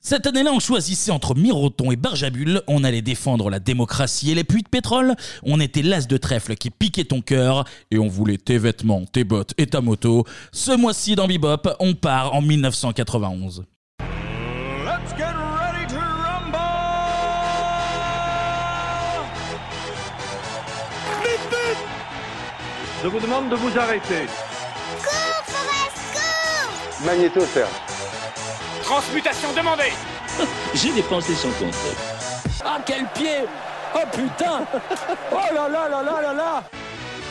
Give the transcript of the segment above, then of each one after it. Cette année-là, on choisissait entre Miroton et Barjabul, on allait défendre la démocratie et les puits de pétrole, on était l'as de trèfle qui piquait ton cœur, et on voulait tes vêtements, tes bottes et ta moto. Ce mois-ci dans Bebop, on part en 1991. Let's get ready to rumble! Vite, vite! Je vous demande de vous arrêter. Magnétosphère. Transmutation demandée J'ai dépensé son compte. Ah quel pied Oh putain Oh là là là là là là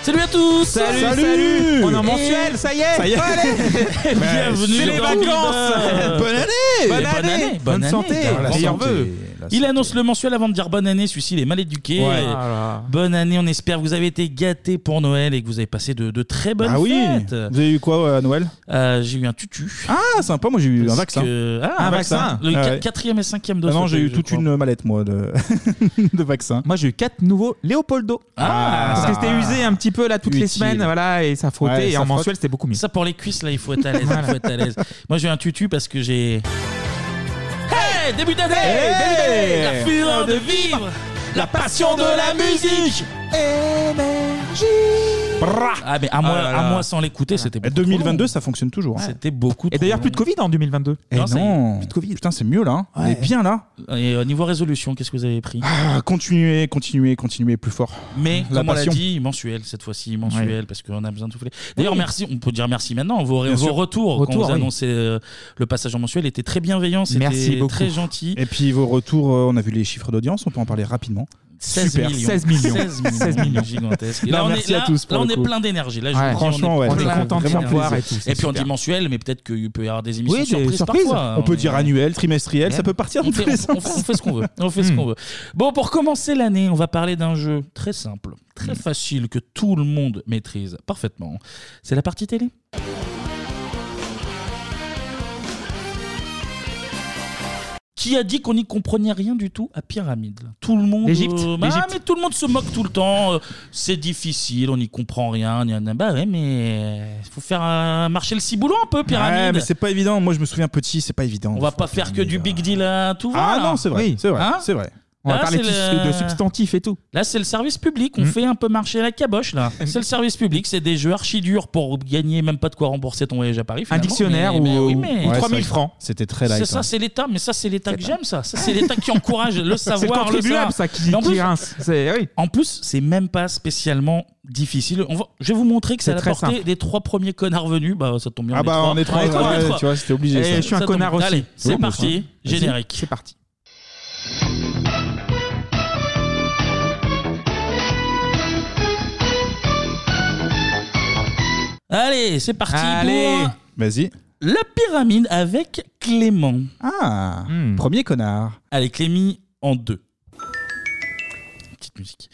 Salut à tous Salut, Salut salut On est en mensuel, Et- ça y est Ça y est. Allez Bienvenue C'est les dans vacances. Bebop. Bonne année. Et Bonne année. Bonne santé. Bonne Meilleurs santé. vœux. Il annonce le mensuel avant de dire bonne année, celui-ci il est mal éduqué. Ouais. Ah Et Voilà. Bonne année, on espère que vous avez été gâtés pour Noël et que vous avez passé de, de très bonnes Ah oui. fêtes. Vous avez eu quoi euh, à Noël Euh, J'ai eu un tutu. Ah, sympa, moi j'ai eu un Parce vaccin. que- Ah, un vaccin. Le Ah ouais. qua- quatrième et cinquième dose. Ah non, j'ai eu je toute crois. une mallette, moi, de, de vaccins. Moi, j'ai eu quatre nouveaux Léopoldo. Ah. Parce que c'était usé un petit peu là toutes les Utile. semaines, voilà, et ça frottait. Ouais, et ça en frotte. mensuel, c'était beaucoup mieux. Ça pour les cuisses, là, il faut être à l'aise. il faut être à l'aise. Moi, j'ai eu un tutu parce que j'ai. Eh, Hey, début d'année Hey, début d'année La fureur de vivre La passion de la musique Énergie Ah, mais un mois, là là. un mois sans l'écouter, c'était beaucoup. 2022, ça fonctionne toujours. hein. trop long. C'était beaucoup. Et d'ailleurs, plus de Covid en 2022. Eh Non, ça y est. non, putain, c'est mieux là. hein. On est bien là. Et au niveau résolution, qu'est-ce que vous avez pris Ah, continuez, continuez, continuez plus fort. Mais, La comme on l'a passion. dit, mensuel, cette fois-ci, mensuel, parce qu'on a besoin de souffler. D'ailleurs, merci, on peut dire merci maintenant. Vos, Bien vos sûr. retours, Retour, quand vous oui. annoncez euh, le passage en mensuel, étaient très bienveillants, Merci c'était beaucoup. très gentil. Et puis vos retours, euh, on a vu les chiffres d'audience, on peut en parler rapidement. 16 Super. millions. 16 millions. 16 millions. 16 millions. Gigantesque. Et Non, là, on Bah, merci est, à là- tous pour là, on le est coup. plein d'énergie. Là, je vous Ouais. le dis, on est Franchement, ouais. plein On est d'énergie. content de Vraiment voir plaisir. et tout. Et c'est puis on dit super. mensuel, mais peut-être qu'il peut y avoir des émissions Oui, des surprises, surprises. parfois. on peut est- dire annuel, trimestriel, ça peut partir on dans fait, tous les on- on sens. fait- on fait ce qu'on veut. On fait ce Hmm. qu'on veut. Bon, pour commencer l'année, on va parler d'un jeu très simple, très Hmm. facile que tout le monde maîtrise parfaitement. C'est la partie télé. Qui a dit qu'on n'y comprenait rien du tout à Pyramide là Tout le monde. L'Égypte, bah, l'Égypte. mais tout le monde se moque tout le temps. euh, C'est difficile, on n'y comprend rien. gna gna. Bah ouais, mais il faut faire euh, marcher le ciboulot un peu, Pyramide. Ouais, mais c'est pas évident. Moi, je me souviens petit, c'est pas évident. On va pas faire que du big deal à tout va. Ah là. non, c'est vrai, Oui. c'est vrai, Hein c'est vrai. On va Là, parler c'est de- le- de substantifs et tout. Là, c'est le service public. Hmm. On fait un peu marcher la caboche, là. C'est le service public. C'est des jeux archi durs pour gagner même pas de quoi rembourser ton voyage à Paris. Un finalement. dictionnaire Mais- ou, mais oui, ou mais- 3000 c'est- francs. C'était très light. C'est ça, hein. c'est l'État. Mais ça, c'est l'État que j'aime, ça. Ça, c'est l'État qui encourage le C'est le savoir, le savoir. contribuable, ça, qui, Mais en qui plus- rince. C'est- oui. En plus, c'est même pas spécialement difficile. On va- Je vais vous montrer que c'est à C'est la très portée simple. des trois premiers connards venus. Bah, ça tombe bien. Ah bah, on est trois, On est trois, on est ouais, trois. tu vois, c'était obligé. Et ça. je suis un Ça tombe connard bien. aussi. Allez, c'est Ouais, moi aussi. bah, hein. parti. Générique. C'est parti. Allez, c'est parti Allez. pour Vas-y. la pyramide avec Clément. Ah, Hmm. premier connard. Allez, Clémy en deux. Petite musique.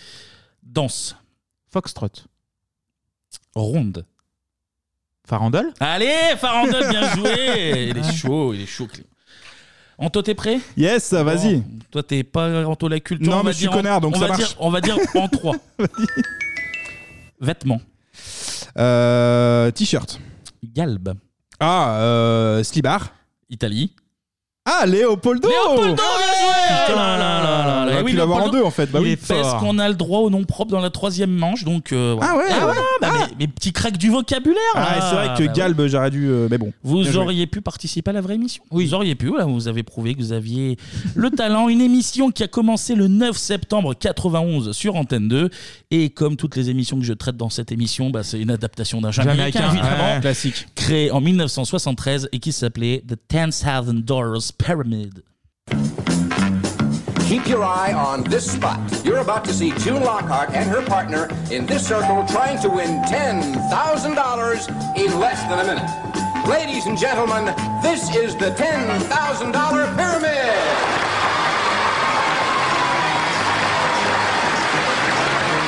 Danse. Foxtrot. Ronde. Farandole. Allez, Farandole, bien joué Il est chaud, il est chaud, Clément. Anto, t'es prêt Yes, vas-y. Bon, toi, t'es pas Anto la culture. on Non, va mais je suis dire en- connard, donc on ça va marche. dire- on va dire en trois. Vêtements. Euh, T-shirt. Galbe. Ah, euh, Slibar. Italie. Ah, Léopoldo Léopoldo, bien joué Oh là là là là Ah, On là. aurait Oui, pu l'avoir en Léopoldo, deux en fait. Bah il oui. est Parce fort. qu'on a le droit au nom propre dans la troisième manche, donc. euh, voilà. Ah ouais, ah ouais. bah, mais- mais petit crack du vocabulaire Ah, et là. c'est vrai que Bah, Galbe, j'aurais dû. euh, mais bon. Bien Vous joué. auriez pu participer à la vraie émission. Vous auriez pu, voilà, vous avez prouvé que vous aviez le talent. Une émission qui a commencé le 9 septembre 91 sur Antenne 2. Et comme toutes les émissions que je traite dans cette émission, bah, c'est une adaptation d'un Jamaïcain, Jamaïcain, évidemment, ouais. Classique. créé en 1973 et qui s'appelait The $10,000 Pyramid. Keep your eye on this spot. You're about to see June Lockhart and her partner in this circle trying to win $10,000 in less than a minute. Ladies and gentlemen, this is the $10,000 pyramid.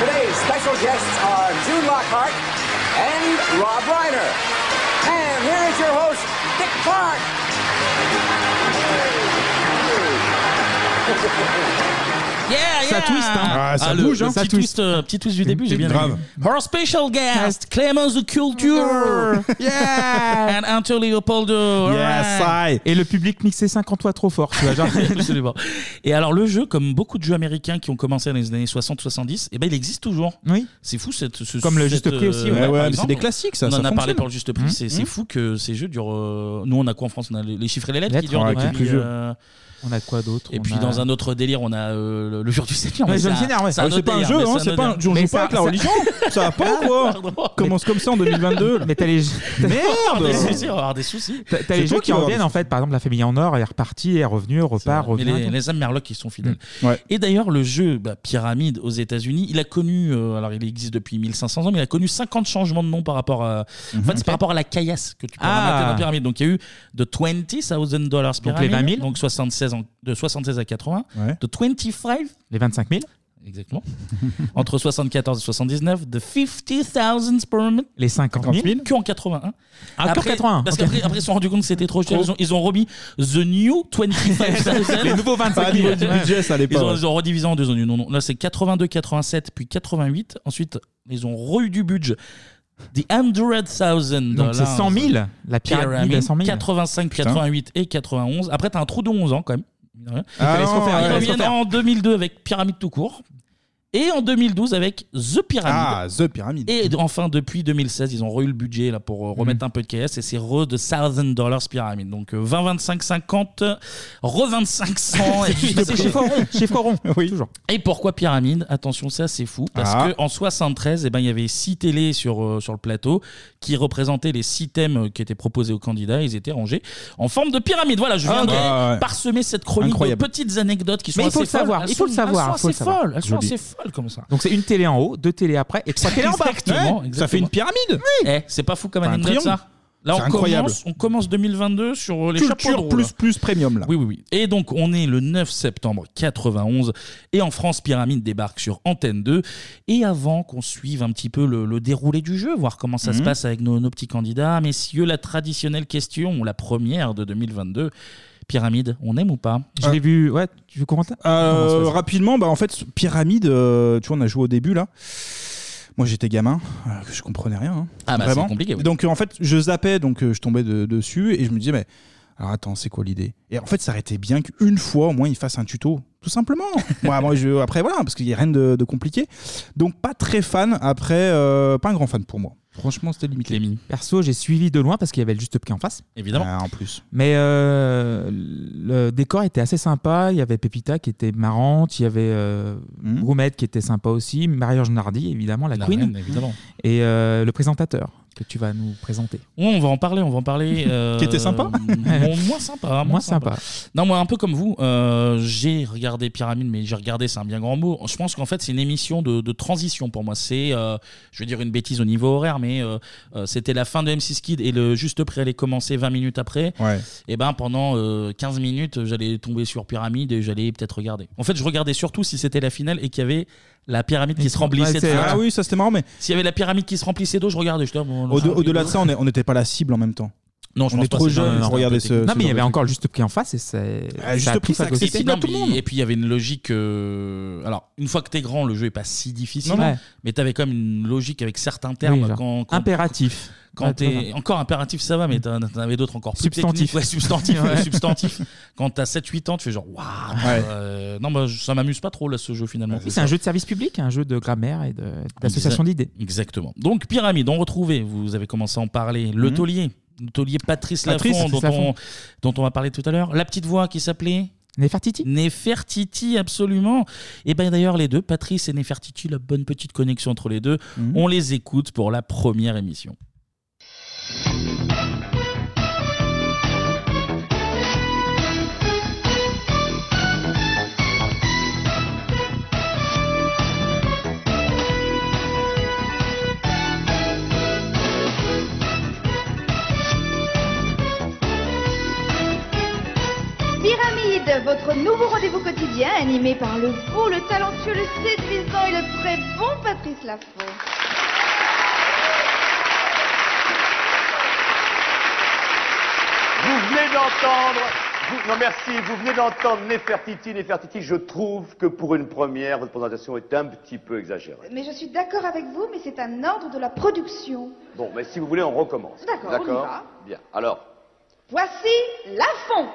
Today's special guests are June Lockhart and Rob Reiner. And here is your host, Dick Clark. Ça twist, hein. Ah, ça le- bouge, le hein. Petit Ça twist, euh, petit twist du début, j'ai bien Grave. aimé. Our special guest, Clément the Culture. yeah! And Anto Leopoldo. Yes, Alright. Et le public mixait 50 fois trop fort, tu vois. Genre, Absolument. Et alors le jeu, comme beaucoup de jeux américains qui ont commencé dans les années 60-70, eh ben, il existe toujours. Oui. C'est fou cette, ce- Comme le cette, Juste Prix euh, aussi, ouais. par Ouais, ouais, mais c'est exemple, des classiques, ça, On ça en a parlé fonctionne. pour le Juste Prix. Mmh. c'est c'est fou que ces jeux durent. euh, Nous on a quoi en France On a les les chiffres et les lettres, qui Lettres, durent ouais, depuis, quelques jeux. euh, On a quoi d'autre Et On puis a- dans un autre délire, on a euh, le, le jour du Seigneur. mais Ouais, le jour du ça- Seigneur, ouais. ça a Ah, autre C'est pas un délire, jeu, mais hein, ça a c'est un autre pas un- on Mais joue ça- pas avec la ça- religion. Ça va pas ou quoi Commence comme ça en 2022. Mais t'as les, On va avoir des Merde soucis, on va avoir des soucis. T'as t'as les toi jeux qui qui vas reviennent avoir en fait. Par exemple, la famille en or est repartie, est revenue, repart, Mais revient. les, donc. les âmes Merloc, ils sont Hmm. fidèles. Mm. Ouais. Et d'ailleurs, le jeu bah, Pyramide aux États-Unis, il a connu, euh, alors il existe depuis 1500 ans, mais il a connu 50 changements de nom par rapport à, en fait, c'est par rapport à la caillasse que tu peux Mhm. Ah. ramater dans la pyramide. Donc il y a eu de 20,000 dollars Donc, pyramide, les 20 000. donc 76 en- de 76 à 80, Ouais. de 25 Les 25 000, exactement, entre 74 et 79, de 50,000 pyramid, les 50 000. que en 81. Ah, que en 81, Parce ok. qu'après, après, ils se sont rendus compte que c'était trop cher. Ils ont, ils ont remis The New 25,000. Les nouveaux 25 000. niveau budget, ça allait Ils pas. ont, ouais. ils ont redivisé en deux zones. Non, non. Là, c'est 82, 87, puis 88. Ensuite, ils ont re-eu du budget. The 100,000 Donc c'est 100 000, la pyramide à 100 000. 85, 88 et 91. Après, t'as un trou de 11 ans, quand même. mine de rien. Ah, fallait se refaire, ouais. il Ils fallait se reviennent refaire. en 2002 avec Pyramide tout court. Et en 2012 avec The Pyramide. Ah, The Pyramide. Et enfin, depuis 2016, ils ont re-eu le budget là, pour euh, Mhm. remettre un peu de KS et c'est re de 1000 dollars pyramide. Donc euh, 20, 25, 50, re 2500. et, puis, C'est chiffre rond, chiffre rond. Oui. Toujours. et pourquoi pyramide Attention, ça c'est fou. Parce Ah. qu'en 73, eh ben, il y avait six télés sur, euh, sur le plateau qui représentaient les six thèmes euh, qui étaient proposés aux candidats. Ils étaient rangés en forme de pyramide. Voilà, je Ah, viens de ouais, ouais. parsemer cette chronique Incroyable. de petites anecdotes qui sont bah, Mais il assez faut le folles. savoir, Elles il faut le sont- savoir, Elles faut sont le assez savoir. folles, elles sont Joli. assez folles comme ça. Donc c'est une télé en haut, deux télés après et trois télés en bas. Exactement, Ouais, exactement. Ça fait une pyramide Eh, c'est pas fou comme Enfin, un anecdote triomphe. ça Là C'est on incroyable. commence, on commence 2022 sur les chapeaux de Culture roue, plus là. plus premium là. Oui, oui, oui. Et donc, on est le 9 septembre 91. Et en France, Pyramide débarque sur Antenne 2. Et avant qu'on suive un petit peu le, le déroulé du jeu, voir comment Mhm. ça se passe avec nos, nos petits candidats, messieurs, la traditionnelle question, la première de 2022. Pyramide, on aime ou pas Je l'ai vu, ouais, tu veux Corentin Euh, Comment ça se passe rapidement, bah en fait, pyramide, euh, tu vois, on a joué au début là. Moi, j'étais gamin, euh, que je comprenais rien. hein. Ah bah, Vraiment. c'est compliqué, oui. Donc euh, en fait, je zappais, donc euh, je tombais de- dessus et je me disais mais alors attends, c'est quoi l'idée Et en fait, ça aurait été bien qu'une fois au moins ils fassent un tuto, tout simplement. moi, moi, je, après voilà, parce qu'il y a rien de, de compliqué. Donc pas très fan. Après, euh, pas un grand fan pour moi. Franchement, c'était limité. Clémy, Perso, j'ai suivi de loin parce qu'il y avait le juste prix en face. évidemment. Ah, en plus. Mais euh, le décor était assez sympa. Il y avait Pépita qui était marrante. Il y avait euh, Mhm. Roumette qui était sympa aussi. Maria Genardi, évidemment, la, La queen. reine, évidemment. Et euh, le présentateur que tu vas nous présenter. Ouais, on va en parler, on va en parler. euh, Qui était sympa bon, Moins sympa. Moins, Moins sympa. sympa. Non, moi, un peu comme vous, euh, j'ai regardé Pyramide, mais j'ai regardé, c'est un bien grand mot. Je pense qu'en fait, c'est une émission de, de transition pour moi. C'est, euh, je vais dire une bêtise au niveau horaire, mais euh, euh, c'était la fin de M6 Kid et le juste prix allait commencer 20 minutes après. Ouais. Et ben pendant euh, 15 minutes, j'allais tomber sur Pyramide et j'allais peut-être regarder. En fait, je regardais surtout si c'était la finale et qu'il y avait la pyramide qui se remplissait. Ouais, de c'est- fleurs. Ah oui, ça c'était marrant, mais S'il y avait la pyramide qui se remplissait d'eau, je regardais. Je disais, bon, au- on va- au-delà de ça, on est- on n'était pas la cible en même temps. non, je on pense est pas, trop c'est- non, jeunes non, pour non, regarder c'était- ce- Non, mais il y genre avait de encore le juste prix en face et c'est. Ah, Juste Prix, Et ça accessible puis, à non, tout le mais- monde. et puis il y avait une logique. euh, alors, une fois que t'es grand, le jeu est pas si difficile. Non, non. Ouais. Mais t'avais quand même une logique avec certains termes. Oui, genre, quand quand, Impératif. quand Ouais, t'es encore impératif, ça va, mais t'en t'en avais d'autres encore plus Substantif. techniques. Ouais, substantif. Ouais. ouais, substantif. Quand t'as 7-8 ans, tu fais genre, waouh. euh, non, bah, je- ça m'amuse pas trop là ce jeu finalement. Oui, C'est un jeu de service public, un jeu de grammaire et de- d'association d'idées. Exactement. Donc pyramide, on retrouvait. Vous avez commencé à en parler. Le taulier. Le taulier Patrice, Mhm. Patrice, Laffont, dont, Patrice Laffont. On, dont on va parler tout à l'heure. La petite voix qui s'appelait Nefertiti Nefertiti, absolument. Et bien d'ailleurs, les deux, Patrice et Nefertiti, la bonne petite connexion entre les deux, Mhm. on les écoute pour la première émission. Pyramide, votre nouveau rendez-vous quotidien animé par le beau, le talentueux, le séduisant et le très bon Patrice Laffont. Vous venez d'entendre Vous- non, merci. Vous venez d'entendre Nefertiti, Nefertiti. Je trouve que pour une première, votre présentation est un petit peu exagérée. Mais je suis d'accord avec vous, mais c'est un ordre de la production. Bon, mais si vous voulez, on recommence. D'accord, on y va. Bien. Alors, Voici Lafont.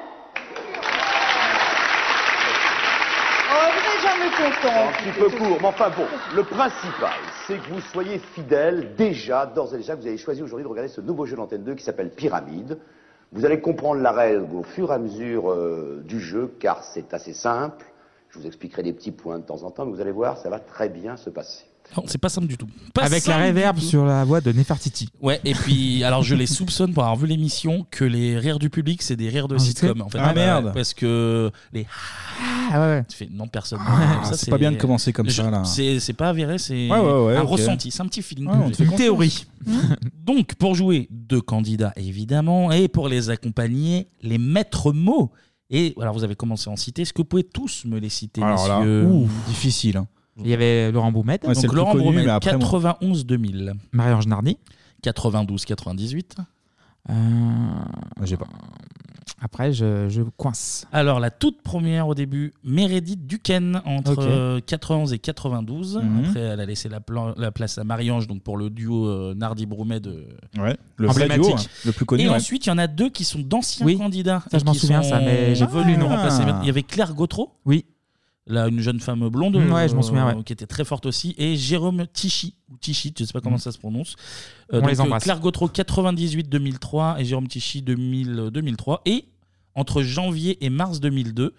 Oh, vous êtes jamais content. un petit peu court, mais enfin bon. Le principal, c'est que vous soyez fidèles déjà, d'ores et déjà, que vous avez choisi aujourd'hui de regarder ce nouveau jeu d'antenne 2 qui s'appelle Pyramide. Vous allez comprendre la règle au fur et à mesure euh, du jeu, car c'est assez simple. Je vous expliquerai des petits points de temps en temps, mais vous allez voir, ça va très bien se passer. Non, c'est pas simple du tout. Pas Avec la simple du réverb tout. sur la voix de Nefertiti. Ouais, et puis, alors je les soupçonne pour avoir vu l'émission que les rires du public, c'est des rires de Ah, sitcom c'est- en fait. Ah, Ouais, merde. Parce que les. Ah ouais. Tu fais non, personne. Ah, Comme ça, c'est pas bien de commencer comme ça, là. C'est c'est pas avéré, c'est Ouais, ouais, ouais, un ok. ressenti, c'est un petit feeling. Ouais, on te fait Une confiance. théorie. Donc, pour jouer deux candidats, évidemment, et pour les accompagner, les maîtres mots. Et alors, vous avez commencé à en citer. Est-ce que vous pouvez tous me les citer, Alors là, messieurs ouh, difficile. hein. Il y avait Laurent Boumet. Ouais, c'est Donc le plus Laurent connu, Bromet, mais après, moi- 91 2000, Marie-Ange Nardi. 92 98. J'ai pas. Après, je, je coince. Alors la toute première au début, Meredith Duquesne entre Ok. euh, 91 et 92. Mhm. Après, elle a laissé la, plan- la place à Marie-Ange donc pour le duo euh, Nardi Broumet de Ouais, le vrai emblématique. duo, hein, le plus connu, Et ouais. ensuite, il y en a deux qui sont d'anciens candidats. Ça, je et m'en qui souviens, sont- ça, mais j'ai voulu nous Ah. remplacer. Il y avait Claire Gautreau. Oui. Là, une jeune femme blonde Mm, ouais, je m'en souviens, euh, ouais. qui était très forte aussi, et Jérôme Tichy, ou Tichy, je ne sais pas comment ça se prononce. Mm. On les euh, embrasse. Claire Gautreau 98-2003 et Jérôme Tichy 2000, euh, 2003. Et entre janvier et mars 2002,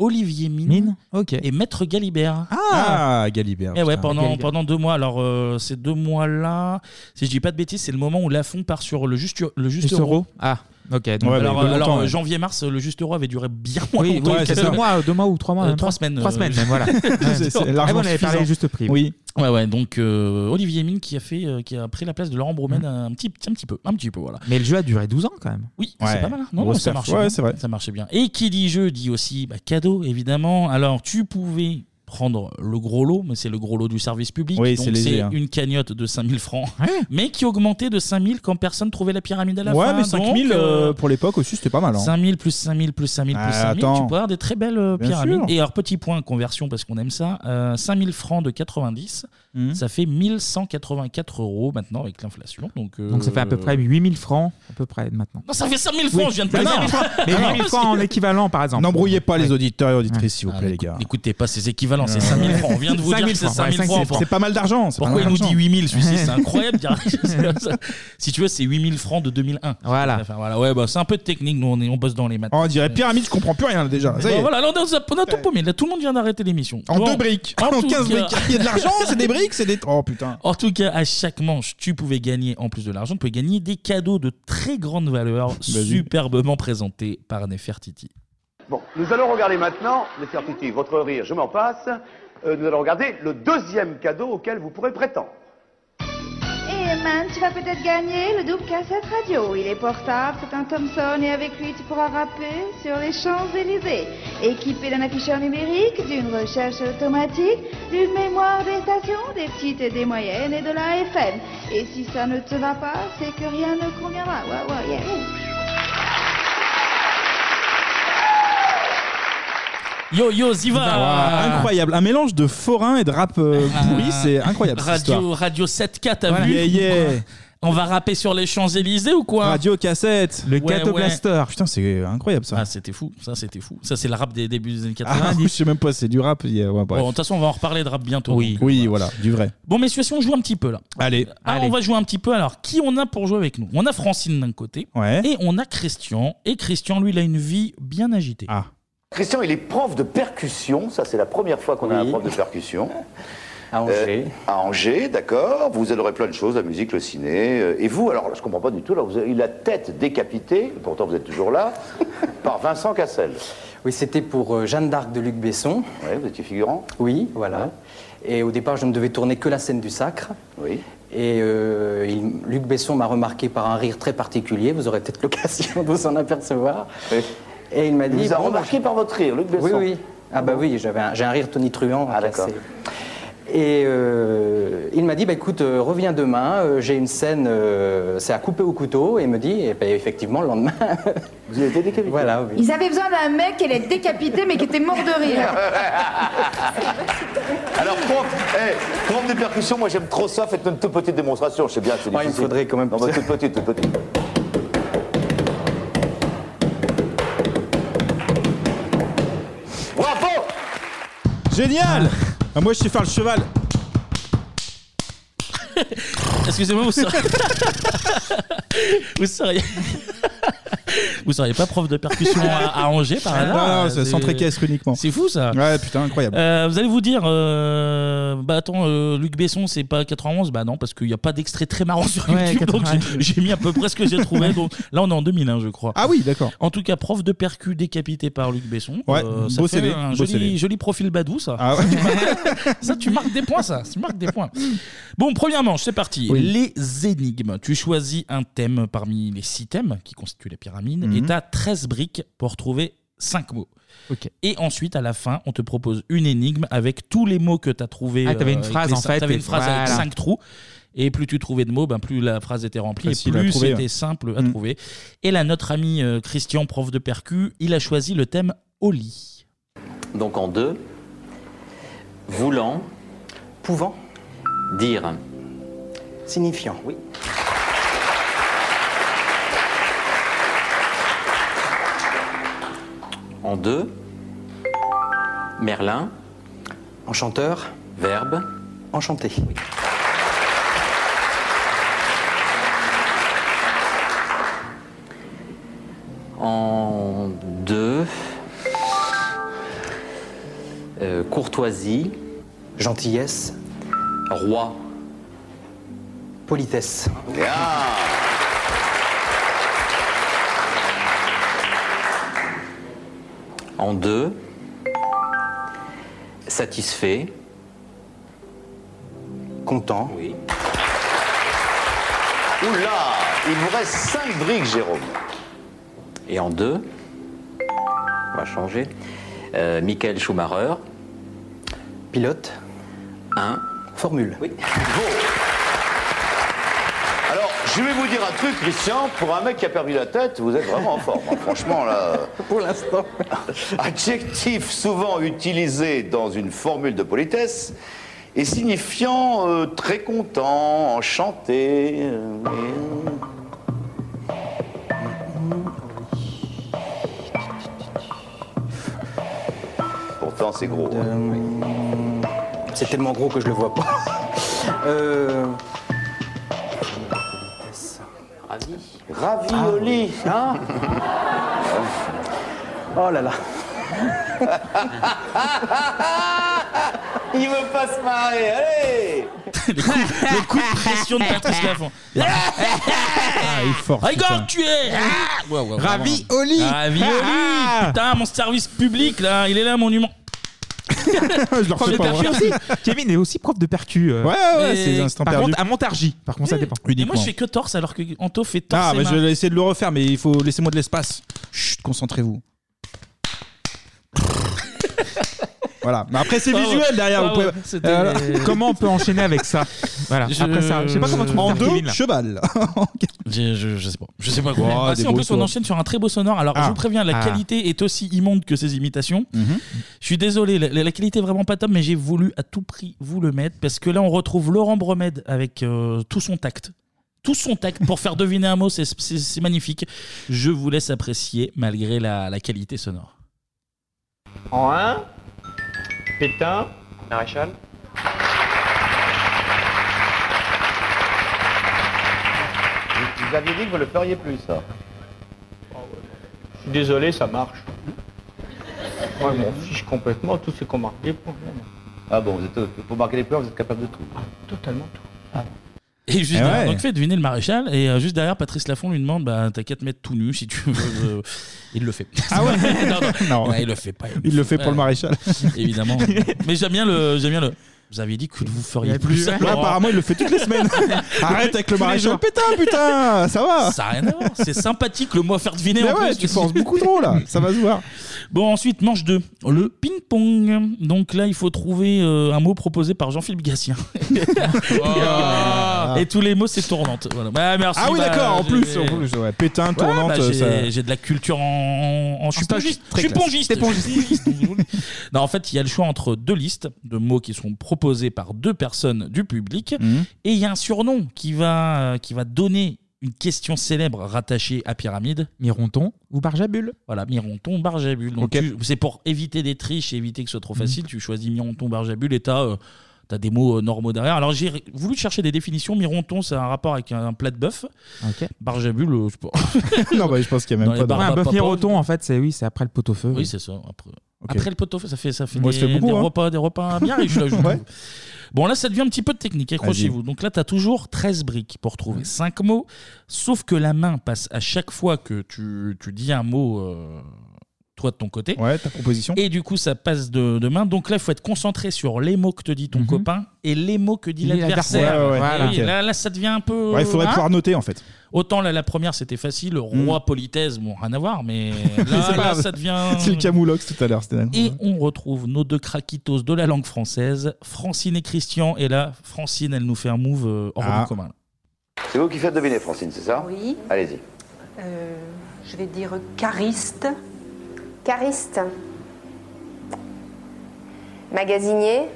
Olivier Mine, et Maître Galibert. Ah, Galibert. Et ouais, putain. pendant, pendant deux mois. Alors, euh, ces deux mois-là, si je dis pas de bêtises, c'est le moment où Lafont part sur le juste, le juste, Juste euro. Ah, ok. donc- alors, euh, alors, janvier-mars, le juste euro avait duré bien moins Oui, longtemps. oui, que c'est ça. deux mois, deux mois ou trois mois, Euh, même trois pas. semaines. Trois euh, semaines, même, voilà. C'est- Eh ben, c'est Ah, largement on avait suffisant. parlé juste prix. Oui. Ouais, ouais. Donc euh, Olivier Mine qui a fait, euh, qui a pris la place de Laurent Bromen un petit, un petit peu, un petit peu, voilà. Mais le jeu a duré 12 ans quand même. Oui, c'est pas mal. hein. Non, non, Grosse ça perf. marchait. Ouais, bien. c'est vrai. Ça marchait bien. Et qui dit jeu dit aussi bah, cadeau, évidemment. Alors, tu pouvais prendre le gros lot, mais c'est le gros lot du service public. Oui, donc c'est léger, c'est hein. une cagnotte de 5000 francs, mais qui augmentait de 5000 quand personne trouvait la pyramide à la Ouais, fin. mais 5000 Donc, euh, euh, pour l'époque aussi, c'était pas mal. Hein. 5000 plus 5000 plus 5000 plus Ah, 5000, attends. tu peux avoir des très belles euh, Bien pyramides. sûr. Et alors, petit point conversion, parce qu'on aime ça, euh, 5000 francs de 90, Mmh. ça fait 1184 euros maintenant avec l'inflation. Donc, euh, Donc ça fait à peu près 8000 francs, à peu près maintenant. Non, ça fait 5000 francs, je viens de te Mais dire. Ah, non, mais 8000 francs en équivalent, par exemple. Ah, N'embrouillez pas les auditeurs et auditrices, s'il vous plaît, les gars. Écoutez pas ces équivalents, c'est 5000 francs. On vient de vous dire 5000 que c'est francs, ouais, 5000 cinq- francs. c'est- c'est pas mal d'argent, c'est pas Pourquoi il mal nous dit d'argent. 8000 celui-ci C'est incroyable. dire. si tu veux, c'est 8000 francs de 2001. Voilà. voilà. Ouais, bah, c'est un peu de technique, nous on, est- on bosse dans les maths. On dirait pyramide, je comprends plus rien déjà. Mais Ah, Ça y bon, bah est. voilà, là, on a, on a tout paumé. Là, tout le monde vient d'arrêter l'émission. En Bon, deux briques, en en tout 15 cas- briques. Il y a de l'argent, c'est des briques, c'est des. Oh putain. En tout cas, à chaque manche, tu pouvais gagner, en plus de l'argent, tu pouvais gagner des cadeaux de très grande valeur, Vas-y. superbement présentés par Nefertiti. Bon, nous allons regarder maintenant, Monsieur Artuti, votre rire, je m'en passe. Euh, nous allons regarder le deuxième cadeau auquel vous pourrez prétendre. Et Eman, Eh, tu vas peut-être gagner le double cassette radio. Il est portable, c'est un Thomson et avec lui tu pourras rapper sur les Champs-Élysées. Équipé d'un afficheur numérique, d'une recherche automatique, d'une mémoire des stations, des petites et des moyennes et de la FM. Et si ça ne te va pas, c'est que rien ne conviendra. Ouais, ouais, yeah, yeah. Yo yo, Ziva Ah. Ouah, Incroyable, un mélange de forain et de rap euh, pourri, c'est incroyable. cette Radio, histoire. radio 7K, t'as Voilà. vu Yeah, yeah. On va rapper sur les Champs-Élysées ou quoi Radio cassette, Le Ouais, Catoblaster. ouais. Putain, c'est incroyable ça. Ah, c'était fou, ça c'était fou. Ça, c'est le rap des débuts des années Ah, 90. je sais même pas, c'est du rap. il y a- ouais, Bon, bref. de toute façon, on va en reparler de rap bientôt. oui, donc, euh, oui, voilà, du vrai. Bon, messieurs, si on joue un petit peu là. Allez. Ah, on va jouer un petit peu. Alors, qui on a pour jouer avec nous On a Francine d'un côté et on a Christian. Et Christian, lui, il a une vie bien agitée. Ah. Christian, il est prof de percussion. Ça, c'est la première fois qu'on a un prof de percussion. À Angers. à Angers, d'accord. Vous adorez plein de choses, la musique, le ciné. Euh, Et vous, alors, je comprends pas du tout. Là, vous avez eu la tête décapitée, pourtant vous êtes toujours là, par Vincent Cassel. Oui, c'était pour euh, Jeanne d'Arc de Luc Besson. Oui, vous étiez figurant. Oui, voilà. Et au départ, je ne devais tourner que la scène du sacre. Oui. Et euh, il- Luc Besson m'a remarqué par un rire très particulier. Vous aurez peut-être l'occasion de vous en apercevoir. Et il m'a Il dit. vous a bon, bah, remarqué par votre rire, Luc Besson. Ah, Oui, oui. Ah bah oui, j'avais un- j'ai un rire tonitruant. Ah d'accord. Et euh, il m'a dit, bah, écoute, euh, reviens demain, euh, j'ai une scène, euh, c'est à couper au couteau. Et il me dit, et ben, effectivement, le lendemain... Vous avez été décapité Voilà, oui. Ils avaient besoin d'un mec qui allait être décapité mais qui était mort de rire. Alors, prof, eh, prof de percussion, moi j'aime trop ça. Faites une toute petite démonstration. Je sais bien que c'est difficile. il faudrait quand même. Non, mais toute petite, toute petite. Bravo Génial Ah, Moi, je sais faire le cheval. Excusez-moi, vous seriez... vous seriez... Vous seriez pas prof de percussion à, à Angers par Ah, Non, hasard non, c'est centré caisse uniquement. C'est fou ça. Ouais, putain, incroyable. Euh, vous allez vous dire, euh, bah attends, euh, Luc Besson, c'est pas 91 Bah non, parce qu'il n'y a pas d'extrait très marrant sur Ouais, YouTube, donc 80, j'ai- j'ai mis à peu près ce que j'ai trouvé. donc là, on est en 2001, je crois. Ah oui, d'accord. En tout cas, prof de percu décapité par Luc Besson. Euh, Ouais, ça beau fait CV, un beau joli, CV. joli profil Badou, ça. Ah ouais. ça, tu marques des points, ça. Tu marques des points. Bon, première manche, c'est parti. Oui. Les énigmes. Tu choisis un thème parmi les six thèmes qui constituent la pyramide Mhm. et tu as 13 briques pour trouver cinq mots. Et ensuite, à la fin, on te propose une énigme avec tous les mots que tu as trouvés. Ah, t'avais une avec phrase, les en cinq- fait, T'avais et une phrase avec voilà. cinq trous. Et plus tu trouvais de mots, ben plus la phrase était remplie et Facile à plus trouver, c'était ouais. simple à Mm. trouver. Et là, notre ami euh, Christian, prof de percu, il a choisi le thème au lit. Donc en deux, voulant, pouvant, dire. Signifiant, oui. En deux, Merlin. Enchanteur. Verbe. Enchanté. En deux, euh, courtoisie. Gentillesse. Roi. Politesse. Ah. En deux, satisfait. Content. Oui. Oula Il vous reste 5 briques, Jérôme. Et en deux, on va changer. Euh, Michael Schumacher. Pilote. Un. Formule. Oui. Alors, je vais vous dire un truc, Christian. Pour un mec qui a perdu la tête, vous êtes vraiment en forme. hein. Franchement, là. Pour l'instant. Adjectif souvent utilisé dans une formule de politesse et signifiant euh, très content, enchanté. euh, et- Pourtant, c'est gros. hein. Euh, C'est tellement gros que je le vois pas. Euh, Ravi. Ah Ravioli, hein Oh là là. Il veut pas se marrer, allez les, coups, les coups de pression de Patrice Laffont. Ah, il est fort. Oh, Ah, Igor, putain. tu es Ah Ouais, ouais, vraiment. Ravi Oli Ah, Ravi Oli Putain, mon service public, là, il est là, mon humain. Je le Prof refais de pas. percu aussi. Kevin est aussi prof de percu. euh. Ouais, ouais, ouais, Mais- c'est instant Par perdu. contre, à Montargis. Par contre, ça dépend. Et Uniquement. moi, je fais que torse, alors que Anto fait torse. Ah, et mais main. je vais essayer de le refaire, mais il faut laissez-moi de l'espace. Chut, concentrez-vous. voilà. Mais après, c'est Ah ouais. visuel derrière. Ah vous pouvez- ouais, c'était- Euh, voilà. Comment on peut enchaîner avec ça Voilà. Je- Après ça, je sais pas comment tu peux En faire, Kevin, deux, là. cheval. Oh, Je, je, je sais pas. Je sais pas quoi. Oh, Ah, des si, en beaux plus, on sons. enchaîne sur un très beau sonore. Alors, Ah. Mhm. je vous préviens, la Ah. qualité est aussi immonde que ces imitations. Je suis désolé, la, la qualité est vraiment pas top, mais j'ai voulu à tout prix vous le mettre parce que là, on retrouve Laurent Bromède avec euh, tout son tact. Tout son tact pour faire deviner un mot, c'est- c'est c'est magnifique. Je vous laisse apprécier malgré la, la qualité sonore. En un, Pétain, Maréchal. Vous vous aviez dit que vous le feriez plus, ça. Je suis désolé, ça marche. Moi, je m'en fiche complètement, tout ce qu'on marque des points. Ah bon, vous êtes, pour marquer les pleurs, vous êtes capable de tout. Totalement tout. Ah. Et juste Eh derrière, ouais. donc fait deviner le maréchal. Et euh, juste derrière, Patrice Laffont lui demande bah, T'as qu'à te mettre tout nu si tu veux. euh, il le fait. Ah ouais non, non. Non. Ouais, Il le fait pas. Il le fait pour le Ouais, maréchal. Évidemment. Mais j'aime bien le. J'aime bien le. Vous aviez dit que vous feriez plus, ça. Ouais, apparemment, il le fait toutes les semaines. Arrête avec le Tous les maréchal jours. Pétain, putain, ça va. Ça a rien à voir. C'est sympathique le mot à faire deviner Mais en ouais, plus. tu forces beaucoup trop là, ça va se voir. Bon, ensuite, manche 2, le ping-pong. Donc là, il faut trouver euh, un mot proposé par Jean-Philippe Gatien. Et tous les mots, c'est tournante. Voilà. Bah, merci, ah oui, bah, d'accord, en j'ai- plus, en plus, ouais, pétain, Ouais, tournante. bah, j'ai- ça- Ah, j'ai de la culture en, en- en- je suis Stage, pongiste. Je très suis classe. pongiste. T'es pongiste. Je suis pongiste. non, en fait, il y a le choix entre deux listes de mots qui sont proposés par deux personnes du public, Mhm. et il y a un surnom qui va euh, qui va donner une question célèbre rattachée à pyramide. Mironton ou Barjabul. Voilà, Mironton, Barjabul. Donc tu- c'est pour éviter des triches et éviter que ce soit Mhm. trop facile. Tu choisis Mironton, Barjabul et t'as euh, t'as des mots euh, normaux derrière. Alors j'ai voulu chercher des définitions. Mironton, c'est un rapport avec un, un plat de bœuf. Ok. Barjabul, euh, je sais pas. non, bah, je pense qu'il y a Dans même les pas bars, Ouais, un bah, bœuf papa, miroton, en fait, c'est oui, c'est après le pot-au-feu. Oui, c'est ça. Après, Ok. Après le pot au feu, ça fait, ça fait Ouais, des, ça fait beaucoup, des hein. repas, des repas bien riches. Là, je trouve. Ouais. Bon, là, ça devient un petit peu de technique, hein, accrochez-vous. Donc là, tu as toujours 13 briques pour trouver 5 mots, sauf que la main passe à chaque fois que tu, tu dis un mot, euh, toi de ton côté. Ouais, ta proposition. Et du coup, ça passe de, de main. Donc là, il faut être concentré sur les mots que te dit ton copain et les mots que dit Il dit l'adversaire. l'adversaire. Mhm. Ouais, ouais, ouais. Voilà. Ok. Là, là, ça devient un peu. Ouais, il faudrait hein pouvoir noter en fait. Autant là, la première c'était facile, roi, politesse, bon, rien à voir, mais là, Mais c'est là, pas grave. ça devient. C'est le camoulox tout à l'heure, c'était dingue. Et on retrouve nos deux craquitos de la langue française, Francine et Christian. Et là, Francine, elle nous fait un move euh, hors Ah. du commun. C'est vous qui faites deviner, Francine, c'est ça Oui. Allez-y. Euh, je vais dire chariste. Chariste. Magasinier,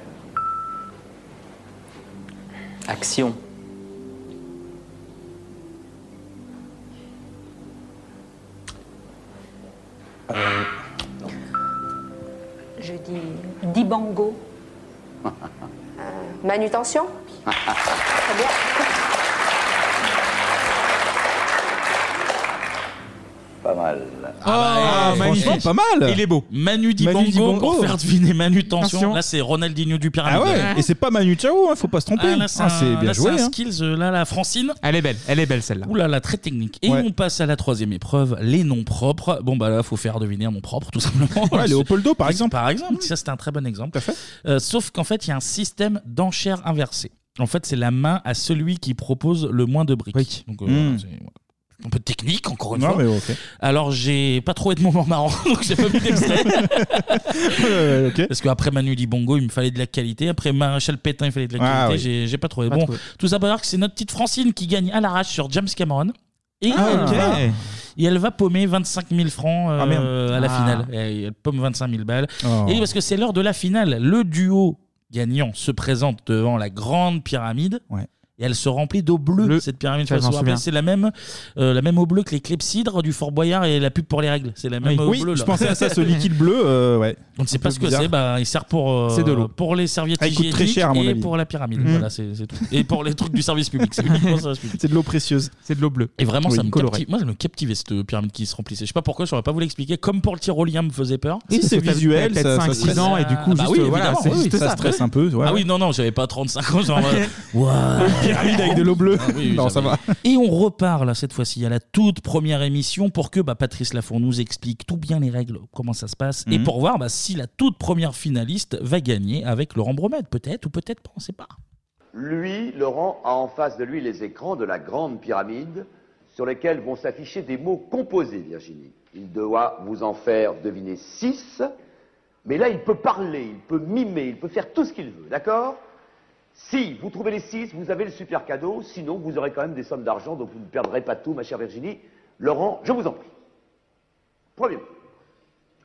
Action. Je dis dibango. Euh, manutention. Très bien. Pas mal. Ah, magnifique. Pas mal. Il est beau. Manu Dibango, Manu Dibango. pour faire deviner Manu Tension. Attention. Là, c'est Ronaldinho du Ah Pyramide. ouais, et c'est pas Manu Chao, hein, faut pas se tromper. bah, Ah, là, c'est Ah, c'est un- bien là, joué. c'est un hein. skills, euh, là, la Francine. Elle est belle, elle est belle celle-là. Ouh là là, très technique. Et Ouais. on passe à la troisième épreuve, les noms propres. Bon bah là, faut faire deviner un nom propre, tout simplement. Ouais, Léopoldo, par C'est- exemple. Par exemple, ça c'était un très bon exemple. Euh, sauf qu'en fait, il y a un système d'enchères inversé. En fait, c'est la main à celui qui propose le moins de briques. Donc, euh, voilà, Mm. c'est un peu technique, encore une Non, fois. mais ok. Alors, j'ai pas trouvé de moment marrant, donc j'ai pas mis d'extrait. Parce qu'après Manu Dibongo, il me fallait de la qualité. Après Maréchal Pétain, il fallait de la Ah, qualité. oui. J'ai- J'ai pas trouvé. Pas bon, trouvé. tout ça pour dire que c'est notre petite Francine qui gagne à l'arrache sur James Cameron. Et, Ah, elle ok. va, et elle va paumer 25 000 francs euh, Ah, merde. à la Ah. finale. Eh, Elle, elle paume 25 000 balles. Oh. Et parce que c'est l'heure de la finale. Le duo gagnant se présente devant la grande pyramide. Et elle se remplit d'eau bleue, cette pyramide. Ça, je Faut m'en se rappeler, souviens. C'est la même, euh, la même eau bleue que les clepsydres du Fort Boyard et la pub pour les règles. C'est la même Oui, eau Oui, bleue. je là. pensais à ça, ce liquide bleu. euh, ouais. On ne sait pas ce que bizarre. c'est, bah, il sert pour, euh, C'est de l'eau. pour les serviettes Ah, il coûte hygiéniques très cher, à mon et avis. pour la pyramide. Mhm. Voilà, c'est c'est tout. Et pour les trucs du service public, c'est uniquement service public. C'est de l'eau précieuse. C'est de l'eau bleue. Et vraiment, Oui, ça me colorée. captive- Moi, je me captivais cette pyramide qui se remplissait. Je sais pas pourquoi, je saurais pas vous l'expliquer. Comme pour le tyrolien me faisait peur. Si, c'est visuel, peut-être ça- ça 5, stresse. 6 ans et du coup, Ah, bah juste, oui, euh, voilà, évidemment, c'est oui, juste ça stresse un peu, ouais, ah ouais. oui, non, non, j'avais pas 35 ans. Genre, Ok. euh, Waouh. Une pyramide avec de l'eau bleue. Ah oui, Non, ça j'avais- va. Et on repart là cette fois-ci à la toute première émission pour que bah, Patrice Lafont nous explique tout bien les règles, comment ça se passe, et Mhm. pour voir bah, si la toute première finaliste va gagner avec Laurent Bromette, peut-être ou peut-être pas, on sait pas. Lui, Laurent, a en face de lui les écrans de la grande pyramide sur lesquels vont s'afficher des mots composés, Virginie. Il doit vous en faire deviner six, mais là, il peut parler, il peut mimer, il peut faire tout ce qu'il veut, d'accord Si vous trouvez les six, vous avez le super cadeau, sinon vous aurez quand même des sommes d'argent, donc vous ne perdrez pas tout, ma chère Virginie. Laurent, je vous en prie. Premier mot.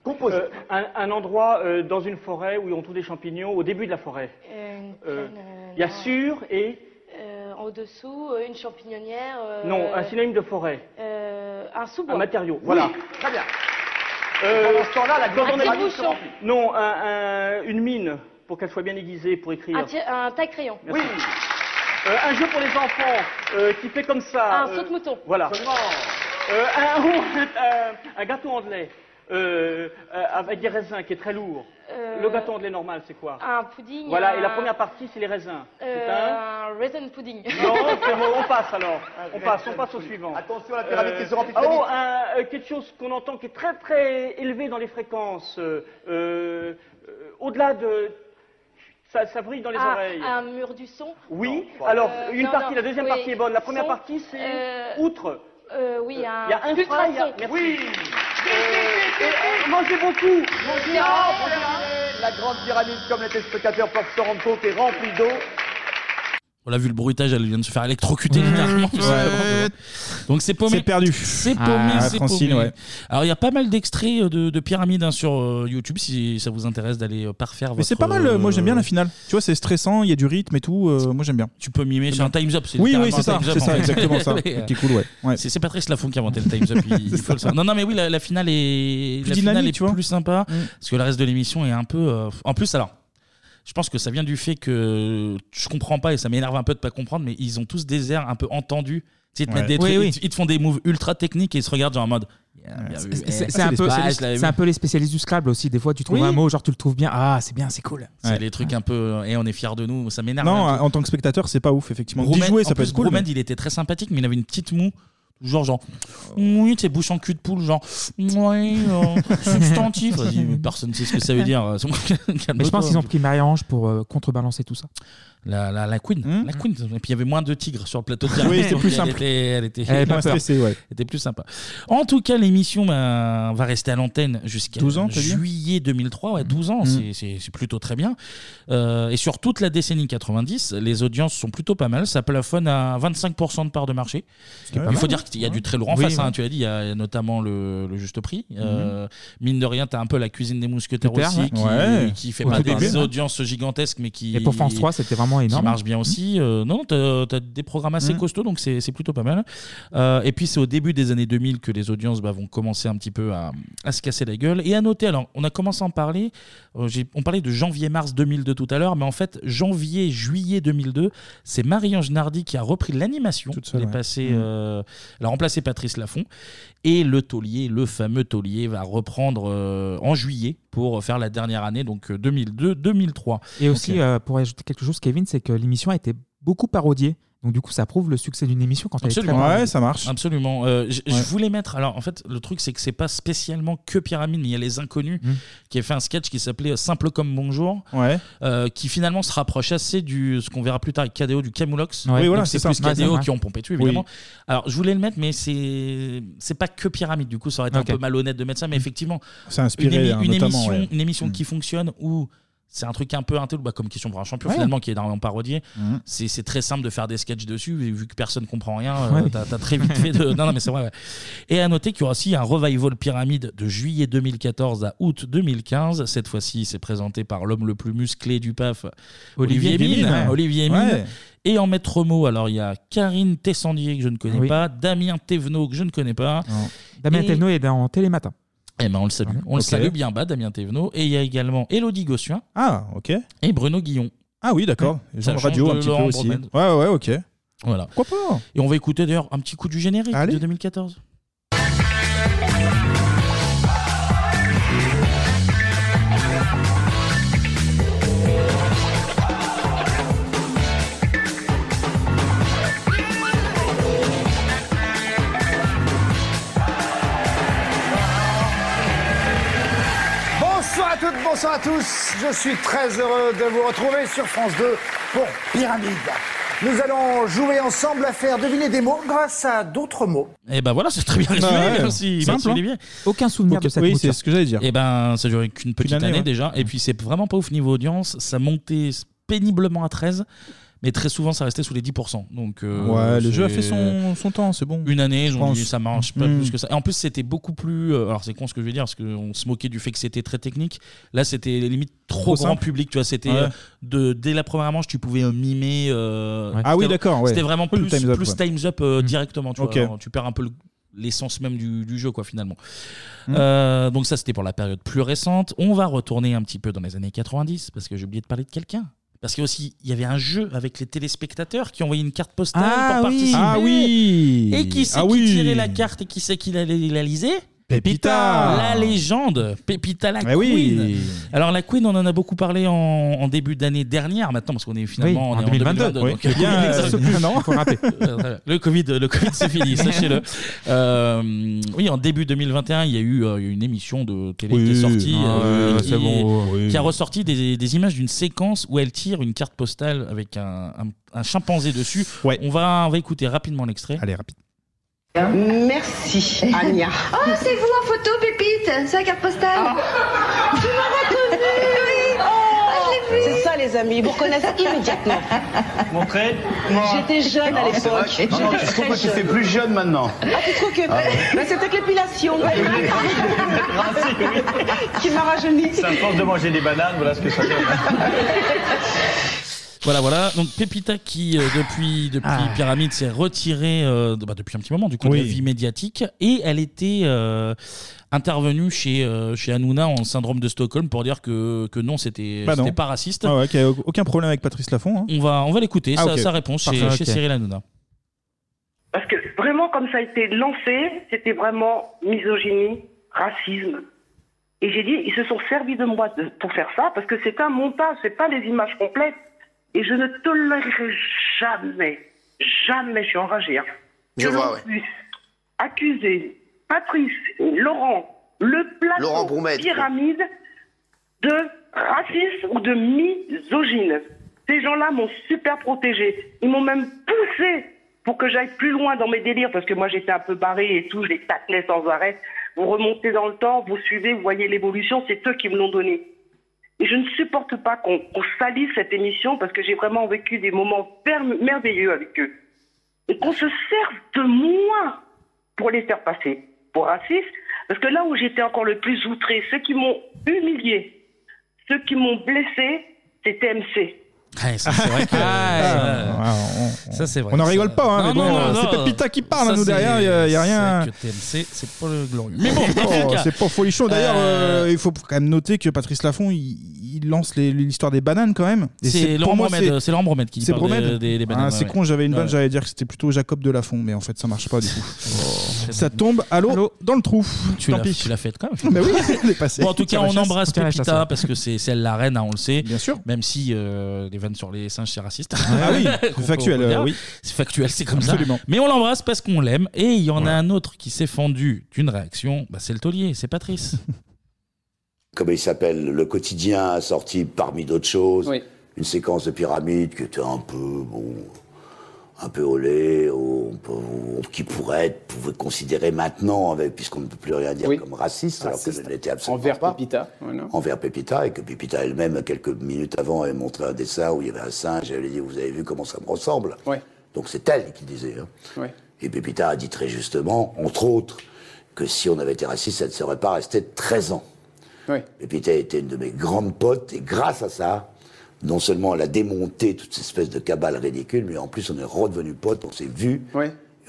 Composé. Euh, un, un endroit euh, dans une forêt où on trouve des champignons, au début de la forêt. Euh, Il y a sur et... Euh, en dessous, une champignonnière. euh, Non, un synonyme de forêt. un sous-bois. Un matériau. Voilà. Très bien. Euh, Pendant ce temps-là, la dans grande un- pyramide se remplit. Non, un- un- une mine, pour qu'elle soit bien aiguisée, pour écrire. Un, taille-crayon. Merci. Euh, un jeu pour les enfants, euh, qui fait comme ça. Un saute-mouton. Voilà. Absolument. Euh, un, un- un- un gâteau anglais, euh, euh, avec des raisins, qui est très lourd. Euh, Le gâteau anglais normal, c'est quoi Un Euh, pudding. Voilà, et la première partie, c'est les raisins. C'est un- un raisin pudding. Euh, Ah, Non, c'est bon, on passe alors. Ah, On passe, on passe au suivant. Attention à la pyramide qui se remplit très Oh, vite. un- euh, quelque chose qu'on entend qui est très très élevé dans les fréquences. euh, euh, euh, Au-delà de. Ça, ça brille dans les Ah, oreilles. Un mur du son Oui, Non. alors Euh, une non, partie, non, la deuxième oui. partie est bonne. La première Son, partie, c'est euh, outre. euh, oui, un. Il y a un ultrason. frein, il y a- Merci. Oui Et, et, Mangez beaucoup Mangez beaucoup. Ah, La grande pyramide, comme les téléspectateurs peuvent se rendre compte, est remplie d'eau. On l'a vu le bruitage, elle vient de se faire électrocuter littéralement. tout simplement. Donc c'est paumé. Mhm. C'est perdu. C'est paumé, Ah, c'est Francine, paumé. ouais. Alors il y a pas mal d'extraits euh, de, de pyramides hein, sur euh, YouTube si ça vous intéresse d'aller euh, parfaire Mais votre. c'est pas mal, euh, moi j'aime bien euh, la finale. Tu vois, c'est stressant, il y a du rythme et tout, euh, moi j'aime bien. Tu peux mimer, c'est un Time's Up. c'est Oui, oui, littéralement c'est un ça, Time's Up, c'est en ça, fait. exactement ça. Ouais. C'était cool, ouais. C'est c'est Patrice Lafont qui a inventé le Time's Up. il- il faut le savoir. Non, non, mais oui, la, la finale est, Plus la finale dynamique, Mm. est plus sympa parce que le reste de l'émission est un peu. euh, En plus, alors. Je pense que ça vient du fait que je comprends pas et ça m'énerve un peu de pas comprendre, mais ils ont tous des airs un peu entendus. Tu sais, ils te, Ouais. mettent des Oui, trucs- oui. ils te- ils te font des moves ultra techniques et ils se regardent genre en mode. Yeah, bien vu, C'est- eh. C'est c'est un, peu- Ouais, c'est- je l'avais c'est un vu. peu les spécialistes du Scrabble aussi. Des fois, tu trouves Oui. un mot, genre tu le trouves bien. Ah, c'est bien, c'est cool. C'est les trucs un peu. Et on est fiers de nous, ça m'énerve. Non, un peu. en tant que spectateur, c'est pas ouf, effectivement. D'y Romain- jouer, en ça peut plus, être cool. Romain, mais- il était très sympathique, mais il avait une petite moue. Genre, genre, Euh. oui, t'es bouche en cul de poule, genre, ouais, euh, substantif. Vas-y, mais personne sait ce que ça veut euh, dire. Mais je pense qu'ils ont pris Marie-Ange pour euh, contrebalancer tout ça. Hmm. La, la, la Queen. La Queen. Et puis il y avait moins de tigres sur le plateau de Oui, Pyramide, c'était donc plus elle simple. Était, elle était, Elle avait pas peur. stressée, ouais. Elle était plus sympa. En tout cas, l'émission bah, va rester à l'antenne jusqu'à 12 ans, t'as dit Mm. juillet 2003. Ouais, 12 ans, c'est- c'est c'est plutôt très bien. Euh, et sur toute la décennie 90, les audiences sont plutôt pas mal. Ça plafonne à 25% de part de marché. qui est pas Il faut mal, dire qu'il y a du très lourd en Oui, Mm. face. hein, ouais. tu as dit, il y a notamment le, le juste prix. Euh, mine de rien, tu as un peu la cuisine des mousquetaires Terre, aussi ouais. qui, Ouais. qui fait Ouais, pas tout à des fait. audiences gigantesques, mais qui Et pour France 3, c'était vraiment qui énorme. marche bien aussi. Euh, non, tu as, des programmes assez Mm. costauds, donc c'est c'est plutôt pas mal. Euh, et puis, c'est au début des années 2000 que les audiences bah, vont commencer un petit peu à, à se casser la gueule. Et à noter, alors, on a commencé à en parler. euh, j'ai- on parlait de janvier-mars 2002 tout à l'heure, mais en fait, janvier-juillet 2002, c'est Marie-Ange Nardi qui a repris l'animation. Elle est ouais. passée, Mmh. Mm. euh, elle a remplacé Patrice Laffont. Et le taulier, le fameux taulier, va reprendre euh, en juillet pour faire la dernière année, donc euh, 2002-2003. Et aussi, euh, pour ajouter quelque chose, Kevin, c'est que l'émission a été beaucoup parodiée. Donc, du coup, ça prouve le succès d'une émission quand elle est très parodiée. Absolument. Euh, j- Je Ouais. voulais mettre. Alors, en fait, le truc, c'est que c'est pas spécialement que Pyramide, mais il y a Les Inconnus Mm. qui a fait un sketch qui s'appelait euh, Simple comme Bonjour, Ouais. euh, qui finalement se rapproche assez du ce qu'on verra plus tard avec KDO, du Camoulox. Ouais. Oui, voilà, Donc, c'est c'est plus ça. Ouais, KDO c'est ça. qui ont pompé dessus, Oui. évidemment. Alors, je voulais le mettre, mais c'est c'est pas que Pyramide. Du coup, ça aurait été Ok. un peu malhonnête de mettre ça, mais effectivement, C'est inspiré, une, émi- hein, une notamment, émission, ouais. une émission qui fonctionne où c'est un truc un peu intello, bah, comme question pour un champion Ouais. finalement qui est énormément parodié. Mhm. C'est c'est très simple de faire des sketchs dessus et vu que personne comprend rien. euh, Ouais. t'as t'as très vite fait de. Non, non, mais c'est vrai. ouais. Et à noter qu'il y aura aussi un revival pyramide de juillet 2014 à août 2015. Cette fois-ci, c'est présenté par l'homme le plus musclé du PAF, Olivier Olivier Mine. Mine, ouais. Olivier Mine. Ouais. Et en maître mot, alors il y a Karine Tessandier que je ne connais Oui. pas, Damien Thévenot que je ne connais pas. Damien Et- Thévenot est dans Télématin. eh ben on le salue. On le Ok. salue bien bas, Damien Thévenot. Et il y a également Elodie Gossuin. Ah, ok. Et Bruno Guillon. Ah oui, d'accord. Ouais. Et Ça Jean change Radio, de un petit peu Laurent aussi. Ouais, Bromel. ouais, ok. Voilà. Pourquoi pas Et on va écouter d'ailleurs un petit coup du générique de 2014. Bonsoir à toutes, bonsoir à tous. Je suis très heureux de vous retrouver sur France 2 pour Pyramide. Nous allons jouer ensemble à faire deviner des mots grâce à d'autres mots. Et ben voilà, c'est très bien résumé. Ah ouais. Merci, Simple, merci hein. Olivier. Aucun souvenir Aucun- de cette oui, mouture. c'est ce que j'allais dire. Et ben ça durait qu'une petite année, année, ouais. déjà. Et puis c'est vraiment pas ouf niveau audience. Ça montait péniblement à 13. Mais très souvent, ça restait sous les 10%. Donc, euh, ouais, le jeu a c'est- fait son, son temps, c'est bon. Une année, ils je ont pense. dit ça marche pas Mm. plus que ça. Et en plus, c'était beaucoup plus. euh, Alors, c'est con ce que je veux dire, parce qu'on se moquait du fait que c'était très technique. Là, c'était limite trop, Trop grand simple. public. Tu vois, c'était Ouais. euh, de dès la première manche, tu pouvais euh, mimer. euh, Ah c'était- oui, d'accord, ouais. C'était vraiment Oui, plus le Times Time's Up, Up, plus ouais. Mm. Time's Up, euh, directement. Tu, vois. Ok. Alors, tu perds un peu le- l'essence même du, du jeu, quoi, finalement. Mm. Euh, donc, ça, c'était pour la période plus récente. On va retourner un petit peu dans les années 90, parce que j'ai oublié de parler de quelqu'un. Parce qu'il y avait un jeu avec les téléspectateurs qui envoyaient une carte postale Ah pour oui. participer. Ah oui. Et qui c'est Ah qui oui. tirait la carte et qui c'est qui la, la lisait Pépita La légende Pépita la Eh Queen oui. Alors la Queen, on en a beaucoup parlé en, en début d'année dernière maintenant, parce qu'on est finalement Oui, on en est 2022, oui. donc- Eh bien, euh, Exactement. non, faut rappeler. Euh, très bien. le Covid, le COVID c'est fini, sachez-le. Euh, oui, en début 2021, il y a eu euh, une émission de télé qui Oui, est sortie, ah euh, ouais, qui, c'est bon, oui. qui a ressorti des, des images d'une séquence où elle tire une carte postale avec un, un- un chimpanzé dessus. On, va, on va écouter rapidement l'extrait. Allez, rapide. Merci, Anya. Oh, c'est vous en photo, Pépite C'est la carte postale Je me reconnais Ah, C'est ça les amis, ils vous reconnaissent immédiatement. Montrez. J'étais jeune à l'époque. Tu J'étais trouves que très tu fais jeune. plus jeune maintenant. Ah, tu trouves que Ah bah, c'était que l'épilation qui m'a rajeuni. Ça me force de manger des bananes, voilà ce que ça donne. Voilà, voilà. Donc Pépita qui, euh, depuis, depuis Pyramide, s'est retirée euh, de- bah, depuis un petit moment, du coup, Ah. Oui. de la vie médiatique. Et elle était euh, intervenue chez, euh, chez Hanouna en syndrome de Stockholm pour dire que, que non, c'était Bah non. c'était pas raciste. Ah ouais, qu'il y a aucun problème avec Patrice Laffont. hein. On va, on va l'écouter, Ah, sa, ok. sa réponse chez, Parfait, chez ok. Cyril Hanouna. Parce que vraiment, comme ça a été lancé, c'était vraiment misogynie, racisme. Et j'ai dit, ils se sont servis de moi de- pour faire ça, parce que c'est un montage, c'est pas les images complètes. Et je ne tolérerai jamais, jamais, je suis enragée. hein, Je que vois, l'on ouais. puisse accuser Patrice, Laurent, le plateau Laurent Bourmet, quoi. pyramide de racisme ou de misogyne. Ces gens-là m'ont super protégée. Ils m'ont même poussée pour que j'aille plus loin dans mes délires, parce que moi j'étais un peu barrée et tout, je les taclais sans arrêt. Vous remontez dans le temps, vous suivez, vous voyez l'évolution, c'est eux qui me l'ont donné. Et je ne supporte pas qu'on qu'on salisse cette émission parce que j'ai vraiment vécu des moments mer- merveilleux avec eux. Et qu'on se serve de moi pour les faire passer pour racistes. Parce que là où j'étais encore le plus outré, ceux qui m'ont humilié, ceux qui m'ont blessé, c'était MC. Ouais, ça, c'est vrai que. euh, Ah, ça, ça, c'est vrai. on en que rigole ça- pas, hein, Non, mais non, bon, non, c'est non. Pépita qui parle, Ça, hein, nous, c'est- derrière, il y a- il y a c'est rien. vrai que TMC, c'est pas le glorieux. Mais bon, en tout Oh, cas, c'est pas folichon. D'ailleurs, euh, euh, il faut quand même noter que Patrice Laffont, il, il lance les- l'histoire des bananes quand même. Et C'est pour Laurent moi, Bromède, c'est Laurent Bromède qui c'est parle Bromède. des- des- des bananes, Ah, ouais, c'est ouais. con, j'avais une vanne, Ouais. Oh, j'allais dire que c'était plutôt Jacob de Laffont, mais en fait, ça marche pas du coup. ça tombe à l'eau dans le trou. Tu Tant l'as- pis. tu l'as faite quand même. Bah oui, elle est passée. Bon, en tout cas, Tiens, la on chasse. embrasse Tiens, la chasse, ouais. Pépita parce que c'est celle la reine, hein, on le sait. Bien sûr. Même si euh, les vannes sur les singes, c'est raciste. Ah oui, Qu'on peut- c'est factuel, on peut dire. euh, oui. C'est factuel, c'est comme Absolument. ça. Mais on l'embrasse parce qu'on l'aime. Et il y en a un autre qui s'est fendu d'une réaction. Bah, c'est le taulier, c'est Patrice. comment il s'appelle, le quotidien a sorti parmi d'autres choses une séquence de pyramide qui était un peu, bon, un peu olé, on peut- on- qui pourrait être, pouvait considérer maintenant, avec- puisqu'on ne peut plus rien dire comme raciste, alors que je n'étais absolument envers pas. Pépita, Envers Pépita, et que Pépita elle-même, quelques minutes avant, avait montré un dessin où il y avait un singe, et elle a dit, vous avez vu comment ça me ressemble Donc c'est elle qui disait. hein. Et Pépita a dit très justement, entre autres, que si on avait été raciste, ça ne serait pas resté 13 ans. Pépita était une de mes grandes potes, et grâce à ça, non seulement elle a démonté toute cette espèce de cabale ridicule, mais en plus on est redevenus potes, on s'est vus,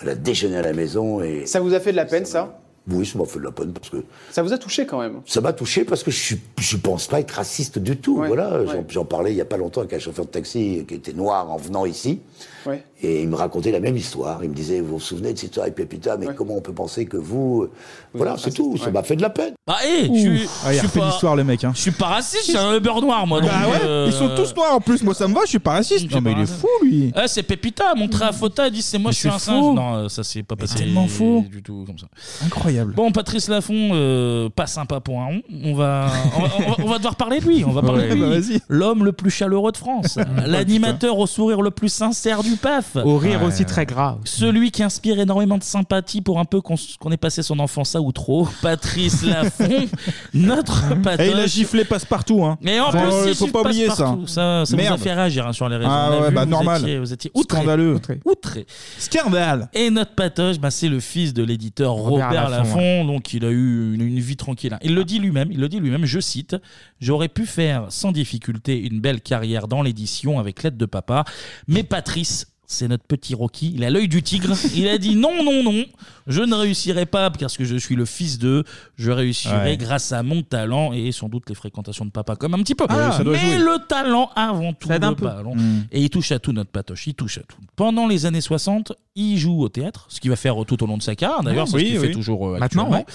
elle a déjeuné à la maison, et Ça vous a fait de la peine, ça oui, ça m'a fait de la peine, parce que Ça vous a touché quand même ça m'a touché parce que je ne pense pas être raciste du tout. voilà, J'en- j'en parlais il n'y a pas longtemps avec un chauffeur de taxi qui était noir en venant ici. Ouais. Et il me racontait la même histoire. Il me disait, vous vous souvenez de cette histoire avec Pépita, mais comment on peut penser que vous... euh, voilà, c'est tout, ça m'a fait de la peine. Bah, hé, je suis- je Ah, il a suis refait pas- l'histoire, le mec. hein. je suis pas raciste, j'ai un Uber noir, moi. Bah donc, ouais, euh, ils sont tous noirs en plus. Moi, ça me va, je suis pas raciste. Non, mais il est fou, lui. Mm. Ah, c'est Pépita, a montré à Fota, a dit c'est moi, Mais je suis c'est un singe. faux. Non, euh, ça c'est pas passé. tellement faux. Du tout, comme ça. Incroyable. Bon, Patrice Laffont, euh, pas sympa pour un rond. On va, on va, on va- on va devoir parler de lui. On va parler Ouais, de lui. bah vas-y. L'homme le plus chaleureux de France, l'animateur au sourire le plus sincère du PAF, Au rire aussi très gras. celui qui inspire énormément de sympathie pour un peu qu'on s- qu'on ait passé son enfance à ou trop. Patrice Laffont, notre Et il a patoche. giflé passe-partout. Hein. Mais en Enfin, plus, il faut pas oublier ça. Ça, ça vous a Merde. fait réagir hein, sur les réseaux. Ah On a ouais, vu, bah vous normal. étiez- vous étiez outré. Scandaleux. Outré. Scandale. Et notre patoche, bah, c'est le fils de l'éditeur Robert Robert, Laffont, Laffont, donc il a eu une, une vie tranquille. hein. Il le dit lui-même, il le dit lui-même, je cite, j'aurais pu faire sans difficulté une belle carrière dans l'édition avec l'aide de papa, mais Patrice c'est notre petit Rocky, il a l'œil du tigre. Il a dit non, non, non, je ne réussirai pas parce que je suis le fils d'eux. Je réussirai Ouais. grâce à mon talent et sans doute les fréquentations de papa, comme un petit peu. Ah, ça doit mais jouer. le talent avant tout. Ça aide un le peu. ballon. Mm. Et il touche à tout, notre patoche. Il touche à tout. Pendant les années 60, il joue au théâtre, ce qu'il va faire tout au long de sa carrière. D'ailleurs, c'est Oui, ce qu'il Ah oui. fait toujours euh, Maintenant, actuellement. ouais.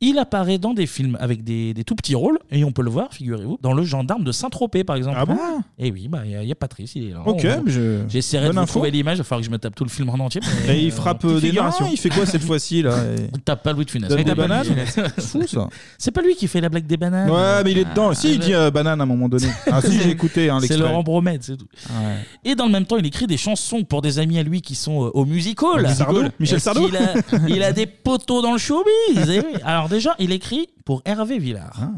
Il apparaît dans des films avec des, des tout petits rôles, et on peut le voir, figurez-vous, dans Le Gendarme de Saint-Tropez, par exemple. Ah bon Et oui, bah, il y, a- il y a Patrice, il est là. Ok, On- mais je- J'essaierai de bonne vous info. trouver l'image, il va falloir que je me tape tout le film en entier. Et il frappe des nains, il fait quoi cette fois-ci là Il tape pas Louis de Funès. Donne Il des tape pas bananes Louis de Funès. C'est fou ça. C'est pas lui qui fait la blague des bananes. Ouais, mais il est dedans. Si, il dit euh, banane à un moment donné. Ah, si, j'ai écouté hein, C'est l'extrait. Laurent Bromède, c'est tout. Et dans le même temps, il écrit des chansons pour des amis à lui qui sont euh, au musical. Michel Sardou Michel Est-ce Sardou qu'il a- Il a, des poteaux dans le showbiz. eh oui. Alors déjà, il écrit pour Hervé Villard. Ah.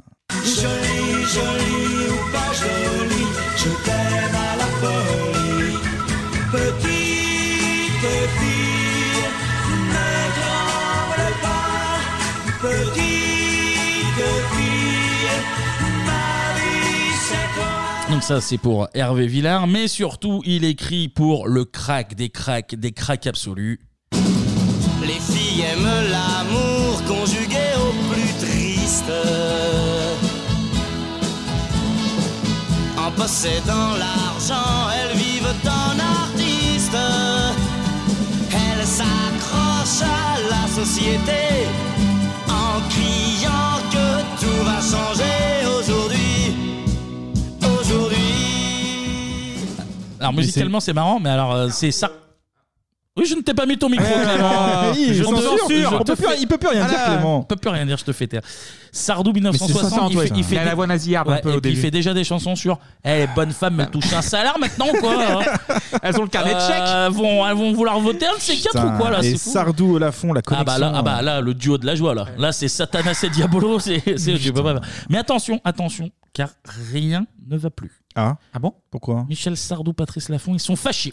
Jolie, jolie ou pas jolie, je t'aime à la folie. Petit, petit, ne tremble pas. Petit, petit, ma vie c'est toi. Donc ça, c'est pour Hervé Villard. Mais surtout, il écrit pour le crack des cracks, des cracks absolus. Les filles aiment l'amour conjugué au plus triste. En possédant l'argent, elles vivent en artiste. Elles s'accrochent à la société en criant que tout va changer aujourd'hui. Aujourd'hui. Alors musicalement, c'est marrant, mais alors euh, c'est ça. Oui, je ne t'ai pas mis ton micro, Ouais, Clément. ouais, ouais, Je on te censure, je on te peut plus- il peut plus rien Ah dire, là, Clément. Il peut plus rien dire, je te fais taire. Sardou Mais c'est 1960, 60, il, ouais, fait, ça. fait Il a la voix nasillarde un Ouais, peu et au puis il début. Ah. fait déjà des chansons sur Eh, les bonnes femmes me touchent un salaire maintenant, quoi. hein. Elles ont le carnet de chèques. Vont, elles vont vouloir voter un de ces quatre ou quoi, là Et C'est fou. Sardou au Lafond, la Ah connexion. euh, bah, là, ah bah là, le duo de la joie, là. Là, c'est Satanas et Diabolo. c'est c'est- je peux pas- Mais attention, attention, car rien ne va plus. Ah, bon Pourquoi Michel Sardou, Patrice Laffont, ils sont fâchés.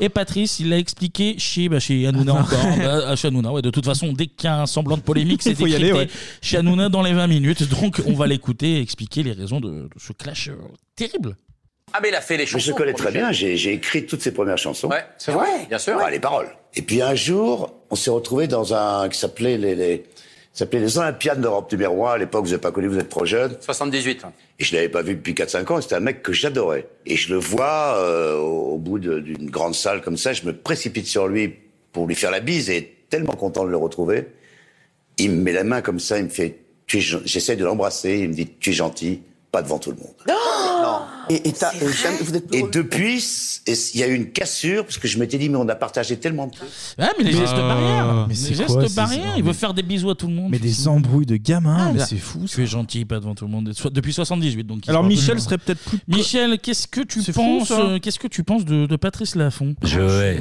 Et Patrice, il l'a expliqué chez, bah, chez Hanouna Ah, encore. ouais. Bah, à chez Hanouna, ouais. De toute façon, dès qu'il y a un semblant de polémique, c'est Faut y décrypté aller, ouais. chez Hanouna dans les 20 minutes. Donc, on va l'écouter et expliquer les raisons de, de ce clash euh, terrible. Ah, mais il a fait les chansons. je connais très bien, j'ai j'ai écrit toutes ses premières chansons. Ah Ouais, c'est vrai, bien sûr. les paroles. Et puis un jour, on s'est retrouvés dans un. qui s'appelait les. les qui s'appelait les Olympiades d'Europe numéro 1. À l'époque, vous n'avez pas connu, vous êtes trop jeune. 78. Et je l'avais pas vu depuis 4-5 ans, et c'était un mec que j'adorais. Et je le vois euh, au au bout de- d'une grande salle comme ça, je me précipite sur lui pour lui faire la bise, et tellement content de le retrouver, il me met la main comme ça, il me fait, tu es gen- j'essaie de l'embrasser, il me dit, tu es gentil, pas devant tout le monde. Non. Et, et t'as- et jamais- vous êtes- et depuis, c- et s- il y a eu une cassure, parce que je m'étais dit, mais on a partagé tellement de choses. Ouais, Ah, mais les gestes barrières. euh, mais les c'est gestes quoi, ces barrières. Il veut faire des bisous à tout le monde. Ah, Mais des embrouilles de gamins, mais c'est fou. bah, Tu es gentil, pas devant tout le monde. Soit- Depuis 78, donc. il Alors sera- Michel serait peut-être plus. Michel, qu'est-ce que tu C'est fou, penses ça. euh, Qu'est-ce que tu penses de, de Patrice Laffont Je vais.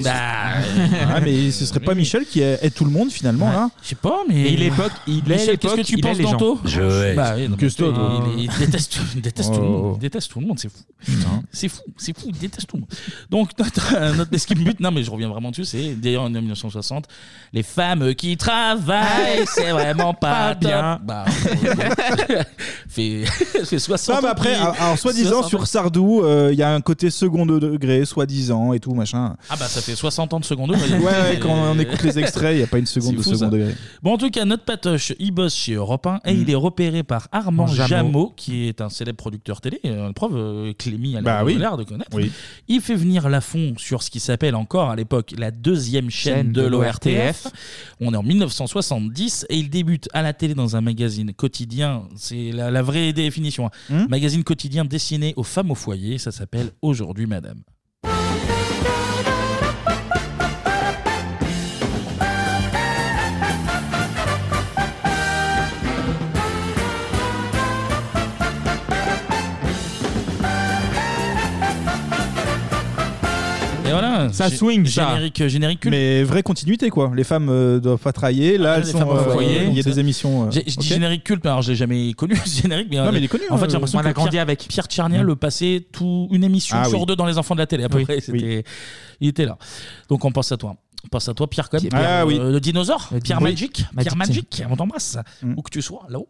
Ah, mais ce serait pas Michel qui aide tout le monde finalement euh, là Bah, Je sais pas, mais. il est l'époque, il est Michel, qu'est-ce que tu penses d'Anto Bah, oui, non, mais Que c'est toi, toi. il, il déteste, il déteste tout le Oh. monde. Il déteste tout le monde, c'est fou. C'est fou, c'est fou, il déteste tout le monde. Donc, notre, euh, notre, mais ce qui me bute, non, mais je reviens vraiment dessus, c'est d'ailleurs en 1960, les femmes qui travaillent, c'est vraiment pas, Ah. Pas bien. top. Bah, fait, fait 60 Non, mais après, ans. alors soi-disant 60 ans. sur Sardou, euh, il y a un côté second degré, soi-disant et tout machin. Ah bah ça fait 60 ans de seconde. Ouais, ouais, quand on écoute les extraits, il n'y a pas une seconde de second degré. Mm. Bon, en tout cas, notre patoche, il bosse chez Europe 1 et il est repéré par Armand Jameau. Jameau, qui est un célèbre producteur télé. Euh, La preuve, euh, Clémy a Bah l'air- oui. a l'air de connaître. Oui. Il fait venir Lafon sur ce qui s'appelle encore à l'époque la deuxième chaîne, Chaîne de de l'ORTF. On est en 1970 et il débute à la télé dans un magazine quotidien. C'est la, la vraie définition. hein. Hmm Magazine quotidien destiné aux femmes au foyer. Ça s'appelle Aujourd'hui Madame. Et voilà. Ça Gé- swing, ça. générique, euh, générique culte. Mais vraie continuité quoi. Les femmes euh, doivent pas travailler. Là, Ah, elles les sont. femmes au euh, foyer, il y a donc ça- des émissions. euh, J'ai- Je dis ok. générique culte, mais alors j'ai jamais connu ce générique. Mais Non, euh, mais il est connu, En fait, euh, j'ai l'impression on a que grandi Pierre, avec. Pierre Tchernia le passait tout une émission Ah sur oui. deux dans Les Enfants de la télé, à peu Oui, près. C'était- Il était là. Donc on pense à toi. On pense à toi, Pierre, quand même. Ah Pierre, oui. euh, le dinosaure. Le Pierre dino- Magic. Magic. Pierre Magic. On t'embrasse. Où que tu sois, là-haut.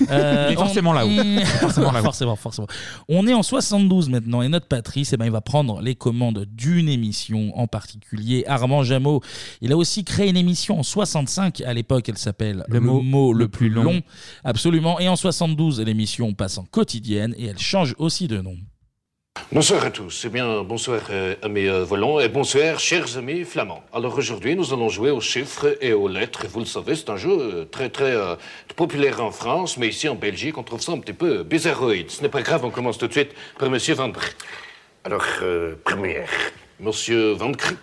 Il est forcément Euh, on- Mm. là-haut. Forcément là-haut. forcément, forcément. On est en 72 maintenant et notre Patrice, eh ben, il va prendre les commandes d'une émission en particulier. Armand Jameau, il a aussi créé une émission en 65. À l'époque, elle s'appelle Le, mot, le plus long. long. Absolument. Et en 72, l'émission passe en quotidienne et elle change aussi de nom. Bonsoir à tous, eh bien bonsoir euh, amis euh, volants et bonsoir chers amis flamands. Alors aujourd'hui nous allons jouer aux chiffres et aux lettres, vous le savez c'est un jeu euh, très très euh, populaire en France mais ici en Belgique on trouve ça un petit peu bizarroïde. Ce n'est pas grave, on commence tout de suite par Monsieur Van Bree. Alors euh, première. Monsieur Van Bree.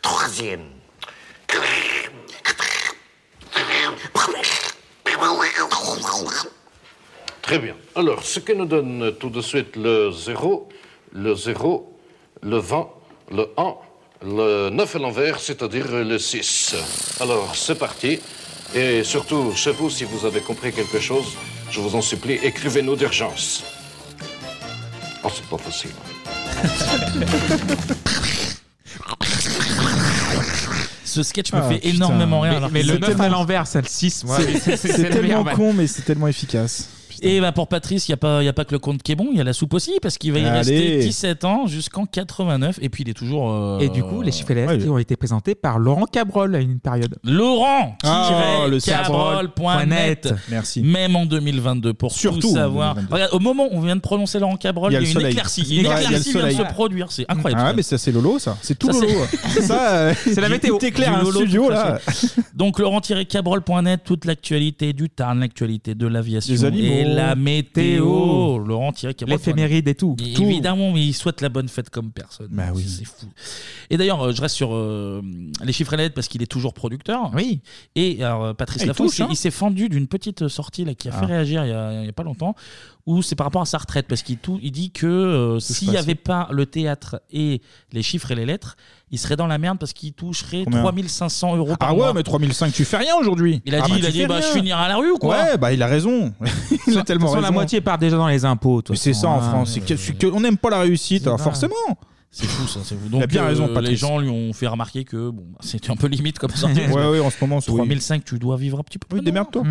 Troisième. Très bien. Alors, ce que nous donne tout de suite le 0, le 0, le 20, le 1, le 9 à l'envers, c'est-à-dire le 6. Alors, c'est parti. Et surtout, chez vous, si vous avez compris quelque chose, je vous en supplie, écrivez-nous d'urgence. Oh, c'est pas possible. Ce sketch me Ah, fait putain. énormément rire. Mais- alors mais que le c'est neuf à tellement- l'envers, c'est le six, moi. C'est- C'est- C'est le meilleur tellement van. con, mais c'est tellement efficace. Et bah pour Patrice, il n'y a, pas- y a pas que le compte qui est bon, il y a la soupe aussi, parce qu'il va y Allez. rester 17 ans jusqu'en 89, et puis il est toujours. euh, Et du coup, les chiffres et les lettres ont été présentés par Laurent Cabrol à une période. Laurent Ah, le Cabrol.net. Cabrol.net. Merci. Même en 2022, pour Surtout tout en savoir. 2022. Regarde, au moment où on vient de prononcer Laurent Cabrol, il y a, le une soleil. éclaircie. Ouais, Une il y a le éclaircie vient de soleil. se produire, c'est incroyable. Ah, mais ça, c'est Lolo, ça. C'est tout Ça, Lolo. c'est- hein. Ça, euh, C'est la il- météo. Il t'éclaire Du un Lolo, studio, de toute là. façon. Donc Laurent-Cabrol.net, toute l'actualité du Tarn, l'actualité de Des l'aviation animaux. et la météo. Laurent-Cabrol. L'éphéméride et tout. Tout. Évidemment, mais il souhaite la bonne fête comme personne. Bah oui. C'est fou. Et d'ailleurs, euh, je reste sur euh, les chiffres et les lettres parce qu'il est toujours producteur. Oui. Et alors, euh, Patrice Ah, il Lafont, touche, il- hein. il s'est fendu d'une petite sortie là, qui a fait Ah. réagir il y a, il y a pas longtemps, où c'est par rapport à sa retraite parce qu'il tou- il dit que euh, se s'il n'y passe. avait pas le théâtre et les chiffres et les lettres, il serait dans la merde parce qu'il toucherait Combien 3500 euros par Ah mois. ouais, mais 3005, tu fais rien aujourd'hui. Il a Ah dit, bah, il tu a dit fais bah, je rien. finirai à la rue ou quoi Ouais, bah il a raison. il a tellement toute façon, raison. la moitié part déjà dans les impôts. Mais c'est ça en France. c'est que- c'est que- on n'aime pas la réussite, alors pas- forcément. C'est fou ça. c'est fou. il a bien euh, raison, Patrice. Les gens lui ont fait remarquer que bon, bah, c'était un peu limite comme ça. Ouais, ouais, en ce moment, c'est- oui. 3005, tu dois vivre un petit peu. Hmm. Oui, démerde-toi.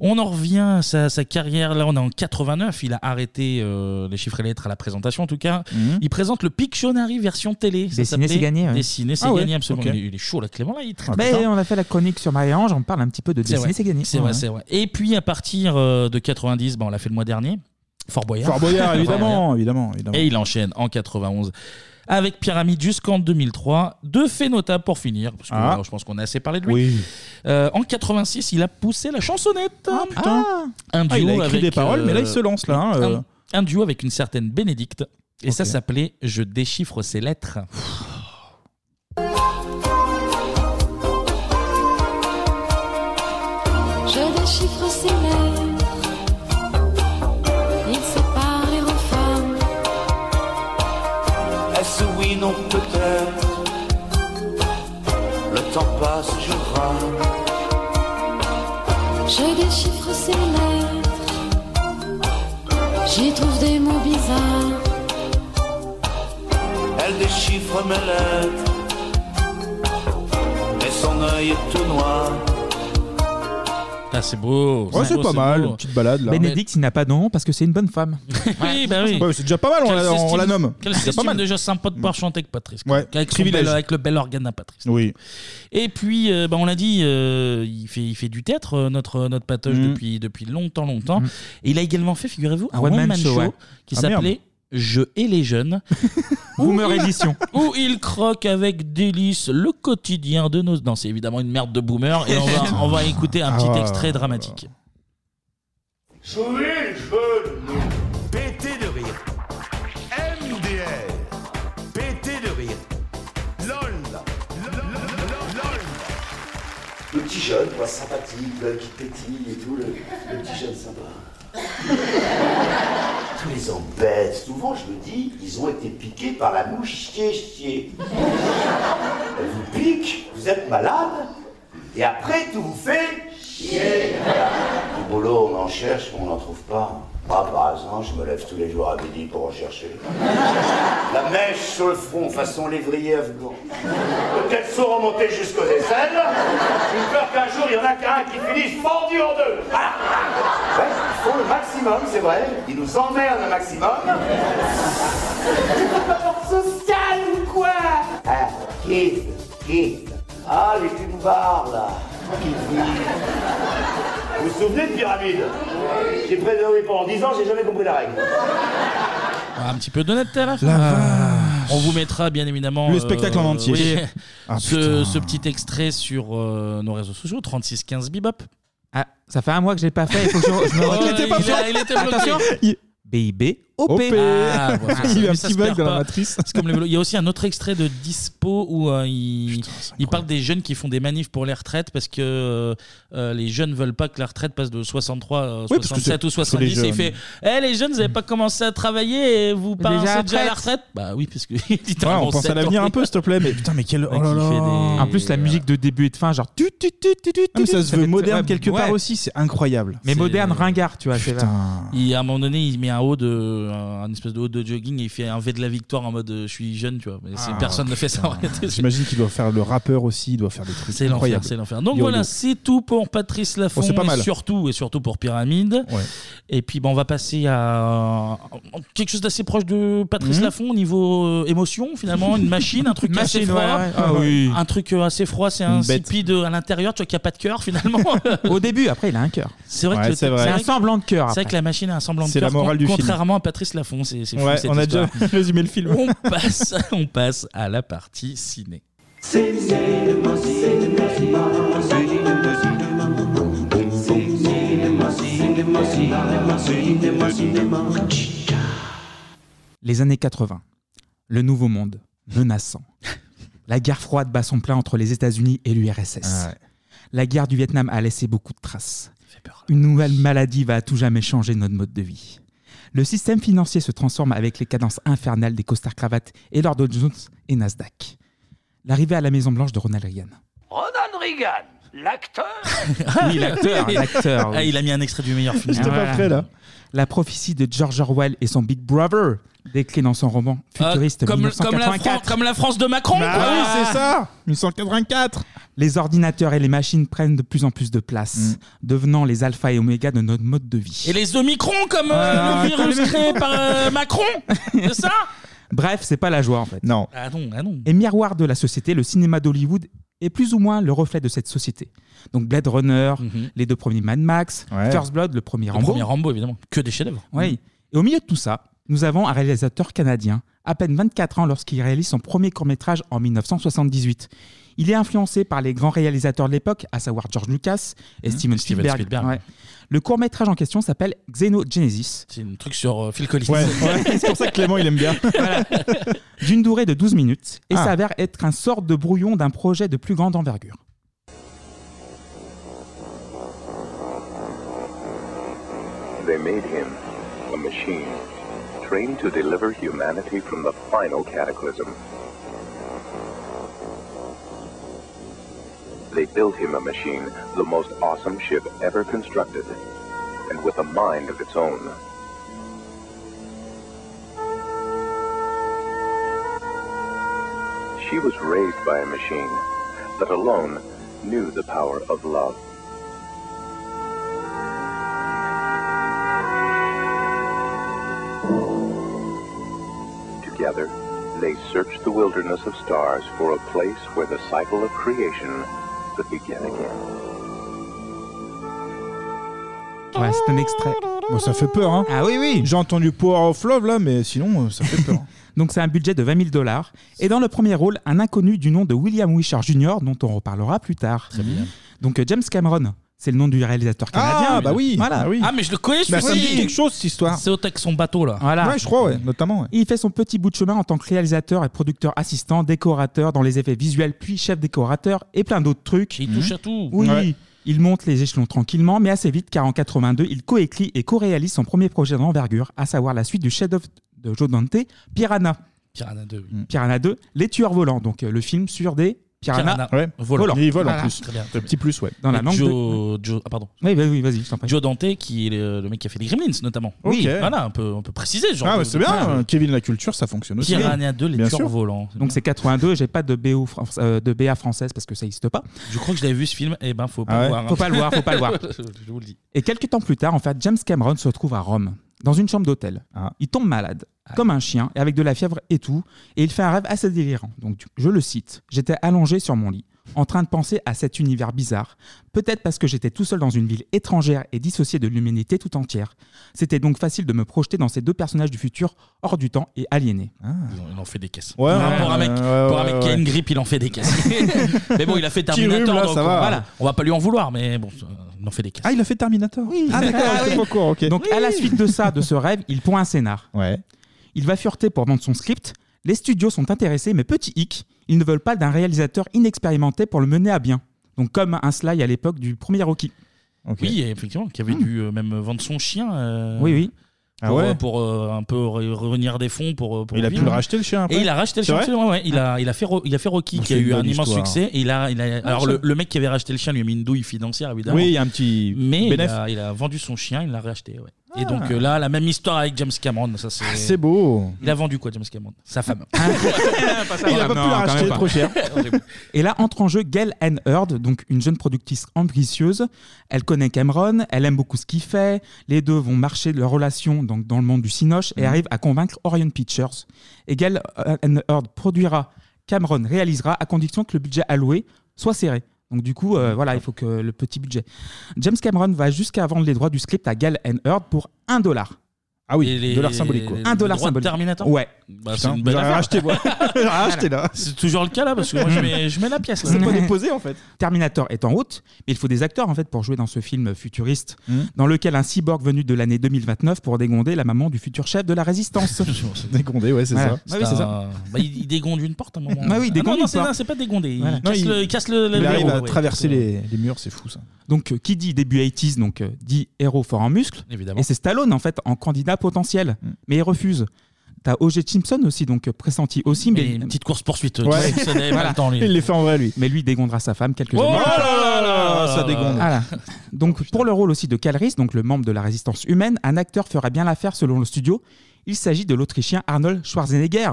On en revient à sa, sa carrière. Là, on est en 89. Il a arrêté euh, les chiffres et lettres à la présentation, en tout cas. Mhm. Il présente le Pictionary version télé. Ça Dessiner, s'appelait c'est gagné, ouais. Dessiner, c'est Ah ouais, gagné, absolument. ok. Il, est- il est chaud, là, Clément. Là, il Ah, traite. Mais on a fait la chronique sur Marie-Ange, on parle un petit peu de C'est vrai. dessiner, c'est gagné. C'est vrai, c'est vrai. Et puis, à partir euh, de 90, bah, on l'a fait le mois dernier. Fort Boyard. Fort Boyard, évidemment, évidemment, Et il enchaîne en 91 avec Pyramide jusqu'en 2003. Deux faits notables pour finir, parce que Ah. voilà, je pense qu'on a assez parlé de lui. Euh, en 86, il a poussé la chansonnette. Ah putain. Un duo Ah, il a écrit avec, des paroles, mais là, il se lance, là, hein, un- euh. Un, duo avec une certaine Bénédicte. Et ça s'appelait Je déchiffre ses lettres. Je déchiffre ses lettres. Il sépare les femmes. Est-ce oui, non, peut-être Le temps passe, je rame. Je déchiffre ses lettres. J'y trouve des mots bizarres. Elle déchiffre mes lettres. Et son œil est tout noir. Ah, c'est beau. Ouais, c'est beau, pas mal, beau. une petite balade là. Bénédicte, il n'a pas de nom parce que c'est une bonne femme. oui, bah ben oui. Ouais, c'est déjà pas mal, on Quel la- on système- la nomme. Quel C'est pas système mal. déjà sympa de pouvoir chanter avec Patrice. Ouais, avec, son privilège. bel- avec le bel organe à Patrice. Oui. Et puis, euh, bah, on l'a dit, euh, il, fait, il fait du théâtre, euh, notre, notre patoche, Mmh. depuis, depuis longtemps, longtemps. Et il a également fait, figurez-vous, un One one-man man show, show, Ah ouais. qui Ah, merde. s'appelait Je et les jeunes. Boomer édition. Où il croque avec délice le quotidien de nos. Non, c'est évidemment une merde de boomer. Et on va, on va écouter un petit Ah. extrait dramatique. Souriez, Pété de rire. MDR. Pété de rire. LOL. Le petit jeune, quoi, sympathique, là, qui pétille et tout, le, le petit jeune sympa. Tous les embêtes, souvent je me dis, ils ont été piqués par la mouche chier chier. Elle vous pique, vous êtes malade, et après tout vous fait chier. Voilà. Du boulot, on en cherche, mais on n'en trouve pas. Ah, par exemple, je me lève tous les jours à midi pour en chercher. La mèche sur le front, façon lévrier afghan. Peut-être sont remontés jusqu'aux aisselles. J'ai peur qu'un jour, il y en a qu'un qui finisse pendu en deux. Ah Ouais, ils font le maximum, c'est vrai. Ils nous emmerdent un maximum. Social ou quoi Ah, kiffe, kiffe. Ah, les petits boubards, là. Qui vivent. Vous vous souvenez de Pyramide J'ai préservé pendant 10 ans, j'ai jamais compris la règle. Ah, un petit peu d'honnêteté à la fin. La On vous mettra bien évidemment euh, Le spectacle en entier. oui, Ah, ce, ce petit extrait sur euh, nos réseaux sociaux 3615 Bibop. Ah, ça fait un mois que je l'ai pas fait. Il faut que je, je me Oh, retrouve. il était pas Il a- prêt. il était bloqué. Attention. Il- BIB OP. Ah, voilà. Il y a eu un Mais ça petit se bug perd dans la pas. matrice. C'est comme les vélos. Il y a aussi un autre extrait de Dispo où euh, il, il parle des jeunes qui font des manifs pour les retraites parce que euh, les jeunes veulent pas que la retraite passe de 63 à Oui, parce que 67 c'est- ou parce que les 70. Et il jeunes- fait Eh les jeunes, vous n'avez pas commencé à travailler et vous pensez déjà, à la retraite Bah oui, parce que Voilà, littéralement, on pense sept à l'avenir ans. un peu, s'il te plaît. Mais putain, mais quel. Oh là là. En plus, la musique de début et de fin, genre. tu, tu, tu, tu, tu, Ah, mais ça tu, se fait veut très- moderne ouais, quelque part ouais. aussi, c'est incroyable. Mais C'est- moderne, ringard, tu vois. c'est vrai. Il, à un moment donné, il met un haut de, un, un espèce de haut de jogging et il fait un V de la victoire en mode euh, je suis jeune, tu vois. Mais c'est- Ah, personne ne fait ça en putain. réalité. J'imagine qu'il doit faire le rappeur aussi, il doit faire des trucs. C'est l'enfer, incroyables. c'est l'enfer. Donc Yo, voilà, yo. c'est tout pour Patrice Laffont Oh, c'est pas et mal. surtout et surtout pour Pyramide. Et puis bon, on va passer Ah, à euh, quelque chose d'assez proche de Patrice Mhm. Laffont au niveau euh, émotion finalement, une machine, un truc Une assez machine, froid, ouais, ouais. Ah oui. un truc euh, assez froid, c'est Une un bête. insipide à l'intérieur, tu vois qu'il n'y a pas de cœur finalement. Au début, après, il a un cœur. C'est vrai Ouais, que le- c'est vrai. que- C'est un semblant de cœur, C'est vrai après. que la machine a un semblant de C'est cœur. la morale con- du film. Contrairement à Patrice Laffont, c'est c'est fou, Ouais, cette on a histoire. déjà résumé le film. On passe, on passe à la partie ciné. Les années 80. Le nouveau monde, menaçant. La guerre froide bat son plein entre les États-Unis et l'URSS. Ah ouais. La guerre du Vietnam a laissé beaucoup de traces. Une nouvelle maladie va à tout jamais changer notre mode de vie. Le système financier se transforme avec les cadences infernales des costards cravates et Lord Jones et Nasdaq. L'arrivée à la Maison Blanche de Ronald Reagan. Ronald Reagan, l'acteur Ah Oui, l'acteur, l'acteur. Ah, il a mis un extrait du meilleur film. J'étais pas prêt, là. Ah, La prophétie de George Orwell et son Big Brother, décrit dans son roman futuriste Ah, comme, comme la 1984. Fran- comme la France de Macron Bah quoi. oui, c'est ça. 1984 Les ordinateurs et les machines prennent de plus en plus de place, devenant les alpha et oméga de notre mode de vie. Et les Omicrons comme euh, Ah, le comme les- virus créé par euh, Macron C'est ça Bref, c'est pas la joie en fait. Non. Ah non, ah non. Et miroir de la société, le cinéma d'Hollywood est plus ou moins le reflet de cette société. Donc Blade Runner, les deux premiers Mad Max, Ouais. First Blood, le premier Mhm. Le Rambo. premier Rambo, évidemment. Que des chefs-d'œuvre. Mhm. Oui. Et au milieu de tout ça, nous avons un réalisateur canadien, à peine 24 ans lorsqu'il réalise son premier court-métrage en 1978. Il est influencé par les grands réalisateurs de l'époque, à savoir George Lucas et Mhm. Steven Steven Spielberg. Spielberg. Ouais. Le court-métrage en question s'appelle Xenogenesis. C'est un truc sur euh, Phil Collins. c'est pour ça que Clément, il aime bien. D'une durée de 12 minutes, et Ah. s'avère être un sort de brouillon d'un projet de plus grande envergure. They made him a machine trained to deliver humanity from the final cataclysm. They built him a machine, the most awesome ship ever constructed, and with a mind of its own. She was raised by a machine that alone knew the power of love. Together, they searched the wilderness of stars for a place where the cycle of creation could begin again. Ouais, c'est un extrait. Bon, ça fait peur, hein. Ah oui, oui. J'ai entendu Power of Love, là, mais sinon, euh, ça fait peur. Donc c'est un budget de 20 000 dollars. Et dans le premier rôle, un inconnu du nom de William Wishart Jr., dont on reparlera plus tard. Donc euh, James Cameron, c'est le nom du réalisateur canadien. bah oui, Voilà. bah oui. Ah, mais je le connais, je Ah, Bah, suis ça me dit quelque chose, cette histoire. C'est au tech son bateau, là. Voilà. Ouais, je crois, ouais, notamment. Il fait son petit bout de chemin en tant que réalisateur et producteur assistant, décorateur dans les effets visuels, puis chef décorateur et plein d'autres trucs. Il touche à tout. Oui. Mhm. Ouais. Il monte les échelons tranquillement, mais assez vite, car en 82, il coécrit et co-réalise son premier projet d'envergure, à savoir la suite du chef-d'œuvre de Joe Dante, Piranha. Piranha 2, oui. Piranha 2, Les Tueurs Volants, donc euh, le film sur des piranhas Ouais, volants. Il vole en Voilà. plus. Très bien. Le petit plus, ouais. Dans la Et langue Joe, Joe- ah, pardon. Oui, oui, vas-y, je t'en prie. Joe Dante, qui est le, le mec qui a fait les Gremlins, notamment. Oui. Ok. Voilà, on peut, on peut préciser. ce Genre Ah, de- mais c'est bien, Voilà. euh, Kevin la culture, ça fonctionne aussi. Piranha 2, les Bien tueurs sûr. volants. Donc c'est 82, j'ai pas de, BO fran- euh, de BA française parce que ça n'existe pas. Je crois que je l'avais vu ce film. Eh ben, faut pas Ah ouais le voir. Faut pas le voir, faut pas le voir. je vous le dis. Et quelques temps plus tard, en fait, James Cameron se retrouve à Rome, dans une chambre d'hôtel. Il tombe malade, comme un chien, et avec de la fièvre et tout, et il fait un rêve assez délirant. Donc, je le cite J'étais allongé sur mon lit. en train de penser à cet univers bizarre, peut-être parce que j'étais tout seul dans une ville étrangère et dissocié de l'humanité tout entière. C'était donc facile de me projeter dans ces deux personnages du futur, hors du temps et aliénés. Il en fait des caisses. Ouais, Par ouais, rapport à un mec, ouais, pour un ouais, mec ouais, qui a une ouais. grippe, il en fait des caisses. mais bon, il a fait Petit Terminator, rhume, là, donc ça va. voilà, on va pas lui en vouloir, mais bon, ça- il en fait des caisses. Ah, il a fait Terminator. Ah, d'accord, Ah, j'étais oui. pas au courant, ok. Donc, à la suite de ça, de ce rêve, il pond un scénar. Ouais. Il va fureter pour vendre son script. Les studios sont intéressés, mais petit hic, ils ne veulent pas d'un réalisateur inexpérimenté pour le mener à bien. Donc, comme un Sly à l'époque du premier Rocky. Oui, et effectivement, qui avait Ah. dû euh, même vendre son chien. euh, Oui, oui. Pour, Ah ouais. euh, pour, euh, un peu re- revenir des fonds pour. euh, pour Il a vivre. pu le racheter, le chien, après Et il a racheté le C'est chien. vrai Ah. absolument, ouais. Il a Ah, il a fait Ro- il a fait Rocky Bon, qui a c'est eu une un bonne immense histoire. succès. Et il a, il a- Ah, alors ça- le, le mec qui avait racheté le chien lui a mis une douille financière évidemment. Oui, il y a un petit Mais il bénéf. a, il a vendu son chien, il l'a racheté. ouais. Et Ah. donc euh, là, la même histoire avec James Cameron. Ça c'est. C'est beau. Il a vendu quoi, James Cameron Sa femme. Il a pas pu la racheter, trop cher. Et là entre en jeu Gail Ann Heard, donc une jeune productrice ambitieuse. Elle connaît Cameron, elle aime beaucoup ce qu'il fait. Les deux vont marcher leur relation donc, dans le monde du cinoche et Mhm. arrivent à convaincre Orion Pictures. Et Gail euh, Ann Heard produira, Cameron réalisera à condition que le budget alloué soit serré. Donc du coup, euh, voilà, il faut que le petit budget. James Cameron va jusqu'à vendre les droits du script à Gail Ann Heard pour 1 dollar. Ah Et les- dollar symbolique, quoi. les- Un les dollar droits de symbolique. Terminator Ouais. Bah, Putain, c'est une belle j'aurais affaire. racheté, moi. J'aurais racheté, là. C'est toujours le cas là parce que moi je mets, je mets la pièce. là. en fait. Terminator est en route, mais il faut des acteurs en fait pour jouer dans ce film futuriste, Mhm. dans lequel un cyborg venu de l'année 2029 pour dégonder la maman du futur chef de la résistance. dégonder, ouais, c'est Voilà. ça. Ah oui, c'est ça. Bah, il, il dégonde une porte à un moment. Ah oui, il non, dégonde non, une c'est- porte. non, c'est pas dégondé. Voilà. Il, casse Non, le, il- casse le, le- il le arrive verrou, à ouais. traverser les, les murs, c'est fou ça. Donc euh, qui dit début 80s, donc euh, dit héros fort en muscle. Évidemment. Et c'est Stallone en fait en candidat potentiel, Mm. mais il refuse. T'as O.J. Simpson aussi, donc euh, pressenti aussi, mais une petite euh, course poursuite. Ouais. Ça n'avait pas le temps, lui. Il les fait en vrai lui. Mais lui dégondera sa femme quelques Oh années. là là là là Ah, Ça dégonde. Voilà. Donc pour le rôle aussi de Calris, donc le membre de la résistance humaine, un acteur fera bien l'affaire selon le studio. Il s'agit de l'Autrichien Arnold Schwarzenegger.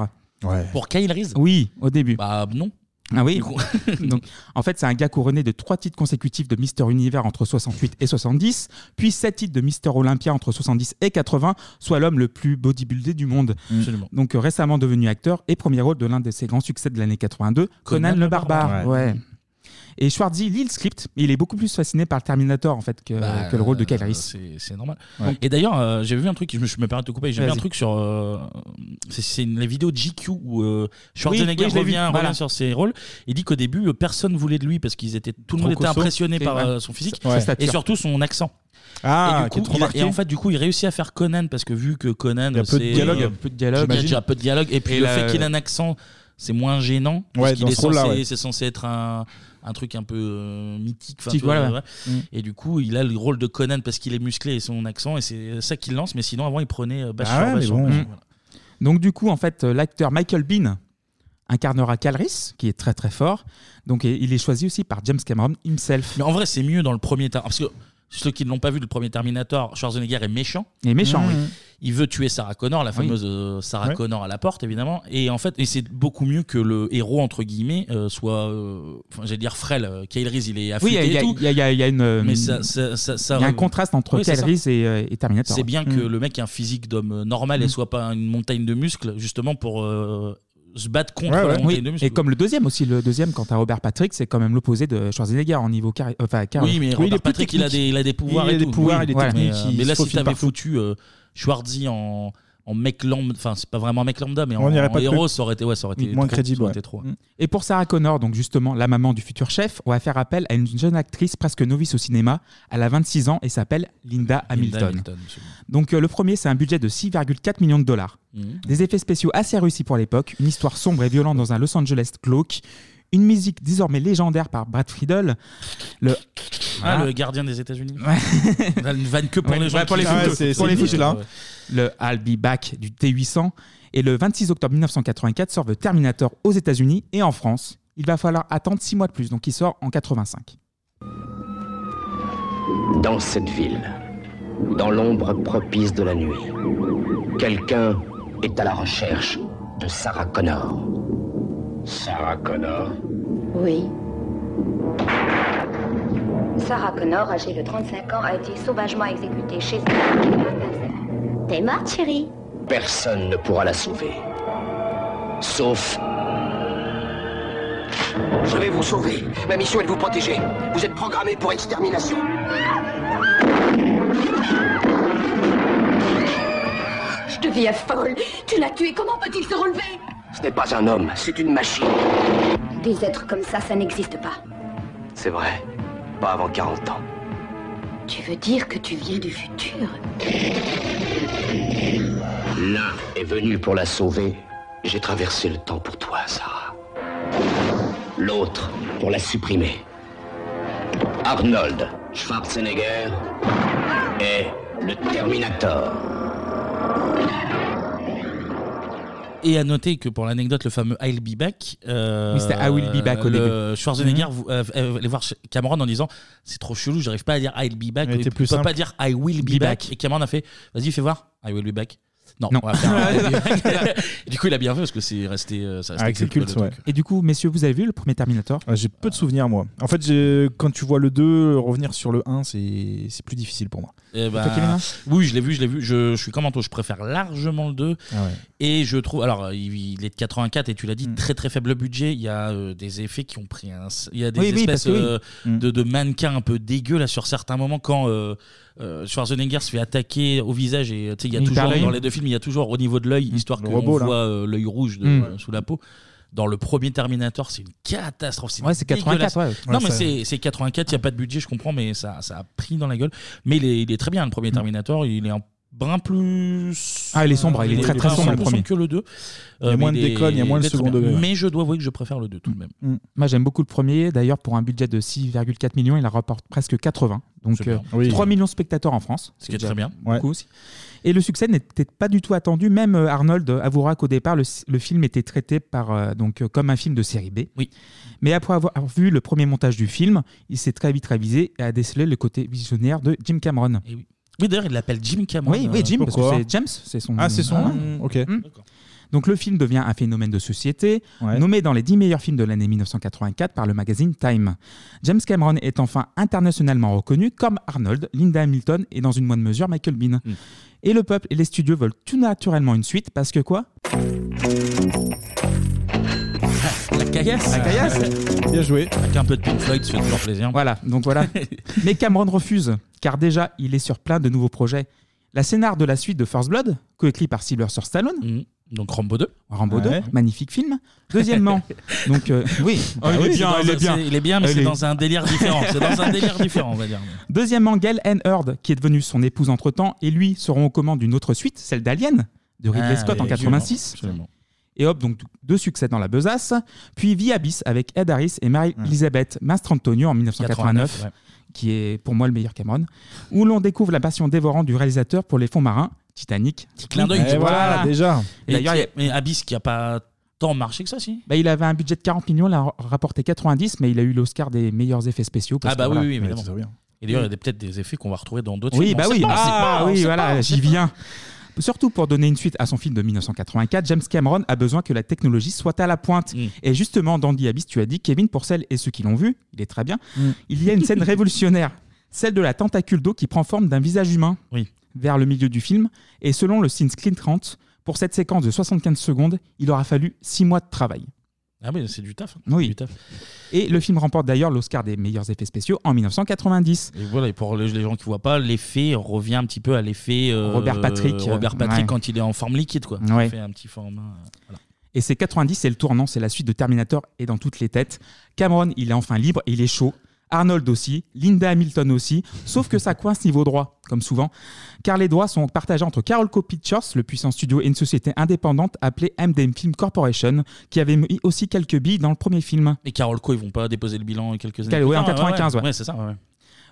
Pour Kyle Reese Oui, au début. Bah non. Ah oui. Du coup. Donc, en fait, c'est un gars couronné de trois titres consécutifs de Mister Univers entre 68 et 70, puis sept titres de Mister Olympia entre 70 et 80, soit l'homme le plus bodybuildé du monde. Absolument. Donc euh, récemment devenu acteur et premier rôle de l'un de ses grands succès de l'année 82, Conan, le barbare. Ouais. Et Schwarzy lit le script, mais il est beaucoup plus fasciné par le Terminator en fait que, Bah, que le rôle de Kyle euh, Reese. c'est- C'est normal. Ouais. Et d'ailleurs, euh, j'ai vu un truc, je me, je me permets de te couper, j'ai vu un Vas-y. truc sur. euh, c'est- c'est une- la vidéo de GQ où euh, Schwarzenegger Oui, oui, je l'ai vu. revient, Voilà. revient sur ses rôles. Il dit qu'au début, euh, personne voulait de lui parce qu'ils étaient tout le Trop monde était costaud. impressionné Et par ouais. euh, son physique Sa- sa stature. et surtout son accent. Ah, et, du qui est coup, trop il a- marqué. et en fait, du coup, il réussit à faire Conan parce que vu que Conan, y a peu de c'est- dialogue. euh, Peu de dialogue, il y a j'imagine. déjà peu de dialogue. Et puis Et le la- fait qu'il ait un accent, c'est moins gênant. Ouais, parce qu'il dans est ce rôle-là, censé- ouais. c'est censé être un, un truc un peu euh, mythique. enfin, Mythique, tu vois, voilà, ouais. ouais. Mm. Et du coup, il a le rôle de Conan parce qu'il est musclé et son accent, et c'est ça qu'il lance. Mais sinon, avant, il prenait euh, bâche Ah sur ouais, bâche mais sur bon. bâche, Mm. voilà. Donc du coup, en fait, euh, l'acteur Michael Bean incarnera Calris, qui est très très fort. Donc et- il est choisi aussi par James Cameron himself. Mais en vrai, c'est mieux dans le premier Tar- Parce que ceux qui ne l'ont pas vu, le premier Terminator, Schwarzenegger est méchant. Il est méchant, oui. Il veut tuer Sarah Connor, la Oui. fameuse euh, Sarah Ouais. Connor à la porte, évidemment. Et en fait, et c'est beaucoup mieux que le héros, entre guillemets, euh, soit, euh, enfin, j'allais dire frêle. euh, Kyle Reese, il est Oui, affûté il y, et a- tout. il y a- il y a- il y a une, euh, Mais ça- ça- ça- ça- il y a un contraste entre Oui, c'est Kyle ça. Reese et, euh, et Terminator. C'est bien ouais. que le mec ait un physique d'homme euh, normal et Mm. soit pas une montagne de muscles, justement pour euh, se battre contre la montagne Oui, de muscles. Et comme le deuxième aussi, le deuxième, quant à Robert Patrick, c'est quand même l'opposé de Schwarzenegger en niveau carré. Enfin, carré. Oui, mais Robert Patrick, il a, des, il a des pouvoirs Il a et des tout. pouvoirs, Oui, il est voilà. technique, Mais, euh, il Mais, se là, si faufile t'avais partout. foutu euh, Schwarzy en, en mec lambda, enfin, c'est pas vraiment un mec lambda, mais en, On n'irait en pas de héros, plus. Mm, ça aurait été, ouais, ça aurait été Moins trop, crédible, ça aurait ouais. Mm. été trop. Et pour Sarah Connor, donc justement la maman du futur chef, on va faire appel à une jeune actrice presque novice au cinéma. Elle a 26 ans et s'appelle Linda Hamilton. Hamilton, absolument. donc euh, le premier, c'est un budget de 6,4 millions de dollars. Mhm. Des effets spéciaux assez réussis pour l'époque, une histoire sombre et violente dans un Los Angeles glauque, une musique désormais légendaire par Brad Friedel. Le... Ah, Voilà. le gardien des États-Unis. On a une vanne que pour Ouais, les gens ouais, pour qui- les Ah ouais, photos, c'est- pour c'est les cool, photos, là. ouais. Le I'll Be Back du T800 et le 26 octobre 1984 sort The Terminator aux États-Unis et en France. Il va falloir attendre 6 mois de plus, donc il sort en 85. Dans cette ville, dans l'ombre propice de la nuit, quelqu'un est à la recherche de Sarah Connor. Sarah Connor Oui. Sarah Connor, âgée de 35 ans, a été sauvagement exécutée chez elle. T'es morte, chérie Personne ne pourra la sauver. Sauf Je vais vous sauver. Ma mission est de vous protéger. Vous êtes programmés pour extermination. Je deviens folle. Tu l'as tué, comment peut-il se relever Ce n'est pas un homme, c'est une machine. Des êtres comme ça, ça n'existe pas. C'est vrai. Pas avant 40 ans. Tu veux dire que tu viens du futur L'un est venu pour la sauver. J'ai traversé le temps pour toi, Sarah. L'autre pour la supprimer. Arnold Schwarzenegger est le Terminator. Et à noter que pour l'anecdote, le fameux I'll be back. euh, Oui, c'était I will be back au le début. Schwarzenegger Mhm. vous- euh, euh, allait voir chez Cameron en disant C'est trop chelou, j'arrive pas à dire I'll be back. Ouais, Il t'es plus peut simple. pas dire I will be, back. Be back. Et Cameron a fait Vas-y, fais voir. I will be back. Non, on va faire un I'll be back. du coup, il a bien fait parce que c'est resté. euh, Ça restait Avec ses culte, quoi, cultes, le ouais. truc. Et du coup, messieurs, vous avez vu le premier Terminator Ah, J'ai peu de souvenirs, moi. En fait, j'ai- quand tu vois le 2, revenir sur le 1, c'est c'est plus difficile pour moi. Eh ben, Toi, Kevin hein oui, je l'ai vu, je l'ai vu. Je, je suis comme Anto, je préfère largement le 2. Ah ouais. Et je trouve. Alors, il, il est de 84 et tu l'as dit, Hmm. très très faible budget. Il y a euh, des effets qui ont pris un. Il y a des Oui, oui, espèces parce que oui. Hmm. euh, de, de mannequins un peu dégueux là sur certains moments quand euh, euh, Schwarzenegger se fait attaquer au visage et euh, tu sais, il y a Il toujours perd l'œil. Hmm. dans les deux films, il y a toujours au niveau de l'œil, histoire Le qu'on robot, là. voit euh, l'œil rouge de- Mm. euh, sous la peau. Dans le premier Terminator, c'est une catastrophe. Ouais, c'est 84, dégueulasse. ouais. Non, Ouais, mais ça- c'est c'est 84, il n'y a pas de budget, je comprends, mais ça, ça a pris dans la gueule. Mais il est, il est très bien, le premier Terminator. Il est un brin plus. Mm. Ah, il est sombre, il est très, très pas sombre, le 100% premier. que le Euh, 2. Il y a moins de déconne, il y a moins le second degré. Mais je dois avouer que je préfère le 2 tout de même. Mm. Moi, j'aime beaucoup le premier. D'ailleurs, pour un budget de 6,4 millions, il en rapporte presque 80. C'est Donc, bien. euh, Oui. 3 millions de spectateurs en France. Ce qui est déjà très bien. beaucoup aussi. Et le succès n'était pas du tout attendu. Même euh, Arnold avouera qu'au départ, le, le film était traité par, euh, donc, euh, comme un film de série B. Mais après avoir vu le premier montage du film, il s'est très vite révisé et a décelé le côté visionnaire de Jim Cameron. oui. d'ailleurs, il l'appelle Jim Cameron. Oui, oui, Jim, parce que Pourquoi c'est James, c'est son. euh, Ah, c'est son Ah, nom Ok. Mm. Donc le film devient un phénomène de société, nommé dans les 10 meilleurs films de l'année 1984 par le magazine Time. James Cameron est enfin internationalement reconnu comme Arnold, Linda Hamilton et dans une moindre mesure Michael Bean. Et le peuple et les studios veulent tout naturellement une suite parce que quoi La caillasse La caillasse Bien joué. Avec un peu de Pink Floyd, ça fait toujours plaisir. Voilà, donc voilà. Mais Cameron refuse, car déjà, il est sur plein de nouveaux projets. La scénar de la suite de First Blood, coécrit par Sylvester Stallone. Mm. Donc Rambo 2. Rambo Ouais. 2, magnifique film. Deuxièmement, donc euh, oui, Ah il, oui, est c'est bien, dans il un- est bien, c'est- il est bien, mais Il c'est est- dans un délire différent. C'est dans un délire différent, on va dire. Deuxièmement, Gail Ann Hurd, qui est devenue son épouse entre-temps, et lui seront aux commandes d'une autre suite, celle d'Alien, de Ridley Ah, Scott en oui, 86. absolument, absolument. Et hop, donc deux succès dans la besace. Puis Vie Abyss avec Ed Harris et Marie-Elisabeth Mastrantonio en 1989, 89, ouais. qui est pour moi le meilleur Cameron, où l'on découvre la passion dévorante du réalisateur pour les fonds marins, Titanic. Petit Clin d'œil. tu vois. Et D'ailleurs, qui- il y a- Mais Abyss qui a pas tant marché que ça, si bah, il avait un budget de 40 millions, il a rapporté 90, mais il a eu l'Oscar des meilleurs effets spéciaux. parce Ah bah que oui, voilà. oui, évidemment. Et d'ailleurs, il y a peut-être des effets qu'on va retrouver dans d'autres Oui, films. bah On sait oui. pas, on sait Ah pas, on oui, sait pas, voilà, on sait j'y viens. Surtout pour donner une suite à son film de 1984, James Cameron a besoin que la technologie soit à la pointe. Mm. Et justement, dans The Abyss, tu as dit, Kevin, pour celles et ceux qui l'ont vu, il est très bien, il y a une scène révolutionnaire, celle de la tentacule d'eau qui prend forme d'un visage humain vers le milieu du film. Et selon le Synth Clint Grant, pour cette séquence de 75 secondes, il aura fallu 6 mois de travail. Ah oui, c'est du taf. hein. Oui. Du taf. Et le film remporte d'ailleurs l'Oscar des meilleurs effets spéciaux en 1990. Et voilà, et pour les les gens qui voient pas, l'effet revient un petit peu à l'effet euh, Robert Patrick, euh, Robert Patrick ouais. quand il est en forme liquide, quoi. Ouais. Il fait un petit format. euh, voilà. Et c'est 90, c'est le tournant, c'est la suite de Terminator et dans toutes les têtes. Cameron, il est enfin libre, il est chaud. Arnold aussi, Linda Hamilton aussi, sauf que ça coince niveau droit, comme souvent, car les droits sont partagés entre Carol Co Pictures, le puissant studio, et une société indépendante appelée MDM Film Corporation, qui avait mis aussi quelques billes dans le premier film. Et Carolco, ils vont pas déposer le bilan quelques années. Cal- plus ouais, tard, hein, en 95, ouais. ouais, c'est ça. ouais, ouais.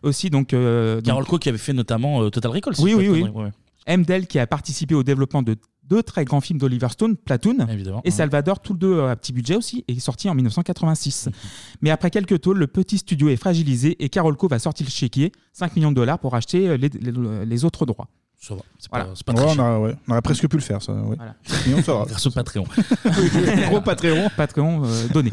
Aussi, donc. euh, donc- Carolco qui avait fait notamment euh, Total Recall. si Oui, je oui, dis pas de oui. conneries, ouais, ouais. Mdel qui a participé au développement de deux très grands films d'Oliver Stone, Platoon et Salvador, tous deux euh, à petit budget aussi, et sorti en 1986. Mhm. Mais après quelques taux, le petit studio est fragilisé et Carolco va sortir le chéquier, 5 millions de dollars, pour acheter euh, les, les- les autres droits. Ça va. C'est Voilà. pas, c'est pas Ouais, très on, cher. aurait, ouais, on aurait presque pu le faire, ça. ouais. Sinon, ça va. Grâce au Patreon. Gros Patreon. euh, Patreon donné.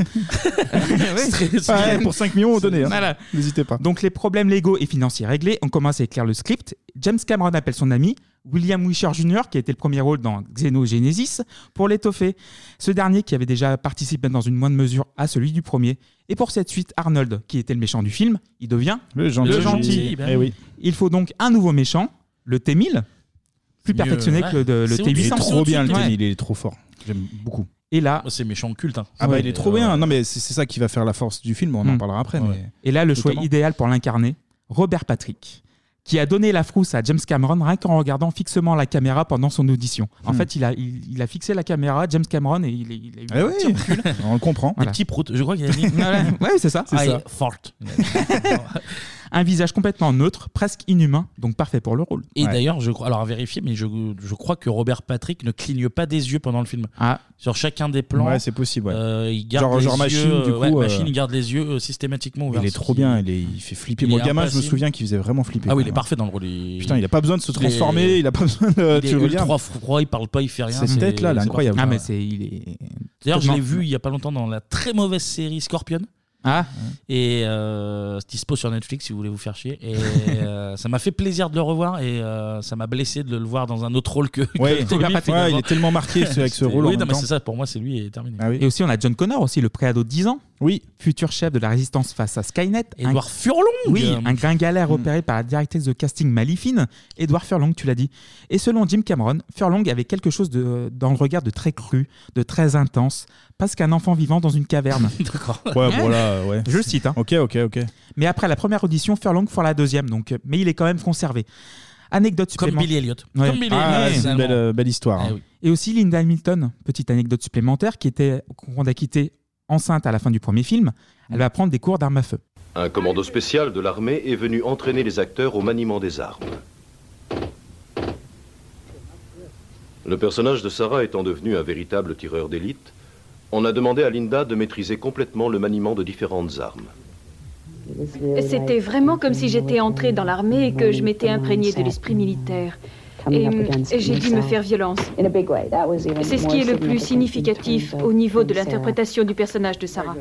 Ouais, pour 5 millions, donnez. hein. Voilà. N'hésitez pas. Donc les problèmes légaux et financiers réglés, on commence à éclair le script. James Cameron appelle son ami William Wisher Jr., qui a été le premier rôle dans Xenogenesis, pour l'étoffer. Ce dernier qui avait déjà participé dans une moindre mesure à celui du premier. Et pour cette suite, Arnold, qui était le méchant du film, il devient le gentil. Eh oui. Il faut donc un nouveau méchant, le T-1000, plus Mieux, perfectionné que ouais. le, le hein. C'est T-800. Il est trop bien, le Ouais. Teddy, il est trop fort. J'aime beaucoup. Et là, c'est méchant culte. hein. Ah bah il est trop bien. Non mais c'est c'est ça qui va faire la force du film. On en Hmm. parlera après. mais- Et là, le choix Notamment. idéal pour l'incarner, Robert Patrick, qui a donné la frousse à James Cameron rien qu'en regardant fixement la caméra pendant son audition. En Hmm. fait, il a, il, il a fixé la caméra, James Cameron, et il, il a Eh eu oui, on le comprend. Voilà. Petit prout, je crois qu'il a Ah, dit. Voilà. Ouais, c'est ça. I C'est ça. fart. un visage complètement neutre, presque inhumain, donc parfait pour le rôle. Et d'ailleurs, je crois, alors à vérifier, mais je, je crois que Robert Patrick ne cligne pas des yeux pendant le film. Ah. Sur chacun des plans. Ouais, c'est possible, ouais. euh, il garde Genre- les genre yeux, Machine, du euh, ouais, coup, euh, Machine, il garde les yeux euh, systématiquement ouverts. Il est ce trop qui- bien. Il, est- il fait flipper. Il Moi, est gamin, je me impassible. souviens qu'il faisait vraiment flipper. Ah oui, il quand est même. parfait dans le rôle. Il... Putain, il a pas besoin de se Il est- transformer, il a pas besoin de- Il tu est veux dire ultra froid, il parle pas, il fait rien. Cette c'est- tête-là, elle est c'est incroyable. parfait. Ah, mais c'est. Il est. D'ailleurs, je l'ai Totalement. vu il y a pas longtemps dans la très mauvaise série Scorpion. Ah. Et euh, c'est dispo sur Netflix si vous voulez vous faire chier. Et euh, ça m'a fait plaisir de le revoir et euh, ça m'a blessé de le voir dans un autre rôle que. Ouais, que Toby. ouais, il est tellement marqué, c'est avec ce C'était- rôle en Oui, non, même mais temps. c'est ça. Pour moi, c'est lui et terminé. Et aussi, on a John Connor, aussi le préado de 10 ans. Oui. Futur chef de la résistance face à Skynet. Edouard Un- Furlong Oui, Euh, un gringalet repéré par la directrice de casting Malifine, Edouard Furlong, tu l'as dit. Et selon Jim Cameron, Furlong avait quelque chose de, dans le regard de très cru, de très intense, parce qu'un enfant vivant dans une caverne. D'accord. Ouais, voilà, ouais. Je le cite. Hein. Ok, ok, ok. Mais après la première audition, Furlong pour la deuxième, donc, euh, mais il est quand même conservé. Anecdote Comme supplémentaire. Billy Elliot. Ouais. Eh Comme Billy Ah, Elliot, c'est une finalement. belle, euh, belle histoire. hein. Et aussi Linda Hamilton, petite anecdote supplémentaire, qui était qu'on a quitté enceinte à la fin du premier film, Mm. elle va prendre des cours d'armes à feu. Un commando spécial de l'armée est venu entraîner les acteurs au maniement des armes. Le personnage de Sarah étant devenu un véritable tireur d'élite, on a demandé à Linda de maîtriser complètement le maniement de différentes armes. C'était vraiment comme si j'étais entrée dans l'armée et que je m'étais imprégnée de l'esprit militaire. Et hum, j'ai dû me faire violence. C'est ce qui est le plus significatif au niveau de l'interprétation du personnage de Sarah.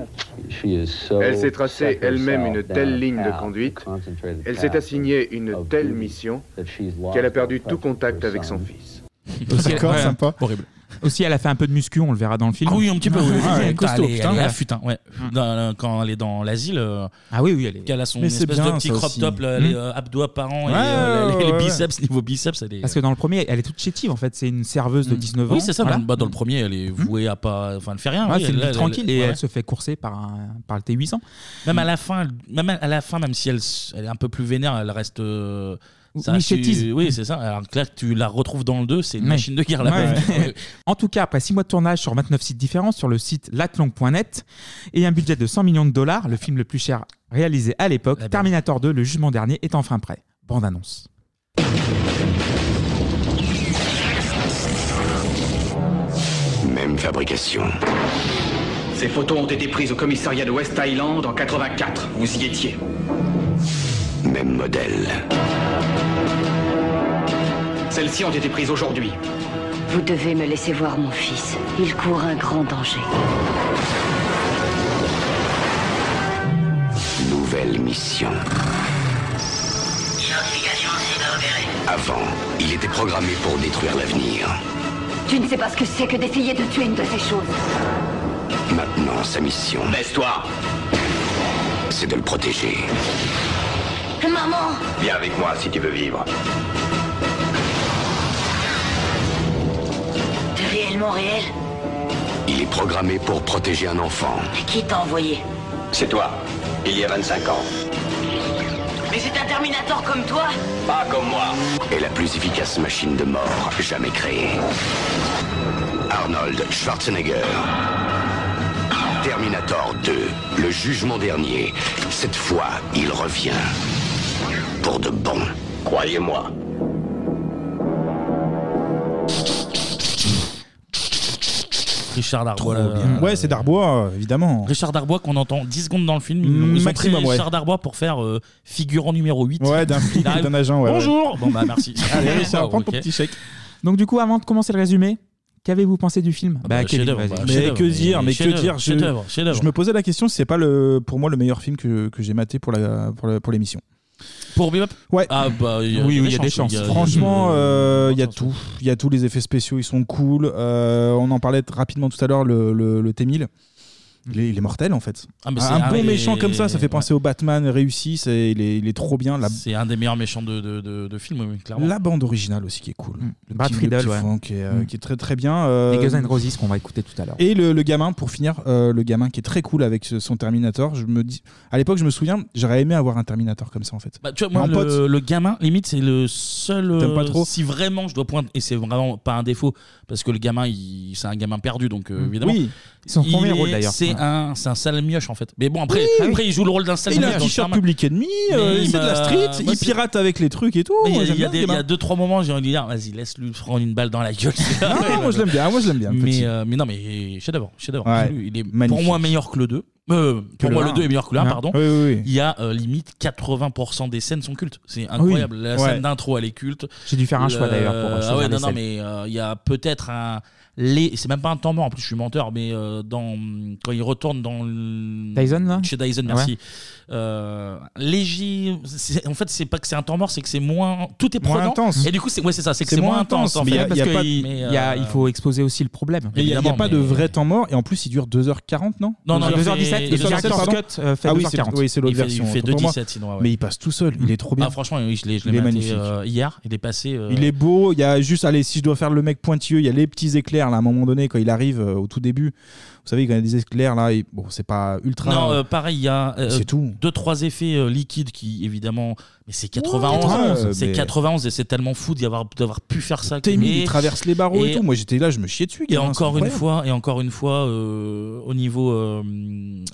Elle s'est tracée elle-même une telle ligne Ah. de conduite, elle s'est assignée une telle mission qu'elle a perdu tout contact avec son fils. D'accord, Ouais. sympa. Horrible. Aussi, elle a fait un peu de muscu, on le verra dans le film. Ah oui, un petit peu. oui. Ah, elle elle est est costaud, allée- putain. elle est- la fuite, hein, ouais. Dans- quand elle est dans l'asile. euh, ah oui, oui, elle est. Qu'elle a son Mais c'est espèce de bien, petit ça crop aussi. top, là, les Mm. euh, abdos apparents et Ouais, euh, les- ouais, les, ouais, ouais. biceps, niveau biceps, elle est. euh. Parce que dans le premier, elle est toute chétive en fait. C'est une serveuse de 19 ans. Oui, c'est ça. voilà. Mm. dans- bah, dans le premier, elle est vouée à pas. Enfin, elle fait rien. Ouais, oui, c'est une elle- vie elle- tranquille et ouais. elle se fait courser par, un, par le T800. Même à Mm. la fin, elle- même à la fin, même si elle, s- elle est un peu plus vénère, elle reste. euh, ça Oui, reste- chétise. Oui, c'est ça. Alors que là, tu la retrouves dans le 2, c'est une Ouais. machine de guerre la Ouais. meuf. Ouais. en tout cas, après 6 mois de tournage sur 29 sites différents sur le site latlong.net et un budget de 100 millions de dollars, le film le plus cher réalisé à Ah bah l'époque, Terminator 2, le jugement dernier, est enfin prêt. Bande annonce. Même fabrication. Ces photos ont été prises au commissariat de West Island en 84. Vous y étiez. Même modèle. Celles-ci ont été prises aujourd'hui. Vous devez me laisser voir mon fils. Il court un grand danger. Nouvelle mission. Avant, il était programmé pour détruire l'avenir. Tu ne sais pas ce que c'est que d'essayer de tuer une de ces choses. Maintenant, sa mission. Baisse-toi C'est de le protéger. Maman Viens avec moi si tu veux vivre. T'es réellement réel Il est programmé pour protéger un enfant. Qui t'a envoyé C'est toi, il y a 25 ans. Mais c'est un Terminator comme toi Pas comme moi. Et la plus efficace machine de mort jamais créée. Arnold Schwarzenegger. Terminator 2, le jugement dernier. Cette fois, il revient. Pour de bon. Croyez-moi. Richard Darbois. là. Ouais, c'est Darbois, euh, évidemment. Richard Darbois qu'on entend 10 secondes dans le film. Ils ont- Ils ont pris Maximum, ouais. Richard Darbois pour faire euh, figurant numéro 8. Ouais, d'un flic Il arrive, et d'un agent, ouais, ouais. Bonjour Bon bah merci. Allez, ça va Wow, prendre ton ok. petit chèque. Donc, du coup, avant de commencer le résumé, qu'avez-vous pensé du film Ah, bah, Kevin, chef-d'œuvre, vas-y. bah, Mais chef-d'œuvre, que dire, mais que chef-d'œuvre, dire je, chef-d'œuvre, chef-d'œuvre. je me posais la question si c'est pas le, pour moi le meilleur film que, que j'ai maté pour la pour la- pour l'émission. Pour Bebop Ouais. Ah bah il y a- il y a des chances. Il y a- Franchement, euh, il y a tout. Il y a tous les effets spéciaux, ils sont cool. Euh, on en parlait rapidement tout à l'heure, le, le, le T-1000. Il est, il est mortel en fait. Ah, mais c'est un un bon des- méchant comme ça, ça fait penser au Batman réussi. c'est- Il est, il est trop bien. La, C'est un des meilleurs méchants de, de, de, de film, oui, clairement. la bande originale aussi qui est cool. Mm. Le Brad petit- le Friedel, petit ouais. funk qui est, euh, Mm. qui est très très bien. euh, Et Guns N' Roses qu'on va écouter tout à l'heure. Et le, le gamin, pour finir, euh, le gamin qui est très cool avec ce- son Terminator. Je me dis, à l'époque, je me souviens, j'aurais aimé avoir un Terminator comme ça en fait. Bah, tu vois, moi, Mais en pote, le, le gamin, limite, c'est le seul. euh, T'aimes pas trop Si vraiment je dois poindre, et c'est vraiment pas un défaut, parce que le gamin, il- c'est un gamin perdu, donc euh, Mm. évidemment. Oui. Son Il premier est- rôle, d'ailleurs. C'est Ouais. un, c'est un sale mioche, en fait. Mais bon, après, Oui. après il joue le rôle d'un sale il mioche. a un donc t-shirt charmant. public ennemi, euh, Mais il fait de la m'a- street, moi, il c'est- pirate avec les trucs et tout. Mais Il Moi, y a- j'aime il y, a bien, des- il le y gamin. a deux, trois moments, j'ai envie de dire, vas-y, laisse-lui prendre une balle dans la gueule. Non, moi je l'aime bien, moi je l'aime bien. le Mais, petit. euh, mais non, mais chef d'œuvre, chef d'œuvre. Ouais, absolu. Il est magnifique. pour moi meilleur que le 2. Que Euh, pour le moi, le un. 2 est meilleur que le 1, Ah. Ouais. pardon. Oui, oui, oui. Il y a euh, limite 80% des scènes sont cultes. C'est incroyable. Ah Oui, La ouais. scène d'intro, elle est culte. J'ai dû faire un choix, d'ailleurs, pour, euh, ah choisir ouais, non, les non, scènes. mais euh, il y a peut-être un. Les... C'est même pas un temps mort, en plus, je suis menteur, mais euh, dans... quand il retourne dans. le- Dyson, là Ah Chez Dyson, Ouais. merci. Euh, léger. c'est- En fait, c'est pas que c'est un temps mort, c'est que c'est moins. Tout est prenant. Moins intense. Et du coup, c'est ouais, c'est ça, c'est que c'est moins intense. en mais fait, il parce y a que pas de- il- il mais, y a- euh, il faut exposer aussi le problème. Mais il n'y a, il y a Évidemment, pas de mais- vrai temps mort et en plus il dure 2h40 non Non, non, il fait- il fait 2h17 2h40, pardon. cut, euh, fait Ah oui, 2h40. c'est- oui, c'est l'autre Il fait- il version. fait autant pour moi. 2h17, sinon, ouais. Mais il passe tout seul, il est trop bien. Ah, franchement, oui, je l'ai je l'ai Il est maté, magnifique. euh, hier, il est passé. euh, Il est beau, il y a juste, allez, si je dois faire le mec pointilleux, il y a les petits éclairs là à un moment donné quand il arrive euh, au tout début. Vous savez, quand il y a des éclairs là, et, bon, c'est pas ultra. Non, euh, pareil, il y a euh, C'est tout. deux trois effets euh, liquides qui évidemment, mais c'est 91, 91, c'est mais- 91 et c'est tellement fou d'y avoir d'avoir pu faire ça. T'es mis, Et- il traverse les barreaux et, et- tout. Moi j'étais là, je me chiais dessus. Et gamin, c'est encore une incroyable. fois, et encore une fois, euh, au niveau euh,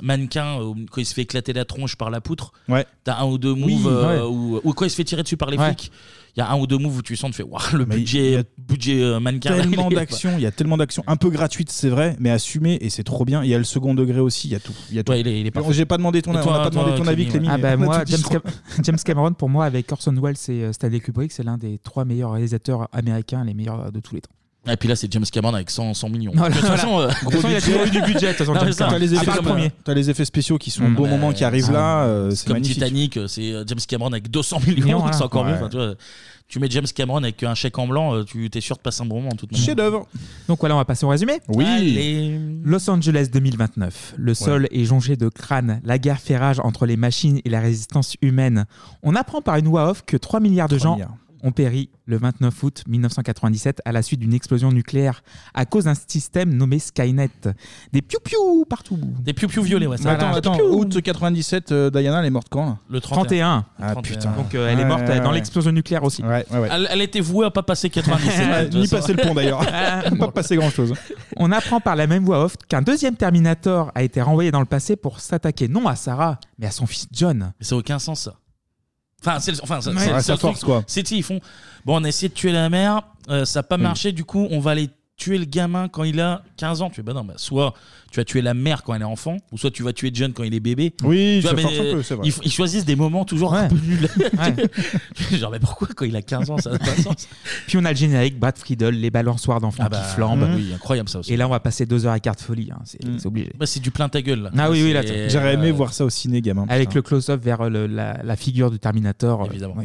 mannequin, euh, quand il se fait éclater la tronche par la poutre, Ouais. t'as un ou deux moves, Oui, euh, ouais. ou- ou quand il se fait tirer dessus par les Ouais. flics, il y a un ou deux moves où tu sens, tu fais, Waouh, le Mais il budget, budget euh, mannequin. là, il Tellement est- d'actions, il y a tellement d'actions, un peu gratuites c'est vrai, mais assumées et c'est trop bien. Il y a le second degré aussi, il y a tout. Il y a tout. Ouais, il est- il est parfait. J'ai pas demandé ton, Et on toi, a pas demandé toi, ton avis, Clémy, Clémy. Ah bah On a moi, tout dit James, trop. Cam- James Cameron, pour moi, avec Orson Welles et euh, Stanley Kubrick, c'est l'un des trois meilleurs réalisateurs américains, les meilleurs de tous les temps. Et puis là, c'est James Cameron avec 100, 100 millions. Non, De toute voilà. façon, euh, De toute façon, il a toujours eu du budget, de toute façon, Non, mais James ça, T'as les, c'est effets, comme, euh, t'as les effets spéciaux qui sont au Mm. bon Bah, moment, qui arrivent c'est- là, euh, c'est comme magnifique. Titanic, euh, c'est euh, James Cameron avec 200 millions, Millions, c'est voilà. encore mieux. Ouais. Enfin, tu, vois, tu mets James Cameron avec un chèque en blanc, euh, tu t'es sûr de passer un bon moment. Tout Chef d'œuvre. Donc voilà, on va passer au résumé. Oui. Allez. Los Angeles 2029. Le sol est jonché de crânes. La guerre fait rage entre les machines et la résistance humaine. On apprend par une voix off que 3 milliards de 3 gens milliards. ont péri le 29 août 1997 à la suite d'une explosion nucléaire à cause d'un système nommé Skynet. Des piou-piou partout. Des piou-piou violets, ouais. ça. Attends, Voilà. attends, août 97, euh, Diana, elle est morte quand là Le 31. Ah putain. Donc euh, elle est morte Ouais, ouais, dans ouais. l'explosion nucléaire aussi. Ah, Elle, elle était vouée à pas passer 97. de Ouais, toute ni façon. passer le pont, d'ailleurs. Pas passé grand chose. On apprend par la même voix off qu'un deuxième Terminator a été renvoyé dans le passé pour s'attaquer non à Sarah, mais à son fils John. Mais ça n'a aucun sens, ça. Enfin, c'est le, enfin, ça- Ouais. c'est le Ouais, seul ça force, truc. quoi. C'est ils font. Bon, on a essayé de tuer la mère, euh, ça n'a pas Oui. marché, du coup, on va aller tuer le gamin quand il a 15 ans. Tu fais, bah non, bah, soit tu vas tuer la mère quand elle est enfant, ou soit tu vas tuer John quand il est bébé. Oui, Tu vois, ça mais, force un euh, peu, c'est vrai. Ils, ils choisissent des moments toujours un peu nuls. Genre, mais pourquoi quand il a 15 ans, ça n'a pas de sens Puis on a le générique, Brad Friedel, les balançoires d'enfants Ah bah, qui flambent. oui, incroyable ça aussi. Et là, on va passer deux heures à carte folie, hein, c'est c'est obligé. Bah, c'est du plein ta gueule. Là. Ah oui, oui, là, C'est- euh, Ah. J'aurais aimé voir ça au ciné, gamin. Avec putain. le close-up vers euh, le- la, la figure du Terminator. Évidemment.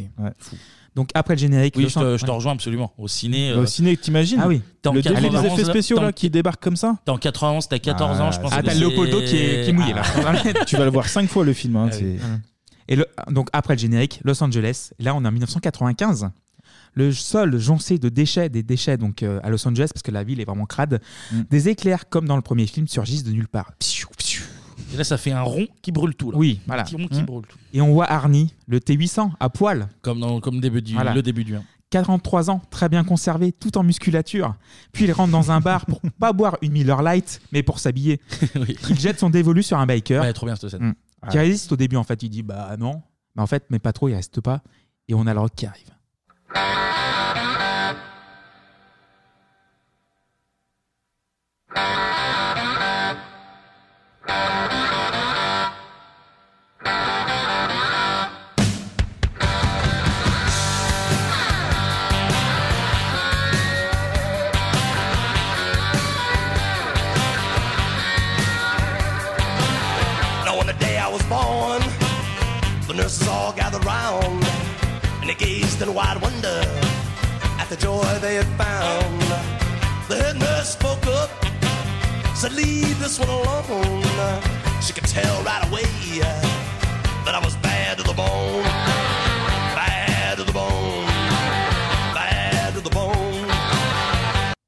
Donc après le générique, Oui, le je centre- te, je te rejoins absolument. Au ciné. Bah, Au euh, ciné, t'imagines Ah oui. T'es en Le défilé des 91, effets spéciaux t'es en- là qui débarquent comme ça T'es en 91, t'as 14 ans, je pense. Ah, que t'as c'est- Leopoldo qui est, qui est ah. mouillé là. tu vas le voir cinq fois le film. hein, c'est- Ah Et le- donc après le générique, Los Angeles, là on est en 1995. Le sol joncé de déchets, des déchets donc euh, à Los Angeles, parce que la ville est vraiment crade, Mm. des éclairs comme dans le premier film surgissent de nulle part. Psiou, psiou. Et là, ça fait un rond qui brûle tout. là. Oui, Un voilà. petit rond qui Mm. brûle tout. Et on voit Arnie, le T800, à poil. Comme, dans, comme début du- Voilà. le début du 1. 43 ans, très bien conservé, tout en musculature. Puis il rentre dans un bar pour pas boire une Miller Light, mais pour s'habiller. Il jette son dévolu sur un biker. Ouais, trop bien, cette scène. Mm. Qui Ouais. résiste au début, en fait. Il dit bah non. Mais en fait, mais pas trop, il reste pas. Et on a le rock qui arrive. Thank Nurses all gathered round and they gazed in wide wonder at the joy they had found. The head nurse spoke up, said, Leave this one alone. She could tell right away that I was bad to the bone. Bad to the bone. Bad to the bone.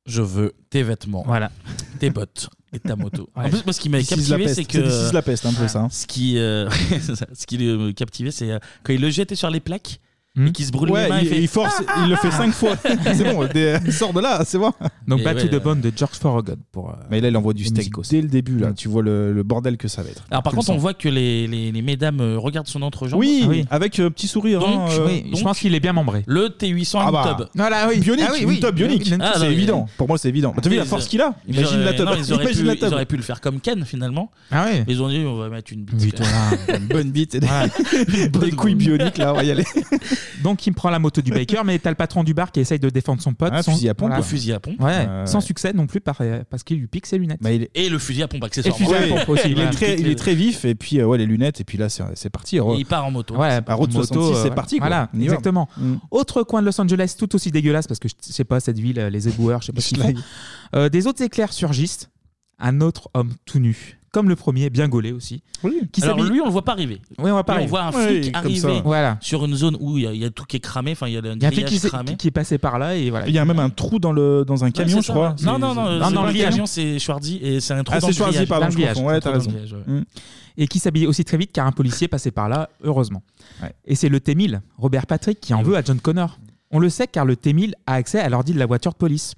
Je veux tes vêtements, voilà. tes bottes et ta moto. En Ouais. plus, moi, ce qui m'a This is la captivé, peste. c'est C'est que. This is la peste, un peu, ça, hein. Ce qui, euh, c'est ça. ce qui le captivait, c'est euh, quand il le jetait sur les plaques et qu'il se brûle les Hmm. Ouais, mains. il, il, fait- Ah, il force, Ah, il le fait cinq fois. C'est bon, euh, des- sors de là, c'est bon. Donc, Back to the Bone de George Thorogood. euh, Pour, Mais là, il envoie du steak dès le début. Mm. Là, tu vois le, le bordel que ça va être. Alors, par Tu le contre, on sens. voit que les, les, les mesdames euh, regardent son entrejambe. Oui, avec euh, petit sourire. hein, Donc, euh, oui, je donc- pense qu'il est bien membré. Le T800 Ah bah, Tub. Bionique, une tub bionique. Ah, c'est non, évident. Pour moi, c'est évident. T'as vu la Ils- force qu'il a ils Imagine auraient- la tub. non, ils, auraient Imagine pu, la tub. ils auraient pu le faire comme Ken finalement. Ah ouais. Ils ont dit on va mettre une bite. une bonne bite et des, des couilles bioniques là, on va y aller. Donc il me prend la moto du Baker, mais t'as le patron du bar qui essaye de défendre son pote. Ah, sans- fusil à pompe, quoi. Fusil à pompe. Ouais, Euh, sans ouais. succès non plus par- euh, parce qu'il lui pique ses lunettes. Et le fusil à pompe Et accessoirement. fusil à pompe aussi. il, est voilà. très, il est très vif et puis euh, ouais les lunettes et puis là c'est c'est parti. Et Re- il part en moto. Ouais, Ouais, à route moto, 66 euh, c'est parti. quoi. Voilà, On y va. Mm. exactement. Autre coin de Los Angeles tout aussi dégueulasse parce que je sais pas cette ville, euh, les éboueurs, je sais pas ce qu'ils font. Euh, des autres éclairs surgissent. Un autre homme tout nu, comme le premier, bien gaulé aussi. Qui Alors s'habille- lui, on le voit pas arriver. Oui, on va pas Lui, arriver. voit un Oui, flic comme arriver ça. Voilà. sur une zone où il y a- il y, a tout qui est cramé. Enfin, il y a le Il y a un flic grillage qui, s'est- cramé. qui- qui est passé par là et voilà. Il y a même un trou dans le dans un camion Ouais, c'est je ça, crois. ouais. Non, non, non. c'est non, pas le le grillage. camion, c'est Schwarzy et c'est un trou Ah, dans c'est le Schwarzy, grillage. pardon, Dans je le grillage, confonds. Ouais, un t'as trou dans le raison. grillage, ouais. Mm. Et qui s'habille aussi très vite car un policier passait par là, heureusement. Et c'est le T-1000, Robert Patrick, qui en veut à John Connor. On le sait car le T-1000 a accès à l'ordi de la voiture de police.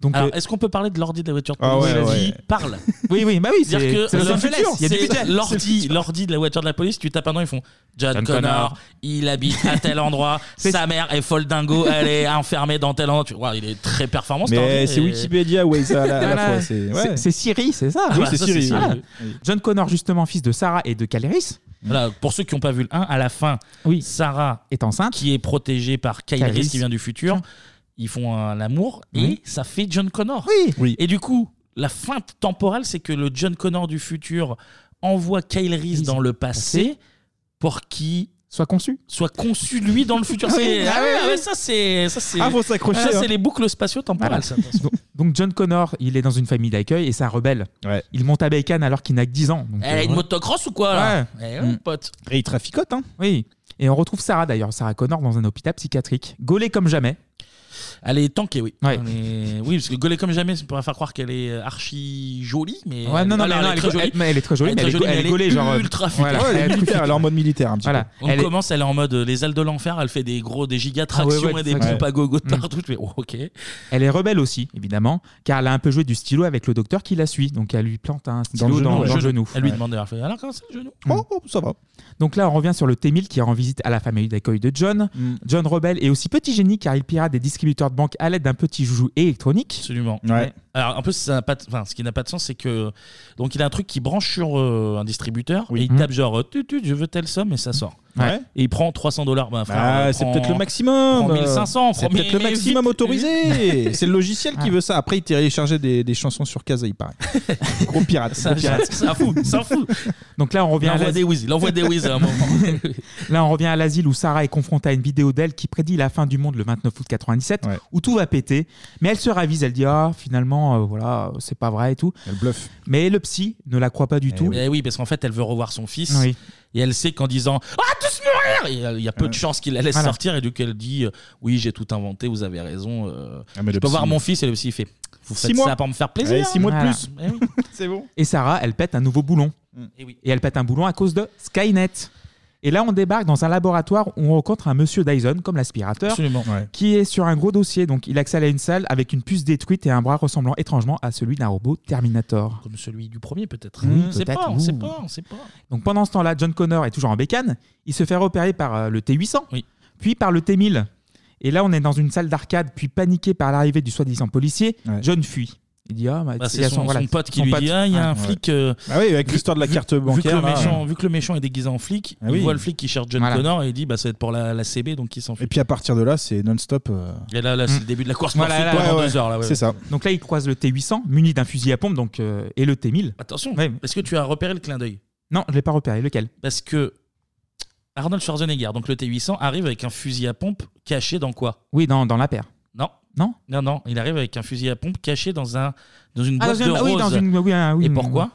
Donc, Alors, euh, est-ce qu'on peut parler de l'ordi de la voiture de Ah police ouais, Vas-y, ouais. Parle. Oui, oui, bah oui, Dire c'est- que c'est Los Los Angeles, Angeles, il y a du c'est budget. L'ordi, l'ordi de la voiture de la police, tu tapes un nom, ils font John, John Connor, Connor. il habite à tel endroit, sa mère est folle dingo, elle est enfermée dans tel endroit. Tu vois, il est très performant. cet Mais ordi, c'est et- Wikipédia Waze à la, à la Voilà. fois. C'est ouais. C'est- C'est Siri, c'est ça Ah, Oui, bah, c'est ça, Siri, c'est Siri, Voilà. oui. John Connor, justement, fils de Sarah et de Caleris. Voilà, pour ceux qui n'ont pas vu le 1, à la fin, Sarah est enceinte, qui est protégée par Kairis Kairis. qui vient du futur. Ils font un amour et Oui. ça fait John Connor. Oui. Et du coup, la feinte temporelle, c'est que le John Connor du futur envoie Kairis dans le passé pour qu'il soit conçu. Soit conçu lui dans le futur. Ah C'est- oui, Ah ah ouais, oui, ah oui. ouais, ça c'est ça c'est Ah, faut s'accrocher, ça, hein. c'est les boucles spatio-temporelles. Voilà. ça. Eh, Donc- Donc John Connor, il est dans une famille d'accueil et c'est un rebelle. Il monte à Bacon alors qu'il n'a que 10 ans. Donc, Elle a euh, une voilà. motocross ou quoi là Ouais. Eh ouais, Mm. pote. Et il traficote, hein Oui. Et on retrouve Sarah d'ailleurs, Sarah Connor dans un hôpital psychiatrique, gaulée comme jamais. Elle est tankée, oui. Elle est- Oui, parce que gauler comme jamais, ça pourrait faire croire qu'elle est euh, archi jolie, mais. Ouais, non, non, mais non, elle est go- elle- mais elle est très jolie, mais elle est go- elle est gaulée, genre, euh, ultra fit. voilà, Ouais, elle est elle est militaire, elle est en mode militaire un petit Voilà. On Elle est- commence, elle est en mode euh, les ailes de l'enfer, elle fait des gros, des giga Ah tractions ouais, et des ouais. pompes à gogo de Mm. partout. Je fais, oh, ok. Elle est rebelle aussi, évidemment, car elle a un peu joué du stylo avec le docteur qui la suit. Donc elle lui plante un stylo dans le genou. Mm. ouais. Elle lui demande, elle fait, alors comment ça le genou oh, ça va. Donc là, on revient sur le T-1000 qui rend visite à la famille d'accueil de John. Mm. John Rebel est aussi petit génie car il pirate des distributeurs de banque à l'aide d'un petit joujou électronique. Absolument. Alors en plus, ça n'a pas de- enfin, ce qui n'a pas de sens, c'est que donc il a un truc qui branche sur euh, un distributeur et il tape genre tu, tu, je veux telle somme et ça sort. Mmh. Ouais. Et il prend 300 dollars. ben, Ah, c'est peut-être le maximum. Prends 1500. C'est prends peut-être le 1000, maximum vite. Ah. autorisé. c'est le logiciel qui veut ça. Après, il téléchargeait des, des chansons sur Casa, il paraît. Gros pirate. Ça, gros pirate. ça fout, ça fout. Donc là, on revient Il envoie à des whiz, il envoie des whiz à un moment. là, on revient à l'asile où Sarah est confrontée à une vidéo d'elle qui prédit la fin du monde le 29 août 97, où tout va péter. Mais elle se ravise, elle dit ah finalement euh, voilà euh, c'est pas vrai et tout. Elle bluffe. Eh Mais le psy ne la croit pas du tout. Mais Eh oui, parce qu'en fait, elle veut revoir son fils. Oui. Et elle sait qu'en disant Ah, tous mourir Il y a peu de chances qu'il la laisse Voilà. sortir. Et du coup, elle dit euh, Oui, j'ai tout inventé, vous avez raison. euh, Ah, mais je le peux psy- hein. voir mon fils. Et le psy il fait Vous Six faites mois. ça pour me faire plaisir. Ouais, six mois de Voilà. plus. Mm. Eh oui. C'est bon. Et Sarah, elle pète un nouveau boulon. Et, oui. elle pète un boulon à cause de Skynet. Et là, on débarque dans un laboratoire où on rencontre un monsieur Dyson, comme l'aspirateur, Absolument. Ouais. qui est sur un gros dossier. Donc, il accède à une salle avec une puce détruite et un bras ressemblant étrangement à celui d'un robot Terminator. Comme celui du premier, peut-être. Oui, on sait peut-être, pas, on sait ouh. pas, on sait pas. Donc, pendant ce temps-là, John Connor est toujours en bécane. Il se fait repérer par euh, le T800, puis par le T1000. Et là, on est dans une salle d'arcade, puis paniqué par l'arrivée du soi-disant policier, John fuit. Il dit Ah, bah, Bah, il y c'est a son, voilà, son pote qui son lui dit Ah, il y a un Ouais. flic. euh, Ah oui, avec vu- l'histoire de la vu- carte Vu que, le bancaire, là. méchant, vu que le méchant est déguisé en flic, Ah il oui. voit le flic qui cherche John Voilà. Connor et il dit bah, Ça va être pour la, la CB, donc il s'enfuit. Et puis à partir de là, c'est non-stop. euh, Et là, là c'est le début de la course poursuite Mm. là, pendant ouais, deux ouais. heures. là, ouais, ouais. C'est ça. Donc là, il croise le T800 muni d'un fusil à pompe donc, euh, et le T1000. Attention, est-ce que tu as repéré le clin d'œil Non, je l'ai pas repéré. Lequel Parce que Arnold Schwarzenegger, donc le T800, arrive avec un fusil à pompe caché dans quoi Oui, dans, dans la paire. Non. Non Non, non, il arrive avec un fusil à pompe caché dans, un, dans une Ah, boîte dans de une- oui, roses. dans une- oui, ah, oui, Et oui, pourquoi oui.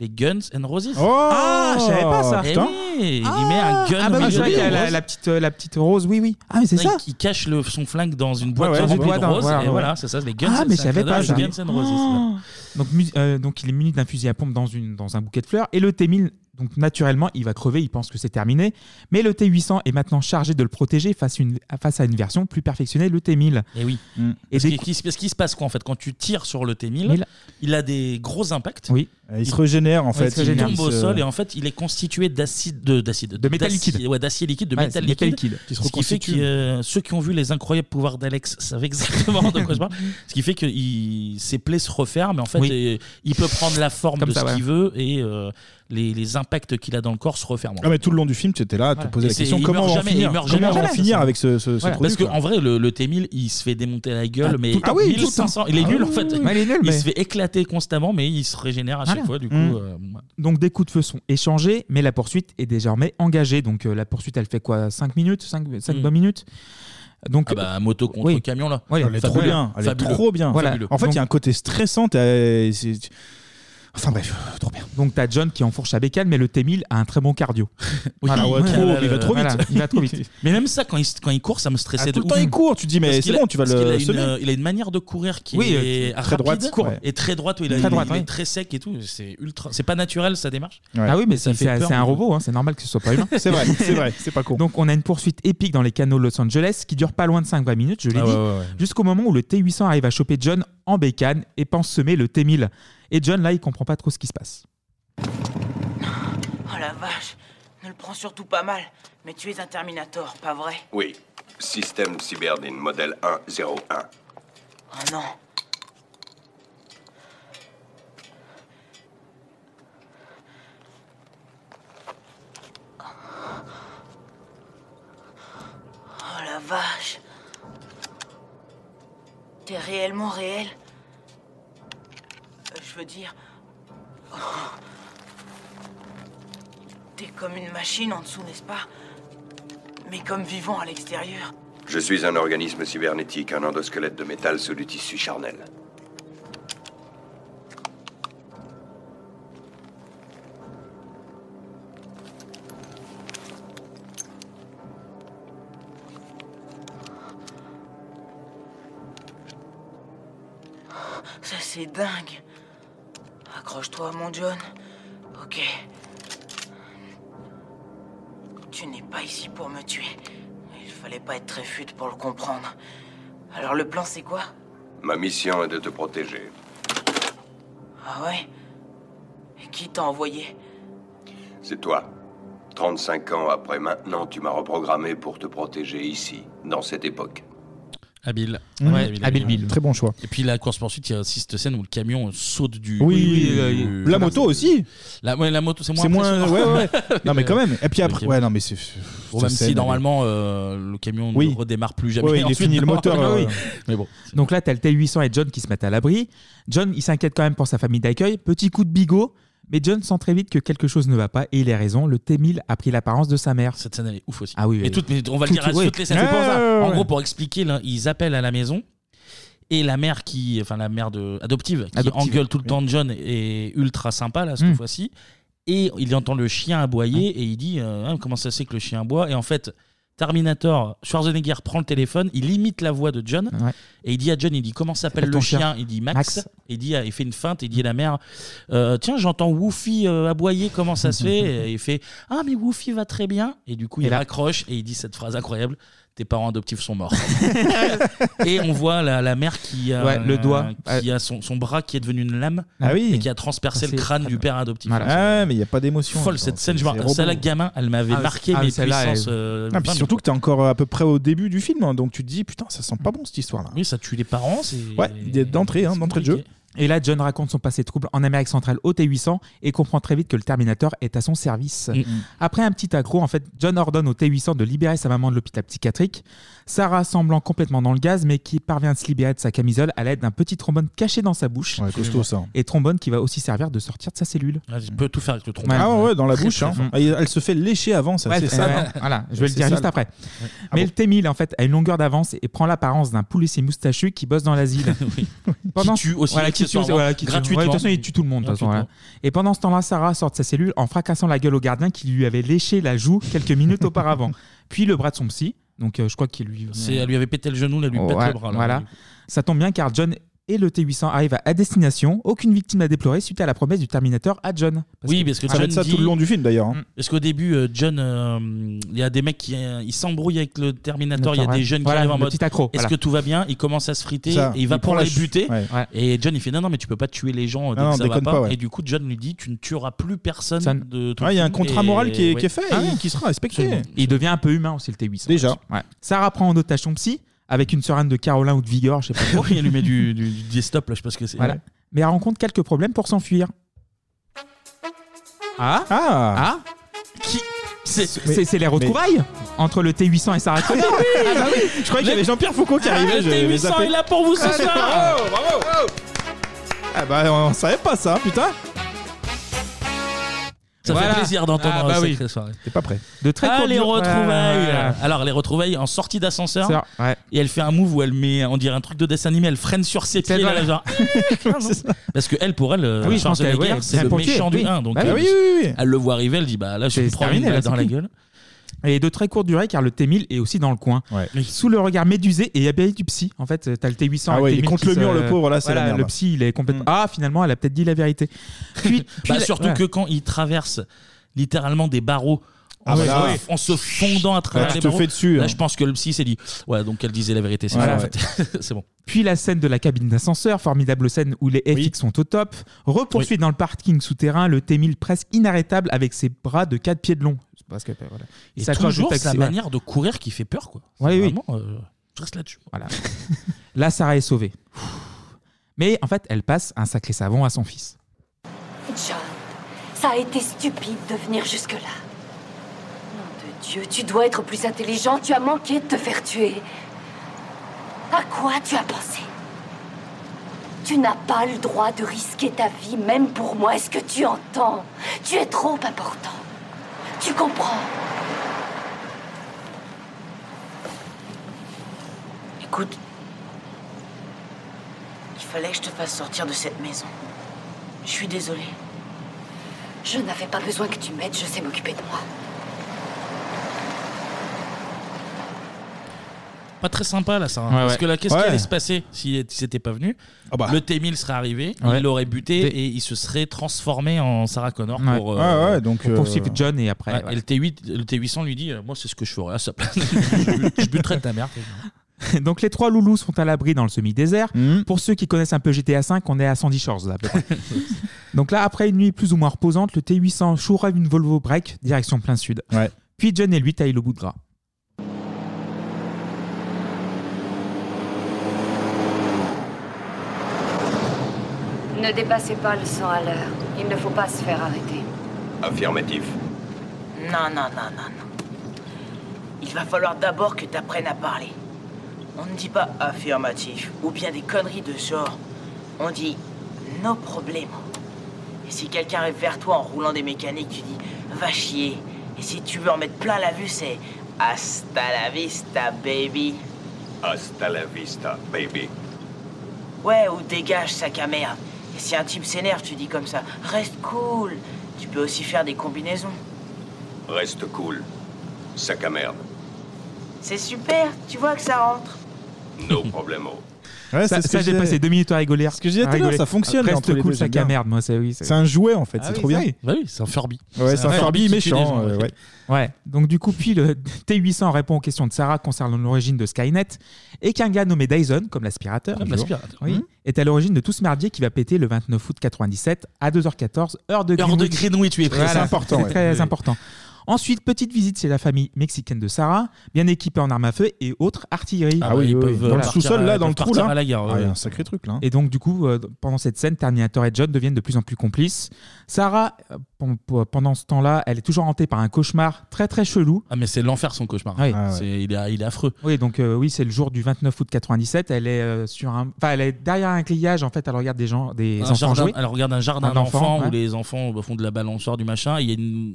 Les Guns and Roses. Oh Ah, je savais pas ça. Eh Putain. oui, il met un gun Ah, bah au oui, c'est milieu vrai des qu'il y a la, roses. la petite, euh, la petite rose, oui, oui. Ah, mais c'est ça. Qui cache le, son flingue dans une boîte ouais, remplie je vois, de dans- roses. voilà, et ouais. voilà, c'est ça, c'est les Guns Ah, mais c'est un j'avais cadeau pas des ça. Ah. Guns and Roses. voilà. Donc, mu- euh, donc il est muni d'un fusil à pompe dans une, dans un bouquet de fleurs. Et le T1000, donc naturellement, il va crever, il pense que c'est terminé. Mais le T800 est maintenant chargé de le protéger face, une, face à une version plus perfectionnée, le T1000. Et oui. Eh Et Mm. Parce des qu'il- qu'il- parce qu'il se passe quoi en fait Quand tu tires sur le T1000, Mille. il a des gros impacts. Oui. Il se régénère, en Ouais, fait. Il, se Il régénère. tombe se- au sol et en fait il est constitué d'acide. De, d'acide- euh, De métal d'acier- liquide. Ouais, d'acier liquide, de Ouais, métal c'est métal liquide. liquide qui se ce qui fait que reconstitue. euh, ceux qui ont vu les incroyables pouvoirs d'Alex savent exactement de quoi je parle. Ce qui fait que il- ses plaies se referment mais en fait Oui. euh, il peut prendre la forme Comme de ça, ce ouais. qu'il veut et euh, les, les impacts qu'il a dans le corps se referment. Ah, mais tout le long du film, tu étais là, à te Voilà. posais Et la c'est- question il comment meurt on va en jamais, il finir, meurt comment jamais, on va en voilà, finir c'est avec ce, ce, ce Voilà, produit parce quoi. qu'en vrai, le, le T1000, il se fait démonter la gueule, Ah, mais tout- ah oui, tout le 1500, il est temps. nul en Ah fait. oui, mais il est nul, il mais- Mmh. se fait éclater constamment, mais il se régénère à chaque Voilà. fois. Du coup, Mm. euh, ouais. Donc des coups de feu sont échangés, mais la poursuite est désormais engagée. Donc euh, la poursuite, elle fait quoi 5 minutes 5, Mm. bonnes minutes donc, Ah bah, moto contre camion, là. Ouais, elle est trop fabuleux. bien, elle est trop bien. Voilà. En fait, il y a un Donc- côté stressant. t'as- euh, c'est- Enfin bref, trop bien. Donc t'as John qui enfourche à bécane, mais le T1000 a un très bon cardio. Ah, Voilà. ouais, Voilà. voilà, le- Voilà, voilà, il va trop vite. mais même ça, quand il, s- quand il court, ça me stressait Ah, tout de le temps, ouf. il court, tu te dis, mais Parce c'est qu'il a- bon, tu vas parce le qu'il a une- semer. euh, Il a une manière de courir qui Oui, est très droite, rapide, ouais. et très droite. Il, a- Très il- droite, il est ouais. très sec et tout. C'est ultra. C'est pas naturel sa démarche. Ah oui, mais Ça c'est fait c'est- peur, c'est un moi. robot, hein, c'est normal que ce soit pas humain. C'est vrai, c'est vrai, c'est pas con. Donc on a une poursuite épique dans les canaux de Los Angeles qui dure pas loin de 5-20 minutes, je l'ai Ah dit, ouais, ouais, ouais. jusqu'au moment où le T800 arrive à choper John en bécane et pense semer le T1000. Et John, là, il comprend pas trop ce qui se passe. Oh la vache, ne le prends surtout pas mal, mais tu es un Terminator, pas vrai Oui, système Cyberlin, modèle 101. Oh non. Oh la vache. T'es réellement réel Euh, Je veux dire... oh. T'es comme une machine en dessous, n'est-ce pas Mais comme vivant à l'extérieur. Je suis un organisme cybernétique, un endosquelette de métal sous du tissu charnel. Ça, c'est dingue. Accroche-toi, mon John. Ok. Tu n'es pas ici pour me tuer. Il fallait pas être très fut pour le comprendre. Alors, le plan, c'est quoi Ma mission est de te protéger. Ah ouais Et qui t'a envoyé C'est toi. 35 ans après maintenant, tu m'as reprogrammé pour te protéger ici, dans cette époque. Habile. Mmh. Habile Bill. Très bon choix. Et puis la course poursuite, il y a aussi cette scène où le camion saute du. Oui, oui, oui. La moto aussi. La, ouais, la moto, c'est moins. C'est moins. Ouais, impressionnant. ouais. Non, mais quand même. Et puis Le après. camion. Ouais, non, mais c'est. Bon, cette même scène, si elle est- normalement euh, le camion Oui. ne redémarre plus jamais. Ouais, ouais, il est ensuite, fini le non. moteur. euh, Oui. Mais bon. Ah Donc là, t'as le T800 et John qui se mettent à l'abri. John, il s'inquiète quand même pour sa famille d'accueil. Petit coup de bigot, mais John sent très vite que quelque chose ne va pas et il a raison. Le T1000 a pris l'apparence de sa mère. Cette scène, elle est ouf aussi. Ah oui, Et oui. toutes, mais on va Tout- le dire à oui. toutes les scènes. C'est pour ça. En Ouais. gros, pour expliquer, là, ils appellent à la maison. Et la mère qui, enfin la mère de, adoptive, qui Adoptive. engueule tout le Oui. temps de John est ultra sympa là cette Mm. fois-ci. Et il entend le chien aboyer et il dit euh, Ah, comment ça se fait que le chien aboie Et en fait, Terminator, Schwarzenegger prend le téléphone, il imite la voix de John Ouais. et il dit à John, il dit comment s'appelle Appelle le ton chien, chien. Il dit Max. Max. Et il dit, il fait une feinte, il dit à la mère Euh, tiens j'entends Woofy euh, aboyer, comment ça se fait Et il fait ah mais Woofy va très bien. Et du coup, il raccroche et il dit cette phrase incroyable Tes parents adoptifs sont morts. et on voit la, la mère qui a, euh, Ouais, le doigt. qui a son, son bras qui est devenu une lame Ah oui. et qui a transpercé le C'est- crâne du père adoptif. Voilà. Ah, ouais, mais il n'y a pas d'émotion. Folle Attends, cette scène, c'est- je me rappelle. c'est Celle-là, robot. gamin, elle m'avait Ah, marqué ah, mes celle-là, puissances. elle- euh, Ah, puis 20, surtout que t'es encore à peu près au début du film, hein, donc tu te dis putain, ça sent pas bon cette histoire-là. Oui, ça tue les parents. c'est- Ouais, d'entrée, hein, d'entrée de jeu. Et là, John raconte son passé trouble en Amérique centrale au T800 et comprend très vite que le Terminator est à son service. Mm, Après un petit accro, en fait, John ordonne au T800 de libérer sa maman de l'hôpital psychiatrique. Sarah semblant complètement dans le gaz, mais qui parvient à se libérer de sa camisole à l'aide d'un petit trombone caché dans sa bouche. Ouais, costaud, ça. Et trombone qui va aussi servir de sortir de sa cellule. Mm. Ah, Il peut tout faire avec le trombone. Ah ouais, dans la Très, bouche. très hein. fin. Elle, elle se fait lécher avant, ça, Ouais, c'est euh, ça. ouais, non voilà, je vais le C'est dire sale. juste après. Ouais. Ah Mais bon. le T-1000, en fait, a une longueur d'avance et prend l'apparence d'un policier moustachu qui bosse dans l'asile. pendant... Qui tue aussi, voilà, qui tue, accessoirement, voilà, qui tue. gratuitement. Ouais, de toute façon, il tue tout le monde. de toute façon, voilà. Et pendant ce temps-là, Sarah sort de sa cellule en fracassant la gueule au gardien qui lui avait léché la joue quelques minutes auparavant. Puis le bras de son psy. Donc, euh, je crois qu'il lui. Oh, C'est- Elle lui avait pété le genou, là, elle lui pète Ouais, le bras. là. Voilà. Ça tombe bien car John et le T800 arrivent à destination. Aucune victime à déplorer suite à la promesse du Terminator à John. Parce oui, parce que ça va John être ça dit- tout le long du film d'ailleurs. hein. Parce qu'au début, euh, John, euh, il y a des mecs qui euh, ils s'embrouillent avec le Terminator. Il y a D'accord, des ouais. jeunes qui Voilà, arrivent en le mode petit accro, Est-ce voilà. que tout va bien Il commence à se friter Ça, et il va il prend pour la les ch- buter. ouais. Ouais. Et John, il fait Non, non, mais tu peux pas tuer les gens euh, dès Ah non, que ça va déconne pas. pas, ouais. Et du coup, John lui dit Tu ne tueras plus personne. Ça- de ton Ouais, Ah, il y a un film. contrat moral qui est- Ah qui est fait et ouais. qui sera respecté. Absolument. Il devient un peu humain aussi, le T800. Déjà. Sarah prend en otage son psy avec une seringue de Carolin ou de Vigor, je sais pas trop. Il lui met du, du, du diestop, là, je sais pas ce que c'est. Voilà. Mais elle rencontre quelques problèmes pour s'enfuir. Ah Ah Qui C'est mais- c'est- c'est les retrouvailles entre le T800 et Sarah Connor. Ah bah oui Ah, Je croyais qu'il y avait Jean-Pierre Foucault qui arrivait. je- Le j'ai T800 zappé. Ah, est là pour vous ce Allez, soir bravo, bravo. Ah bah on savait pas ça, putain. Ah, Ça Voilà. fait plaisir d'entendre Ah bah euh, oui. cette soirée. T'es pas prêt. De très ah, courte les durée. retrouvailles Ah. Alors, les retrouvailles en sortie d'ascenseur. Sœur, ouais. Et elle fait un move où elle met, on dirait un truc de dessin animé, elle freine sur ses pieds. vrai. Là, genre, Parce que elle, pour elle, euh, Ah oui, je pense qu'elle- Schwarzenegger, ouais, c'est bien le pour tuer, méchant du oui. 1. Donc, Bah elle, oui, oui, oui. elle le voit arriver, elle dit Bah là, je vais C'est prendre une terminé, balle là, dans c'est la fini. gueule. Et de très courte durée car le T1000 est aussi dans le coin. Sous le regard médusé et abeille du psy. En fait, t'as le T800 Ah avec ouais, le il est T1000 contre qui le se- mur, le pauvre, là, c'est Voilà, la merde. Mm. Le psy, il est complètement. Ah, finalement, elle a peut-être dit la vérité. Puis, puis Bah, la- surtout ouais. que quand il traverse littéralement des barreaux. Ah en, ouais, se, ah ouais. en se fondant à travers Ouais, tu les te barreaux. fais dessus, Là, hein. je pense que le psy s'est dit Ouais, donc elle disait la vérité, c'est Voilà, ça, en fait. c'est bon. Puis la scène de la cabine d'ascenseur, formidable scène où les FX sont au top. Repoursuit dans le parking souterrain, le T1000 presque inarrêtable avec ses bras de 4 pieds de long. C'est Parce que, euh, voilà. Et s'accroche au toujours taxi, sa ouais. manière de courir qui fait peur, quoi. Ouais, C'est oui. Vraiment, euh, je reste là-dessus. Voilà. Là, Sarah est sauvée. Ouh. Mais en fait, elle passe un sacré savon à son fils. John, ça a été stupide de venir jusque-là. Nom de Dieu, tu dois être plus intelligent, tu as manqué de te faire tuer. À quoi tu as pensé Tu n'as pas le droit de risquer ta vie, même pour moi, est-ce que tu entends Tu es trop important. Tu comprends Écoute, il fallait que je te fasse sortir de cette maison. Je suis désolée. Je n'avais pas besoin que tu m'aides, je sais m'occuper de moi. Pas très sympa là, ça. hein. Ouais, Parce ouais. que là, qu'est-ce Ouais. Ah bah. qui allait se passer s'il s'était pas venu Le T-1000 serait arrivé, Ouais. il l'aurait buté et il se serait transformé en Sarah Connor Ouais. pour, Ouais, ouais, donc, Pour euh, poursuivre John et après, ouais. Et le, T8, le T800 lui dit euh, Moi, c'est ce que je ferais à sa place. je, je buterais ta mère. Donc les trois loulous sont à l'abri dans le semi-désert. Mhm. Pour ceux qui connaissent un peu GTA V, on est à Sandy Shores là, à peu près. Donc là, après une nuit plus ou moins reposante, le T800 choura une Volvo break direction plein sud. Puis John et lui taillent le bout de gras. Ne dépassez pas le 100 à l'heure. Il ne faut pas se faire arrêter. Affirmatif. Non, non, non, non, non. Il va falloir d'abord que t'apprennes à parler. On ne dit pas affirmatif ou bien des conneries de ce genre. On dit nos problèmes. Et si quelqu'un arrive vers toi en roulant des mécaniques, tu dis va chier. Et si tu veux en mettre plein la vue, c'est hasta la vista, baby. Hasta la vista, baby. Ouais, ou dégage, sac à merde. Et si un type s'énerve, tu dis comme ça reste cool. Tu peux aussi faire des combinaisons. Reste cool. Sac à merde. C'est super, tu vois que ça rentre. No problemo. Ouais, ça, c'est ce ça, que j'ai je passé disais. deux minutes à rigoler. Ce que je disais tout à l'heure, ça fonctionne, entre Reste les cool, deux, sac j'aime à bien. merde, moi, c'est oui. C'est un jouet en fait, Ah c'est oui, trop bien. ça, oui. Bah oui, c'est un Furby. Ouais, c'est un Furby qui tue les gens, méchant. en euh, fait. ouais. Ouais. Donc du coup, puis le T800 répond aux questions de Sarah concernant l'origine de Skynet et qu'un gars nommé Dyson, comme l'aspirateur, Comme toujours, l'aspirateur. oui, Hum. Mhm. est à l'origine de tout ce merdier qui va péter le 29 août 97 à 2h14 heure de Heure de Greenwich. Greenwich, oui, Voilà, c'est important, C'est ouais. très Oui. important. Ensuite, petite visite chez la famille mexicaine de Sarah, bien équipée en armes à feu et autres artilleries. bah, Ah Ah oui, oui, ils oui. peuvent, Dans euh, le partir sous-sol, à- là, ils dans le peuvent trou, partir là. à la guerre, Ah, ouais. il y a un sacré truc là. Et donc, du coup, euh, pendant cette scène, Terminator et John deviennent de plus en plus complices. Sarah, euh, pen- pen- pendant ce temps-là, elle est toujours hantée par un cauchemar très très chelou. Ah, mais c'est l'enfer son cauchemar. Oui. Ah C'est- il, est, il est affreux. Oui, donc euh, oui, c'est le jour du 29 août 97. Elle est euh, sur un, enfin, elle est derrière un grillage en fait. Elle regarde des gens, des Un enfants jardin- jouer. Alors regarde un jardin Un enfant, d'enfants ouais. où les enfants bah, font de la balançoire, du machin. et Il y a une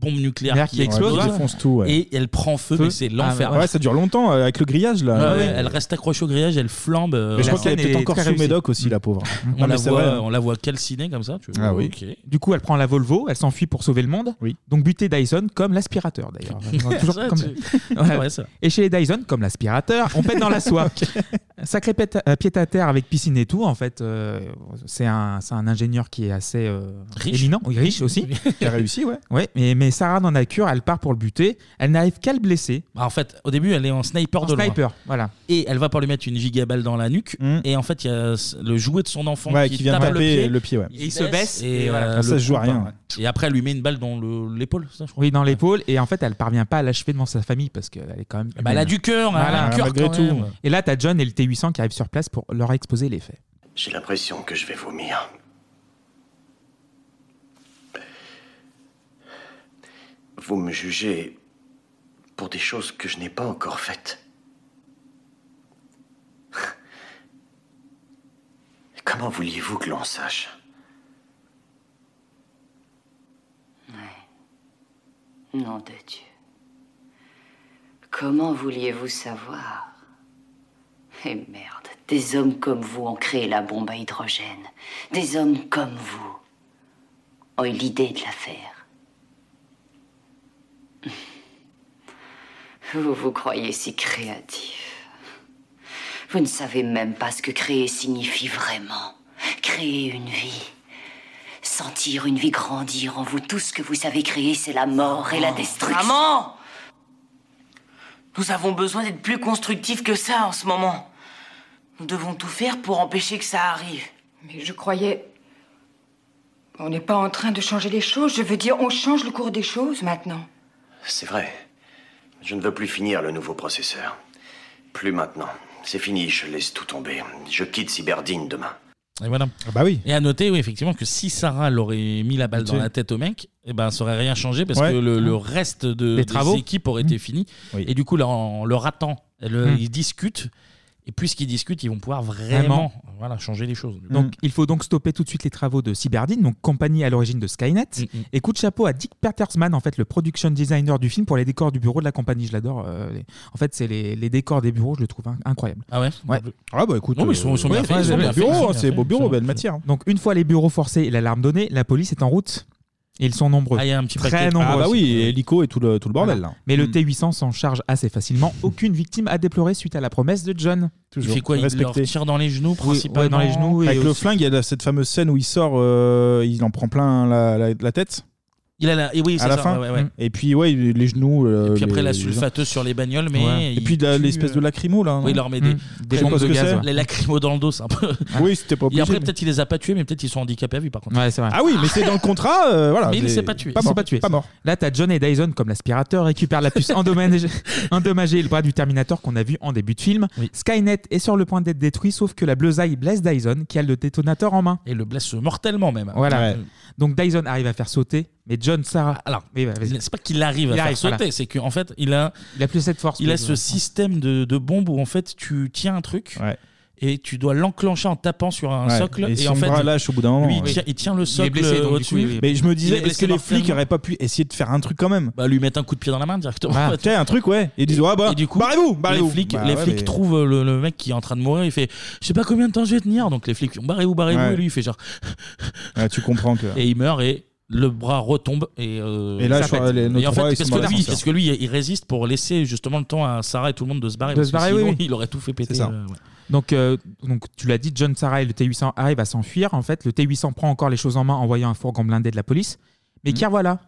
bombe nucléaire L'air qui, qui explose, explose. Ah, ouais. Qui défonce tout, ouais. Et elle prend feu, mais c'est l'enfer. Ah, Ouais, ça dure longtemps euh, avec le grillage Ouais, là. ouais, Elle reste accrochée au grillage, elle flambe. euh, Mais je la crois qu'elle est scène peut-être encore très sous réussie. Médoc aussi, la pauvre. On, Non, mais la c'est voit, vrai. hein. Ah on la voit calcinée comme ça. Tu vois. Ok. Du coup, elle prend la Volvo, elle s'enfuit pour sauver le monde. Donc buter Dyson comme l'aspirateur d'ailleurs. Toujours Ça, comme- tu- Ouais. c'est vrai, ça. Et chez les Dyson, comme l'aspirateur, on pète dans la soie. Sacré pète- euh, pied à terre avec piscine et tout. En fait, euh, c'est un, c'est un ingénieur qui est assez euh, Riche. éminent, oui, riche aussi. Qui a réussi, ouais. ouais mais, mais Sarah n'en a cure, elle part pour le buter. Elle n'arrive qu'à le blesser. Bah, en fait, au début, elle est en sniper de loin. sniper, voilà. Et elle va pour lui mettre une gigaballe dans la nuque. Et en fait, il y a s- le jouet de son enfant Hmm. Ouais, qui, qui vient tape taper le pied. le pied, ouais. Ah, Il se baisse Et, et voilà. euh, Ça, ça le se joue à prend rien. pas. Et après, elle lui met une balle dans le- l'épaule. ça, je crois. Oui, dans l'épaule. Et en fait, elle parvient pas à l'achever devant sa famille parce qu'elle est quand même. Bah, elle a du cœur, elle a un cœur quand même. Et là, t'as John et le T800 qui arrivent sur place pour leur exposer les faits. J'ai l'impression que je vais vomir. Vous me jugez pour des choses que je n'ai pas encore faites. Comment vouliez-vous que l'on sache Nom de Dieu. Comment vouliez-vous savoir Eh merde, des hommes comme vous ont créé la bombe à hydrogène. Des hommes comme vous ont eu l'idée de la faire. Vous vous croyez si créatif. Vous ne savez même pas ce que créer signifie vraiment. Créer une vie. Sentir une vie grandir en vous, tout ce que vous savez créer, c'est la mort et la destruction. Maman Nous avons besoin d'être plus constructifs que ça en ce moment. Nous devons tout faire pour empêcher que ça arrive. Mais je croyais. On n'est pas en train de changer les choses. Je veux dire, on change le cours des choses maintenant. C'est vrai. Je ne veux plus finir le nouveau processeur. Plus maintenant. C'est fini, je laisse tout tomber. Je quitte Cyberdine demain. Et voilà. bah oui. Et à noter, oui, effectivement, que si Sarah l'aurait mis la balle dans Tu- la tête au mec, eh ben, ça aurait rien changé parce Ouais. que le, le reste de, Des travaux. Mmh. des équipes aurait été fini. Et du coup, là, en leur attend, Mm. ils discutent. Et puisqu'ils discutent, ils vont pouvoir Vraiment. vraiment, voilà, changer les choses. Mmh. Donc, il faut donc stopper tout de suite les travaux de Cyberdine, donc compagnie à l'origine de Skynet. Mm, Et coup de chapeau à Dick Petersman, en fait, le production designer du film pour les décors du bureau de la compagnie. Je l'adore. euh, les- En fait, c'est les, les décors des bureaux, je le trouve in- incroyable. Ah ouais Ouais. Ah bah écoute, Non, mais ils sont- ils sont euh, bien ouais, faits, ils sont bien faits, ils sont bien faits, ils sont bien faits. Donc, une fois les bureaux forcés et l'alarme donnée, la police est en route. Et ils sont nombreux. Ah, il y a un petit Très paquet. nombreux. Ah bah Mm. aussi. Oui, et l'hélico et tout le, tout le bordel hein. Voilà. là. Mais le T800 s'en charge assez facilement. Aucune victime à déplorer suite à la promesse de John. Il fait quoi Il leur tire dans les genoux, principalement. ouais, dans les genoux et Avec le aussi- flingue, il y a la- cette fameuse scène où il sort, euh, il en prend plein la, la- la tête. Il a la- et oui, à c'est la ça, fin. Mm. ouais, ouais. Et puis ouais, les genoux. euh, Et puis après, les- la les- sulfateuse sur les bagnoles, mais. Ouais. Et il puis, de la- tue, l'espèce euh, de lacrymo, là, Oui, non il leur met des, Mm. Je Des sais bombes pas de ce que gaz, c'est. ouais. Les lacrymos dans le dos, c'est un peu. Oui, c'était pas Et obligé, après, mais- peut-être il les a pas tués, mais peut-être ils sont handicapés à vue, par contre. Ouais, c'est vrai. Ah oui, mais c'est dans le contrat. euh, voilà, Mais il c'est- s'est pas tué. Pas Ils sont mort. pas tués. Pas mort. Là, t'as John et Dyson comme l'aspirateur récupère la puce endommagée, endommagée et le bras du Terminator qu'on a vu en début de film. Skynet est sur le point d'être détruit, sauf que la bleusaille blesse Dyson qui a le détonateur en main. Et le blesse mortellement même. Voilà. Ouais. Donc Dyson arrive à faire sauter, mais John, Sarah. bah, Alors, c'est pas qu'il arrive à faire sauter, c'est qu'en fait, il a. Il a plus cette force. Il que- a ce système de, de bombe où en fait tu tiens un truc et tu dois l'enclencher en tapant sur un Ouais. socle. Et Et, son en fait, bras lâche au bout d'un moment, lui, il, ouais. tient, il tient Il le est socle blessé, donc, du coup, au-dessus. il est- Mais je me disais, Il est-ce blessé que les mortellement. flics auraient pas pu essayer de faire un truc quand même Bah, lui mettre un coup de pied dans la main directement. Ah, tu sais, un truc, ouais. Ils disent, ouais, bah, barrez-vous, barrez-vous. Les flics, Bah les ouais, flics mais- trouvent euh, le, le mec qui est en train de mourir. Il fait Je sais pas combien de temps je vais tenir. Donc les flics font Barrez-vous, barrez-vous. Ouais. Et lui, il fait genre. Ouais, Ah, tu comprends que. Et il meurt et le bras retombe. Et, euh, Et là, ça je crois, pète. les- nos Et en fait, trois, ils parce sont que, dans lui, l'ascenseur. parce que lui, il résiste pour laisser justement le temps à Sarah et tout le monde de se barrer. De parce se que barrer, sinon, oui, oui. Il aurait tout fait péter. C'est ça. euh, ouais. Donc, euh, donc tu l'as dit, John, Sarah et le T800 arrivent à s'enfuir. En fait, le T800 prend encore les choses en main en voyant un fourgon blindé de la police. Hmm. Mais qui revoilà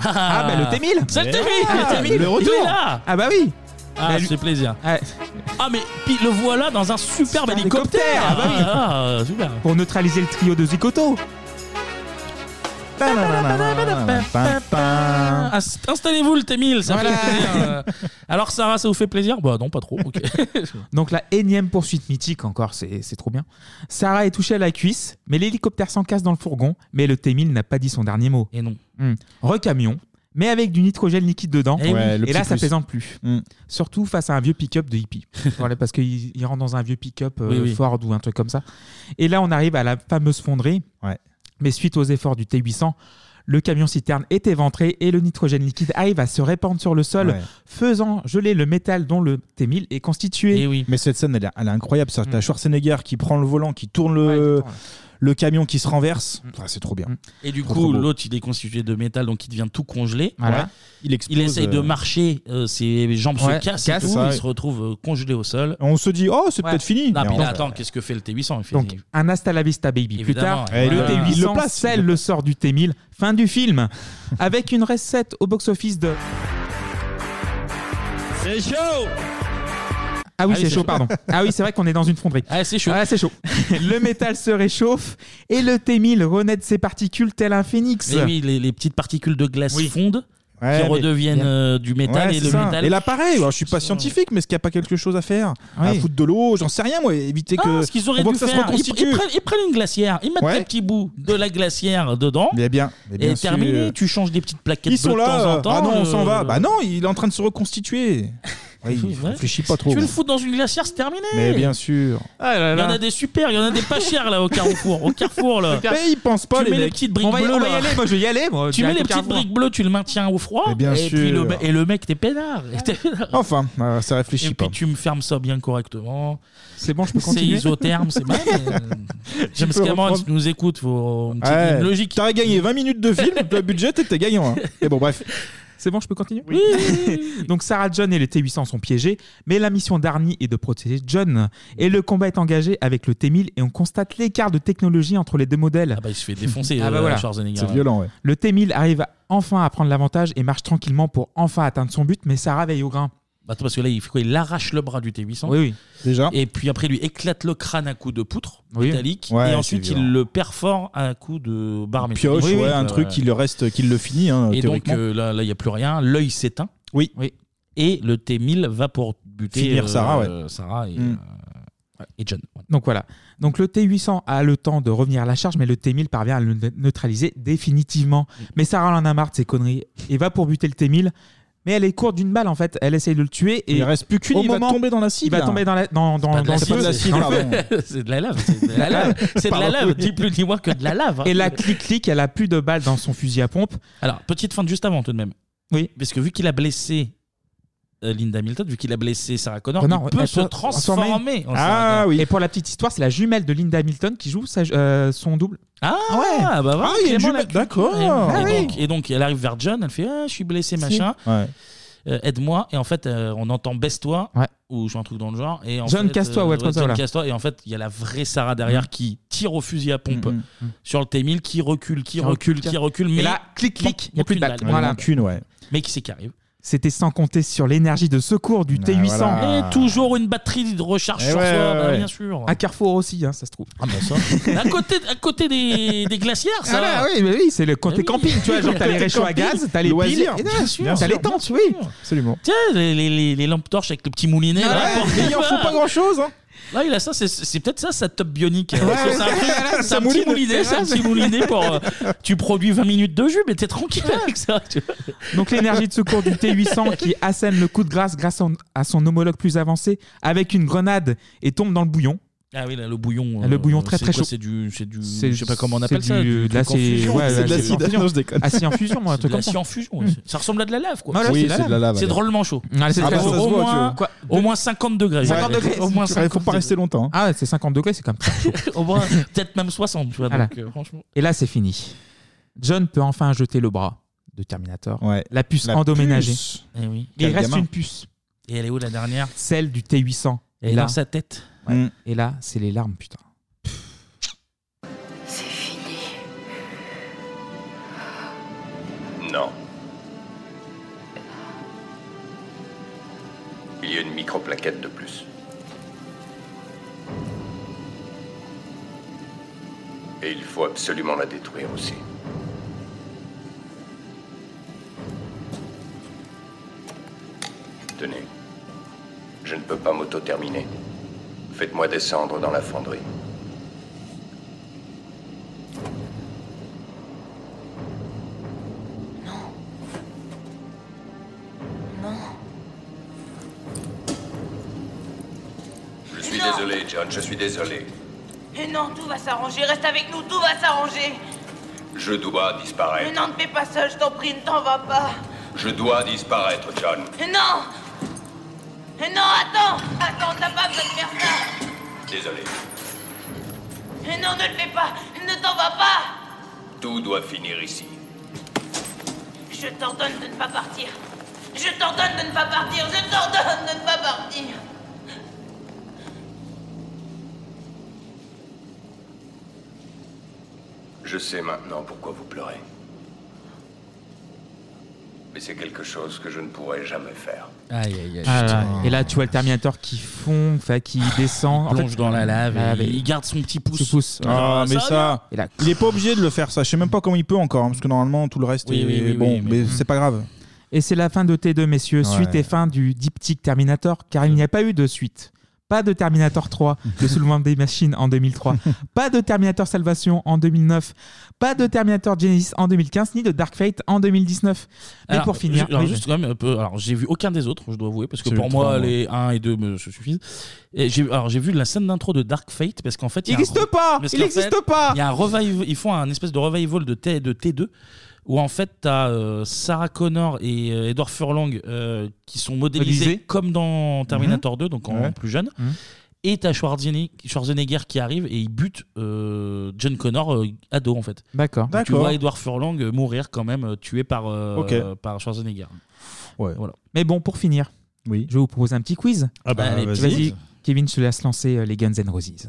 Ah, bah le T1000 C'est le Eh, T1000 ah, le T1000, Le il retour est là Ah bah oui Ah, Bah, ça lui- fait plaisir. Ah, mais puis le voilà dans un superbe hélicoptère hélicoptère, ah bah oui. Ah, super Pour neutraliser le trio de Zicoto bah, Ah, s- Installez-vous le T1000, ça Voilà. fait plaisir. Euh, Alors Sarah, ça vous fait plaisir Bah non, pas trop. ok. Donc la énième poursuite mythique encore, c'est c'est trop bien. Sarah est touchée à la cuisse, mais l'hélicoptère s'encasse dans le fourgon, mais le T-1000 n'a pas dit son dernier mot. Et non. Recamion, mais avec du nitrogène liquide dedans. Eh Et, oui. Ouais, le là, petit ça plus. plaisante plus. Mm. Surtout face à un vieux pick-up de hippie. Voilà, parce qu'il il rentre dans un vieux pick-up euh, Oui, oui. Ford ou un truc comme ça. Et là, on arrive à la fameuse fondrée. Mais suite aux efforts du T-800, le camion citerne est éventré et le nitrogène liquide arrive à se répandre sur le sol, Ouais. faisant geler le métal dont le T-1000 est constitué. Mais cette scène, elle est, elle est incroyable. C'est-à-dire que Mm. T'as Schwarzenegger qui prend le volant, qui tourne le, le camion, qui se renverse. Ah, c'est trop bien. Mm. Et du Trop, coup, trop beau. l'autre, il est constitué de métal, donc il devient tout congelé. Voilà. Ouais. Il explose, Il essaye de euh, marcher, euh, ses jambes Ouais, se cassent, casse, et tout, ça, il ouais. se retrouve euh, congelé au sol. On se dit, oh, c'est Ouais. peut-être fini. Non, Mais mais en là, fait, attends, qu'est-ce que fait le T800 il fait- Donc, un hasta la vista baby. Plus Évidemment, tard, ouais. le Ouais. Il le T800 place, scelle le sort du T1000. Fin du film. Avec une recette au box-office de. C'est chaud Ah oui, c'est chaud, pardon. Ah oui, c'est vrai qu'on est dans une fonderie. Ah, c'est chaud. c'est chaud. le métal se réchauffe et le T1000 renaît de ses particules tel un phénix. Mais oui, les, les petites particules de glace Oui. fondent, Ouais, qui mais- redeviennent euh, du métal, Ouais, et c'est le ça. métal... Et là, pareil, alors, je suis pas scientifique, mais est-ce qu'il n'y a pas quelque chose à faire À Oui. foutre de l'eau, j'en sais rien, moi. Éviter que. Ah, ce qu'ils auraient on voit dû que ça se faire, ils, reconstitue. ils prennent, ils prennent une glacière, ils mettent Ouais. un petit bout de la glacière dedans, Mais bien, mais bien et sûr. terminé, tu changes des petites plaquettes Ils sont bleues de là. temps en euh, temps. ah non, on s'en euh, va. Bah non, il est en train de se reconstituer. Ouais, il réfléchit pas trop. Tu le fous dans une glacière, c'est terminé Mais bien sûr. Il y en a des super, il y en a des pas chers là au carrefour, au carrefour là. Mais ils pensent pas, tu les mets les mecs. petites briques On va y- bleues. on va là. y aller, moi, je vais y aller, moi, Tu mets les direct au petites carrefour. briques bleues, tu le maintiens au froid. Mais Eh bien et Puis le, sûr. me- et le mec, t'es pénard. Et t'es pénard. Enfin, euh, ça réfléchit Et pas. puis tu me fermes ça bien correctement. C'est bon, je peux continuer C'est isotherme, c'est bien. mais, euh, James peux Cameron, reprendre. si tu nous écoute, faut une petite Ouais, ligne logique. T'aurais gagné 20 minutes de film, le budget, et t'es gagnant. hein. Et bon, bref. C'est bon, je peux continuer Donc Sarah John et le T-800 sont piégés, mais la mission d'Arnie est de protéger John. Et le combat est engagé avec le T-1000 et on constate l'écart de technologie entre les deux modèles. Ah bah il se fait défoncer, euh, Schwarzenegger, C'est là. violent, ouais. Le T-1000 arrive enfin à prendre l'avantage et marche tranquillement pour enfin atteindre son but, mais Sarah veille au grain. Bah, Attends, parce que là, il, fait quoi il arrache le bras du T800. Oui, oui. Déjà. Et puis après, il lui éclate le crâne à coups de poutre Oui. métallique. Ouais, et c'est ensuite, violent. il le perfore à coups de barre métallique. Pioche, Oui, ouais, oui. un Euh, truc qui le reste, qui le finit, hein, Et donc théoriquement. euh, là, là, il n'y a plus rien. L'œil s'éteint. Oui. Et le T1000 va pour buter Finir euh, Sarah, ouais. euh, Sarah Hmm. et, Mm. euh, et John. Ouais. Donc voilà. Donc le T800 a le temps de revenir à la charge, mais le T1000 parvient à le ne- neutraliser définitivement. Mm. Mais Sarah en a marre de ces conneries et va pour buter le T1000. Mais elle est courte d'une balle en fait. Elle essaye de le tuer et Il reste plus qu'une, au il va moment- tomber dans la cible, Il va là. tomber dans la dans dans Bah, C'est pas de dans la le cible, c'est feu. de la Dans le feu. pardon. c'est de la lave. C'est de la lave. C'est de la Pardon. lave. Dis plus ni moi que de la lave. hein. Et la clic clic, elle a plus de balles dans son fusil à pompe. Alors, petite feinte juste avant tout de même. Oui. Parce que vu qu'il a blessé euh, Linda Hamilton, vu qu'il a blessé Sarah Connor, Connor, il ouais, peut elle se peut Ah, transformer. Ah en Sarah Connor. oui. Et pour la petite histoire, c'est la jumelle de Linda Hamilton qui joue sa- euh, son double. Ah ouais. Bah, voilà, Ah, il y a une Clément, jumelle, la culture. d'accord. Et, Ah et oui. donc, et donc, elle arrive vers John, elle fait ah, Je suis blessé, machin. Ouais. Euh, aide-moi et en fait euh, on entend baisse-toi Ouais. ou je fais un truc dans le genre et en John, fait, euh, casse-toi, ouais, comme ça, John, voilà. casse-toi. et en fait il y a la vraie Sarah derrière Mm. qui tire au fusil à pompe Mm, sur le T1000 qui recule qui recule qui recule mais Et là, clic clic, il n'y a plus de aucune balles. balle. Voilà. mais qui c'est qui arrive C'était sans compter sur l'énergie de secours Ah, du T800. et toujours une batterie de recharge Ah, Eh sur ouais, soi ouais, bah, ouais. bien sûr À Carrefour aussi, hein, ça se trouve. Ah bah ça. à côté à côté des, des glacières ça Ah là, oui, mais oui, c'est le Ah côté oui. camping, tu vois, genre t'as les Côté réchauds à camping, gaz, t'as les piles, loisirs. et Bien sûr, t'as les bien tentes, oui. Absolument. Tiens, les, les- les- les lampes torches avec le petit moulinet. Ah là, ouais, pour- mais il en faut pas grand-chose, hein. Là, il a ça, c'est- c'est peut-être ça, sa top bionique. Ouais, Parce que c'est un, ouais, truc- ouais, c'est ça un petit mouline. moulinet, c'est un C'est petit vrai. moulinet pour. euh, tu produis 20 minutes de jus, mais t'es tranquille avec ça. tu vois. Donc l'énergie de secours du T800 qui assène le coup de grâce grâce en- à son homologue plus avancé avec une grenade et tombe dans le bouillon. Ah oui, là, le bouillon. euh, Le bouillon très, c'est très quoi, chaud. C'est du, c'est du, C'est- je sais pas comment on c'est appelle ça. du- du de l'acide- truc en fusion. ouais, C'est de l'acide en acide, fusion. non, je déconne. Acide en fusion, moi, un C'est truc de comme ça. l'acide en fusion, ouais. Mm. Ça ressemble à de la lave, quoi. Voilà, Oui, c'est c'est de la de la lave, lave. C'est drôlement chaud. Ah, c'est Ah, très bah, chaud. au, Ça se voit, tu moins, vois. Quoi au moins 50 degrés. 50 degrés. Au moins Il faut 50 pas rester longtemps. Ah, c'est 50 degrés, c'est quand même. très chaud. Au moins, peut-être même 60, tu vois. Voilà. donc, euh, franchement. Et là, c'est fini. John peut enfin jeter le bras de Terminator. La puce La endoménagée. puce. Eh oui. Il Quel reste gamin. une puce. Et elle est où la dernière Celle du T800. Elle est dans sa tête. Ouais. Et là, c'est les larmes, putain. Non. Il y a une microplaquette de plus. Et il faut absolument la détruire aussi. Je ne peux pas m'auto-terminer. Faites-moi descendre dans la fonderie. Je suis désolé, John, je suis désolé. Mais non, tout va s'arranger, reste avec nous, tout va s'arranger. Je dois Mais disparaître. non, ne fais pas ça, je t'en prie, ne t'en va pas. Je dois disparaître, John. Mais non Mais non, attends Attends, t'as pas besoin de faire ça Désolé. Mais non, ne le fais pas Ne t'en va pas Tout doit finir ici. Je t'ordonne de ne pas partir Je t'ordonne de ne pas partir Je t'ordonne de ne pas partir Je sais maintenant pourquoi vous pleurez. Mais c'est quelque chose que je ne pourrai jamais faire. Aïe, aïe, aïe. Ah là là. euh, putain. Et là, tu vois le Terminator qui fond, enfin, qui descend. Il plonge dans la lave et il garde son petit pouce. Ah, mais ça, Et là, il est pas obligé de le faire, ça. Je sais même pas comment il peut encore, hein, parce que normalement tout le reste Oui, est oui, oui, bon, oui, mais, c'est pas grave. Mm. Et c'est la fin de T2, messieurs. Ouais. Suite et fin du diptyque Terminator, car il n'y a pas eu de suite. Pas de Terminator 3, le soulevement des machines en 2003. pas de Terminator Salvation en 2009. Pas de Terminator Genesis en 2015, ni de Dark Fate en 2019. Mais Alors, pour finir. ju- alors oui, juste quand même un peu. Alors, j'ai vu aucun des autres, je dois avouer, parce que C'est pour le moi, trois, moi. les 1 et 2 me se suffisent. Et j'ai, alors, j'ai vu la scène d'intro de Dark Fate, parce qu'en fait. il y a Il un existe re- pas parce Il qu'en existe fait, pas Il y a un revival, ils font un espèce de revival de, T, de T2, où en fait, t'as euh, Sarah Connor et euh, Edward Furlong euh, qui sont modélisés Modélisés. Mhm. comme dans Terminator 2, donc en Ouais. Mhm. plus jeune. Et t'as Schwarzenegger, Schwarzenegger qui arrive et il bute euh, John Connor euh, ado en fait. D'accord. Donc Tu D'accord. vois Edward Furlong euh, mourir quand même, euh, tué par, euh, Ok. par Schwarzenegger. Voilà. Mais bon, pour finir, je vais vous propose un petit quiz. Ah bah, Allez, vas-y. vas-y. Kevin, je te laisse lancer euh, les Guns N' Roses.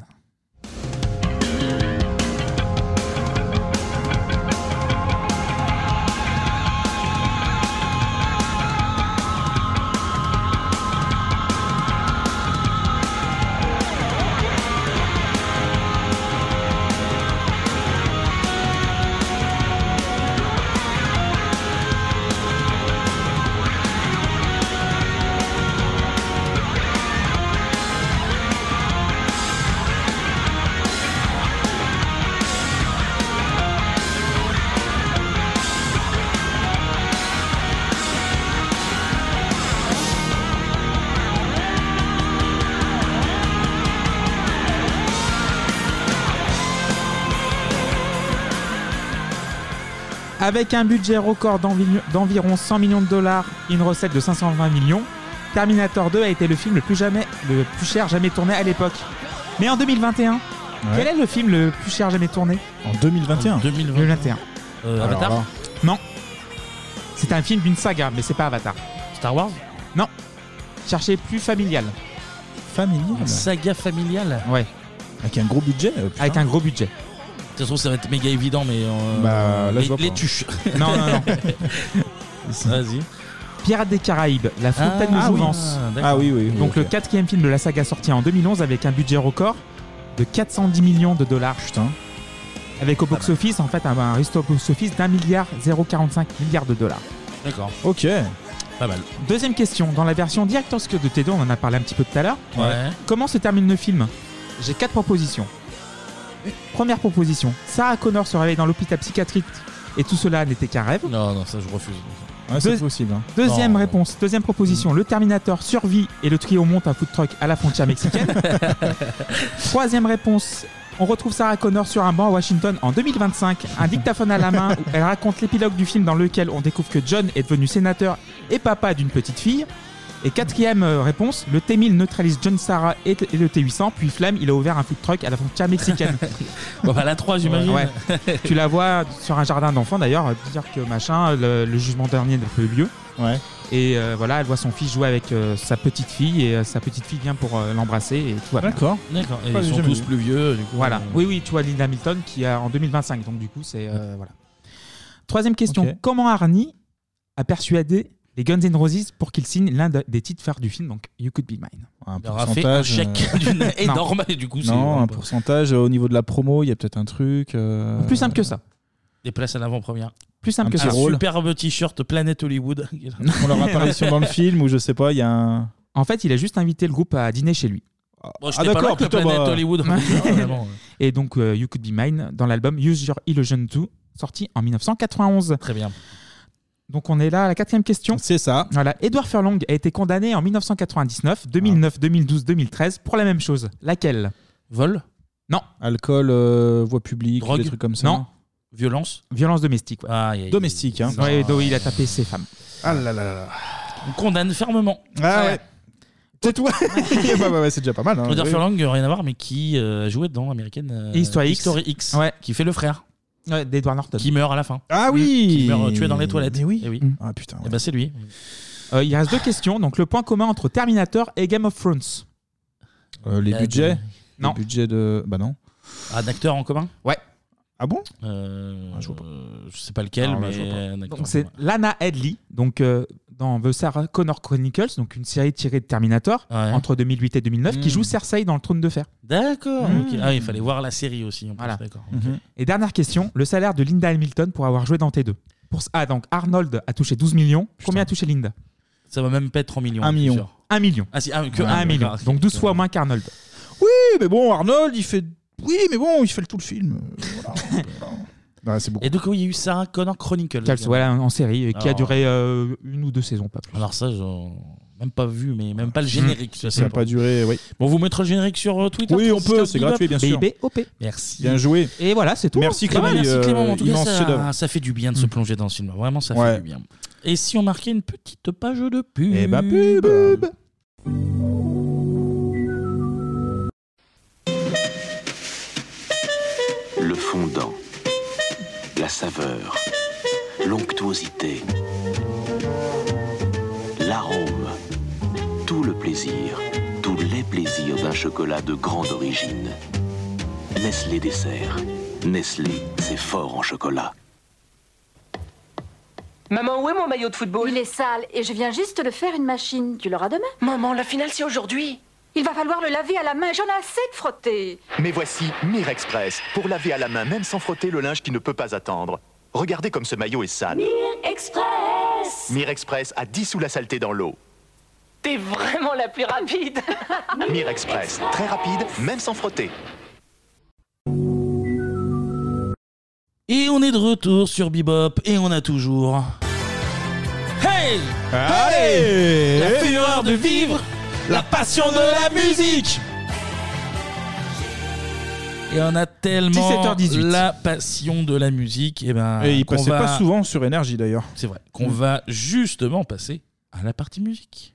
Avec un budget record d'envi- d'environ 100 millions de dollars et une recette de 520 millions, Terminator 2 a été le film le plus, jamais, le plus cher jamais tourné à l'époque. Mais en 2021, quel est le film le plus cher jamais tourné En 2021 2021. Euh, Ah, Alors Avatar là. Non. C'est un film d'une saga, mais c'est pas Avatar. Star Wars Non. Cherchez plus familial. Familial Une saga familiale Ouais. Avec un gros budget Avec un gros budget. De toute façon, ça va être méga évident, mais. euh, Bah, là, je les, vois pas. les tuches. Non, non, non. Vas-y. Pirates des Caraïbes, la Ah fontaine de oui. jouvence. Ah, d'accord. Ah oui, oui, oui, Donc ok. le quatrième film de la saga sorti en 2011 avec un budget record de 410 millions de dollars. Putain. Avec au box-office, en fait, un, un reste au box-office d'un milliard 0,45 milliards de dollars. D'accord. Ok. Pas mal. Deuxième question, dans la version Director's Cut de T2, on en a parlé un petit peu tout à l'heure. Ouais. Comment se termine le film J'ai quatre propositions. Première proposition, Sarah Connor se réveille dans l'hôpital psychiatrique et tout cela n'était qu'un rêve. Non, non, ça je refuse. c'est Deux- possible, hein. Deuxième Non. réponse, deuxième proposition, le Terminator survit et le trio monte un food truck à la frontière mexicaine. Troisième réponse, on retrouve Sarah Connor sur un banc à Washington en 2025, un dictaphone à la main où elle raconte l'épilogue du film dans lequel on découvre que John est devenu sénateur et papa d'une petite fille. Et quatrième euh, réponse, le T-1000 neutralise John Sarah et t- et le T-800, puis Flamme, il a ouvert un food truck à la frontière mexicaine. Bon, bah, la 3, j'imagine. Ouais. tu la vois sur un jardin d'enfants d'ailleurs euh, dire que machin, le, le jugement dernier n'a pas eu lieu. Ouais. Et euh, voilà, elle voit son fils jouer avec euh, sa petite fille et euh, sa petite fille vient pour euh, l'embrasser et tout. va bien. D'accord. D'accord. Et ils sont tous plus vieux, du coup. Voilà. Oui, oui, tu vois Linda Hamilton qui a en 2025, donc du coup, c'est. euh, voilà. Troisième question. Ok. Comment Arnie a persuadé les Guns N' Roses pour qu'ils signent l'un de- des titres phares du film, donc You Could Be Mine Un euh, Il aura fait un chèque d'une énorme, et du coup, c'est. Non, un pourcentage euh, au niveau de la promo, il y a peut-être un truc. euh, Plus simple que ça. Des places à l'avant-première. Plus simple Un que petit ça. rôle. Superbe t-shirt Planète Hollywood. Pour leur apparition dans le film, ou je sais pas, il y a un. En fait, il a juste invité le groupe à dîner chez lui. Ah, Bon, Ah, j'étais pas là avec la planète Hollywood. Ah, Vraiment, ouais. Et donc, euh, You Could Be Mine dans l'album Use Your Illusion 2, sorti en 1991. Très bien. Donc, on est là à la quatrième question. C'est ça. Voilà. Edward Furlong a été condamné en 1999, 2009, Ah. 2012, 2013 pour la même chose. Laquelle Vol Non. Alcool, euh, voie publique, Drogue des trucs comme ça. Non. Violence Violence domestique. ouais. Domestique, hein. Ouais, donc il a tapé ses femmes. Ah là là là là. On condamne fermement. Ah ouais. C'est toi Bah, bah, ouais, C'est déjà pas Ah mal. hein. Roger Oui. Furlong, rien à voir, mais qui euh, jouait dans Américaine euh, Histoire X. History X, Ouais. qui fait le frère. D'Edward Norton. Qui meurt à la fin. Ah oui Qui meurt euh, tué dans les toilettes. oui. oui. Mm. Ah putain. Et bah c'est lui. Euh, il reste deux questions. Donc, le point commun entre Terminator et Game of Thrones Euh, les Euh, budgets non. Les budgets de. Bah non. Ah, Un acteur en commun Ouais. Ah bon Euh, Ah, je, sais pas lequel, Alors là, mais je vois pas. un acteur en Donc, c'est commun. Lana Headley, donc euh, dans The Sarah Connor Chronicles, donc une série tirée de Terminator entre 2008 et 2009, qui Mm. joue Cersei dans le Trône de Fer. D'accord. Mmh. Mm. ok. Ah, il fallait voir la série aussi. En plus. Voilà. D'accord. Mhm. Et dernière question, le salaire de Linda Hamilton pour avoir joué dans T2. Pour... Ah, donc Arnold a touché 12 millions. Combien a touché Linda Ça va même pas être en millions. Un je suis million. sûr. Un million. Ah, si, un, que Un un, million. d'accord. Donc 12 fois moins qu'Arnold. Oui, mais bon, Arnold, il fait. Oui, mais bon, il fait le tout le film. Voilà. Bah, c'est beaucoup. Et donc, oui, il y a eu Sarah Connor Chronicles. Qu'elle- voilà, en série, et qui Alors, a duré euh, une ou deux saisons, pas plus. Alors ça, j'en même pas vu, mais même pas le générique. ça, Mmh. Ça n'a c'est pas duré, oui. Bon, vous mettrez le générique sur euh, Twitter. Oui, on peut, Transistor c'est Bebop. gratuit, bien sûr. BBOP. Merci. Bien joué. Et voilà, c'est tout. Mmh. Merci Pas mal, Clément. merci euh, Clément. En tout cas, immense chef-d'œuvre. ça, ça fait du bien de se plonger dans ce film. Vraiment, ça Ouais. fait du bien. Et si on marquait une petite page de pub Eh bah, pub Le fondant, la saveur, l'onctuosité, l'arôme, tout le plaisir, tous les plaisirs d'un chocolat de grande origine. Nestlé dessert. Nestlé, c'est fort en chocolat. Maman, où est mon maillot de football Il est sale et je viens juste le faire une machine. Tu l'auras demain Maman, la finale c'est aujourd'hui. Il va falloir le laver à la main, j'en ai assez de frotter. Mais voici Mire Express, pour laver à la main, même sans frotter le linge qui ne peut pas attendre. Regardez comme ce maillot est sale. Express Mire Express a dissous la saleté dans l'eau. T'es vraiment la plus rapide Mire Express, très rapide, même sans frotter. Et on est de retour sur Bebop et on a toujours. Hey Allez La fureur de vivre, la passion de la musique Et on a tellement 17h18. la passion de la musique. Et, ben, Et il qu'on passait va- pas souvent sur énergie d'ailleurs. C'est vrai. Mm. Qu'on va justement passer à la partie musique.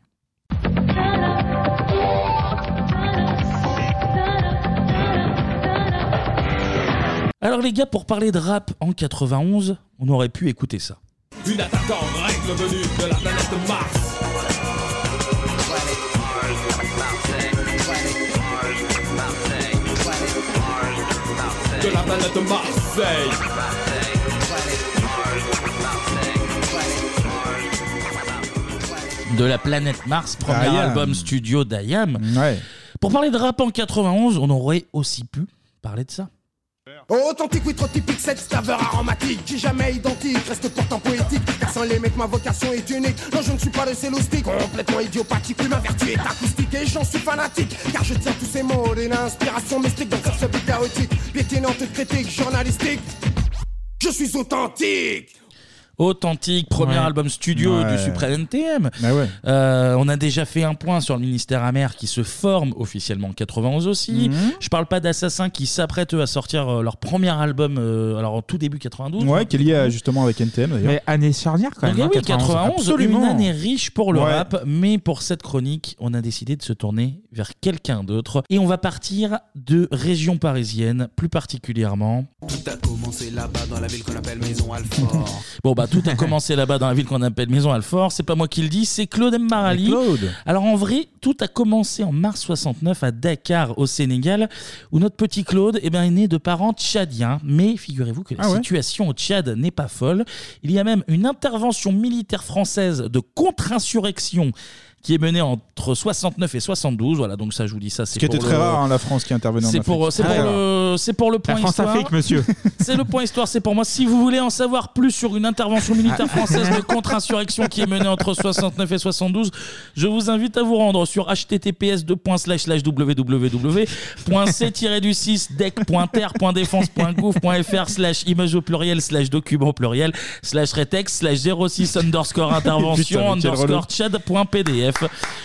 Alors les gars, pour parler de rap en 91, on aurait pu écouter ça. Une attaque en règle venue de la planète Mars. De la planète Marseille. de la planète Mars, premier D'Ayam. album studio d'Ayam. Pour parler de rap en 91, on aurait aussi pu parler de ça. Oh, Authentique, oui, trop typique, cette saveur aromatique. J'ai jamais identique, reste pourtant poétique. Car sans les mecs, ma vocation est unique. Non, je ne suis pas le célostique, complètement idiopathique. Oui, ma vertu est acoustique et j'en suis fanatique. Car je tiens tous ces mots d'une inspiration mystique. Donc, ce but chaotique, piétinante critique, journalistique. Je suis authentique. Authentique, premier Ouais. album studio Ouais. du Suprême NTM. Ah ouais. Euh, on a déjà fait un point sur le ministère amer qui se forme officiellement en 91 aussi. Mhm. Je parle pas d'assassins qui s'apprêtent eux, à sortir euh, leur premier album euh, alors en tout début 92. Mm. Ouais, qui est lié à, justement avec NTM d'ailleurs. Mais année charnière hein, Donc, eh oui, 91, une année riche pour le Ouais. rap, mais pour cette chronique, on a décidé de se tourner vers quelqu'un d'autre. Et on va partir de région parisienne, plus particulièrement. Tout a commencé là-bas dans la ville qu'on appelle Maison Alfort. Bon, bah, tout a commencé là-bas dans la ville qu'on appelle Maison Alfort. C'est pas moi qui le dis, c'est Claude M. Marali. Et Claude. Alors, en vrai, tout a commencé en mars 69 à Dakar, au Sénégal, où notre petit Claude eh ben, est né de parents tchadiens. Mais figurez-vous que la Ah ouais situation au Tchad n'est pas folle. Il y a même une intervention militaire française de contre-insurrection qui est menée entre 69 et 72. Voilà, donc ça, je vous dis ça. Ce qui était très rare, hein, la France qui intervenait en C'est Afrique. Ah. pour, c'est pour, le- c'est pour le point France histoire. Afrique, monsieur. C'est le point histoire, c'est pour moi. Si vous voulez en savoir plus sur une intervention militaire française de contre-insurrection qui est menée entre 69 et 72, je vous invite à vous rendre sur https www.c-du6 deck.terre.défense.gouv.fr slash image au pluriel slash document au pluriel slash retex slash 06 underscore intervention Putain, mais quel underscore relou. chat.pdf.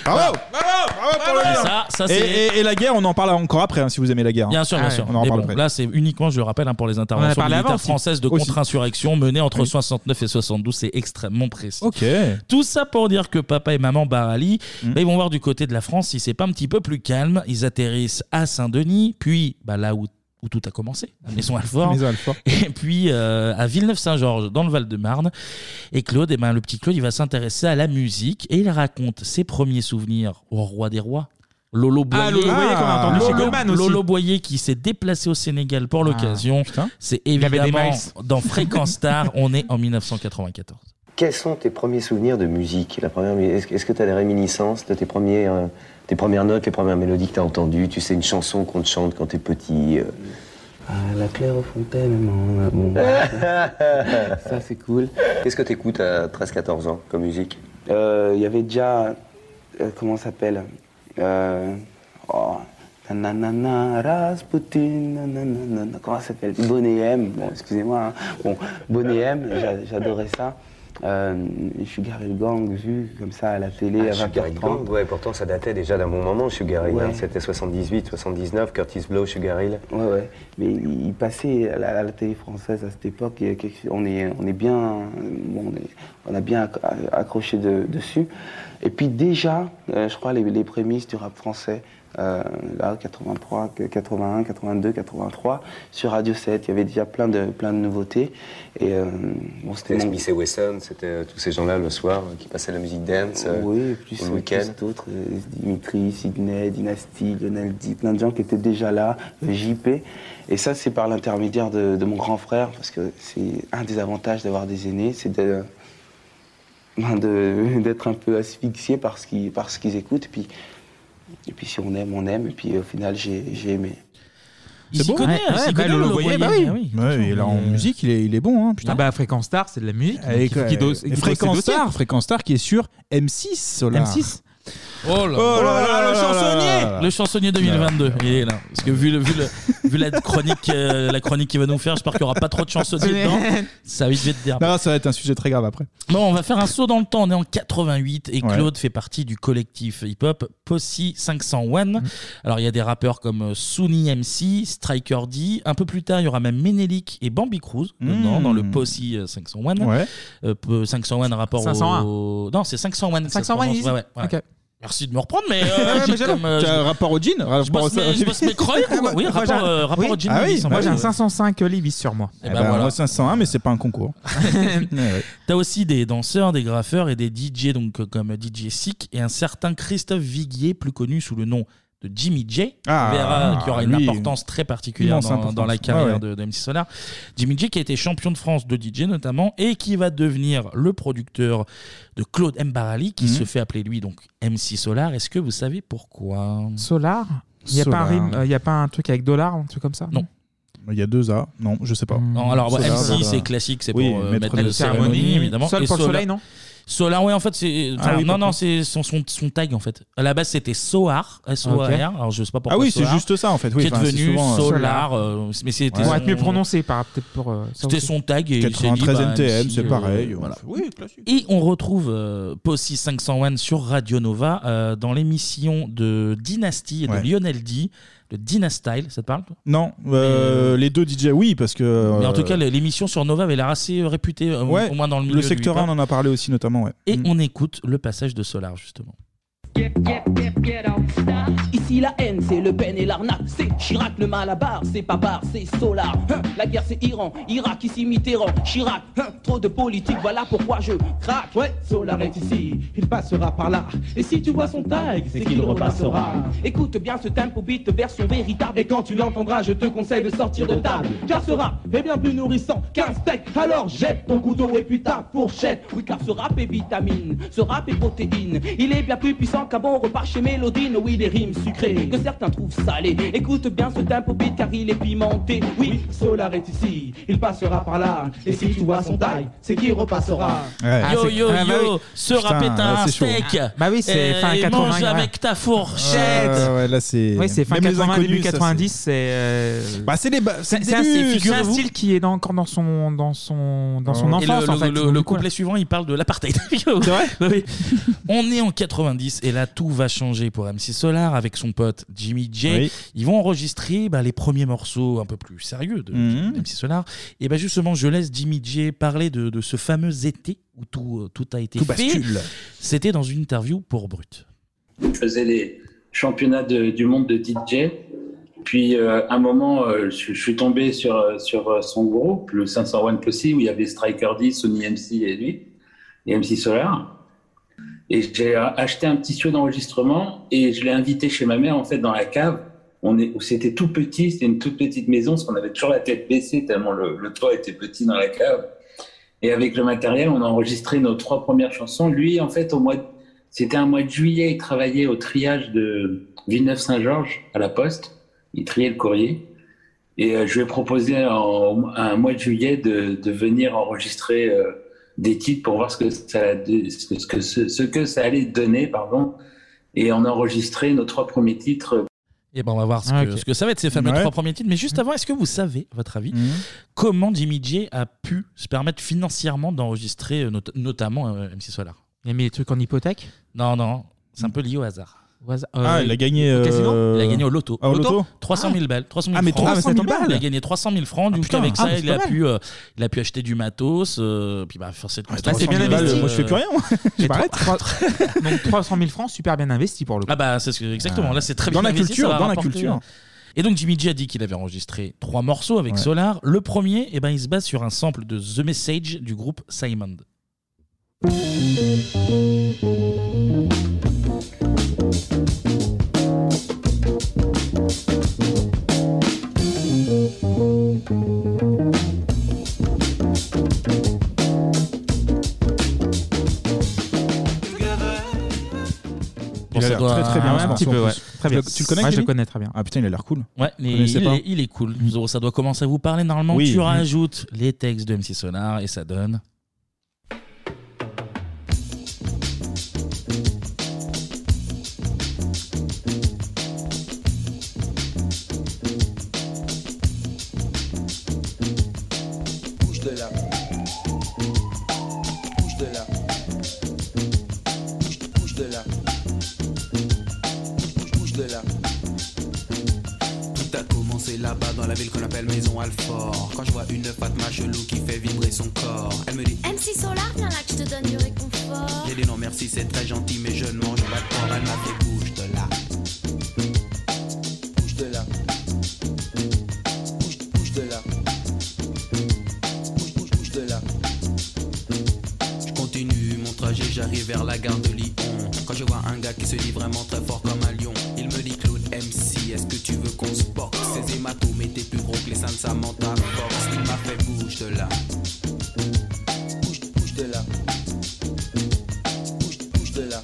Bravo Et ça, Ah, ça c'est. et, et- et la guerre, on en parle encore après, hein, si vous aimez la guerre. Bien sûr, bien Ah sûr. ouais. On en Mais reparle bon, après. là, c'est uniquement, je le rappelle, hein, pour les interventions On en a parlé militaires avant aussi. françaises de Aussi. contre-insurrection menées entre Oui. 69 et 72. C'est extrêmement précis. Ok. Mm. Tout ça pour dire que papa et maman Barali, bah, ils vont voir du côté de la France si c'est pas un petit peu plus calme. Ils atterrissent à Saint-Denis, puis bah, là où, où tout a commencé, à Maison-Alfort. Maison Alfort. Et puis euh, à Villeneuve-Saint-Georges, dans le Val-de-Marne. Et Claude, eh ben, le petit Claude, il va s'intéresser à la musique et il raconte ses premiers souvenirs au roi des rois. Lolo Boyer, Ah, Lolo Boyer, qu'on a entendu chez Lolo- Goldman aussi. Lolo Boyer qui s'est déplacé au Sénégal pour l'occasion. C'est avait des évidemment miles. dans Fréquence Star, on est en 1994. Quels sont tes premiers souvenirs de musique La première, est-ce, est-ce que tu as des réminiscences de tes, premiers, euh, tes premières notes, les premières mélodies que tu as entendues Tu sais, une chanson qu'on te chante quand t'es petit. euh. Ah, la claire fontaine, Ça, c'est cool. Qu'est-ce que t'écoutes à 13-14 ans comme musique Euh, Il y avait déjà. euh, comment ça s'appelle euh, oh, nanana, Rasputin, nanana, Comment ça s'appelle Bonnet M. Bon, excusez-moi. hein. Bon, Bonnet M, j'a- j'adorais ça. Euh, Sugar Hill Gang, vu comme ça à la Ah, télé à 20h30. Sugar Hill Gang, ouais, pourtant ça datait déjà d'un bon moment, Sugar Hill. Ouais. hein. C'était 78, 79, Curtis Blow, Sugar Hill. Ouais, ouais. Mais il il passait à la, à la télé française à cette époque. il y a quelque chose- on, est, on est bien. bon, on, est- on a bien acc- accroché de- dessus. Et puis déjà, euh, je crois, les, les prémices du rap français, euh, là, 83, 81, 82, 83, sur Radio 7, il y avait déjà plein de, plein de nouveautés. Et euh, bon, C'était c'était mon- Smith et Wesson, c'était euh, tous ces gens-là le soir euh, qui passaient la musique dance euh, oui, et plus, au euh, week-end. plus d'autres, euh, Dimitri, Sidney, Dynasty, Lionel D, plein de gens qui étaient déjà là, euh, JP. Et ça, c'est par l'intermédiaire de, de mon grand frère, parce que c'est un des avantages d'avoir des aînés, c'est de- ben, de- d'être un peu asphyxié par ce qu'ils par ce qu'ils écoutent. Et puis, et puis si on aime, on aime. Et puis au final, j'ai j'ai aimé. Il s'y connaît, il s'y connaît, Lolo Boyer. bah oui. Ouais, et là, en musique, il est, il est bon. Hein, Ah putain. bah, Fréquence Star, c'est de la musique. donc Avec, il faut qu'il euh, dose- et qu'il dose Fréquence ses dossiers. Star, Fréquence Star qui est sur M6 Solar. M6. Oh là Oh là là là le là chansonnier là là. Le chansonnier 2022, il est là. Parce que vu, le, vu, le- vu la chronique euh, la chronique qu'il va nous faire, j'espère qu'il n'y aura pas trop de chansonniers dedans. Ça va vite vite dire. Non, ça va être un sujet très grave après. Bon, on va faire un saut dans le temps. On est en 88 et Ouais. Claude fait partie du collectif hip-hop Posse 501. Mm. Alors, il y a des rappeurs comme euh, Sunny MC, Striker D. Un peu plus tard, il y aura même Menelik et Bambi Cruz dedans, Mmh. dans le Posse euh, 501. Ouais. Euh, peu- 501 rapport 501. au. Non, c'est 501. que ça se 501, prononce. ils- Ouais, ouais, ouais. Ok. Merci de me reprendre, mais. Ouais, Euh, mais j'ai j'adore. comme, euh, Tu as je- un rapport au jean rapport Je bosse au- mes- je bosse mes chroniques, ou quoi Oui, Moi, rapport, j'ai- euh, rapport oui. au jean, Ah oui, il semble. moi j'ai un Ouais. 505 Libis sur moi. Eh Eh ben ben, voilà. Moi 501, mais c'est pas un concours. T'as aussi des danseurs, des graffeurs et des DJ donc euh, comme DJ Sick et un certain Christophe Viguier, plus connu sous le nom de Jimmy J, Ah, on verra, qui aura une lui, importance très particulière immense dans, importance. dans la carrière Ouais, ouais. de, de MC Solar. Jimmy J qui a été champion de France de DJ notamment et qui va devenir le producteur de Claude Mbarali qui Mhm. se fait appeler lui donc MC Solar. Est-ce que vous savez pourquoi Solar Il n'y a, pas un Solar. rime- euh, y a pas un truc avec dollar, un truc comme ça Non. Il y a deux A. Non, je sais pas. Non, alors bah, Solar, MC Solar. c'est classique, c'est Oui, pour euh, maître mettre de la cérémonie, évidemment. Sol Et pour le Solar- soleil, non Solar, ouais, en fait, c'est. Ah enfin, oui, non, pourquoi non, c'est son, son, son tag, en fait. À la base, c'était Soar, s o Ok. Alors, je sais pas pourquoi. Ah oui, c'est Soar, juste ça, en fait, oui, qui est enfin, c'est devenu souvent, euh, Solar, Solar. euh, mais c'était. Ouais. Pour son- être mieux prononcé, par- peut-être pour. euh, ça C'était aussi. son tag. Et il s'est dit, 93 bah, NTM, MC, c'est euh, pareil. voilà. Oui, Et on retrouve euh, Possi 501 sur Radio Nova euh, dans l'émission de Dynasty et de Ouais. Lionel D, le Dynastyle, ça te parle toi Non, euh, les deux DJ, oui, parce que. Mais en tout cas, euh, l'émission sur Nova avait l'air assez euh, réputée, euh, ouais, au moins dans le milieu. Le du secteur 1, hip-hop. on en a Mm. parlé aussi, notamment, ouais. Et on écoute le passage de Solar, justement. Ici la haine, c'est Le Pen et l'arnaque, c'est Chirac, le malabar, c'est Babar, c'est Solar. Hein, la guerre, c'est Iran, Irak, ici Mitterrand, Chirac. hein, trop de politique, voilà pourquoi je craque. Ouais, Solar est ici, il passera par là. Et si tu vois son tag, c'est qu'il repassera. Écoute bien ce tempo beat version véritable. Et quand tu l'entendras, je te conseille de sortir de table. Car ce rap est bien plus nourrissant qu'un steak. Alors jette ton couteau et puis ta fourchette. Oui, car ce rap est vitamine, ce rap est protéine. Il est bien plus puissant vagabond repart chez Mélodine, oui, des rimes sucrées que certains trouvent salées. Écoute bien ce tempo beat car il est pimenté. Oui, Solar est ici, il passera par là. Et si tu vois son taille, c'est qu'il repassera. Ouais. Ah, Yo c'est- yo ah, bah yo, oui. ce Putain, rap est là, un c'est chaud. steak. Bah oui, c'est Euh, fin et 80, Mange ouais. avec ta fourchette. Ouais, ouais, là, c'est. Oui, c'est fin Même les 80, début inconnus, ça, 90, c'est. euh, Bah, c'est les ba- c'est C'est le c'est un, début, c'est- c'est un figurez-vous. style qui est dans- encore dans son, dans son, dans son Et enfance, le, en le- fait. le- le couplet suivant, il parle de l'apartheid. C'est vrai On est en 90 et là, tout va changer pour MC Solar avec son pote Jimmy J. Oui. Ils vont enregistrer bah, les premiers morceaux un peu plus sérieux de Mhm. MC Solar. Et bah, justement, je laisse Jimmy J parler de, de ce fameux été où tout, euh, tout a été Tout fait. bascule. C'était dans une interview pour Brut. Je faisais les championnats de- du monde de DJ. Puis, euh, un moment, euh, je, je suis tombé sur, euh, sur euh, son groupe, le 501 Pussy, où il y avait Striker D, Sony MC et lui, et MC Solar. Et j'ai euh, acheté un petit studio d'enregistrement et je l'ai invité chez ma mère, en fait, dans la cave. On est, où c'était tout petit, c'était une toute petite maison, parce qu'on avait toujours la tête baissée, tellement le, le toit était petit dans la cave. Et avec le matériel, on a enregistré nos trois premières chansons. Lui, en fait, au mois de- c'était un mois de juillet, il travaillait au triage de Villeneuve-Saint-Georges à la Poste. Il triait le courrier. Et euh, je lui ai proposé en, à un mois de juillet de, de venir enregistrer euh, des titres pour voir ce que ça, ce que- ce que, ce, ce que ça allait donner, pardon. Et on a enregistré nos trois premiers titres. Et ben on va voir ce, Ah, que, ok. ce que ça va être ces fameux Ouais. trois premiers titres. Mais juste avant, est-ce que vous savez, à votre avis, comment Jimmy J a pu se permettre financièrement d'enregistrer euh, not- notamment euh, MC Solar Il a mis les trucs en hypothèque Non, non, c'est un peu lié au hasard. Ah, il a gagné, au casino euh, Il a gagné au loto. Ah, au loto 300 000 balles. 300 Ah, mais francs. 300 000 Il a balles gagné 300 000 francs. Du coup, putain. avec Ah, ça, mais c'est il, pas a mal. pu, euh, il a pu acheter du matos. euh, puis, bah, forcément, Là, c'est bien investi. euh, Moi, je fais plus rien. Je m'arrête. Donc 300 000 francs, super bien investi pour le coup. Ah bah c'est ce que, exactement, Ah. là c'est très Dans bien la investi, culture, ça va dans la rapporter. euh. culture. Et donc Jimmy J a dit qu'il avait enregistré trois morceaux avec Ouais. Solar. Le premier, eh ben, il se base sur un sample de The Message du groupe Simon. Il a ça l'air doit- très très bien. Ah ouais, ce un morceau, petit peu, en ouais. plus. Très Tu bien. le- Tu le connais Ouais, je Kenny le connais très bien. Ah putain, il a l'air cool. Ouais, mais Je connaissais il, pas. est, il est cool. Zoro, Ça doit commencer à vous parler normalement. Oui. Tu Mhm. rajoutes les textes de MC Solar et ça donne. Bouge de là. Bouge de là. Bouge, bouge de là. Bouge, bouge, bouge de là. Tout a commencé là-bas dans la ville qu'on appelle Maison Alfort. Quand je vois une Fatma chelou qui fait vibrer son corps, elle me dit MC Solar, viens là que je te donne du réconfort. J'ai dit non merci, c'est très gentil, mais je ne mange pas de porc. Elle m'a fait bouge de là. Bouge de là. Bouge, bouge de là. Bouge, bouge, bouge de là. Je continue mon trajet, j'arrive vers la gare de Lyon. Quand je vois un gars qui se dit vraiment très fort comme un lion, il me dit Claude MC, est-ce que tu veux qu'on se boxe Ces hématomes étaient plus gros que les seins de Samantha Fox. Il m'a fait bouge de là. Bouge, bouge de là. Bouge, bouge de là.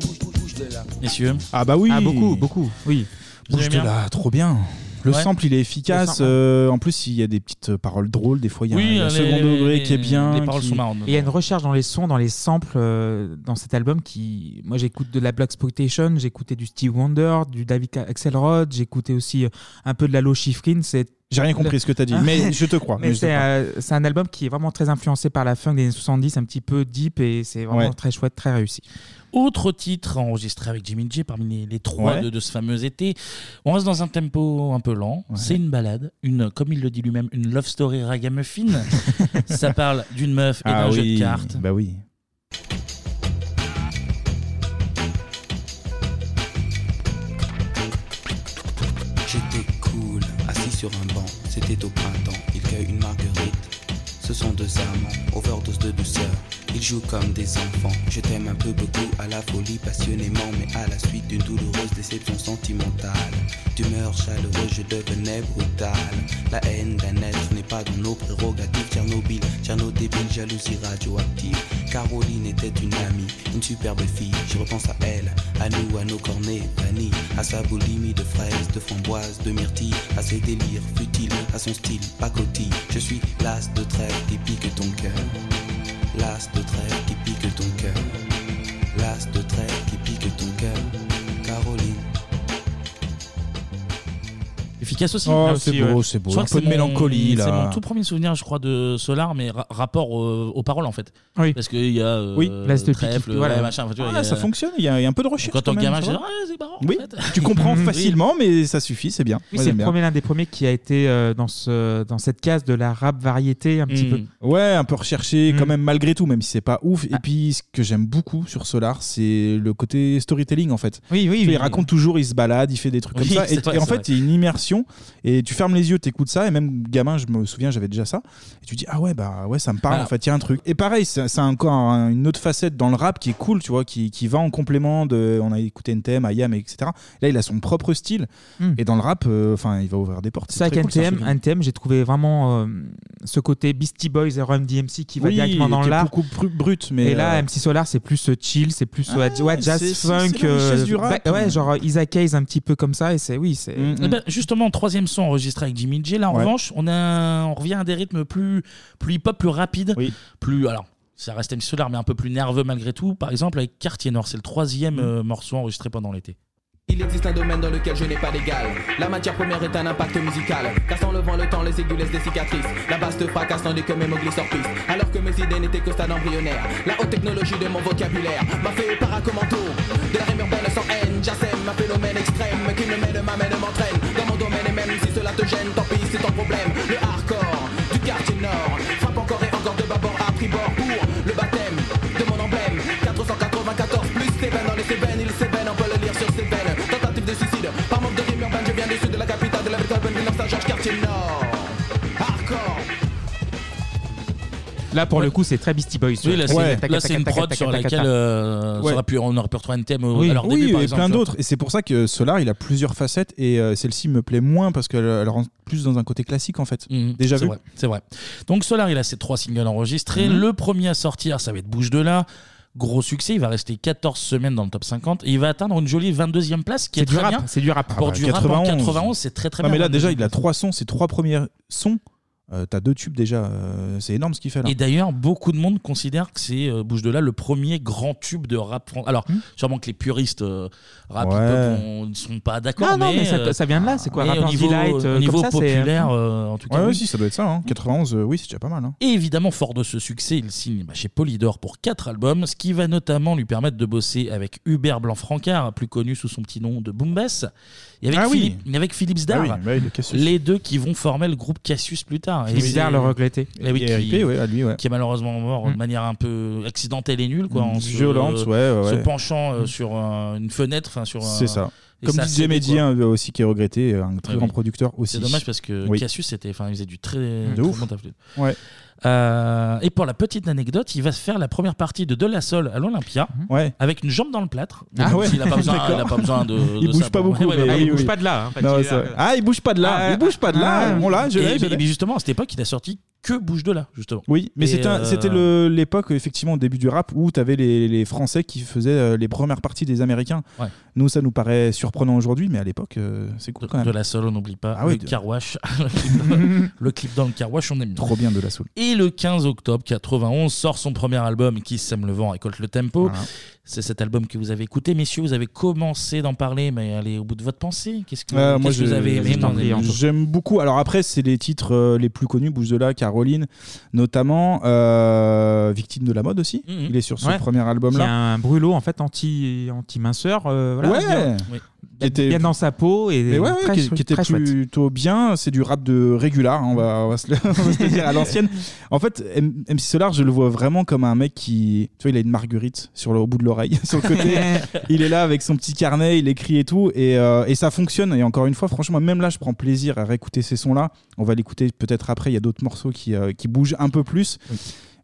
Bouge, bouge, bouge de là. Messieurs Ah bah oui. Ah, beaucoup, beaucoup. Oui. Vous Bouge aimez de bien là, trop bien. Le Ouais. sample, il est Le efficace. sample. euh, en plus, il y a des petites euh, paroles drôles. Des fois, il y a Oui, hein, un- un les- second degré qui est bien. qui- Et il y a une recherche dans les sons, dans les samples, euh, dans cet album qui. Moi, j'écoute de la Black Exploitation, j'écoutais du Steve Wonder, du David Axelrod, j'écoutais aussi euh, un peu de la Low Schifrin. c'est- J'ai rien compris Le- ce que t'as dit, mais je te crois, Mais mais je te c'est crois. euh, c'est un album qui est vraiment très influencé par la funk des années 70, un petit peu deep et c'est vraiment Ouais. très chouette, très réussi. Autre titre enregistré avec Jimmy J parmi les, les trois Ouais. de, de ce fameux été. On reste dans un tempo un peu lent. C'est une balade, une, comme il le dit lui-même, une love story ragamuffin. Ça parle d'une meuf et Ah d'un jeu oui, de cartes. Bah oui. J'étais cool, assis sur un banc, c'était au printemps, il cueille une marguerite. Ce Ce sont deux amants, overdose de douceur. Ils jouent comme des enfants. Je t'aime un peu beaucoup à la folie, passionnément, mais à la suite d'une douloureuse déception sentimentale. D'humeur chaleureuse, je devenais brutal. La haine d'un être n'est pas dans nos prérogatives. Tchernobyl, Tcherno débile, jalousie radioactive. Caroline était une amie, une superbe fille. Je repense à elle, à nous, à nos cornets, vanille, à sa boulimie de fraises, de framboises, de myrtilles, à ses délires futiles, à son style pacotille. Je suis l'as de trêve qui pique ton cœur. L'as de trêve qui pique ton cœur. L'as de trêve qui pique ton cœur. Caroline. Efficace aussi. Oh, Là c'est aussi, beau, ouais. c'est beau. Je crois Un que peu c'est de mélancolie, là. C'est mon tout premier souvenir, je crois, de Solar, mais ra- rapport euh, aux paroles en fait. Oui. Parce qu'il y a euh, Oui, l'as de trèfle, pique, voilà. ouais, machin. enfin, tu vois, Ah, il y a- ça fonctionne, il y, a il y a un peu de recherche. Quand on même, gamin, ça je dis, va. ah, c'est marrant. Oui, tu comprends Oui. facilement, mais ça suffit, c'est bien. Oui, Moi, c'est j'aime le bien. premier, l'un des premiers qui a été euh, dans, ce, dans cette case de la rap variété un petit Hmm. peu. Hmm. Hmm. Ouais, un peu recherché quand même malgré tout, même si c'est pas ouf. Ah. Et puis ce que j'aime beaucoup sur Solar, c'est le côté storytelling en fait. Oui, oui. il oui. raconte toujours, il se balade, il fait des trucs Oui, comme ça. Et, c'est vrai, et en c'est fait, vrai. il y a une immersion. Et tu fermes les yeux, t'écoutes ça. Et même gamin, je me souviens, j'avais déjà ça. Et tu dis ah ouais bah ouais, ça me parle. Voilà. En fait, il y a un truc. Et pareil, ça, ça a encore un- une autre facette dans le rap qui est cool, tu vois, qui, qui va en complément de. On a écouté NTM, IAM, etc. Là, il a son propre style. Hmm. Et dans le rap, euh, enfin, il va ouvrir des portes. C'est vrai très cool, ça, qu'NTM, ce truc. NTM, j'ai trouvé vraiment euh, ce côté Beastie Boys et Run DMC qui va Oui, directement dans qui est l'art. beaucoup plus brut, mais et là, euh, MC Solar, c'est plus euh, chill, c'est plus euh, Ah, ouais, jazz c'est- c'est- funk. c'est la richesse du rap. Mm, bah, ouais, genre euh, Isaac Hayes un petit peu comme ça. Et c'est oui, c'est. Eh ben, justement, troisième son enregistré avec Jimmy J. Là, en Ouais. revanche, on, a, on revient à des rythmes plus, plus hip-hop, plus rapides. Plus, alors, ça reste MC Solar, mais un peu plus nerveux malgré tout. Par exemple, avec Quartier Nord, c'est le Mm. troisième euh, morceau enregistré pendant l'été. Il existe un domaine dans lequel je n'ai pas d'égal. La matière première est un impact musical. Cassant le vent, le temps, les aigus laissent des cicatrices. La base te fracasse tandis que mes mots glissent hors piste. Alors que mes idées n'étaient qu'au stade embryonnaire. La haute technologie de mon vocabulaire m'a fait paracommanto. De la rime urbaine sans haine, j'assème un phénomène extrême qui me mène, m'amène, m'entraîne. Dans mon domaine et même si cela te gêne, tant pis, c'est ton problème. Le hardcore du quartier nord frappe encore et encore de bâbord à tribord pour le baptême de mon emblème. 494 plus ses veines dans les Cévennes, il s'évène, on peut le lire sur ses veines. Tentative de suicide, par manque de rime urbaine, je viens du sud de la capitale de la métropole Villeneuve Saint-Georges, quartier nord. Hardcore. Là, pour le coup, c'est très Beastie Boys. Oui, là, c'est Ouais. là, c'est une prod sur laquelle euh, ça Ouais. aurait pu- on aurait pu retrouver un thème Euh, au- Oui, à leur oui, début, par et exemple, plein tu vois. d'autres. Et c'est pour ça que Solar, il a plusieurs facettes et euh, celle-ci me plaît moins parce qu'elle elle rentre plus dans un côté classique en fait. Déjà Mhm. c'est vu. vrai, c'est vrai. Donc Solar, il a ses trois singles enregistrés. Mhm. Le premier à sortir, ça va être Bouge de là. Gros succès, il va rester 14 semaines dans le top 50 et il va atteindre une jolie 22e place qui est, C'est du très rap, bien. c'est du rap. Pour Ah bah, du rap en 91, c'est très très Non, bien. Mais là, déjà, 22e. il a trois sons, ses trois premiers sons. Euh, T'as deux tubes déjà, euh, c'est énorme ce qu'il fait là. Et d'ailleurs, beaucoup de monde considère que c'est euh, Bouche de là le premier grand tube de rap français. Hmm. Alors, sûrement que les puristes euh, rap Ouais. hip-hop on- ne sont pas d'accord. Non, Ah non, mais ça- euh, ça vient de là, c'est quoi, mais Rapper Au niveau, Delight, au euh, comme niveau ça, c'est- populaire, euh, en tout cas. ouais, ouais, oui. si, ça doit être ça. hein. 91, euh, oui, c'est déjà pas mal. hein. Et évidemment, fort de ce succès, il signe bah, chez Polydor pour 4 albums, ce qui va notamment lui permettre de bosser avec Hubert Blanc-Francard, plus connu sous son petit nom de Boombass, et avec Ah oui. Philippe, et avec Philippe Sdar, Ah oui, bah oui, le Cassius. les deux qui vont former le groupe Cassius plus tard. Philippe c'est- Sdar, le regretté. Eh oui, Et qui, RIP, ouais, à lui, ouais. Hmm. qui est malheureusement mort de manière un peu accidentelle et nulle, quoi, en se- Violente, ouais, ouais, se ouais. penchant euh, sur euh, une fenêtre, enfin sur. un- C'est ça. et Comme ça a DJ cédé, Mehdi quoi. hein, aussi qui est regretté, euh, un très Ouais, grand oui. producteur aussi. C'est dommage parce que Oui. Cassius, c'était, enfin, il faisait du très, très ouf. bon taf, lui. Ouais. Euh, et pour la petite anecdote, il va se faire la première partie de De La Sol à l'Olympia Ouais. avec une jambe dans le plâtre. Mhm. Ah Donc, ouais. Il n'a pas, besoin- D'accord. il a pas besoin de. Il de ça bouge pas pour- beaucoup, mais voilà. oui, oui. Non, c'est vrai. Ah, il bouge pas de là. il bouge pas de là. on l'a, je Ah. Et- l'ai. je mais- l'ai. Mais justement, à cette époque, il a sorti que Bouge de là, justement. Oui, mais Et, c'était un- euh, c'était le- l'époque, effectivement, au début du rap, où tu avais les, les Français qui faisaient euh, les premières parties des Américains. Ouais. Nous, ça nous paraît surprenant aujourd'hui, mais à l'époque, euh, c'est cool quand même. De la Sol, on n'oublie pas. Ah oui, le de- Carwash. le clip dans le Carwash, on aime bien. Trop bien de la soul. Et le 15 octobre 91 sort son premier album qui sème le vent, récolte le tempo. C'est cet album que vous avez écouté, messieurs. Vous avez commencé d'en parler, mais allez au bout de votre pensée. Qu'est-ce que, Euh, qu'est-ce moi, que vous je- avez aimé je- hein. dans hein. les- J'aime beaucoup. Alors après, c'est les titres euh, les plus connus, Bouge de là, Caroline, notamment euh, Victime de la mode aussi. Mhm. Il est sur ce Ouais. premier album-là. Qui est un brûlot en fait anti anti minceur. Ouais. était euh, bien dans sa peau et Mais ouais, ouais, très qui, chou- qui était très chouette. plutôt bien. C'est du rap de régular, hein, on, va, on va se le, on va se le dire à l'ancienne. En fait, M- MC Solar, je le vois vraiment comme un mec qui. Tu vois, il a une marguerite sur le, au bout de l'oreille, sur le côté. il est là avec son petit carnet, il écrit et tout. Et, euh, et ça fonctionne. Et encore une fois, franchement, même là, je prends plaisir à réécouter ces sons-là. On va l'écouter peut-être après. Il y a d'autres morceaux qui, euh, qui bougent un peu plus.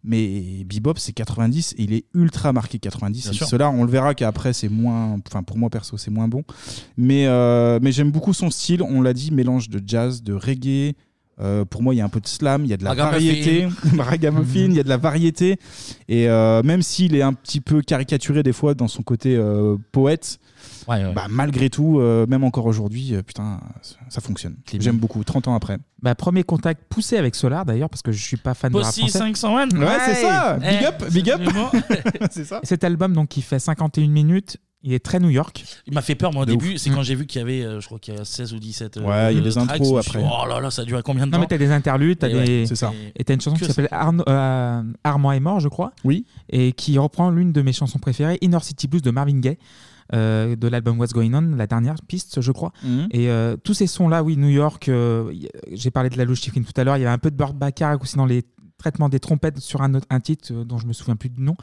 Mais Bebop, c'est 90 et il est ultra marqué 90. Bien Et sûr. cela, on le verra qu'après, c'est moins. Enfin, pour moi perso, c'est moins bon. Mais, euh, mais j'aime beaucoup son style. On l'a dit, mélange de jazz, de reggae. Euh, pour moi, il y a un peu de slam, il y a de la Ragamuffin. variété. Mhm. Ragamuffin, il y a de la variété. Et euh, même s'il est un petit peu caricaturé des fois dans son côté euh, poète, bah, malgré tout, euh, même encore aujourd'hui, euh, putain, ça- ça fonctionne. J'aime beaucoup, 30 ans après. Bah, premier contact poussé avec Solar d'ailleurs, parce que je suis pas fan Possi de rap français. 501. Ouais, c'est ça. Eh, Big up, big up. c'est ça. Cet album, donc, il fait 51 minutes. Il est très New York. Il m'a fait peur, moi, au De début. ouf. Mm. C'est quand j'ai vu qu'il y avait, euh, je crois qu'il y a 16 ou 17. euh, Ouais, il y a euh, des intros tracks, je me suis après. dit, Oh là là, ça dure combien de temps Non, mais t'as des interludes, t'as Et ouais, des. c'est ça. Et t'as une chanson Que qui ça. s'appelle Arno- euh, Armand est mort, je crois. Oui. Et qui reprend l'une de mes chansons préférées, Inner City Blues de Marvin Gaye, euh, de l'album What's Going On, la dernière piste, je crois. Mhm. Et euh, tous ces sons-là, oui, New York, euh, y- j'ai parlé de la Louche Chicken tout à l'heure, il y avait un peu de Burt Bacharach aussi dans les traitements des trompettes sur un, autre, un titre euh, dont je me souviens plus du nom.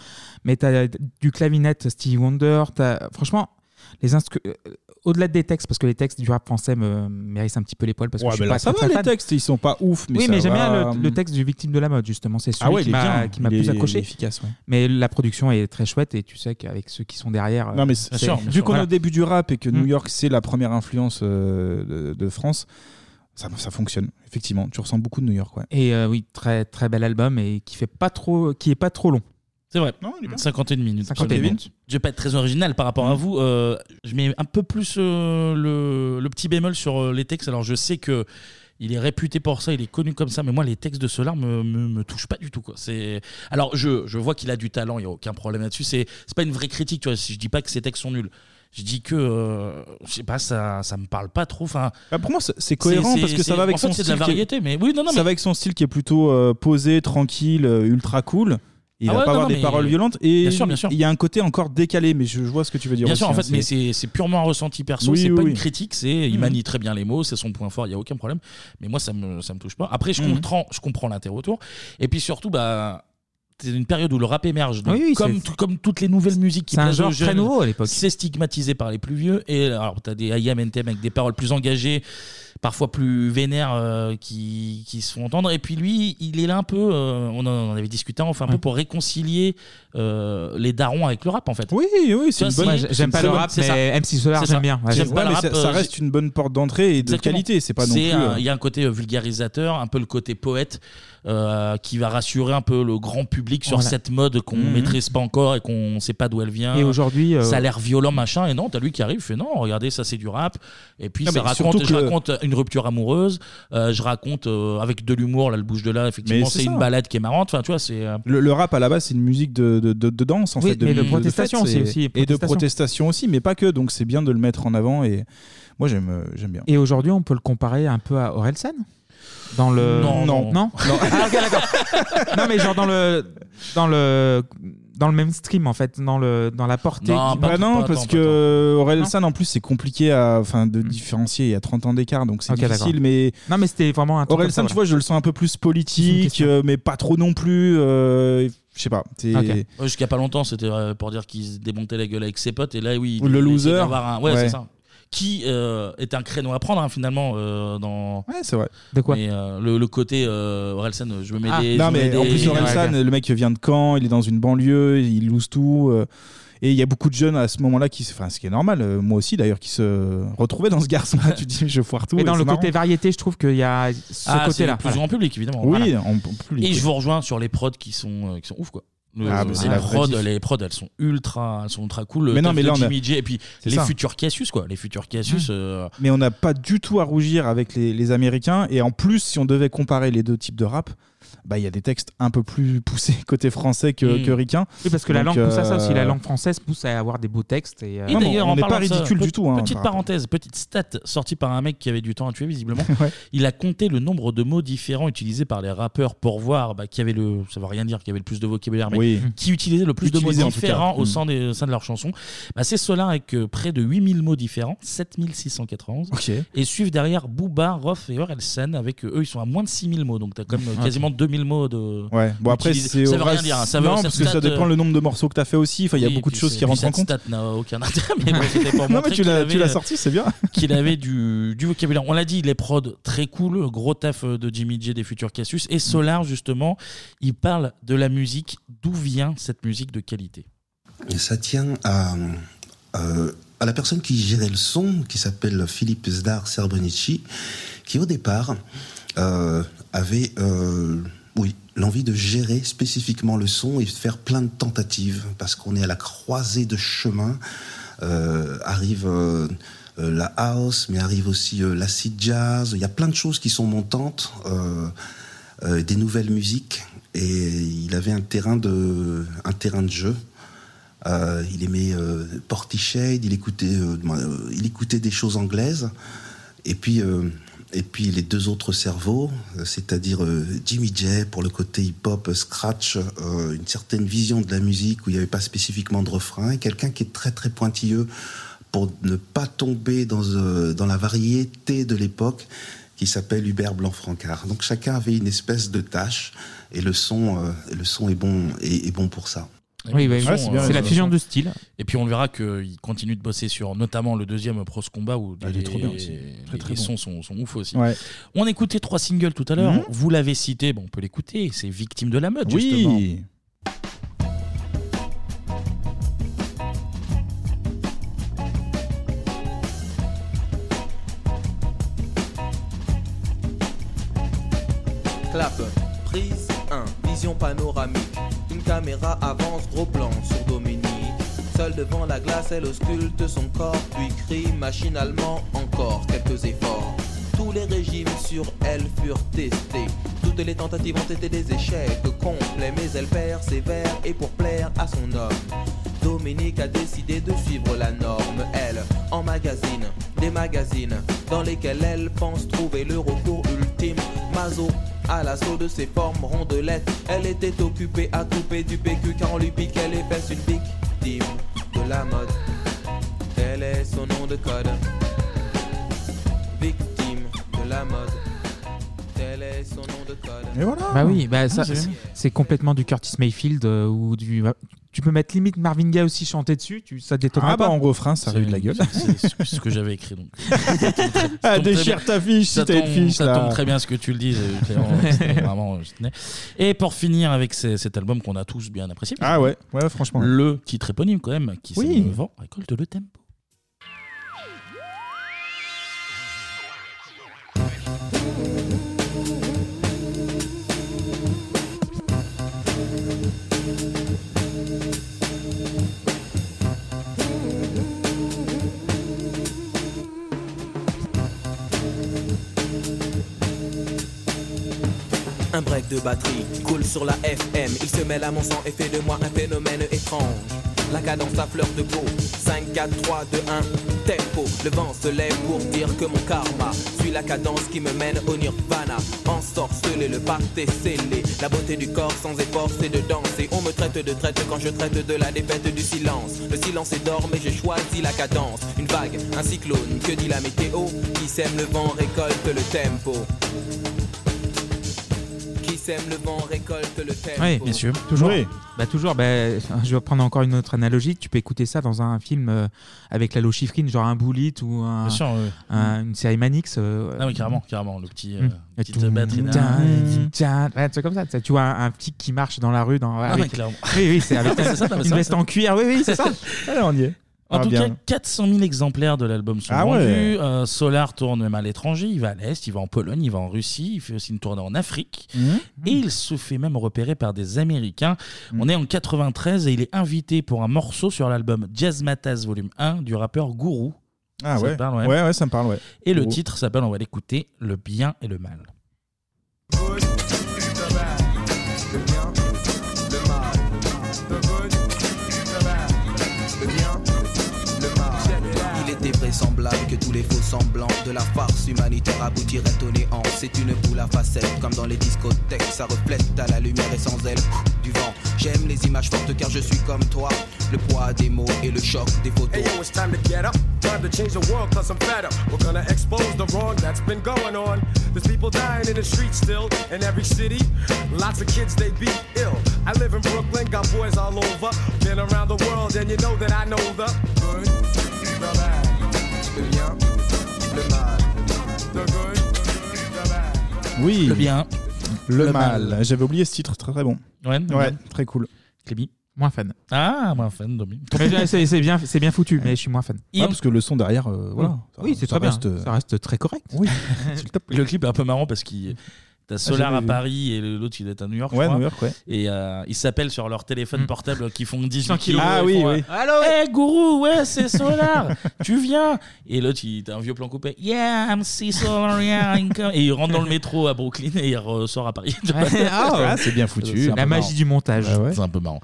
Mais t'as du clavinette Stevie Wonder, t'as- franchement. Les instru- euh, Au-delà des textes, parce que les textes du rap français me mérissent un petit peu les poils, parce Ouais, que je mais suis là, pas ça très, va, très les fan. textes, ils sont pas ouf, mais oui, ça mais j'aime va. euh, hum. bien le, le texte du victime de la mode, justement. C'est celui Ah ouais, il qui est m'a bien. qui m'a Il plus est accroché. efficace, ouais. Mais la production est très chouette et tu sais qu'avec ceux qui sont derrière. euh, Non, mais c'est- vu qu'on est voilà. au début du rap et que Mm. New York c'est la première influence euh, de, de France, ça, ça fonctionne effectivement. Tu ressens beaucoup de New York, ouais. Et euh, oui, très très bel album et qui fait pas trop, qui est pas trop long. C'est vrai. Non, il est bien. 51 minutes. 51 absolument. minutes. Je vais pas être très original par rapport à vous. euh, je mets un peu plus euh, le, le petit bémol sur euh, les textes. Alors je sais que il est réputé pour ça, il est connu comme ça, mais moi les textes de Solar me, me, me touchent pas du tout. Quoi. C'est... Alors je, je vois qu'il a du talent, il n'y a aucun problème là-dessus. C'est, c'est pas une vraie critique, tu vois. Si je dis pas que ses textes sont nuls. Je dis que, euh, je sais pas, ça, ça me parle pas trop. Enfin, Bah, pour moi, c'est cohérent parce que ça va avec en son fait, c'est de style. la qui est- variété, mais oui, non, non, ça mais- va avec son style qui est plutôt euh, posé, tranquille, euh, ultra cool. Il Ah va ouais, non, pas avoir non, des mais- paroles violentes et Bien sûr, bien sûr. il y a un côté encore décalé, mais je, je vois ce que tu veux dire. Bien sûr, aussi, en hein, fait, mais c'est c'est purement un ressenti perso, Oui, c'est oui, pas oui. une critique, c'est il Mhm. manie très bien les mots, c'est son point fort, il n'y a aucun problème. Mais moi, ça me, ça me touche pas. Après, je Mhm. comprends, je comprends l'intérêt autour. Et puis surtout, bah. C'est une période où le rap émerge. Donc, Oui, oui, comme, c'est- tout- comme toutes les nouvelles musiques qui C'est un plaisent genre aux très jeunes, nouveau à l'époque. C'est stigmatisé par les plus vieux. Et alors, tu as des IAM, NTM avec des paroles plus engagées, parfois plus vénères, euh, qui, qui se font entendre. Et puis lui, il est là un peu, euh, on en on avait discuté, enfin, un peu pour réconcilier euh, les darons avec le rap, en fait. Oui, oui, Tu c'est une vois, bonne. c'est- c'est une très bonne- c'est ça. C'est ça. J'aime pas Ouais, le mais rap, ça- ça euh, reste une bonne porte d'entrée et de Exactement. qualité. C'est pas non plus. un- euh, Il y a un côté euh, vulgarisateur, un peu le côté poète, euh, qui va rassurer un peu le grand public sur Voilà. cette mode qu'on Mhm. maîtrise pas encore et qu'on sait pas d'où elle vient. Et aujourd'hui, euh, ça a l'air violent machin. Et non, t'as lui qui arrive, il fait non, regardez, ça c'est du rap. Et puis Non, ça mais raconte, surtout je que- raconte une rupture amoureuse. euh, je raconte euh, avec de l'humour là, le bouche de là. Effectivement, Mais c'est c'est une ça. balade qui est marrante. Enfin, tu vois, c'est euh, Le, le rap à la base c'est une musique de, de, de- de danse en Oui, fait de, mais de de- de protestation fête, aussi, c'est- aussi, et de protestation. protestation aussi mais pas que donc c'est bien de le mettre en avant et moi j'aime euh, j'aime bien Et aujourd'hui, on peut le comparer un peu à Orelsan dans le Non, non. non Ah, ok, d'accord. non mais genre dans le dans le dans le mainstream en fait dans le dans la portée qui- bah non parce que Orelsan en plus c'est compliqué à enfin de différencier il y a 30 ans d'écart donc c'est Hmm. Ok, difficile d'accord. mais non mais c'était vraiment un truc Orelsan comme ça, tu vois voilà. je le sens un peu plus politique euh, mais pas trop non plus euh, je sais pas c'est- Ouais, jusqu'à pas longtemps, c'était euh, pour dire qu'il se démontait la gueule avec ses potes. Et là, oui, Ou il le essaie loser. d'avoir un- Ouais, Ouais. c'est ça. Qui euh, est un créneau à prendre hein, finalement euh, dans. Ouais, c'est vrai. De quoi Mais, euh, le, le côté euh, Orelsan, je me mets Ah. des. Non, je me mais mets en des- plus, Orelsan, le mec vient de Caen, il est dans une banlieue, il lose tout. euh, et il y a beaucoup de jeunes à ce moment-là qui, se- enfin, ce qui est normal, euh, moi aussi d'ailleurs, qui se retrouvaient dans ce garçon-là. tu te dis, je foire tout. mais dans et le c'est côté marrant. variété je trouve qu'il y a ce Ah, côté là c'est plus grand public, évidemment. Oui, Voilà. en public. Et je vous rejoins sur les prods qui sont, euh, qui sont ouf, quoi. Le- Ah, bah, c'est les, la vraie prods, diff. les prods, elles sont ultra, elles sont ultra cool. Mais non, Taf mais de là, on a- Jimmy J, et puis C'est les ça. Mmh. futurs Cassius, quoi. Les futurs Cassius. euh, Mais on n'a pas du tout à rougir avec les, les Américains. Et en plus, si on devait comparer les deux types de rap, bah, il y a des textes un peu plus poussés côté français que, Mm. que ricain. Oui, parce que la Donc, langue pousse à ça aussi. euh, La langue française pousse à avoir des beaux textes. Et, euh, Et d'ailleurs, en on n'est parlant pas de ça, ridicule pe- du tout, hein, petite par rapport. parenthèse, petite stat sortie par un mec qui avait du temps à tuer visiblement. Il a compté le nombre de mots différents utilisés par les rappeurs pour voir bah, qui avait le, ça veut rien dire, qui avait le plus de vocabulaire, mais Oui. qui utilisait le plus de mots Utilisé, en tout cas. différents au Mm. sein, des, au sein de leurs chansons. Bah, c'est cela avec euh, près de 8000 mots différents, 7691. Ok. Et suivent derrière Booba, Rof et Orelsan avec euh, eux, ils sont à moins de 6000 mots, donc t'as comme euh, Ok. quasiment 2000 mots de. Ouais, bon après, utilisés. c'est ça au veut rien reste- dire. hein, ça veut- non, cette parce que ça stat, dépend euh, le nombre de morceaux que tu as fait aussi. Enfin, il y a oui, beaucoup de puis choses c'est- qui rentrent puis en cette compte. stat n'a aucun intérêt, mais bon, c'était pour Non, mais montrer tu qu'il l'as- tu avait, l'as euh, sorti, c'est bien. qu'il avait du, du vocabulaire. On l'a dit, les prods très cool, gros taf euh, de Jimmy J des futurs Cassius. Mm. Et Solar, justement, il parle de la musique. D'où vient cette musique de qualité Et ça tient à, euh, à la personne qui gérait le son, qui s'appelle Philippe Zdar Serbonici, qui au départ euh, avait euh, oui, l'envie de gérer spécifiquement le son et de faire plein de tentatives, parce qu'on est à la croisée de chemins. Euh, arrive euh, euh, la house, mais arrive aussi euh, l'acid jazz. Il y a plein de choses qui sont montantes. euh, euh, des nouvelles musiques et il avait un terrain de, un terrain de jeu. Euh, il aimait euh, Portishead, il écoutait, euh, euh, il écoutait des choses anglaises. Et puis, euh, et puis les deux autres cerveaux, euh, c'est-à-dire euh, Jimmy Jay pour le côté hip-hop, euh, scratch, euh, une certaine vision de la musique où il n'y avait pas spécifiquement de refrain, et quelqu'un qui est très très pointilleux pour ne pas tomber dans, euh, dans la variété de l'époque qui s'appelle Hubert Blanc-Francard. Donc chacun avait une espèce de tâche et le son, euh, le son est, bon, est- est bon pour ça. Oui, oui, Ils oui. sont, c'est euh, la ils fusion sont- de styles. Et puis on le verra qu'il continue de bosser sur notamment le deuxième Pros Combat où Ah, il est trop bien aussi. Très, les très bon. sons sont, sont ouf aussi. Ouais. On écoutait trois singles tout à l'heure. Mhm. Vous l'avez cité, bon, on peut l'écouter. C'est Victime de la meute, Oui. justement. Clap, prise 1, vision panoramique. Une caméra avance, gros plan sur Dominique. Seule devant la glace, elle ausculte son corps, puis crie machinalement encore quelques efforts. Tous les régimes sur elle furent testés. Toutes les tentatives ont été des échecs complets, mais elle persévère et pour plaire à son homme. Dominique a décidé de suivre la norme, elle, en magazine, des magazines dans lesquels elle pense trouver le recours ultime. Mazo, à l'assaut de ses formes rondelettes, elle était occupée à couper du PQ car on lui piquait les fesses une victime de la mode. Tel est son nom de code. Victime de la mode. Tel est son nom de code. Et voilà. Bah oui, bah Ah, ça, c'est c'est- bien. c'est complètement du Curtis Mayfield euh, ou du. Tu peux mettre limite Marvin Gaye aussi chanter dessus, tu, ça détonne Ah pas. bah en refrain, ça a eu de la gueule. C'est ce- ce que j'avais écrit donc. Ah, Ça tombe très déchire bien. ta fiche Ça si t'as une tombe- fiche, Ça là. tombe très bien ce que tu le dises. euh, Clément, c'était vraiment, euh, je tenais. Et pour finir avec ce- cet album qu'on a tous bien apprécié. Ah ouais, ouais, franchement. Le titre éponyme quand même qui Oui. se vend récolte le tempo. Un break de batterie coule sur la FM. Il se mêle à mon sang et fait de moi un phénomène étrange. La cadence à fleur de peau, 5, 4, 3, 2, 1, tempo. Le vent se lève pour dire que mon karma suit la cadence qui me mène au nirvana. Ensorcelé, le pacte est scellé. La beauté du corps sans effort, c'est de danser. On me traite de traite quand je traite de la défaite du silence. Le silence est d'or, mais j'ai choisi la cadence. Une vague, un cyclone, que dit la météo Qui sème le vent récolte le tempo. Qui sème le vent récolte le tempo. Oui, Toujours. Toujours. Bah toujours. Bah, je vais prendre encore une autre analogie. Tu peux écouter ça dans un film euh, avec Lalo Schifrin, genre un Bullet ou un, Bien sûr, oui. un- une série Manix. euh, Ah oui, carrément, carrément, le petit, euh, Mm. petite Tum, batterie tum, derrière. tum, tum. Ouais, c'est comme ça. Tu vois un, un petit qui marche dans la rue, dans. Ah, avec- mais clairement. Oui, oui, c'est avec Ah, mais ça, non, mais une ça, veste ça. en cuir. Oui, oui, c'est ça. Allez, on y est. En Ah, tout bien. cas, 400 000 exemplaires de l'album sont Ah ouais. vendus. Euh, Solar tourne même à l'étranger. Il va à l'Est, il va en Pologne, il va en Russie. Il fait aussi une tournée en Afrique. Mmh. Et il se fait même repérer par des Américains. Mmh. On est en 93 et il est invité pour un morceau sur l'album Jazz Matas Volume 1 du rappeur Guru. Ah Ça ouais. te parle, ouais. ouais, ouais, ça me parle, ouais. Et le Guru. titre s'appelle, on va l'écouter, Le bien et le mal. Good, do the bad. les faux semblants de la farce humanitaire aboutirait au néant. C'est une boule à facettes, comme dans les discothèques, ça reflète à la lumière et sans elle pff, du vent. J'aime les images fortes car je suis comme toi. Le poids des mots et le choc des photos. Hey yo, it's time to get up. Time to change the world, cause I'm fed up. We're gonna expose the wrong that's been going on. There's people dying in the streets still, in every city. Lots of kids, they be ill. I live in Brooklyn, got boys all over. Been around the world, and you know that I know the good, the bad, the young, the mal. The good, the bad. Oui. Le bien. Le, Le mal. mal. J'avais oublié ce titre, très très bon. Ouais, ouais très cool. Clémy, moins fan. Ah, moins fan, Domi. Mais c'est c'est bien, c'est bien foutu, mais je suis moins fan. Ouais, parce que le son derrière, euh, voilà. Oui, c'est Ça très bien. reste, euh, bah, Ça reste très correct. Oui. Le clip est un peu marrant parce qu'il. T'as Solar j'avais à Ah, vu. Paris et l'autre il est à New York. je Ouais, crois. New York, ouais. Hmm. Et euh, ils s'appellent sur leur téléphone portable qui font 18 100 kilos. kilos. Ah Ils oui, font, oui. euh, Allô, Eh, hey, gourou, ouais, c'est Solar, tu viens. Et l'autre, il- t'as un vieux plan coupé. Yeah, I'm see Solar, yeah, I'm com- Et il rentre dans le métro à Brooklyn et il ressort à Paris. Ah, c'est bien foutu. C'est un peu marrant. montage. C'est un peu marrant.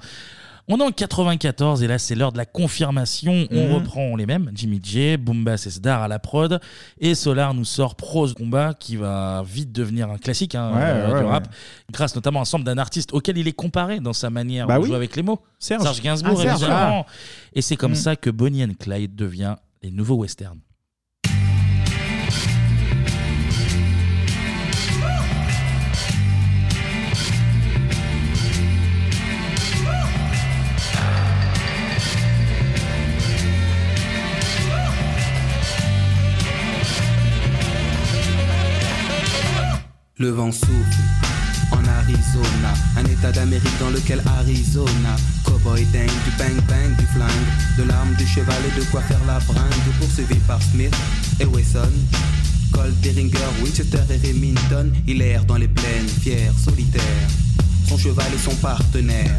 On est en 94 et là c'est l'heure de la confirmation. On Mhm. reprend les mêmes, Jimmy J, Boomba Cesdar à la prod et Solar nous sort Prose Combat qui va vite devenir un classique hein, Ouais, euh, ouais, du rap grâce notamment à ensemble d'un artiste auquel il est comparé dans sa manière Bah de oui. jouer avec les mots. Serge. Gainsbourg Ah, Serge, évidemment. ah. Et c'est comme Mhm. ça que Bonnie and Clyde devient les nouveaux westerns. Le vent souffle en Arizona, un état d'Amérique dans lequel Arizona, cowboy dingue, du bang bang, du flingue, de l'arme, du cheval et de quoi faire la bringue, poursuivi par Smith eh et Wesson. Colt, Derringer, Winchester et Remington, il erre dans les plaines, fier, solitaire, son cheval et son partenaire.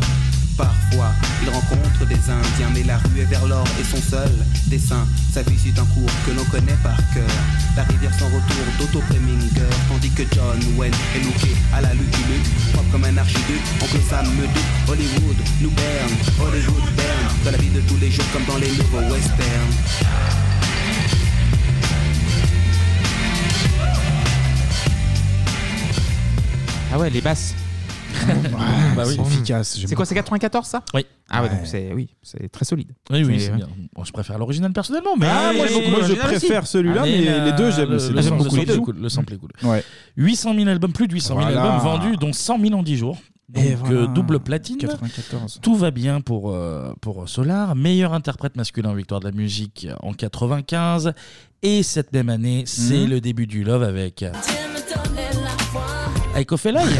Parfois, il rencontre des Indiens, mais la rue est vers l'or et son seul dessin. Sa vie suit un cours que l'on connaît par cœur. La rivière sans retour d'Otto Preminger, tandis que John Wayne est looké à la Lucky Luke, propre comme un archiduc. Oncle Sam me doute, Hollywood nous berne, Hollywood berne, dans la vie de tous les jours comme dans les nouveaux westerns. Ah ouais, les basses. Bah oui. C'est efficace, j'aime C'est quoi, beaucoup. c'est 94 ça Oui. Ah ouais, Ouais. donc c'est oui, c'est très solide. Oui, oui, C'est- c'est bien. Bon, je préfère l'original personnellement, mais Ah, moi, mais- j'aime beaucoup Ah, Ah, mais- l'original préfère aussi. celui-là, mais euh, les deux, j'aime, le- c'est le bien. sample- J'aime beaucoup le sample les deux. est cool, Le sample est cool. Ouais. 800 000 albums, plus de 800 000 Voilà. albums vendus, dont 100 000 en 10 jours. Donc Et voilà. euh, double platine. 94. Tout va bien pour, euh, pour Solar. Meilleur interprète masculin, victoire de la musique en 95. Et cette même année, c'est Mhm. le début du Love avec. Avec Ophélie. Ouais, oui.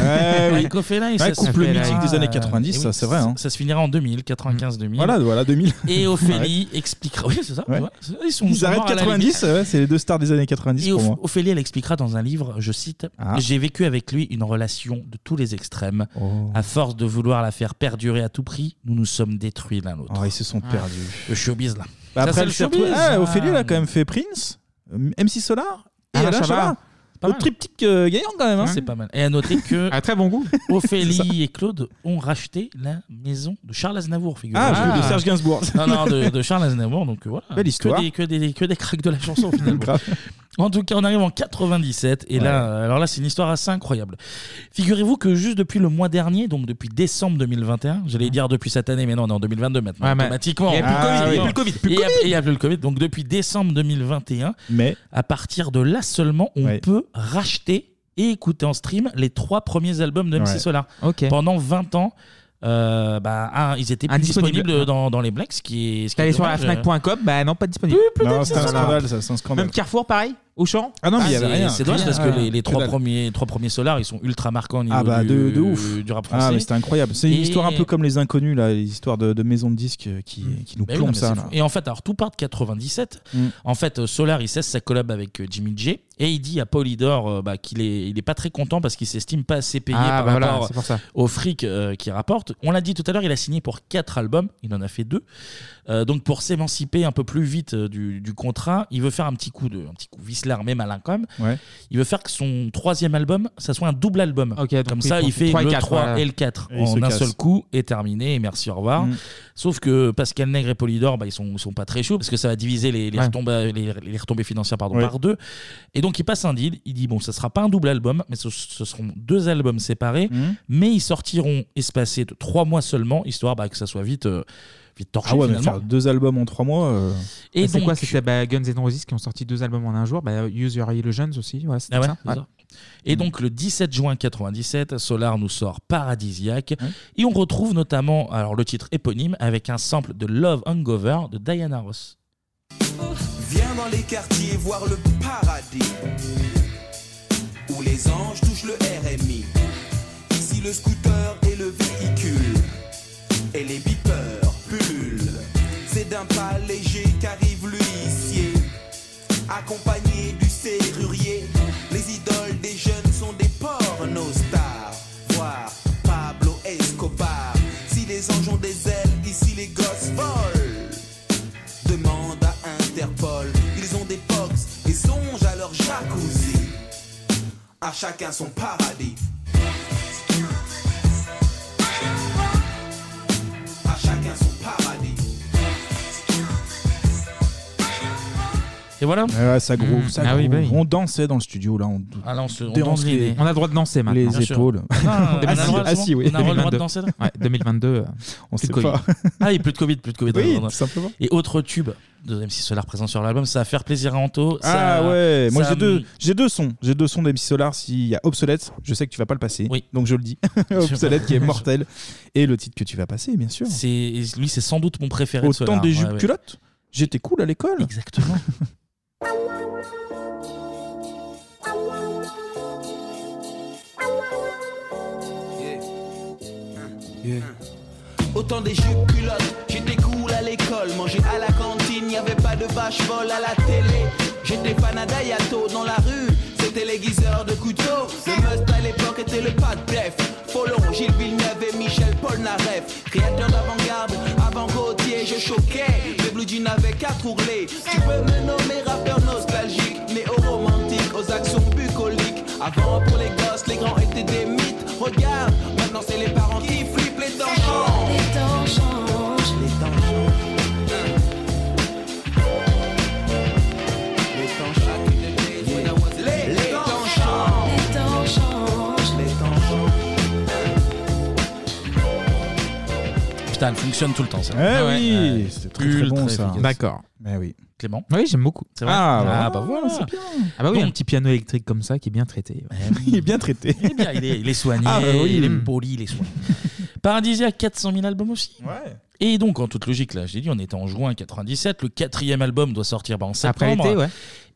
Avec Ophélie, Ouais, ça se- couple Ophélie. mythique des années 90, Eh oui, ça, c'est vrai, hein. Ça se finira en 2000, 95-2000. Voilà, voilà, 2000. Et Ophélie expliquera. Oui, c'est ça. Ouais. tu vois. Ils sont Ils sont arrêtent morts à la 90, ouais, c'est les deux stars des années 90 et pour Oph- moi. Ophélie, elle expliquera dans un livre, je cite, Ah. J'ai vécu avec lui une relation de tous les extrêmes. Oh. À force de vouloir la faire perdurer à tout prix, nous nous sommes détruits l'un l'autre. Oh, ils se sont Ah. perdus. Le showbiz, là. Bah Ça, après, c'est elle s'est retrouvée- showbiz. Ah, Ophélie, elle a quand même fait Prince, euh, MC Solar et Alain Alain Chabat. Chabat. Ah, Pas Le mal. triptyque euh, gagnant quand même. hein. C'est pas mal. Eh, Et à noter que. Un très bon goût. Ophélie et Claude ont racheté la maison de Charles Aznavour, figurez-vous. Ah, je veux de Serge Gainsbourg. Non, non, de, de Charles Aznavour, donc voilà. Belle histoire. Que des, que des, que des cracks de la chanson, finalement. En tout cas, on arrive en 97, et là, euh, alors là, c'est une histoire assez incroyable. Figurez-vous que juste depuis le mois dernier, donc depuis décembre 2021, j'allais dire depuis cette année, mais non, on est en 2022 maintenant, Ouais, mais automatiquement. il y a plus le Covid, il y a plus le Covid, plus Et le il y a- Covid. et il y a plus le Covid. Donc depuis décembre 2021, mais à partir de là seulement, on peut racheter et écouter en stream les trois premiers albums de MC Ouais. Solar. Ok. Pendant 20 ans, euh, bah, un, ils étaient plus Indisponible. disponibles dans, dans les blacks, ce qui est. ce qui est T'es allé sur la dommage. Fnac.com, bah non, pas disponible. Plus Non, c'est un d'Alsace. scandale, ça, c'est un scandale. Même Carrefour, pareil Auchan Ah non, mais il y c'est- avait rien. C'est dommage Que parce que dalle. les, les Que trois dalle. premiers, trois premiers Solar, ils sont ultra marquants au niveau Ah bah du, de, de ouf. du rap français. ah mais c'était incroyable. C'est une Et- histoire un peu comme les inconnus là, les histoires de, de maisons de disques euh, qui, qui nous Bah oui, non, plombent mais ça. c'est là. fou. Et en fait, alors tout part de 97. Mm. En fait, euh, Solar, il cesse sa collab avec euh, Jimmy J. Et il dit à Polydor euh, bah, qu'il est, il est pas très content parce qu'il s'estime pas assez payé Ah, par bah voilà, rapport c'est pour ça. au fric euh, qu'il rapporte. On l'a dit tout à l'heure, il a signé pour 4 albums. Il en a fait 2. euh, donc pour s'émanciper un peu plus vite euh, du, du contrat, il veut faire un petit coup, de, un petit coup vis l'armée malin comme. Ouais. Il veut faire que son troisième album, ça soit un double album. Comme oui, ça, ils il font fait trois et le quatre, 3 voilà. et le 4 Et ils se en un cassent. seul coup et terminé. Et merci, au revoir. Mm. Sauf que Pascal Nègre et Polydor, bah, ils sont, ils sont pas très chauds parce que ça va diviser les, les Ouais. retombées, les, les retombées financières pardon, Ouais. par deux. Et donc, il passe un deal. Il dit bon, ça sera pas un double album, mais ce, ce seront deux albums séparés. Mm. Mais ils sortiront espacés de trois mois seulement, histoire bah, que ça soit vite, euh, vite torché. Ah ouais, mais finalement. faire deux albums en trois mois. euh, Et Et c'est donc- quoi C'était bah, Guns N' Roses qui ont sorti deux albums en un jour. Bah, Use Your Illusions aussi. Ouais, c'était Ah ouais, ça. c'est Ouais. ça. Et donc le 17 juin 97, Solar nous sort Paradisiaque et on retrouve notamment alors le titre éponyme avec un sample de Love Hangover de Diana Ross. Viens dans les quartiers voir le paradis Où les anges touchent le RMI Ici le scooter et le véhicule Et les beepers pullulent C'est d'un pas léger qu'arrive l'huissier Accompagné du serrurier Les idoles des jeunes sont des pornostars Voir Pablo Escobar Si les anges ont des ailes, ici les gosses volent Demande à Interpol, ils ont des box et songent à leur jacuzzi. À chacun son paradis. À chacun son paradis. Et voilà. Eh Ouais, ça groove, Mm. ça Ah oui, groove. bah oui. On dansait dans le studio là. On, Hmm. Ah là, on se- on danse danse les- les- On a le droit de danser maintenant. Les Bien sûr. épaules. Non, non, non, on a le Ah, si, droit, ah, c'est si, bon. oui. On a le droit de 2022. danser, là Ouais, 2022. euh, On plus de sait Covid. pas. Ah, et plus de Covid, plus de Covid. Oui, Voilà. tout simplement. Et autre tube de MC Solar présent sur l'album, ça va faire plaisir à Anto. ça- Ah ouais, moi ça- j'ai deux, j'ai deux sons, j'ai deux sons d'MC Solar. S'il y a obsolète, je sais que tu vas pas le passer, donc je le dis. obsolète qui est mortel et le titre que tu vas passer, bien sûr. C'est lui, c'est sans doute mon préféré. Au de Solar. temps des Ouais, jupes ouais. culottes, j'étais cool à l'école. Exactement. Autant des jupes culottes, j'étais cool à l'école, manger à la cantine, y avait pas de vache folle à la télé. J'étais panada yato dans la rue, c'était les guiseurs de couteau. Le must à l'époque était le pas de bref. Follon, Gilles Villeneuve et Michel Polnareff. Créateur d'avant-garde, avant Gauthier, je choquais. Les blue jeans avaient quatre ourlets. Tu peux me nommer rappeur nostalgique, néo-romantique, aux actions bucoliques. Avant pour les gosses, les grands étaient des mythes. Regarde, maintenant c'est les parents qui flippent les dents changent. Les dents changent. Les dents changent. Les les temps changent. Les temps changent. Les temps Putain, elle fonctionne tout le temps. Ça. Eh oui, c'était très, très bon, ça. D'accord. Mais oui. Clément. Oui, j'aime beaucoup. C'est vrai ah, Ah, bah bah voilà, voilà, c'est c'est bien. bien. Ah bah oui, Donc- un petit piano électrique comme ça qui est bien traité. il est bien traité. Il est bien, il est, il est soigné, Mm. Ah bah oui. il est poli, il est soigné. Paradisia, 400 000 albums aussi. Et donc, en toute logique, là, je l'ai dit, on était en juin 97. Le quatrième album doit sortir bah, en Après septembre. l'été, ouais.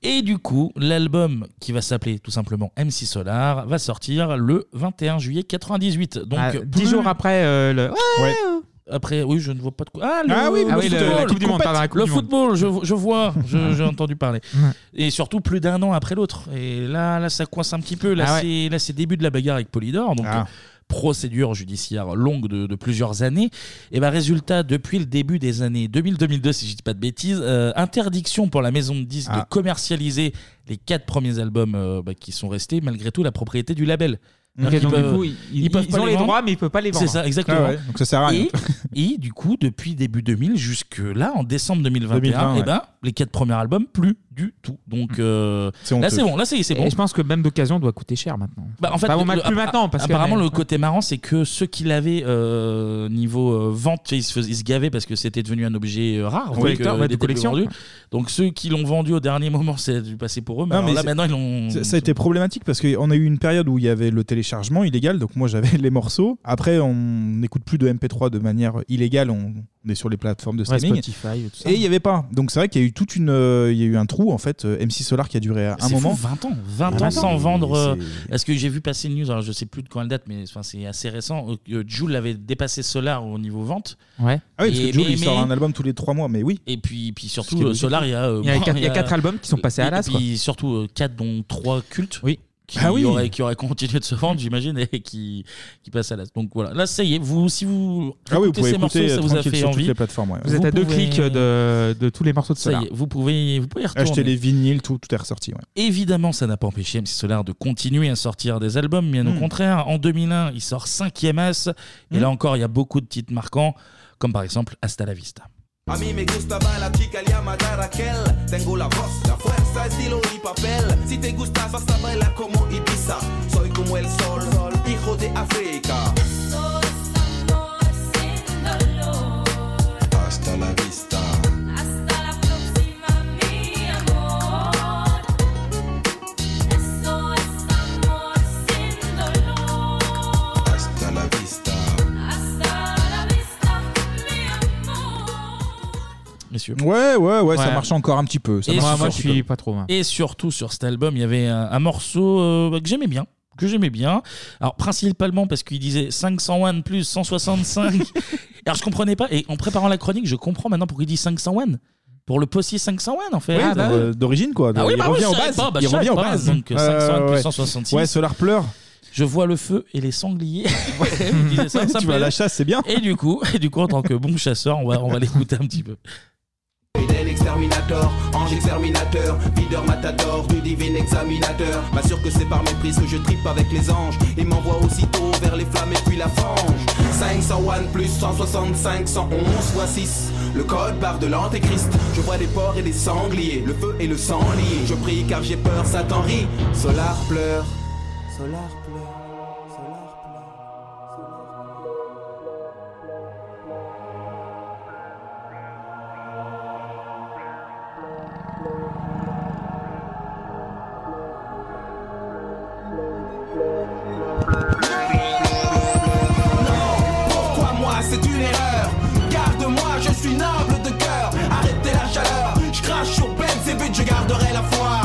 Et du coup, l'album qui va s'appeler tout simplement MC Solar va sortir le 21 juillet 98. Donc, Ah, plus- dix jours après euh, le. Après, oui, je ne vois pas de quoi. Ah, le, Ah oui, le ah oui, le- football, la Coupe du Monde, compète. pardon, la Coupe Le du Monde. football, je, je vois, je- j'ai entendu parler. Et surtout, plus d'un an après l'autre. Et là, là, ça coince un petit peu. Là, Ah ouais. Ah. c'est là, c'est début de la bagarre avec Polydor. Donc, euh, procédure judiciaire longue de, de plusieurs années. Et ben résultat, depuis le début des années 2000-2002, si je dis pas de bêtises, euh, interdiction pour la maison de disques Ah. de commercialiser les quatre premiers albums euh, bah, qui sont restés, malgré tout, la propriété du label. Ok, Alors qu'ils donc, du peuvent- coup, ils- ils- peuvent ils pas ont les vendre. droits, mais ils peuvent pas les vendre. C'est ça, exactement. Ah ouais, donc ça sert à rien. Et, et du coup, depuis début 2000 jusque là, en décembre 2021, 2020, eh ouais. Mm. ben, les quatre premiers albums, plus du tout. Donc euh, là, c'est bon. Là, c'est c'est bon. Et je pense que même d'occasion doit coûter cher maintenant. Bah, en fait, Enfin, bon, le- mal- le- plus appa- maintenant parce que- apparemment, le Ouais. côté marrant, c'est que ceux qui l'avaient euh, niveau euh, vente, tu sais, ils se, faisaient- ils se gavaient parce que c'était devenu un objet euh, rare, vu Collector, que, ouais, il de était plus collection. vendu. Donc ceux qui l'ont vendu au dernier moment, c'est du passé pour eux. Mais Non, Bah alors mais là, c'est- maintenant, ils l'ont. Ça, ça a été problématique parce qu'on a eu une période où il y avait le téléchargement illégal, donc moi j'avais les morceaux. Après, on n'écoute plus de MP3 de manière illégale, on on est sur les plateformes de Ouais, streaming. Spotify, tout ça. et il n'y avait pas. Donc c'est vrai qu'il y a eu toute une, euh, il y a eu un trou en fait. euh, MC Solar qui a duré un C'est moment. Ah, fou, 20 ans, 20 ans sans vendre. euh, Parce que j'ai vu passer une news, alors je sais plus de quand elle date, mais enfin, c'est assez récent. euh, Joule avait dépassé Solar au niveau vente. Ouais. Ah oui, parce Et- que Jules, mais- il sort mais- un album tous les trois mois, mais oui. Et puis, puis Ce qui surtout, est euh, Solar, il y a. euh, Il y a bon, euh, quatre- il y a quatre albums qui sont passés à l'as, Et puis surtout, 4 dont 3 cultes. Oui. qui, Ah oui. aurait, qui aurait continué de se vendre, j'imagine, et qui, qui passe à l'as. Donc voilà, là ça y est, vous, si vous Ah oui, vous écoutez pouvez ces morceaux, écouter ça vous a tranquille fait sur toutes envie. les plateformes, ouais. Vous êtes à deux pouvez- euh, clics de, de tous les morceaux de Ça y Solar. est, vous pouvez, vous pouvez y retourner. Acheter les vinyles, tout, tout est ressorti. Ouais. Évidemment, ça n'a pas empêché MC Solar de continuer à sortir des albums, bien Hmm. au contraire. En 2001, il sort 5e As, et là encore, il y a beaucoup de titres marquants, comme par exemple Hasta la Vista. A mí me gustaba la chica llamada Raquel. Tengo la voz, la fuerza, estilo y papel. Si te gustas, vas a bailar como Ibiza. Soy como el sol, sol, hijo de África. Hasta la vista. Hasta la vista. Messieurs. Ouais, ouais, Ah ouais, ça Ouais. marche encore un petit peu. Ça Et marche sur- encore un petit peu. Et surtout sur cet album, il y avait un, un morceau euh, que j'aimais bien. Que j'aimais bien. Alors, principalement parce qu'il disait 501 plus 165. Alors, je comprenais pas. Et en préparant la chronique, je comprends maintenant pourquoi il dit 501. Pour le possier 501, en fait. Oui, Ah, bah de- ouais. d'origine quoi. Ah oui, il bah oui, revient je aux savais bases. pas, bah, il je savais revient aux pas, bases. donc, Euh, 501 plus ouais. 166. Ouais, Solar pleure. Je vois le feu et les sangliers. Ouais, il disait ça, Tu ça me vas à la plaît. chasse, c'est bien. Et du coup, et du coup, en tant que bon chasseur, on va, on va l'écouter un petit peu. Fidèle exterminator, ange exterminateur, videur matador, du divin examinateur. M'assure que c'est par méprise que je tripe avec les anges et m'envoie aussitôt vers les flammes et puis la fange. 501 plus 165, 111 fois 6. Le code barre de l'antéchrist. Je vois des porcs et des sangliers, le feu et le sang lié. Je prie car j'ai peur, Satan rit. Solar pleure. Solar Pourquoi moi c'est une erreur Garde-moi, je suis noble de cœur Arrêtez la chaleur, je crache sur Benz et but je garderai la foi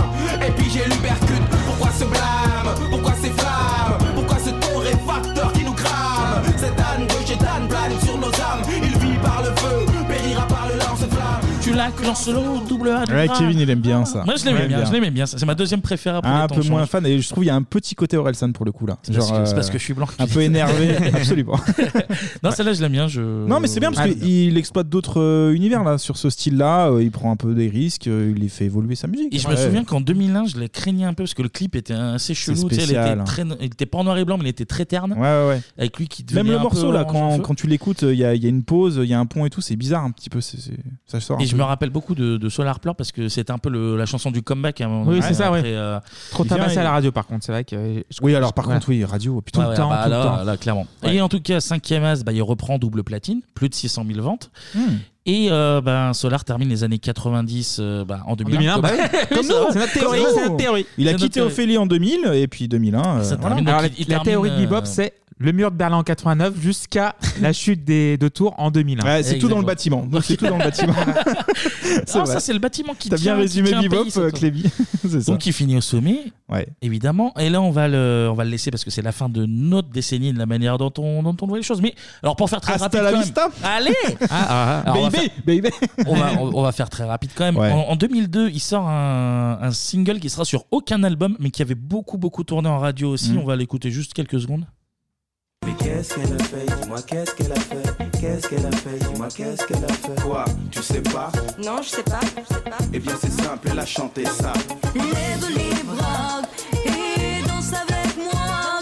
Et puis j'ai l'ubercute, pourquoi ce blâme Pourquoi ces flammes Pourquoi ce torréfacteur qui nous crame Cette âne de chez Dan plane sur nos âmes Il vit par le feu, périra par le lance-flamme Tu l'as que dans ce lot, double A. double Ouais, A. Kevin, il aime bien ça. Ah. Moi, je l'aimais Ouais, bien, je l'aimais bien. ça. C'est ma deuxième préférée après Un les temps peu moins changent. fan, et je trouve il y a un petit côté Orelsan pour le coup là. C'est parce, Genre, que- c'est euh, parce que je suis blanc. Un peu énervé, absolument. non, celle-là, je l'aime bien. Je... Non, mais c'est bien parce Ah, qu'il exploite d'autres euh, univers là sur ce style-là. euh, il prend un peu des risques, euh, il les fait évoluer sa musique. Et je me Ouais. souviens qu'en 2001, je l'ai craignais un peu parce que le clip était assez chelou. tu sais, il, spécial, était hein. très- il était pas en noir et blanc, mais il était très terne. Ouais, ouais, ouais. Avec lui qui devenait Même le un peu morceau là, orange quand, feu. quand tu l'écoutes, euh, il y a, il y a une pause, il y a un pont et tout, c'est bizarre un petit peu. c'est- c'est- ça sort. un Et je peu. me rappelle beaucoup de, de Solar Pleur parce que c'était un peu le- la chanson du comeback. hein, à un moment Oui, donné, c'est ça, ouais. après, euh, Trop il vient tabassé à et- la radio, par contre, c'est vrai que. Oui, alors par contre, oui, radio, putain, tout le temps, bah, tout le là, temps. là, clairement. Et en tout cas, cinquième as, bah, il reprend double platine, plus de 600 000 ventes. Hmm. Et euh, ben, Solar termine les années 90 euh, bah, en 2001. 2001, bah oui. Comme nous, c'est notre théorie, c'est notre théorie. Il a C'est notre quitté théorie. Ophélie en 2000 et puis 2001. euh, voilà. Alors, la, la théorie de Bebop, c'est le mur de Berlin en 89 jusqu'à la chute des deux tours en 2001. Ouais, c'est tout dans le bâtiment. Donc, C'est tout dans le bâtiment. C'est Ah, vrai. ça, c'est le bâtiment qui T'as tient- bien qui résumé tient un Bebop, pays, ça, euh, toi. Cléby. C'est ça. Donc il finit au sommet, Ouais. évidemment. Et là, on va le, on va le laisser parce que c'est la fin de notre décennie, de la manière dont on, dont on voit les choses. Mais alors, pour faire Ah, très Hasta rapide, la quand même- vista. allez, ah, ah. Alors, on va Baby, faire- on va, on, on va faire très rapide quand même. Ouais. En, en 2002, il sort un, un single qui sera sur aucun album, mais qui avait beaucoup, beaucoup tourné en radio aussi. Mm. On va l'écouter juste quelques secondes. Mais qu'est-ce qu'elle a fait Dis-moi qu'est-ce qu'elle a fait Qu'est-ce qu'elle a fait Dis-moi qu'est-ce qu'elle a fait Quoi Tu sais pas Non, je sais pas, je sais pas. Eh bien c'est simple, elle a chanté ça. Lève les bras et danse avec moi.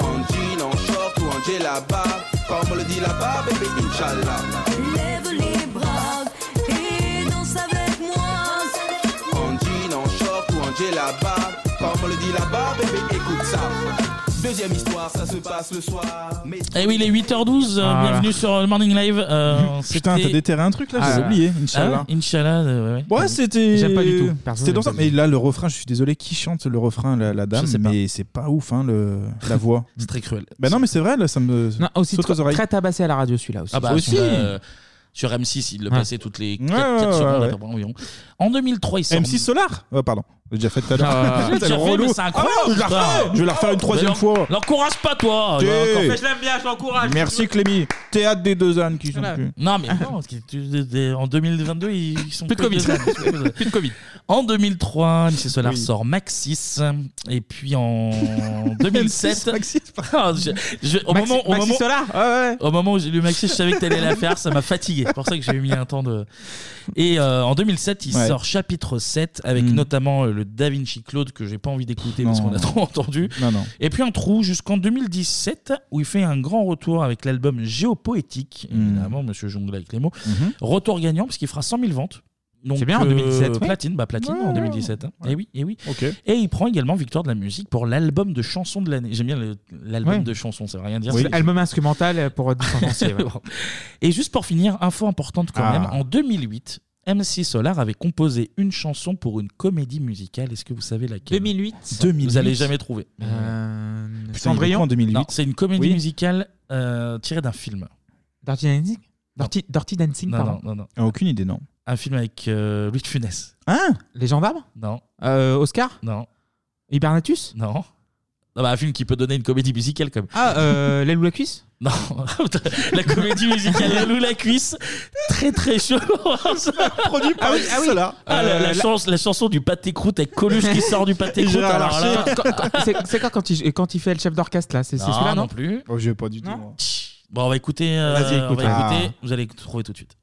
En jean, en short ou en djellaba Comme on le dit là-bas, bébé, Inch'Allah Lève les bras et danse avec moi. En jean, en short ou en djellaba Comme on le dit là-bas, bébé, écoute ça Deuxième histoire, ça se passe le soir Mais Eh oui, il est 8h12. euh, Ah. bienvenue sur le Morning Live. Euh, Putain, c'était- t'as déterré un truc là, Ah. j'ai oublié. Ah Inch'Allah. ouais, Inch'Allah, euh, ouais, ouais. Ouais, c'était. J'aime pas du tout. Personne C'était dans n'aime ça. pas Mais là, le refrain, je suis désolé, qui chante le refrain, la, la dame sais pas. Mais c'est pas ouf, hein, le, la voix. C'est très cruel. Bah non, mais c'est vrai, là, ça me. Non, aussi saute aux très, oreilles. très tabassé à la radio celui-là aussi. Ah bah, Aussi. Sur, euh, sur M6, il le Ouais. passait toutes les 4, ouais, ouais, secondes à ouais. peu près environ. En 2003, il sort. M6 Solar Oh, Pardon. l'ai déjà fait tout à l'heure. Ah, T'as tu le l'as fait, relou. mais c'est incroyable, Ah non, je la putain. refais. Je vais la refaire une troisième l'en- fois. L'encourage pas, Oh, toi. T'es- L'encourage- Je l'aime bien, je l'encourage. Merci Clémy. Théâtre des deux ânes qui sont plus. Non, mais non, parce que tu- tu- tu- en 2022, ils ils sont Plus de Covid. Plus de Covid. En 2003, M. Solar sort Maxis. Et puis en 2007. Ah, je- je- au, Maxi- moment, au, Maxi moment, Solar, au moment où j'ai lu Maxis, je savais que t'allais la faire. Ça m'a fatigué. C'est pour ça que j'ai mis un temps de. Et euh, en 2007, il Ouais. sort chapitre 7 Mm. avec notamment euh, le Da Vinci Claude que j'ai pas envie d'écouter parce Non. qu'on a trop entendu. Non, non. Et puis un trou jusqu'en 2017 où il fait un grand retour avec l'album Géopoétique. Mmh. Évidemment, monsieur jongle avec les mots. Retour gagnant parce qu'il fera 100 000 ventes. Donc, euh, C'est bien, en 2017, ouais. Platine, bah platine en 2017. hein. Eh oui, eh oui. Ok. Et il prend également victoire de la musique pour l'album de chansons de l'année. J'aime bien le- l'album Ouais. de chansons, ça veut rien dire. C'est C'est- l'album instrumental euh, pour différencier. ouais. Bon. Et juste pour finir, info importante quand Ah. même, en 2008, MC Solar avait composé une chanson pour une comédie musicale. Est-ce que vous savez laquelle 2008 Vous allez jamais trouver. Euh, Putain, Cendrillon il est quoi en 2008 Non, C'est une comédie Oui. musicale euh, tirée d'un film. Dirty Dancing Dirty, Dirty Dancing, Non, pardon. non, non, non. Ah, aucune idée, non. Un film avec euh, Louis de Funès. Hein Les gendarmes Non. Euh, Oscar Non. Hibernatus Non. Non, bah, un film qui peut donner une comédie musicale comme. Ah, euh, L'aile ou la cuisse Non, la comédie musicale La Lou la cuisse, très très chaud. Produit par ah oui. Solar. Ah, la, la Euh, la- chance- la chanson du pâté croûte avec Coluche qui sort du pâté croûte. alors là- C'est c'est quoi quand il, quand il fait le chef d'orchestre là C'est c'est Non, celui-là, non, non plus. Oh, je vais pas du tout. Bon, on va écouter. euh, Vas-y, on va Ah. écoute. écouter. Vous allez trouver tout de suite.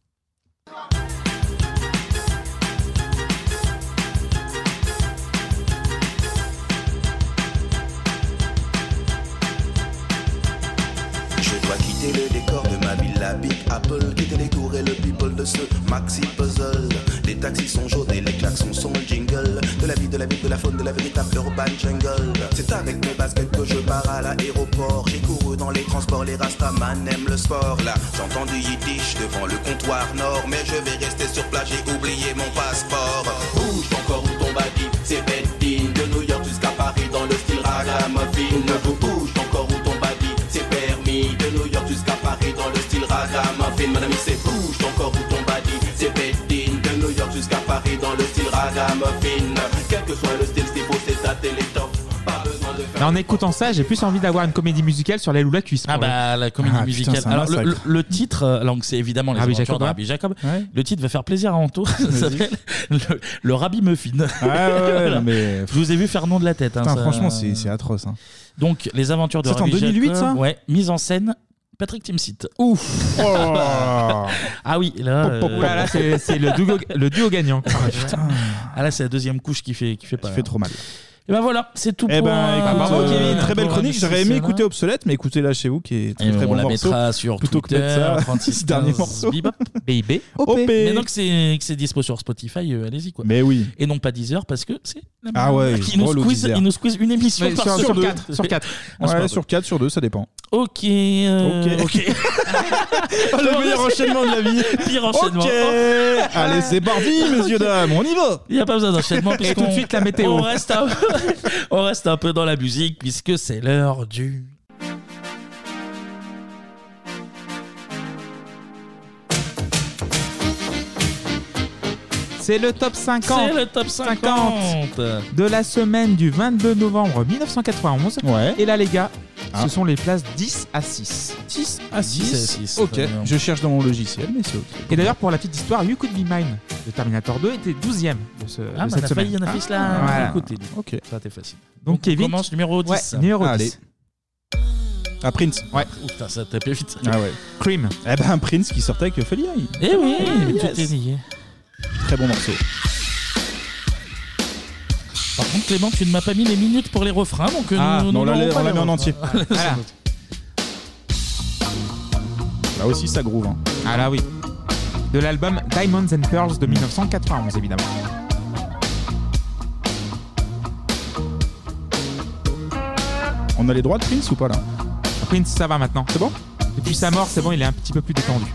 Je dois quitter le décor de ma ville, la Big Apple, quitter les tours et le people de ce maxi puzzle. Les taxis sont jaunes et les klaxons sont jingle. De la vie, de la ville, de la faune, de la véritable urban jungle. C'est avec mes baskets que je pars à l'aéroport. J'ai couru dans les transports, les rastaman aiment le sport. Là, j'entends du yiddish devant le comptoir nord, mais je vais rester sur place, j'ai oublié mon passeport. Bouge encore où ton baby, c'est Bedin, de New York jusqu'à Paris dans le style ragamuffin. Bouge encore où ton baby, c'est permis De New York jusqu'à Paris dans le style ragamuffin Madame c'est bouge ton corps ou ton body C'est bedine De New York jusqu'à Paris dans le style ragamuffin Quel que soit le style c'est faux c'est ta télétop Pas besoin de Mais en écoutant ça, j'ai plus envie d'avoir une comédie musicale sur l'aile ou la cuisse. Ah pour bah le- la comédie musicale. alors le, le- le titre, euh, alors que c'est évidemment les Rabbi aventures Ah Jacob, hein. de ouais. Rabbi Jacob. Le titre va faire plaisir à Anto. Ça s'appelle le, le Rabbi Muffin. Ah, ouais, Voilà. non, mais- Je vous ai vu faire nom de la tête. hein, Putain, ça- franchement, c'est c'est atroce. hein. Donc les aventures de C'est en Rabbi 2008, Jacob, ça Ouais. Mise en scène. Patrick Timsit. Ouf. Oh. ah oui, là. Pop, pop, pop. Oulala, c'est- c'est le duo- le duo gagnant. Ah, putain. Ah là, c'est la deuxième couche qui fait qui fait pas. hein. fait trop mal. Et ben voilà, c'est tout Eh pour. ben, euh, écoute, pour, euh, euh, très belle pour chronique. Miss J'aurais aimé Sissona. écouter Obsolète, mais écoutez-la chez vous, qui est très, Et très Eh, on bon la morceau. mettra sur plutôt que de mettre Twitter, ça. 36 dernier 15, morceau. Bebop. BIB. OP. Maintenant que c'est que c'est dispo sur Spotify, euh, allez-y quoi. Mais oui. Et non pas Deezer parce que c'est la Ah merde. ouais, Ils nous, drôle au squeeze, Deezer. ils nous squeeze une émission Ouais, par sur- sur deux. quatre, sur quatre. Ah, c'est pas Ouais, vrai. sur 4, sur 2, ça dépend. Ok. euh, Ok. ok. le meilleur enchaînement de la vie. Pire enchaînement. Ok. Allez, c'est parti, messieurs, dames, on y va. Il n'y a pas besoin d'enchaînement. Et tout de puisqu'on- suite, la météo. On reste, un... on reste un peu dans la musique puisque c'est l'heure du. C'est le top 50. C'est le top 50. de la semaine du 22 novembre 1991. Et là, les gars, Ah. ce sont les places 10 à 6. 10 à 10 à 6. Ok, Très bien. je cherche dans mon logiciel, mais c'est ok. Et d'ailleurs, pour la petite histoire, You Could Be Mine de Terminator 2 était 12e de, ce, Ah, de mais on cette a semaine. failli, on a failli se la- voilà. la écouter. Ok. Ça, t'es facile. Donc, on Kevin- commence numéro 10. Ouais, numéro 10. Allez. À Ah, Prince. Ouais. Ouh, putain, ça tape vite. Ah ouais. Cream. Eh ben, Prince qui sortait avec Ophelia. Eh oui, Yes. tout est lié. Très bon morceau. Par contre, Clément, tu ne m'as pas mis les minutes pour les refrains, donc euh, Ah, nous, non, nous là, n'aurons pas là, on la les met refrains. en entier. Voilà. Là aussi, ça groove. hein. Ah là, oui. De l'album Diamonds and Pearls de 1991, évidemment. On a les droits de Prince ou pas là Prince, ça va maintenant. C'est bon Depuis sa mort, c'est bon, il est un petit peu plus détendu.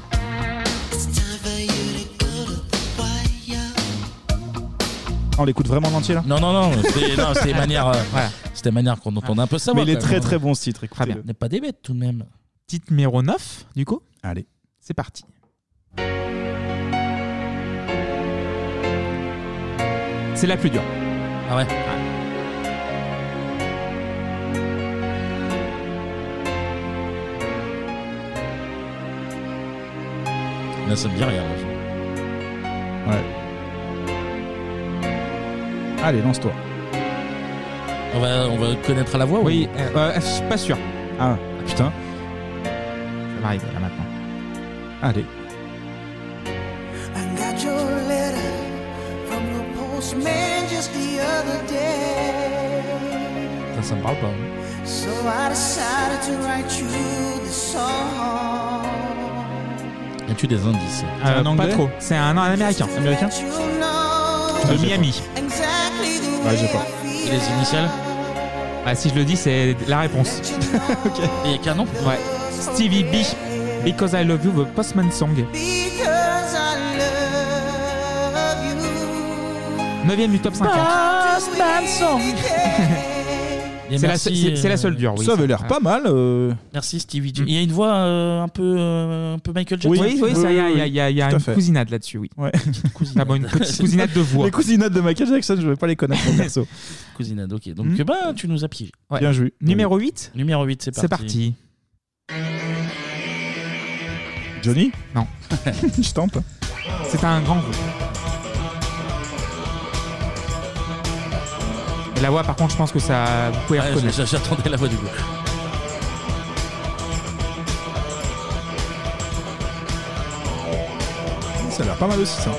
Ah, On l'écoute vraiment en entier là Non, non, non, c'était non, c'était manière, euh, Voilà. c'était manière qu'on entende un peu ça. Mais il moi, est quand très même. hein. très bon ce titre, Très bien. écoutez-le. On n'est pas des bêtes tout de même. Titre numéro 9, du coup, Allez. c'est parti. C'est la plus dure. Ah ouais Là, ça me dit rien. là. Allez, lance-toi. On va, on va connaître à la voix ou- Oui, euh, euh, je suis pas sûr. Ah, putain. Ça va arriver là maintenant. Allez. Got your letter from the postman just the other day. Ça, ça me parle pas. hein. So I decided to write you this song. As-tu des indices Euh, pas trop. C'est un, un américain. Américain De Miami. Exactly the Ouais, j'ai pas. Les initiales Ah, si je le dis, c'est la réponse. ok. Il y a qu'un nom Ouais. Stevie B. Because I Love You, The Postman Song. because I love you. 9ème du top 50. Postman song. Et C'est la, merci, se- c'est- c'est la euh, seule dure. Oui, ça avait l'air Ah. pas mal. euh, Merci Stevie J. Il y a une voix euh, un, peu, euh, un peu Michael Jackson. Oui, oui, ça, il y a, il y a- il y a- il y a tout à une fait. cousinade là-dessus, oui. Ouais. Ah bon, une petite cousinade de voix. Les cousinades de Michael Jackson, Mm. je vais pas les connaître perso. Cousinade, ok. Donc, Hmm. bah, tu nous as piégé. Ouais. Bien joué. Numéro 8 Numéro 8, c'est parti. C'est parti. Johnny Non. Je tente. C'est un grand groupe. Et la voix, par contre, je pense que ça. Vous pouvez Ouais, reconnaître. je- J'attendais la voix du coup. Ça a l'air pas mal aussi, ça.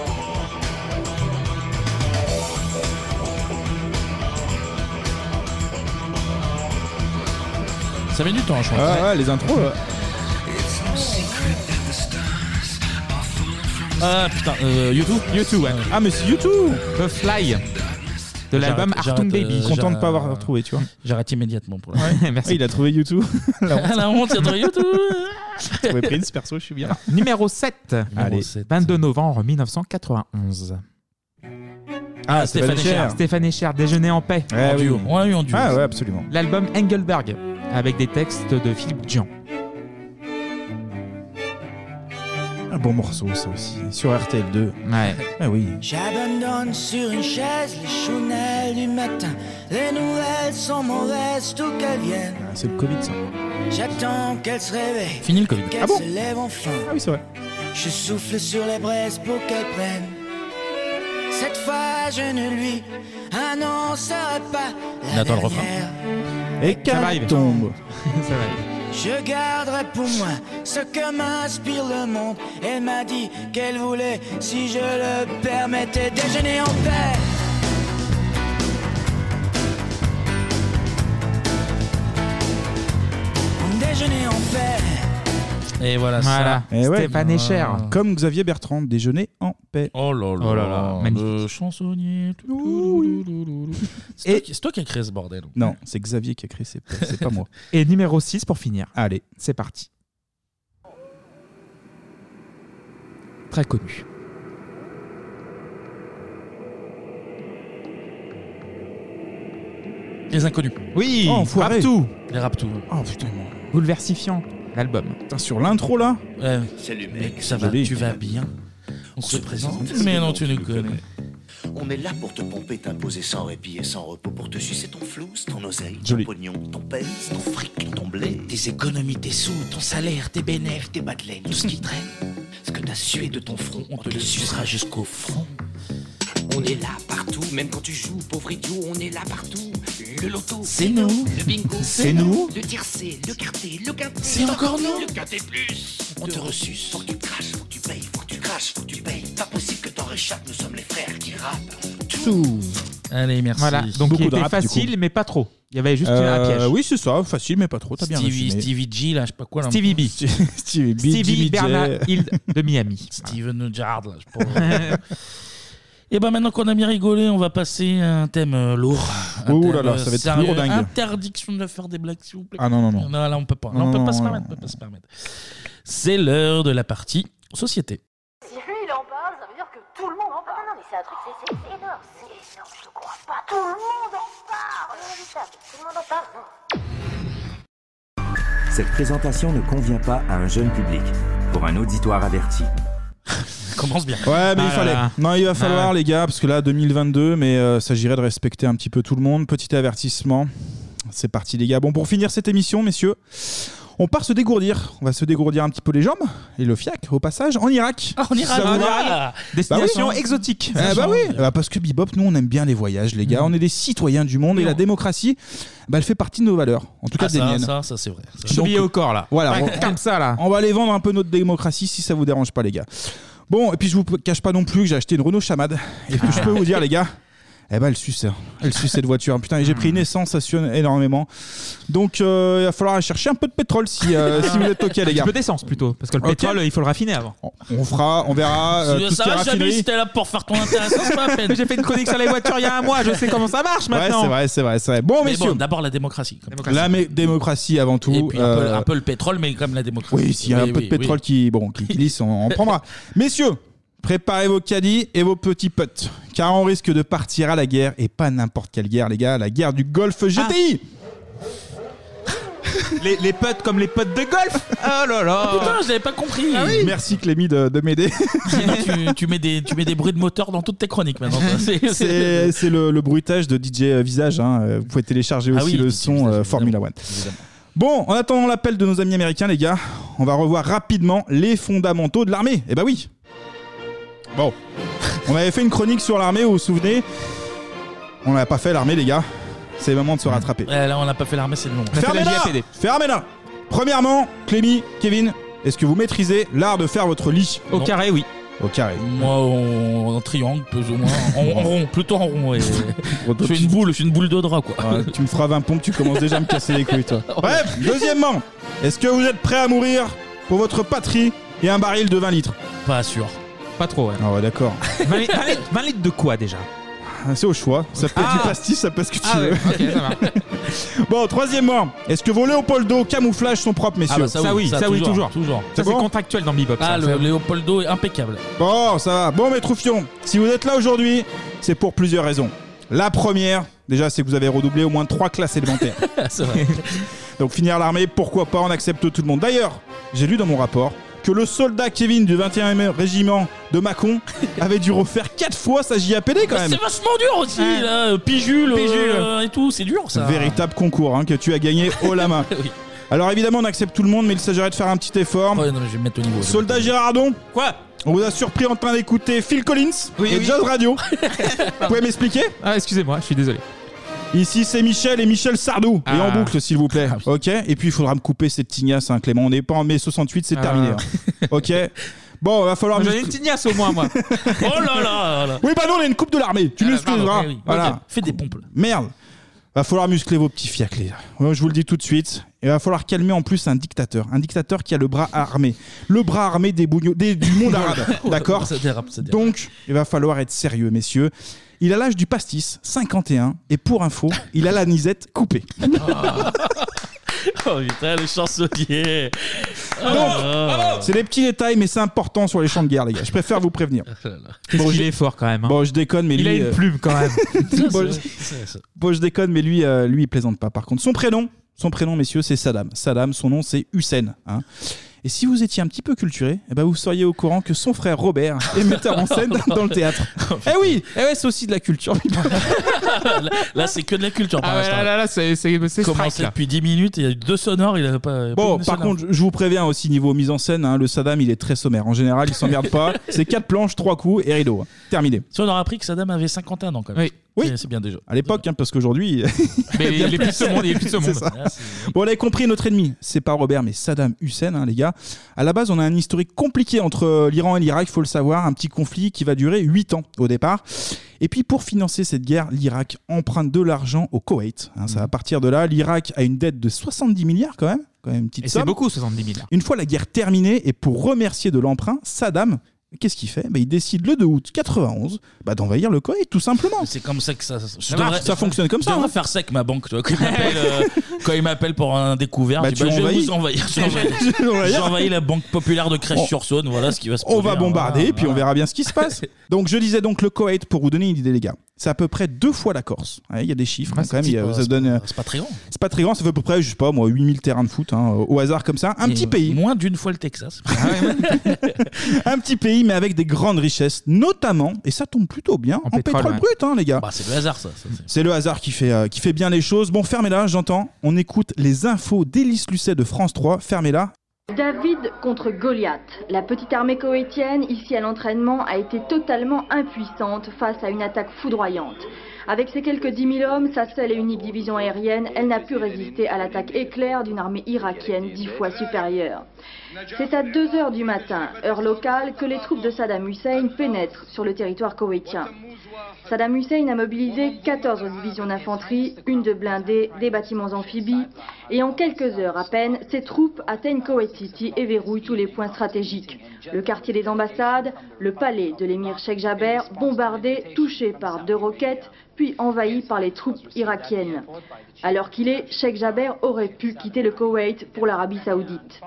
Ça met du temps, je pense. Ah ouais, les intros, là. Ah putain, euh, YouTube YouTube, ouais. Ah, mais c'est YouTube The Fly de l'album J'arrête, Artung j'arrête, Baby. euh, Content de j'arrête, pas avoir euh, retrouvé, tu vois. J'arrête immédiatement pour la Merci. Ah, Il a trouvé YouTube. la honte. Ah, la honte, il y a trop YouTube Il a trouvé Prince, perso, je suis bien. Numéro 7. Allez. 22 novembre 1991. Ah, Stéphane Echer. Stéphane Echer, Déjeuner en paix. Ouais, En Eh oui. duo. Ouais, oui, en duo. Ah, ouais, absolument. L'album Engelberg, avec des textes de Philippe Dian. Un bon morceau, ça aussi. Sur RTL2. Ouais. Ah oui. J'abandonne sur une chaise les chounelles du matin. Les nouvelles sont mauvaises, tout qu'elles viennent. Ah, C'est le Covid, ça. J'attends qu'elles se réveillent. Fini le Covid. Qu'elles Ah bon se lèvent enfin. Ah oui, c'est vrai. Je souffle sur les braises pour qu'elles prennent. Cette fois, je ne lui annoncerai pas. On La attend le refrain. dernière. Et arrive. qu'elle tombe. Ça va. Je garderai pour moi ce que m'inspire le monde. Elle m'a dit qu'elle voulait, si je le permettais, déjeuner en paix. Déjeuner en paix. Et voilà, Voilà. ça. Ah. Eh ouais. Stéphane Echer. Comme Xavier Bertrand, déjeuner en paix. Oh là là, Oh là là, magnifique. le chansonnier. C'est Et- toi, qui- c'est toi qui as créé ce bordel. Non, c'est Xavier qui a créé, c'est pas, c'est pas moi. Et numéro 6 pour finir. Allez. C'est parti. Très connu. Les inconnus, Oui, Oh, enfoiré. tout. les raptous. Oh putain, mon- Bouleversifiant l'album. putain, sur l'intro là Ouais. Salut mec, ça va, Joli. tu vas bien On se présente Mais non, tu nous connais. On est là pour te pomper, t'imposer sans répit et sans repos, pour te sucer ton flouze, ton oseille, Joli. ton pognon, ton pèse, ton fric, ton blé, Tes économies, tes sous, ton salaire, tes bénéfices. tes bas de laine, tout ce qui traîne, ce que t'as sué de ton front, on te le sucera jusqu'au front. On est là partout, même quand tu joues, pauvre idiot, on est là partout. Le loto, C'est nous. le bingo, C'est nous. le tiercé, le quarté, le quinté. C'est encore nous. Le quinté plus. On te ressuce, faut que tu craches, faut que tu payes, faut que tu craches, faut que tu payes. Pas possible que t'en réchappes, nous sommes les frères qui rappent. Tout. Allez, merci. Voilà, donc Beaucoup il de était rap, du facile, mais pas trop. Il y avait juste un Euh, piège. oui, c'est ça, facile, mais pas Oh, trop, t'as bien Stevie, résumé. Stevie G, là, je sais pas quoi. Là, Stevie B. Stevie B, Jimmy Stevie J. Bernard Hild de Miami. Steven Gerrard, là, je sais pas. Et ben maintenant qu'on a bien rigolé, on va passer à un thème euh, lourd. Un Oh là thème, là, euh, ça va être sérieux. lourdingue. Interdiction de faire des blagues, s'il vous plaît. Ah non, non, non. là, on peut pas. Là, Non, on peut non, pas se non, permettre. on peut pas se permettre. C'est l'heure de la partie société. Si lui il en parle, ça veut dire que tout le monde en parle. non, mais c'est un truc, c'est énorme. C'est énorme, je crois pas. Tout le monde en parle. Tout le monde en parle. Cette présentation ne convient pas à un jeune public. Pour un auditoire averti. commence bien. Ouais, mais il fallait. Non, il va falloir, Ah. les gars, parce que là, 2022, mais euh, s'agirait de respecter un petit peu tout le monde. Petit avertissement. C'est parti, les gars. Bon, pour finir cette émission, messieurs, on part se dégourdir. On va se dégourdir un petit peu les jambes et le fiac, au passage, en Irak. en Irak. Ça vous va Ah. Destination Bah oui. exotique. Eh bah oui, bah parce que Bebop, nous, on aime bien les voyages, les gars. Mm. On est des citoyens du monde et la démocratie, bah, elle fait partie de nos valeurs. En tout cas, Ah, des ça, miennes. ça, ça, c'est vrai. Ça. Chevillé Donc, au corps là. Voilà, Ouais, comme ça là. On va aller vendre un peu notre démocratie si ça vous dérange pas les gars. Bon, et puis je vous cache pas non plus que j'ai acheté une Renault Chamade et que je peux vous dire les gars, eh ben elle suce, hein. elle suce cette voiture. Putain, et j'ai pris une essence, ça suce énormément. Donc euh, il va falloir aller chercher un peu de pétrole si, euh, si vous êtes ok les Un gars. petit peu d'essence plutôt, parce que le Ok. pétrole, euh, il faut le raffiner avant. On fera, on verra. euh, tout ce ça qui est va, Jamil, raffinerie. si t'es là pour faire ton intéressant, c'est pas la peine. J'ai fait une chronique sur les voitures il y a un mois, je sais comment ça marche Ouais, maintenant. c'est vrai, c'est vrai, c'est vrai. Bon, Mais messieurs, bon, d'abord la démocratie. quand même. la mé- démocratie avant tout. Et puis un peu, euh, un peu le pétrole, mais comme la démocratie. Oui, s'il y a un peu de oui, pétrole oui. qui, bon, qui glisse, on en prendra. Messieurs, préparez vos caddies et vos petits potes, car on risque de partir à la guerre, et pas n'importe quelle guerre, les gars, la guerre du Ah. Golfe GTI les, les potes comme les potes de golf Oh là là Ah Putain, je l'avais pas compris. Merci Clémy de, de m'aider. tu, tu mets des, tu mets des bruits de moteur dans toutes tes chroniques maintenant. toi. C'est- C'est c'est le, le bruitage de DJ Visage. hein. Euh, Vous pouvez télécharger Ah aussi oui, le DJ son euh, Formula One. Bon, en attendant l'appel de nos amis américains, les gars, on va revoir rapidement les fondamentaux de l'armée. Eh bah oui Bon, on avait fait une chronique sur l'armée, vous vous souvenez On n'a pas fait l'armée, les gars. C'est le moment de se rattraper. Ouais, là, on n'a pas fait l'armée, c'est le nom. Fermez-la Fermez-la Premièrement, Clémy, Kevin, est-ce que vous maîtrisez l'art de faire votre lit Au Non. carré, oui. Au carré. Moi, en en triangle, plus ou moins. En, en rond, plutôt en rond. ouais. je fais une boule, je fais une boule de drap, quoi. Ouais, Ah, tu me feras 20 pompes, tu commences déjà à me casser les couilles, toi. Bref, deuxièmement, est-ce que vous êtes prêt à mourir pour votre patrie et un baril de 20 litres Pas sûr. Pas trop, ouais. Ah ouais, d'accord. 20 litres, 20 litres- 20 litres de quoi déjà Ah, C'est au choix. Ça peut être Ah. du pastis, ça peut être ce que tu veux. ok, ça va. Bon, troisièmement, est-ce que vos Léopoldo camouflage sont propres, messieurs Ah bah, ça oui, ça, toujours, toujours. Ça, c'est bon contractuel dans Bebop. Ah, ça, le c'est- Léopoldo est impeccable. Bon, ça va. Bon, mes troufions, si vous êtes là aujourd'hui, c'est pour plusieurs raisons. La première, déjà, c'est que vous avez redoublé au moins trois classes élémentaires. c'est vrai. Donc finir l'armée, pourquoi pas, on accepte tout le monde. D'ailleurs, j'ai lu dans mon rapport que le soldat Kevin du 21e régiment de Mâcon avait dû refaire quatre fois sa JAPD quand Mais même. C'est vachement dur aussi, Ouais. là. Pijule, euh, Pijule. et tout, c'est dur ça. Véritable concours hein, que tu as gagné haut la main. Alors évidemment, on accepte tout le monde, mais il s'agirait de faire un petit effort. Ouais, non, mais je vais me mettre au niveau. Soldat Gérardon Quoi On vous a surpris en train d'écouter Phil Collins et Jazz Radio. vous pouvez m'expliquer Ah, excusez-moi, je suis désolé. Ici, c'est Michel et Michel Sardou. Et Ah. en boucle, s'il vous plaît. ok Et puis, il faudra me couper cette tignasse, hein, Clément. On n'est pas en mai 68, c'est Ah. terminé. hein. Ok Bon, va falloir. J'en ai une tignasse au moins, moi. oh là là, là. Oui, bah non, on est une coupe de l'armée. Tu nous excuseras. Ah, oui, oui. Voilà. Ok, Fais des pompes. là. Merde Va falloir muscler vos petits fiacs, les gars. Ouais, Je vous le dis tout de suite. Il va falloir calmer en plus un dictateur. Un dictateur qui a le bras armé. Le bras armé des bougno- des- du monde arabe. D'accord Ça dérape, ça dérape. Donc, il va falloir être sérieux, messieurs. Il a l'âge du pastis, 51, et pour info, il a la nisette coupée. Ah. Oh putain, le chancelier. Donc, ah. c'est des petits détails, mais c'est important sur les champs de guerre, les gars. Je préfère vous prévenir. Bon, il est fort quand même. hein. Bon, je déconne, mais il lui. a une euh, plume quand même. bon, je- bon, je déconne, mais lui, euh, lui, il plaisante pas. Par contre, son prénom, son prénom, messieurs, c'est Saddam. Saddam, son nom, c'est Hussein. hein. Et si vous étiez un petit peu culturé, eh ben vous seriez au courant que son frère Robert est metteur en scène dans le théâtre. eh oui, eh ouais, c'est aussi de la culture. là, là, c'est que de la culture par Ah ouais, l'instant. là, là, là, c'est c'est Commencé depuis 10 minutes, il y a eu deux sonores, il avait Euh, pas. Bon, par contre, je- je vous préviens aussi niveau mise en scène, hein, le Saddam, il est très sommaire. En général, il s'emmerde pas. C'est quatre planches, trois coups et rideau. hein. Terminé. Si on aurait appris que Saddam avait 51 ans quand même. Oui. Oui. C'est bien déjà. À l'époque, hein, parce qu'aujourd'hui. Mais bien il est plus de ce monde, il est plus de ce C'est monde. ça. Ah, c'est- Bon, on l'avez compris, notre ennemi, c'est pas Robert, mais Saddam Hussein, hein, les gars. À la base, on a un historique compliqué entre euh, l'Iran et l'Irak, il faut le savoir. Un petit conflit qui va durer 8 ans au départ. Et puis, pour financer cette guerre, l'Irak emprunte de l'argent au Koweït. hein, Mmh. ça va partir de là. L'Irak a une dette de 70 milliards quand même. Quand même une petite Et c'est somme. beaucoup, 70 milliards. Une fois la guerre terminée et pour remercier de l'emprunt, Saddam, qu'est-ce qu'il fait Bah, Il décide le 2 août 91 bah, d'envahir le Koweït, tout simplement. C'est comme ça que ça. Ça, je marche, ça je- fonctionne comme ça, Je devrais hein. faire ça avec ma banque, tu vois. Quand ils m'appellent, euh, quand ils m'appellent pour un découvert, Bah, je dis, tu bah, je vais envahis. vous envahir. Je vais envahir. J'ai envahi la banque populaire de On- Crèche-sur-Saône, voilà ce qui va se On produire. va bombarder, Voilà, puis on voilà. verra bien ce qui se passe. Donc je disais donc le Koweït pour vous donner une idée, les gars. C'est à peu près deux fois la Corse. Ouais, Il y a des chiffres Ouais, hein, c'est quand même. il y a- petit, ça pas- donne, euh, c'est pas très grand. C'est pas très grand, ça fait à peu près, je sais pas moi, 8000 terrains de foot, hein, au hasard comme ça. Un Et petit pays. Moins d'une fois le Texas. un petit pays, mais avec des grandes richesses, notamment, et ça tombe plutôt bien, en, pétrole, ouais. brut, hein, les gars. Bah, c'est le hasard, ça. ça, c'est- C'est le hasard qui fait, euh, qui fait bien les choses. Bon, fermez-la, j'entends. On écoute les infos d'Élise Lucet de France 3. Fermez-la. David contre Goliath. La petite armée coétienne, ici à l'entraînement, a été totalement impuissante face à une attaque foudroyante. Avec ses quelques 10 000 hommes, sa seule et unique division aérienne, elle n'a pu résister à l'attaque éclair d'une armée irakienne dix fois supérieure. C'est à 2 heures du matin, heure locale, que les troupes de Saddam Hussein pénètrent sur le territoire koweïtien. Saddam Hussein a mobilisé 14 divisions d'infanterie, une de blindés, des bâtiments amphibies, et en quelques heures à peine, ses troupes atteignent Kuwait City et verrouillent tous les points stratégiques. Le quartier des ambassades, le palais de l'émir Sheikh Jaber, bombardé, touché par deux roquettes, puis envahi par les troupes irakiennes. Alors qu'il est, Sheikh Jaber aurait pu quitter le Koweït pour l'Arabie Saoudite.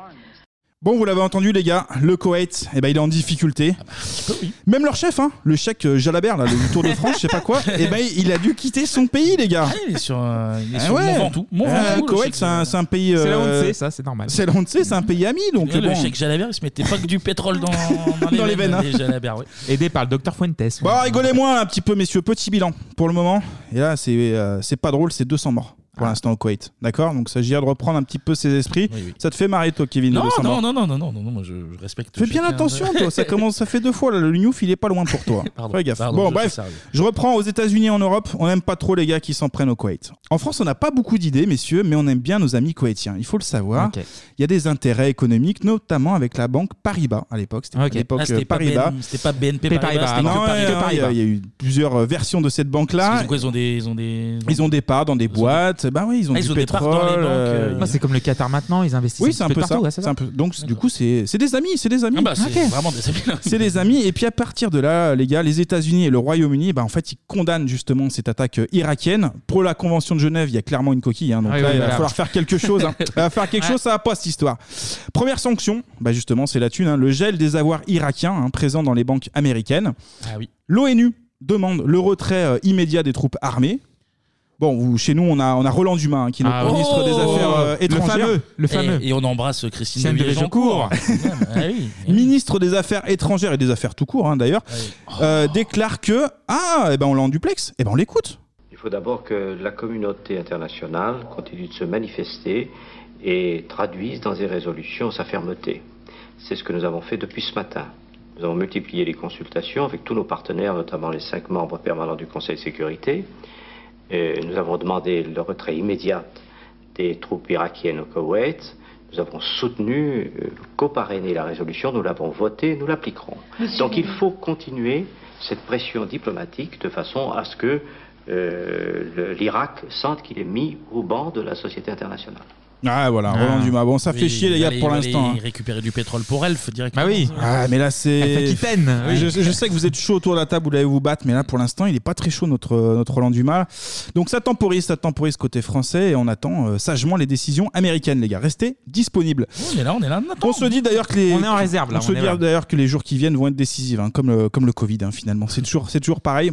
Bon, vous l'avez entendu, les gars, le Koweït, eh ben, il est en difficulté. Ah bah, Même leur chef, hein, le chèque euh, Jalabert, là, le Tour de France, je sais pas quoi, eh ben, il a dû quitter son pays, les gars. il est sur, euh, il est Ah sur ouais. Mont Ventoux. Mont Ah, Ventoux, le Koweït, Cheikh c'est un, c'est un pays. C'est là où on euh, sait, ça, c'est normal. C'est là où on sait, c'est un pays ami, donc Et le bon. Cheikh Jalabert, il se mettait pas que du pétrole dans, dans les, Dans les veines, hein. Bah, des Jalabert, oui. Aidé par le docteur Fuentes. Bon, rigolez-moi un petit peu, messieurs. Petit bilan pour le moment. Et là, c'est euh, c'est pas drôle, c'est 200 morts pour Ah. l'instant au Koweït. D'accord Donc, il s'agirait de reprendre un petit peu ses esprits. Ça te fait marrer, toi, Kevin Non, 200 non, morts. non, non, non, non, non, non, moi je, je respecte. Fais bien chacun euh. de- attention, toi. Ça commence, ça fait deux fois. Là, le Newf, il est pas loin pour toi. Pardon, Fais gaffe. pardon, bon, je suis bref, sérieux. je reprends aux États-Unis et en Europe. On n'aime pas trop les gars qui s'en prennent au Koweït. En France, on n'a pas beaucoup d'idées, messieurs, mais on aime bien nos amis koweïtiens. Il faut le savoir. Il y a des intérêts économiques, notamment avec la banque Paribas à l'époque. C'était Ok. à l'époque Ah, c'était euh, pas Paribas. BN, c'était pas Ben. BNP Paribas, Paribas, c'était que Non, Paribas. il y a- Que Paribas. il y a eu plusieurs euh, versions de cette Parce banque-là. qu'ils ont quoi, Ils ont des. Ils ont des. Ils ont des parts dans des boîtes. Bah oui, ils ont Ah, du ils ont des parts pétrole. dans les banques, euh, euh, Moi, Ah, c'est comme le Qatar maintenant, ils investissent oui, un c'est un petit peu ça. partout, ouais, C'est c'est un peu- Donc du coup, c'est c'est des amis, c'est des amis. Ah bah, c'est Ok. vraiment des amis. C'est des amis. Et puis à partir de là, les gars, les États-Unis et le Royaume-Uni, bah, en fait, ils condamnent justement cette attaque euh, irakienne. Pour la Convention de Genève, il y a clairement une coquille. hein. donc Ah oui, là, oui, il va voilà. falloir faire quelque chose. hein. Il va falloir quelque chose, ça va pas cette histoire. Première sanction, bah, justement, c'est la thune. hein. le gel des avoirs irakiens hein, présents dans les banques américaines. Ah oui. L'ONU demande le retrait euh, immédiat des troupes armées. Bon, vous- chez nous, on a, on a Roland Dumas, hein, qui est notre Ah oui. ministre des Affaires euh, Le étrangères. fameux, le fameux. Et- et on embrasse Christine Christiane Devier-Jancourt. Devier-Jancourt. Ah oui. Ah Ministre des Affaires étrangères et des Affaires tout court, hein, d'ailleurs, euh, déclare que Ah, eh ben on l'a en duplex, eh ben on l'écoute. Il faut d'abord que la communauté internationale continue de se manifester et traduise dans des résolutions sa fermeté. C'est ce que nous avons fait depuis ce matin. Nous avons multiplié les consultations avec tous nos partenaires, notamment les cinq membres permanents du Conseil de sécurité. Et nous avons demandé le retrait immédiat des troupes irakiennes au Koweït. Nous avons soutenu, euh, coparrainé la résolution, nous l'avons votée, nous l'appliquerons. Monsieur Donc il Biden. faut continuer cette pression diplomatique de façon à ce que euh, le- l'Irak sente qu'il est mis au banc de la société internationale. Ah voilà, Roland Dumas. Bon, ça fait Oui, chier les il gars allait- pour il allait l'instant. hein. récupérer du pétrole pour Elf directement. Ah, mais là Elle fait c'est. Ah, Aquitaine, oui. Je, je sais que vous êtes chaud autour de la table, vous allez vous battre, mais là pour l'instant il est pas très chaud notre notre Roland Dumas. Donc ça temporise, ça temporise côté français et on attend euh, sagement les décisions américaines, les gars. Restez disponibles. Oh, On est là, on est là. On se dit d'ailleurs que les On est en réserve, là, On on se est dit là. d'ailleurs que les jours qui viennent vont être décisifs, hein, comme le, comme le Covid hein, finalement. C'est toujours c'est toujours pareil.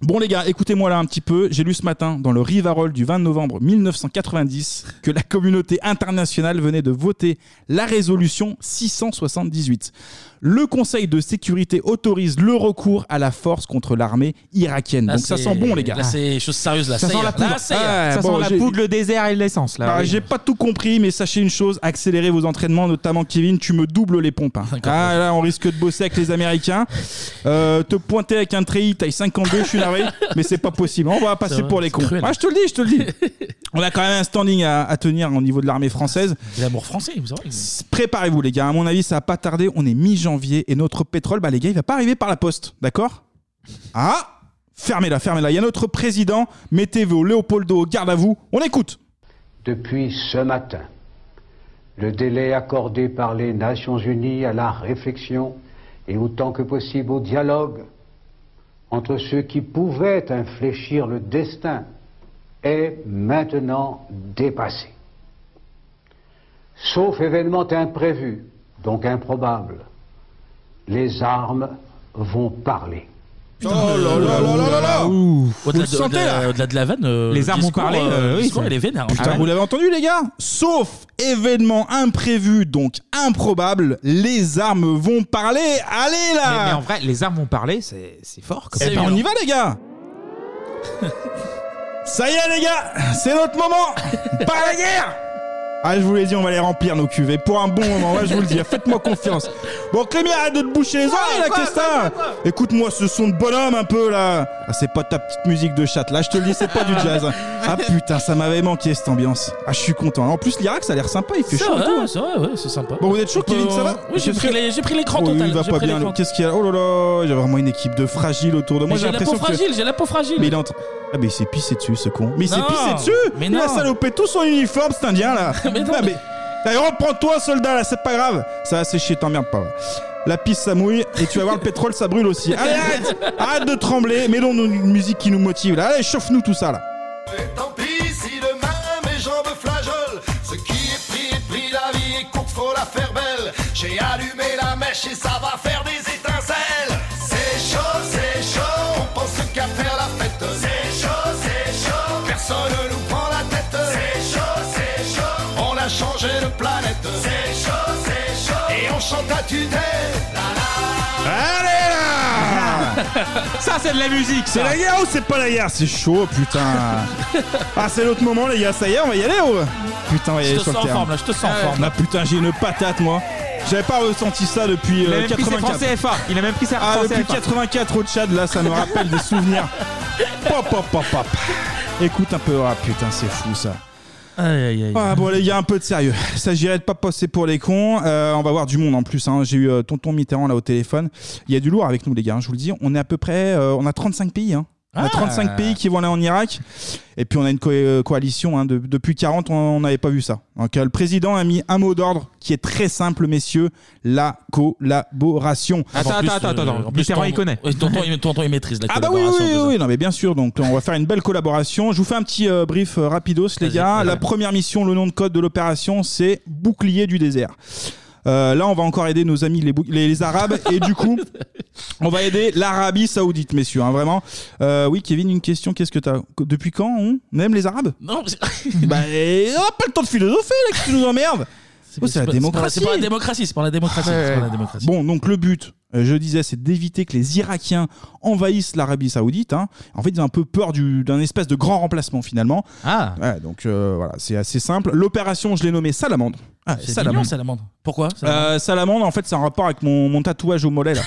Bon les gars, écoutez-moi là un petit peu. J'ai lu ce matin dans le Rivarol du 20 novembre 1990 que la communauté internationale venait de voter la résolution 678. Le Conseil de sécurité autorise le recours à la force contre l'armée irakienne. Là, Donc ça c'est- sent bon les gars. Là, c'est chose sérieuse. Là, Ça y sent est, la poudre. Là, ça y est. Ah, Ça bon, sent la j'ai- poudre, le désert et l'essence, là. Bah, oui. J'ai pas tout compris, mais sachez une chose, accélérez vos entraînements, notamment Kevin, tu me doubles les pompes. hein. Ah, là, on risque de bosser avec les Américains. Euh, te pointer avec un treillis taille 52, je suis navré, mais c'est pas possible. On va passer vrai, pour les c'est cons. cruel. Ah, je te le dis, je te le dis. On a quand même un standing à, à tenir au niveau de l'armée française. L'amour français, vous savez. Préparez-vous, les gars. À mon avis, ça va pas tarder. On est mi-janvier et notre pétrole, bah, les gars, il va pas arriver par la poste. D'accord Ah Fermez-la, fermez-la. Il y a notre président. Mettez vos Léopoldo, garde à vous. On écoute. Depuis ce matin, le délai accordé par les Nations Unies à la réflexion et autant que possible au dialogue entre ceux qui pouvaient infléchir le destin est maintenant dépassé. Sauf événement imprévu, donc improbable, les armes vont parler. Putain, Oh le- Ouh. Au-delà Vous le de- sentez, là Au-delà de la vanne, euh, Les armes ont discours, parlé, euh, euh, oui, discours, c'est- il est Ah, vénère. hein. Putain, vous l'avez entendu, les gars Sauf événement imprévu, donc improbable, les armes vont parler. Allez là Mais, mais en vrai, les armes vont parler, c'est c'est fort. Comme Eh ben, on y va, les gars Ça y est, les gars C'est notre moment Par la guerre Ah, je vous l'ai dit, on va les remplir, nos cuvées, pour un bon moment, ouais, je vous le dis. Faites-moi confiance. Bon, Clémy, arrête de te boucher les oreilles, là, quoi, qu'est-ce que ça Écoute-moi ce son de bonhomme, un peu, là Ah, c'est pas ta petite musique de chatte, là, je te le dis, c'est pas du jazz. Ah, putain, ça m'avait manqué, cette ambiance. Ah, je suis content. En plus, l'Irak, ça a l'air sympa, il fait C'est chaud et tout, vrai, hein. c'est vrai, ouais, c'est sympa. Bon, vous êtes chaud, On peut- Kevin, ça va Oui, j'ai pris les- j'ai pris l'écran Oh, total. Il va j'ai pas pris bien. l'écran le- Qu'est-ce qu'il y a Oh là là, j'ai vraiment une équipe de fragiles autour de moi. Mais j'ai la peau l'impression que- fragile, j'ai la peau fragile. Mais il est en train- Ah, mais il s'est pissé dessus, ce con. Mais il s'est Non, pissé dessus mais Il a non. salopé tout son uniforme, cet indien, là Mais non, Ah, mais- Allez, reprends-toi, soldat, là, c'est pas grave Ça va sécher, t'emmerdes pas. ouais. La pisse, ça mouille, et tu vas voir, le pétrole, ça brûle aussi. Allez, arrête Arrête de trembler, mets-nous une musique qui nous motive, là. Allez, chauffe-nous tout ça, là. Tant pis si demain mes jambes flageolent. Ce qui est pris est pris, la vie est courte, faut la faire belle. J'ai allumé la mèche et ça va faire des étincelles. C'est chaud, c'est chaud, on pense qu'à faire la fête. C'est chaud, c'est chaud, personne nous prend la tête. C'est chaud, c'est chaud, on a changé de planète. C'est chaud, c'est chaud, et on chante à tutelle. Allez là Ça, c'est de la musique, C'est Ah. la guerre ou c'est pas la guerre C'est chaud, putain Ah, c'est l'autre moment, les gars, ça y est, on va y aller ou Putain, on va y Je aller te sur le sens en terrain. forme, là, je te sens en Ah, forme. putain, j'ai une patate, moi J'avais pas ressenti ça depuis Il a euh, même pris ses 84. francs CFA. Il a même pris ses Ah, francs depuis CFA. 84 au Tchad, là, ça me rappelle des souvenirs. Pop, pop, pop, pop. Écoute un peu, ah putain, c'est fou ça. Ah bon les gars un peu de sérieux, il s'agirait de pas passer pour les cons, Euh, on va voir du monde en plus, hein. j'ai eu euh, tonton Mitterrand là au téléphone, il y a du lourd avec nous les gars, hein. je vous le dis, on est à peu près, euh, on a 35 pays, hein. on Ah. a 35 pays qui vont aller en Irak, et puis on a une co- euh, coalition, hein. De- depuis 40 on- on n'avait pas vu ça. Donc euh, le président a mis un mot d'ordre qui est très simple messieurs, la collaboration. Attends, En plus, attends, euh, attends, attends. en plus, Mitterrand, ton- il connaît. Ouais, Tonton, il- tonton, il maîtrise la ah bah oui, oui, collaboration. oui, oui, non mais bien sûr, donc on va faire une belle collaboration. Je vous fais un petit euh, brief euh, rapidos les gars. La première mission, le nom de code de l'opération, c'est Bouclier du désert. Euh, là, on va encore aider nos amis les, bou- les- les Arabes et du coup, on va aider l'Arabie Saoudite, messieurs, hein, vraiment. Euh, oui, Kevin, une question. Qu'est-ce que t'as Depuis quand on aime les Arabes Non, Bah, et on n'a pas le temps de philosopher là, qui nous emmerde. Oh, C'est pas- la pas- démocratie. Bah, C'est pour la démocratie, c'est pour la démocratie. c'est pour la démocratie. Bon, donc le but, euh, je disais, c'est d'éviter que les Irakiens envahissent l'Arabie Saoudite. hein. En fait, ils ont un peu peur du- d'un espèce de grand remplacement finalement. Ah. donc euh, voilà, c'est assez simple. L'opération, je l'ai nommée Salamandre. Ah, C'est mignon, salamandre. Pourquoi salamandre Euh, Salamandre, en fait, c'est un rapport avec mon, mon tatouage au mollet là.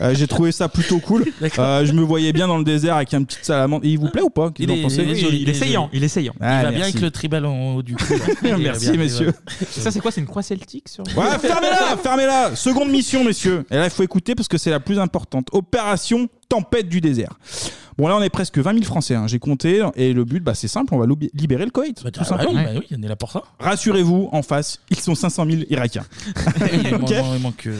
Euh, J'ai trouvé ça plutôt cool. Euh, je me voyais bien dans le désert avec un petit salamandre. Et il vous plaît ou pas Qu'est-ce que vous en pensez Ah, il est essayant. Il va bien avec le tribal en haut du cou. là. Il est Merci, bien, il est messieurs. Ça, c'est quoi C'est une croix celtique sur. Ouais, fermez-la, fermez-la. Seconde mission, messieurs. Et là, il faut écouter parce que c'est la plus importante. Opération Tempête du désert. Bon, là, on est presque 20 000 Français. hein. J'ai compté. Et le but, bah, c'est simple. On va lou- libérer le Koweït. tout Ah bah oui, simplement. bah oui, on est là pour ça. Rassurez-vous, en face, ils sont 500 000 Irakiens. Il Ok. manque- il manque. euh,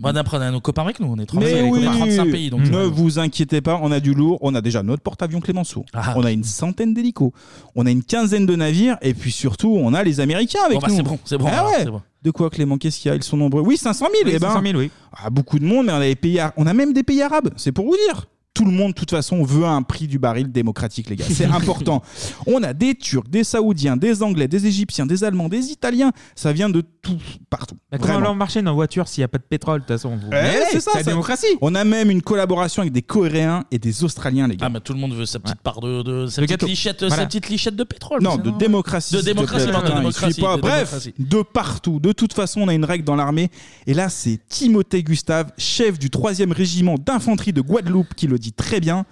Bon, d'après, on a nos copains avec nous. On est 35, Mais on est oui, 35 pays. Donc, ne euh, vous inquiétez pas, on a du lourd, on a déjà notre porte-avions Clémenceau, Ah. on a une centaine d'hélicos, on a une quinzaine de navires, et puis surtout, on a les Américains avec Bon, bah, nous. c'est bon, c'est bon, Ah alors, ouais. c'est bon. De quoi, Clément Qu'est-ce qu'il y a Ils sont nombreux. Oui, 500 000. Oui, eh ben, 500 000, oui. ah, beaucoup de monde, mais on a, les pays ar- on a même des pays arabes, c'est pour vous dire. Tout le monde, de toute façon, veut un prix du baril démocratique, les gars. C'est important. On a des Turcs, des Saoudiens, des Anglais, des Égyptiens, des Allemands, des Italiens. Ça vient de tout, partout. Bah, Comment Vraiment. leur marcher dans la voiture s'il n'y a pas de pétrole De toute façon, vous- Eh, Mais c'est ça, la ça. démocratie. On a même une collaboration avec des Coréens et des Australiens, les gars. Ah, mais tout le monde veut sa petite part de. de- sa, Le petite gâteau. lichette, Voilà. sa petite lichette de pétrole. Non, c'est de normal. démocratie. De s'il te démocratie, plaît. pardon, de Putain, démocratie, il suit pas. de Bref, démocratie. de partout. De toute façon, on a une règle dans l'armée. Et là, c'est Timothée Gustave, chef du 3e régiment d'infanterie de Guadeloupe, qui le dit très bien.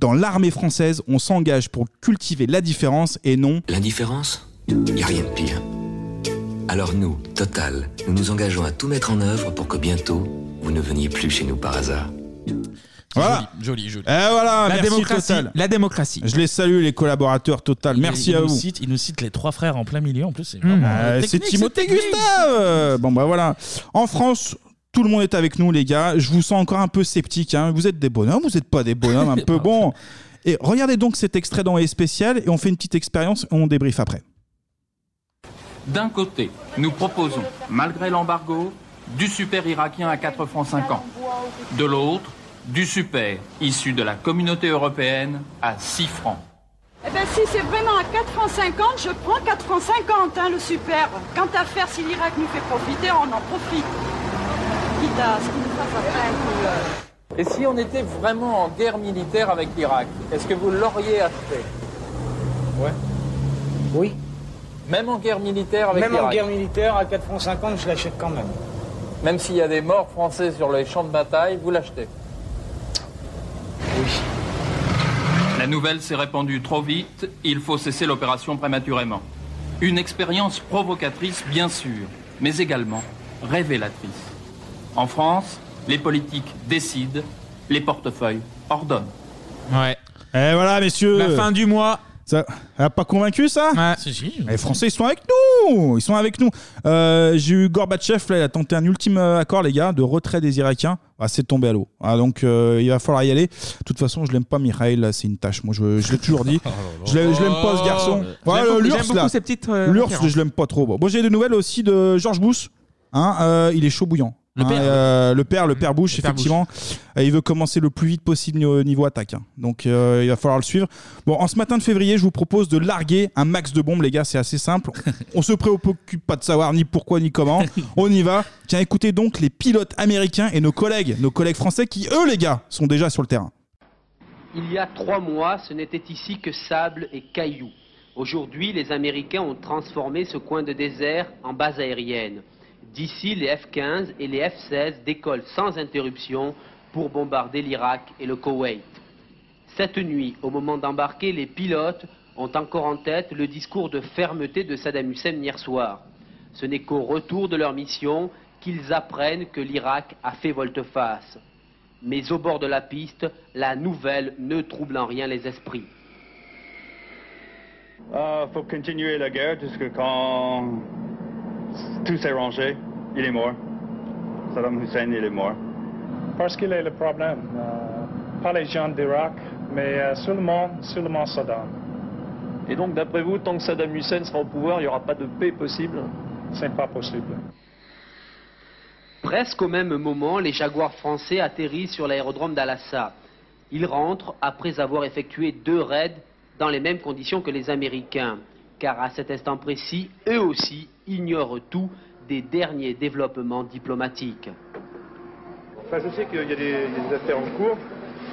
Dans l'armée française, on s'engage pour cultiver la différence et non. L'indifférence Il n'y a rien de pire. Alors nous, Total, nous nous engageons à tout mettre en œuvre pour que bientôt, vous ne veniez plus chez nous par hasard. Voilà. Joli, joli. Et voilà, La merci démocratie, Total. La démocratie. Je les salue, les collaborateurs Total. Il- merci il à nous vous. Cite, il nous cite les trois frères en plein milieu. En plus, c'est vraiment, Euh, euh, c'est technique, Timothée Gustave Bon bah voilà. En France, tout le monde est avec nous les gars. Je vous sens encore un peu sceptique. hein. Vous êtes des bonhommes, vous n'êtes pas des bonhommes un peu bon. Et regardez donc cet extrait dans les spécial et on fait une petite expérience et on débrief après. D'un côté, nous proposons, malgré l'embargo, du super irakien à 4 francs 50. De l'autre, Du super, issu de la communauté européenne, à 6 francs. Eh bien, si c'est vraiment à 4 francs 50, je prends 4 francs 50, hein, le super. Quant à faire, si l'Irak nous fait profiter, on en profite. Quitte à ce qu'il nous fasse après un coup, euh, Et si on était vraiment en guerre militaire avec l'Irak, est-ce que vous l'auriez acheté Ouais. Oui. Même en guerre militaire avec Même en l'Irak guerre militaire, à 4 francs 50, je l'achète quand même. Même s'il y a des morts français sur les champs de bataille, vous l'achetez La nouvelle s'est répandue trop vite, il faut cesser l'opération prématurément. Une expérience provocatrice, bien sûr, mais également révélatrice. En France, les politiques décident, les portefeuilles ordonnent. Ouais. Et voilà, messieurs. La fin du mois. Ça ça a pas convaincu ça Les Français ils sont avec nous, ils sont avec nous. Euh, J'ai eu Gorbatchev là, il a tenté un ultime euh, accord les gars de retrait des Irakiens. Ah, c'est tombé à l'eau. Ah, donc euh, il va falloir y aller. De toute façon je l'aime pas Mikhail, là, c'est une tâche. Moi je, je l'ai toujours dit. Je l'ai- je l'aime pas ce garçon. Oh J'aime Voilà, beaucoup- l'URSS, j'aime beaucoup là. ces petites, euh, L'URSS, références. je l'aime pas trop. Bon, Bon, j'ai des nouvelles aussi de George Bush. Hein, euh, il est chaud bouillant. Le Hein, père. euh, le père, le père Bush, père effectivement, Euh, il veut commencer le plus vite possible au niveau attaque. hein. Donc euh, il va falloir le suivre. Bon, en ce matin de février, je vous propose de larguer un max de bombes, les gars. C'est assez simple. On se préoccupe pas de savoir ni pourquoi ni comment. On y va. Tiens, écoutez donc les pilotes américains et nos collègues, nos collègues français, qui eux, les gars, sont déjà sur le terrain. Il y a trois mois, ce n'était ici que sable et cailloux. Aujourd'hui, les Américains ont transformé ce coin de désert en base aérienne. D'ici, les F-15 et les F-16 décollent sans interruption pour bombarder l'Irak et le Koweït. Cette nuit, au moment d'embarquer, les pilotes ont encore en tête le discours de fermeté de Saddam Hussein hier soir. Ce n'est qu'au retour de leur mission qu'ils apprennent que l'Irak a fait volte-face. Mais au bord de la piste, la nouvelle ne trouble en rien les esprits. Ah, faut continuer la guerre jusqu'à quand tout s'est rangé. Il est mort. Saddam Hussein, il est mort. Parce qu'il est le problème, euh, pas les gens d'Irak, mais euh, seulement, seulement Saddam. Et donc, d'après vous, tant que Saddam Hussein sera au pouvoir, il n'y aura pas de paix possible C'est pas possible. Presque au même moment, les Jaguars français atterrissent sur l'aérodrome d'Al-Assa. Ils rentrent après avoir effectué deux raids dans les mêmes conditions que les Américains, car à cet instant précis, eux aussi ignorent tout des derniers développements diplomatiques. Enfin, je sais qu'il y, a des- il y a des affaires en cours,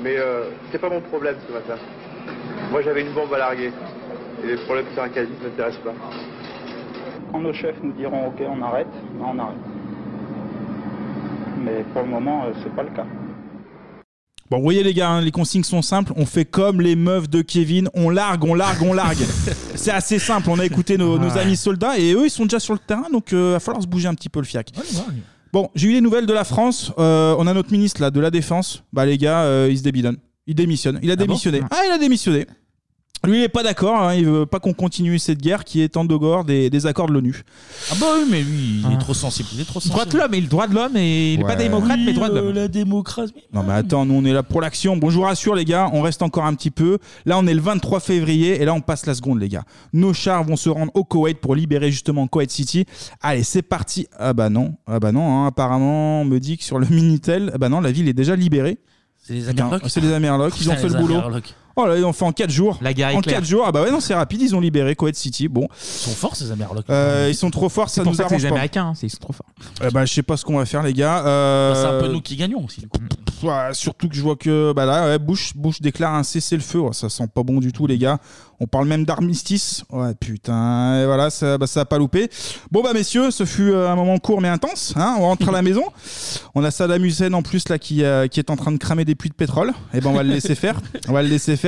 mais euh, c'est pas mon problème ce matin. Moi, j'avais une bombe à larguer. Et les problèmes sarcastiques ne m'intéressent pas. Quand nos chefs nous diront OK, on arrête, ben on arrête. Mais pour le moment, euh, c'est pas le cas. Bon, vous voyez les gars, hein, les consignes sont simples. On fait comme les meufs de Kevin. On largue, on largue, on largue. C'est assez simple. On a écouté nos, nos Ouais. amis soldats et eux, ils sont déjà sur le terrain. Donc, il va falloir se bouger un petit peu le fiac. Bon, j'ai eu les nouvelles de la France. Euh, on a notre ministre là de la Défense. Bah les gars, euh, il se débilonne. Il démissionne. Il a démissionné. ah, il a démissionné. Lui, il est pas d'accord. hein. Il veut pas qu'on continue cette guerre qui est en dehors des, des accords de l'ONU. Ah bah oui, mais lui, il est trop sensible. Il est trop Droit de l'homme et le droit de l'homme et il est pas Ouais. démocrate mais droit de l'homme. euh, La démocratie. Non mais attends, nous on est là pour l'action. Bon, je vous rassure les gars, on reste encore un petit peu. Là on est le 23 février et là on passe la seconde les gars. Nos chars vont se rendre au Koweït pour libérer justement Koweït City. Allez, c'est parti. Ah bah non, ah bah non. hein. apparemment on me dit que sur le Minitel, ah bah non, la ville est déjà libérée. C'est les Putain, Amerlocs C'est les Amerlocs, ils Putain, ont fait les le boulot. Amerlocs. Oh là, ils ont fait en 4 jours. La guerre est En claire. 4 jours, ah bah ouais, non, c'est rapide, ils ont libéré Koweït City. Bon. Ils sont forts, ces Amerlocs. Euh, ils sont trop forts, ça C'est pour nous ça que arrange les pas. Américains, hein, c'est- ils sont trop forts. Eh ben, je sais pas ce qu'on va faire, les gars. Euh, Bah, c'est un peu nous qui gagnons aussi. du coup. Pff, ouais, surtout que je vois que bah là, ouais, Bush, Bush déclare un cessez-le-feu. Ouais, ça sent pas bon du tout, les gars. On parle même d'armistice. Ouais, putain. Et voilà, ça, bah, ça a pas loupé. Bon, bah, messieurs, ce fut euh, un moment court mais intense. hein. on rentre à la maison. On a Saddam Hussein en plus là qui, euh, qui est en train de cramer des puits de pétrole. Et ben, on va le laisser faire. On va le laisser faire.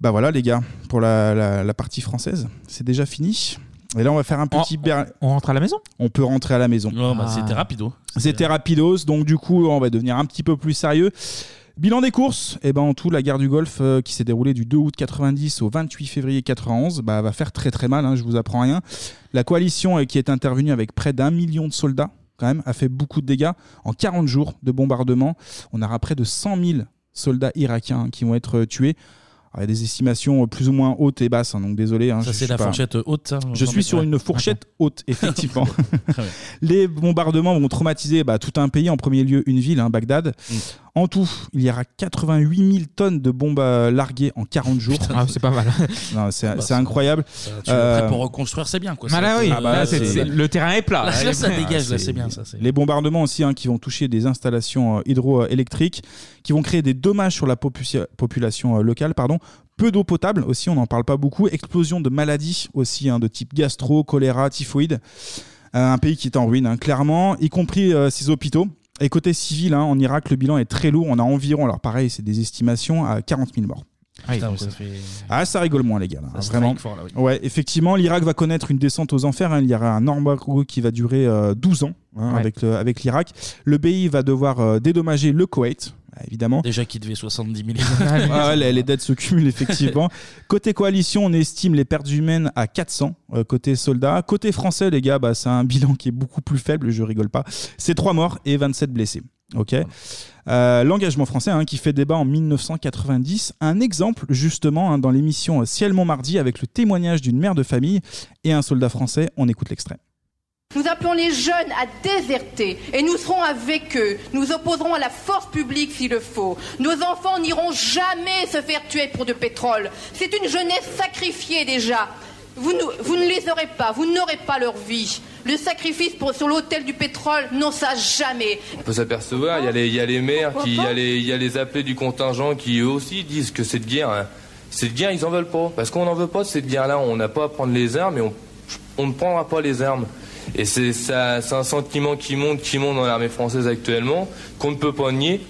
Bah voilà, les gars, pour la, la- la partie française, c'est déjà fini. Et là, on va faire un petit. ber- On rentre à la maison Ah. On peut rentrer à la maison. Oh, bah, C'était rapido. C'était rapidos, donc du coup, on va devenir un petit peu plus sérieux. Bilan des courses, et ben en tout, la guerre du Golfe euh, qui s'est déroulée du 2 août 90 au 28 février 91, bah, va faire très très mal, hein, je vous apprends rien. La coalition euh, qui est intervenue avec près d'un million de soldats, quand même, a fait beaucoup de dégâts. En 40 jours de bombardement, on aura près de 100 000 soldats irakiens hein, qui vont être euh, tués. Alors, Il y a des estimations euh, plus ou moins hautes et basses, hein, donc désolé. hein, Ça, je- c'est je la suis pas- fourchette haute, hein, ça, Je sans suis sur déconner. une fourchette Ah haute, effectivement. Mm. Les bombardements vont traumatiser bah, tout un pays, en premier lieu une ville, hein, Bagdad. En tout, il y aura 88 000 tonnes de bombes euh, larguées en 40 jours. Ah, c'est pas mal. Non, c'est Bah, c'est incroyable. Tu es prêt Euh, pour reconstruire, c'est bien quoi. Ah Ça là, te- oui. Ah bah, Là, c'est- c'est- c'est- Le terrain est plat. Là, Elle là, est- ça dégage, Ah, là, c'est bien ça. c'est- Les bombardements aussi hein, qui vont toucher des installations euh, hydroélectriques, qui vont créer des dommages sur la popu- population euh, locale, pardon. Peu d'eau potable aussi, on n'en parle pas beaucoup. Explosion de maladies aussi, hein, de type gastro, choléra, typhoïde. Euh, un pays qui est en ruine, hein, clairement, y compris euh, ses hôpitaux. Et côté civil, hein, en Irak, le bilan est très lourd. On a environ, alors pareil, c'est des estimations, à 40 000 morts. Putain, mais ça fait- Ah, ça rigole moins, les gars. là, Ça hein, strike vraiment. fort, là, oui. Ouais, effectivement, l'Irak va connaître une descente aux enfers. hein. Il y aura un embargo qui va durer euh, 12 ans hein, Ouais. avec, le- avec l'Irak. Le pays va devoir euh, dédommager le Koweït, euh, évidemment. Déjà qu'il devait 70 millions. Ah ouais, les, les dettes se cumulent effectivement. côté coalition, on estime les pertes humaines à 400 euh, côté soldats. Côté français, les gars, bah, c'est un bilan qui est beaucoup plus faible, je rigole pas. C'est 3 morts et 27 blessés. Ok. Euh, L'engagement français hein, qui fait débat en 1990. Un exemple justement hein, dans l'émission Ciel Montmardi avec le témoignage d'une mère de famille et un soldat français. On écoute l'extrait. Nous appelons les jeunes à déserter et nous serons avec eux. Nous opposerons à la force publique s'il le faut. Nos enfants n'iront jamais se faire tuer pour du pétrole. C'est une jeunesse sacrifiée déjà. Vous, nous- vous ne les aurez pas, vous n'aurez pas leur vie. Le sacrifice pour- sur l'autel du pétrole, non ça jamais. On peut s'apercevoir, il y a les- il y, a les maires, qui- il y, a les- il y a les appelés du contingent qui eux aussi disent que cette guerre, hein, cette guerre, ils en veulent pas. Parce qu'on n'en veut pas de cette guerre-là. On n'a pas à prendre les armes et on, on ne prendra pas les armes. Et c'est ça- c'est un sentiment qui monte, qui monte dans l'armée française actuellement, qu'on ne peut pas nier.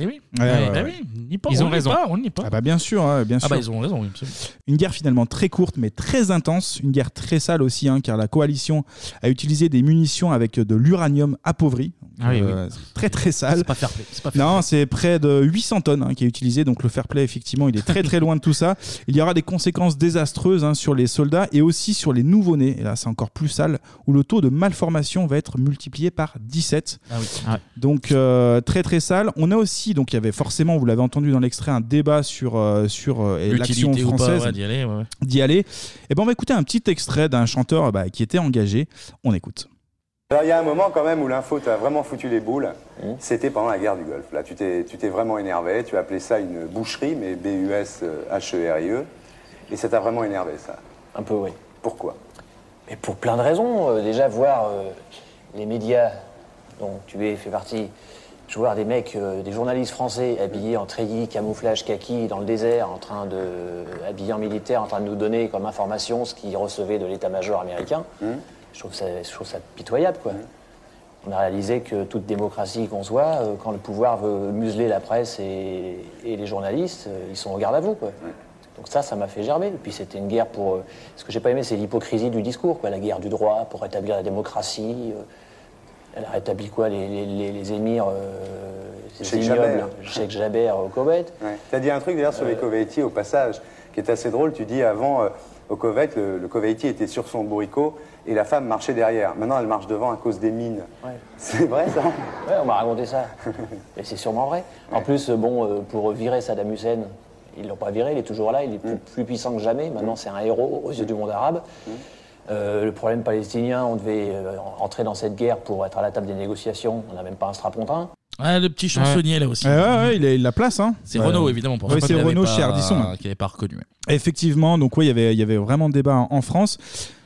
Eh oui. Eh Ouais, ouais, bah ouais. oui, on n'y est pas, on n'y est pas, on n'y est pas. Ah bah bien sûr, hein, bien Ah sûr. bah, ils ont raison, oui, absolument. Une guerre finalement très courte mais très intense, une guerre très sale aussi, hein, car la coalition a utilisé des munitions avec de l'uranium appauvri. Donc, Ah oui, euh, oui. c'est Très très sale. C'est pas fair play, c'est pas fair non, c'est près de 800 tonnes hein, qui est utilisé, donc le fair play effectivement il est très très loin de tout ça. Il y aura des conséquences désastreuses hein, sur les soldats et aussi sur les nouveau-nés, et là c'est encore plus sale, où le taux de malformation va être multiplié par 17. Ah oui. Donc euh, très très sale. On a aussi, donc il y avait forcément, vous l'avez entendu dans l'extrait, un débat sur, euh, sur euh, et l'action L'utilité ou pas, française ouais, d'y aller, ouais, ouais. d'y aller. Et ben on va écouter un petit extrait d'un chanteur bah, qui était engagé. On écoute. Alors il y a un moment quand même où l'info t'a vraiment foutu les boules, Mmh. c'était pendant la guerre du Golfe. Là, tu t'es tu t'es vraiment énervé, tu as appelé ça une boucherie, mais B-U-S-H-E-R-I-E, E. et ça t'a vraiment énervé ça. Un peu, oui. Pourquoi Mais pour plein de raisons. Euh, déjà, voir euh, les médias dont tu es fait partie, je vois des mecs, euh, des journalistes français habillés en treillis, camouflage, kaki, dans le désert, en train de. euh, habillés en militaire, en train de nous donner comme information ce qu'ils recevaient de l'état-major américain. Je, trouve ça, je trouve ça pitoyable, quoi. On a réalisé que toute démocratie qu'on soit, euh, quand le pouvoir veut museler la presse et, et les journalistes, euh, ils sont au garde à vous, quoi. Donc ça, ça m'a fait germer. Et puis c'était une guerre pour... euh, ce que j'ai pas aimé, c'est l'hypocrisie du discours, quoi. La guerre du droit pour rétablir la démocratie. euh, elle a rétabli quoi Les, les, les- les émirs... euh, ces Cheikh ignobles, Jaber. Cheikh Jaber au Koweït. Euh. Tu as dit un truc d'ailleurs sur les Koweïtis au passage, qui est assez drôle. Tu dis avant, euh, au Koweït, le, le Koweïti était sur son bourricot et la femme marchait derrière. Maintenant, elle marche devant à cause des mines. C'est vrai ça Ouais, on m'a raconté ça. Et c'est sûrement vrai. En plus, euh, bon, euh, pour virer Saddam Hussein, ils l'ont pas viré, il est toujours là, il est plus, plus puissant que jamais. Maintenant, c'est un héros aux yeux du monde arabe. Euh, le problème palestinien, on devait euh, en- entrer dans cette guerre pour être à la table des négociations. On n'a même pas un strapontin. Ah, le petit chansonnier là aussi. Ouais, ouais, ouais, il a il a la place. Hein. C'est Ouais. Renault évidemment pour Ouais, ça c'est qu'il avait Renault pas- chez Ardisson. hein. Qui n'avait pas reconnu. ouais. Effectivement, donc oui, il y avait- il y avait vraiment débat en France.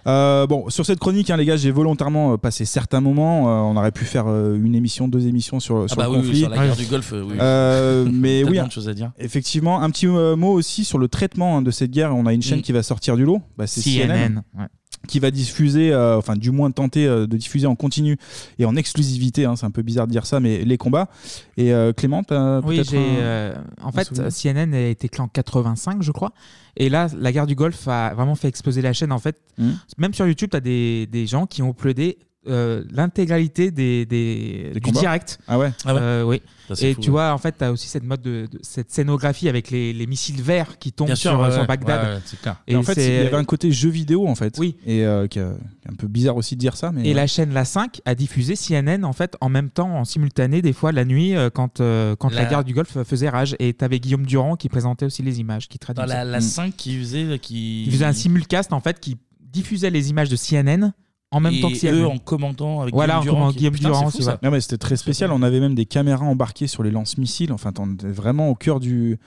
Euh, bon, sur cette chronique, hein, les gars, j'ai volontairement euh, passé certains moments. Euh, on aurait pu faire euh, une émission, deux émissions sur, sur bah le oui, oui, conflit. sur la guerre du Golfe, euh, oui. Euh, mais oui, Tellement de choses à dire. effectivement, un petit euh, mot aussi sur le traitement hein, de cette guerre. On a une chaîne Mm. qui va sortir du lot. Bah, c'est CNN, CNN. ouais. qui va diffuser, euh, enfin du moins tenter euh, de diffuser en continu et en exclusivité, hein, c'est un peu bizarre de dire ça, mais les combats. Et euh, Clément, t'as Oui, peut-être j'ai. un- euh, en un fait, souvenir CNN a été créée en 85, je crois. Et là, la guerre du Golfe a vraiment fait exploser la chaîne. En fait, Mhm. même sur YouTube, tu as des, des gens qui ont uploadé euh, l'intégralité des, des, du combats direct. Ah ouais Ah ouais. Euh, Oui. Ça, c'est Et fou, tu ouais. vois, en fait, tu as aussi cette mode de, de- cette scénographie avec les, les missiles verts qui tombent Bien sûr, sur, ouais, sur ouais. Bagdad. Ouais, ouais, c'est clair. Et en fait, c'est- il y avait un côté jeu vidéo en fait. Oui. Et euh, qui est un peu bizarre aussi de dire ça, mais euh, Et la chaîne La 5 a diffusé CNN en fait en même temps, en simultané, des fois la nuit, euh, quand, euh, quand la... La- guerre du Golfe faisait rage. Et t'avais Guillaume Durand qui présentait aussi les images, qui traduisait. Dans la, la Mmh. Mm. 5 qui faisait qui Il faisait un simulcast en fait qui diffusait les images de CNN En même Et temps que Siam. eux, en commentant avec Voilà, Guillaume en Durand comment- qui- Guillaume Putain, Durand, c'est c'est fou, vrai. ça. Non, mais c'était très spécial. On avait même des caméras embarquées sur les lance-missiles. Enfin, t'en étais vraiment au cœur du.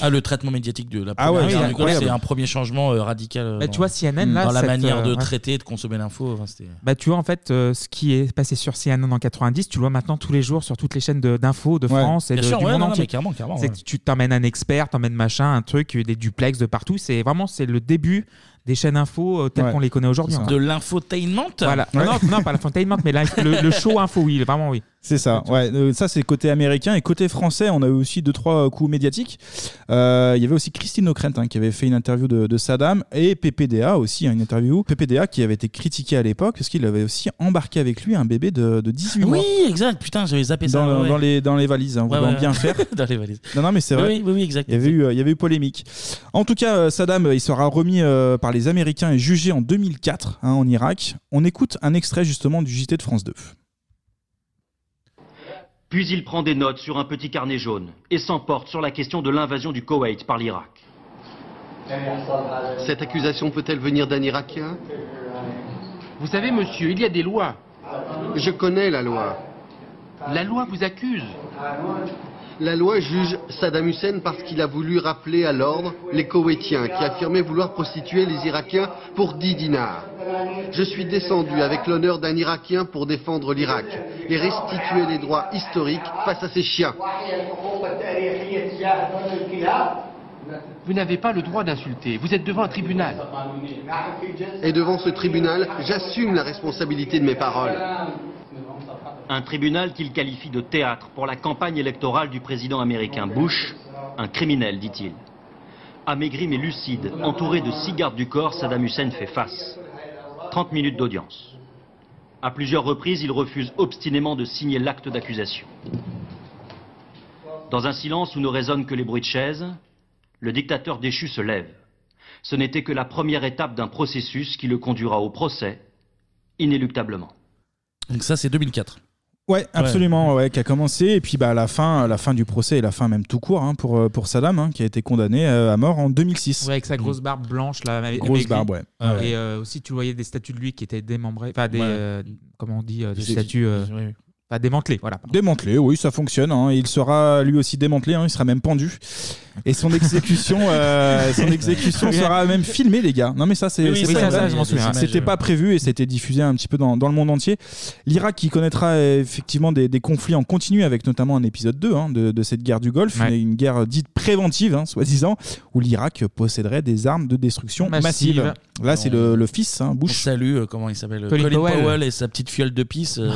Ah, le traitement médiatique de la Ah ouais, première c'est guerre du Golfe, incroyable. c'est un premier changement euh, radical euh, Bah, dans, tu vois, CNN, là, dans la cette, manière de euh, ouais. traiter et de consommer l'info. enfin, c'était- Bah, tu vois, en fait, euh, ce qui est passé sur CNN en 90, tu le vois maintenant tous les jours sur toutes les chaînes de- d'infos de, Ouais. France et Bien de- sûr, du ouais, monde non, non, entier. mais carrément, carrément, C'est ouais. que tu t'emmènes un expert, t'emmènes machin, un truc, des duplex de partout. C'est vraiment c'est le début des chaînes info euh, telles Ouais. qu'on les connaît aujourd'hui. De l'infotainment Voilà. Non, non, pas l'infotainment, mais là, le, le show info, oui, vraiment, oui. C'est ça, ouais. Euh, ça, c'est côté américain. Et côté français, on a eu aussi deux, trois euh, coups médiatiques. Euh, Il y avait aussi Christine O'Krent hein, qui avait fait une interview de, de Saddam et PPDA aussi, hein, une interview. PPDA qui avait été critiqué à l'époque parce qu'il avait aussi embarqué avec lui un bébé de, de 18 mois. Oui, exact. Putain, j'avais zappé ça. Dans, ouais, ouais. dans les, dans les valises, hein, Ouais, voulant ouais, bien ouais. faire. dans les valises. Non, non, mais c'est Oui, vrai. oui, oui, oui, exact. Il y avait eu, euh, il y avait eu polémique. En tout cas, euh, Saddam, euh, il sera remis euh, par les Américains et jugé en 2004 hein, en Irak. On écoute un extrait justement du JT de France 2. Puis il prend des notes sur un petit carnet jaune et s'emporte sur la question de l'invasion du Koweït par l'Irak. Cette accusation peut-elle venir d'un Irakien Vous savez, monsieur, il y a des lois. Je connais la loi. La loi vous accuse. La loi juge Saddam Hussein parce qu'il a voulu rappeler à l'ordre les Koweïtiens qui affirmaient vouloir prostituer les Irakiens pour 10 dinars. Je suis descendu avec l'honneur d'un Irakien pour défendre l'Irak et restituer les droits historiques face à ces chiens. Vous n'avez pas le droit d'insulter. Vous êtes devant un tribunal. euh. Et devant ce tribunal, j'assume la responsabilité de mes paroles. Un tribunal qu'il qualifie de théâtre pour la campagne électorale du président américain Bush, un criminel, dit-il. Amaigri mais lucide, entouré de six gardes du corps, Saddam Hussein fait face. 30 minutes d'audience. À plusieurs reprises, il refuse obstinément de signer l'acte d'accusation. Dans un silence où ne résonnent que les bruits de chaises, le dictateur déchu se lève. Ce n'était que la première étape d'un processus qui le conduira au procès, inéluctablement. Donc, ça, c'est 2004. Ouais, absolument, ouais, qui a commencé. Et puis bah, à la, fin, à la fin du procès et la fin même tout court hein, pour, euh, pour Saddam, hein, qui a été condamné euh, à mort en 2006. Ouais, avec sa grosse barbe blanche là. avec- Grosse avec lui. barbe, ouais. Ah ouais. Et euh, aussi, tu voyais des statues de lui qui étaient démembrées, enfin des, Ouais. euh, comment on dit, euh, des Des- statues, euh, enfin démantelées, voilà. Démantelé, oui, ça fonctionne. hein. Il sera lui aussi démantelé, hein, il sera même pendu. Et son exécution, euh, son exécution sera même filmée, les gars. Non, mais ça, c'est. Oui, c'est oui, pas ça, vrai. ça, je m'en souviens. C'était pas prévu et ça a été diffusé un petit peu dans, dans le monde entier. L'Irak qui connaîtra euh, effectivement des, des conflits en continu, avec notamment un épisode 2 hein, de, de cette guerre du Golfe, Ouais. une, une guerre dite préventive, hein, soi-disant, où l'Irak posséderait des armes de destruction massive. Massive. Là, c'est le, le fils, hein, Bush. Salut, euh, comment il s'appelle euh, Colin Powell. et sa petite fiole de pisse. euh,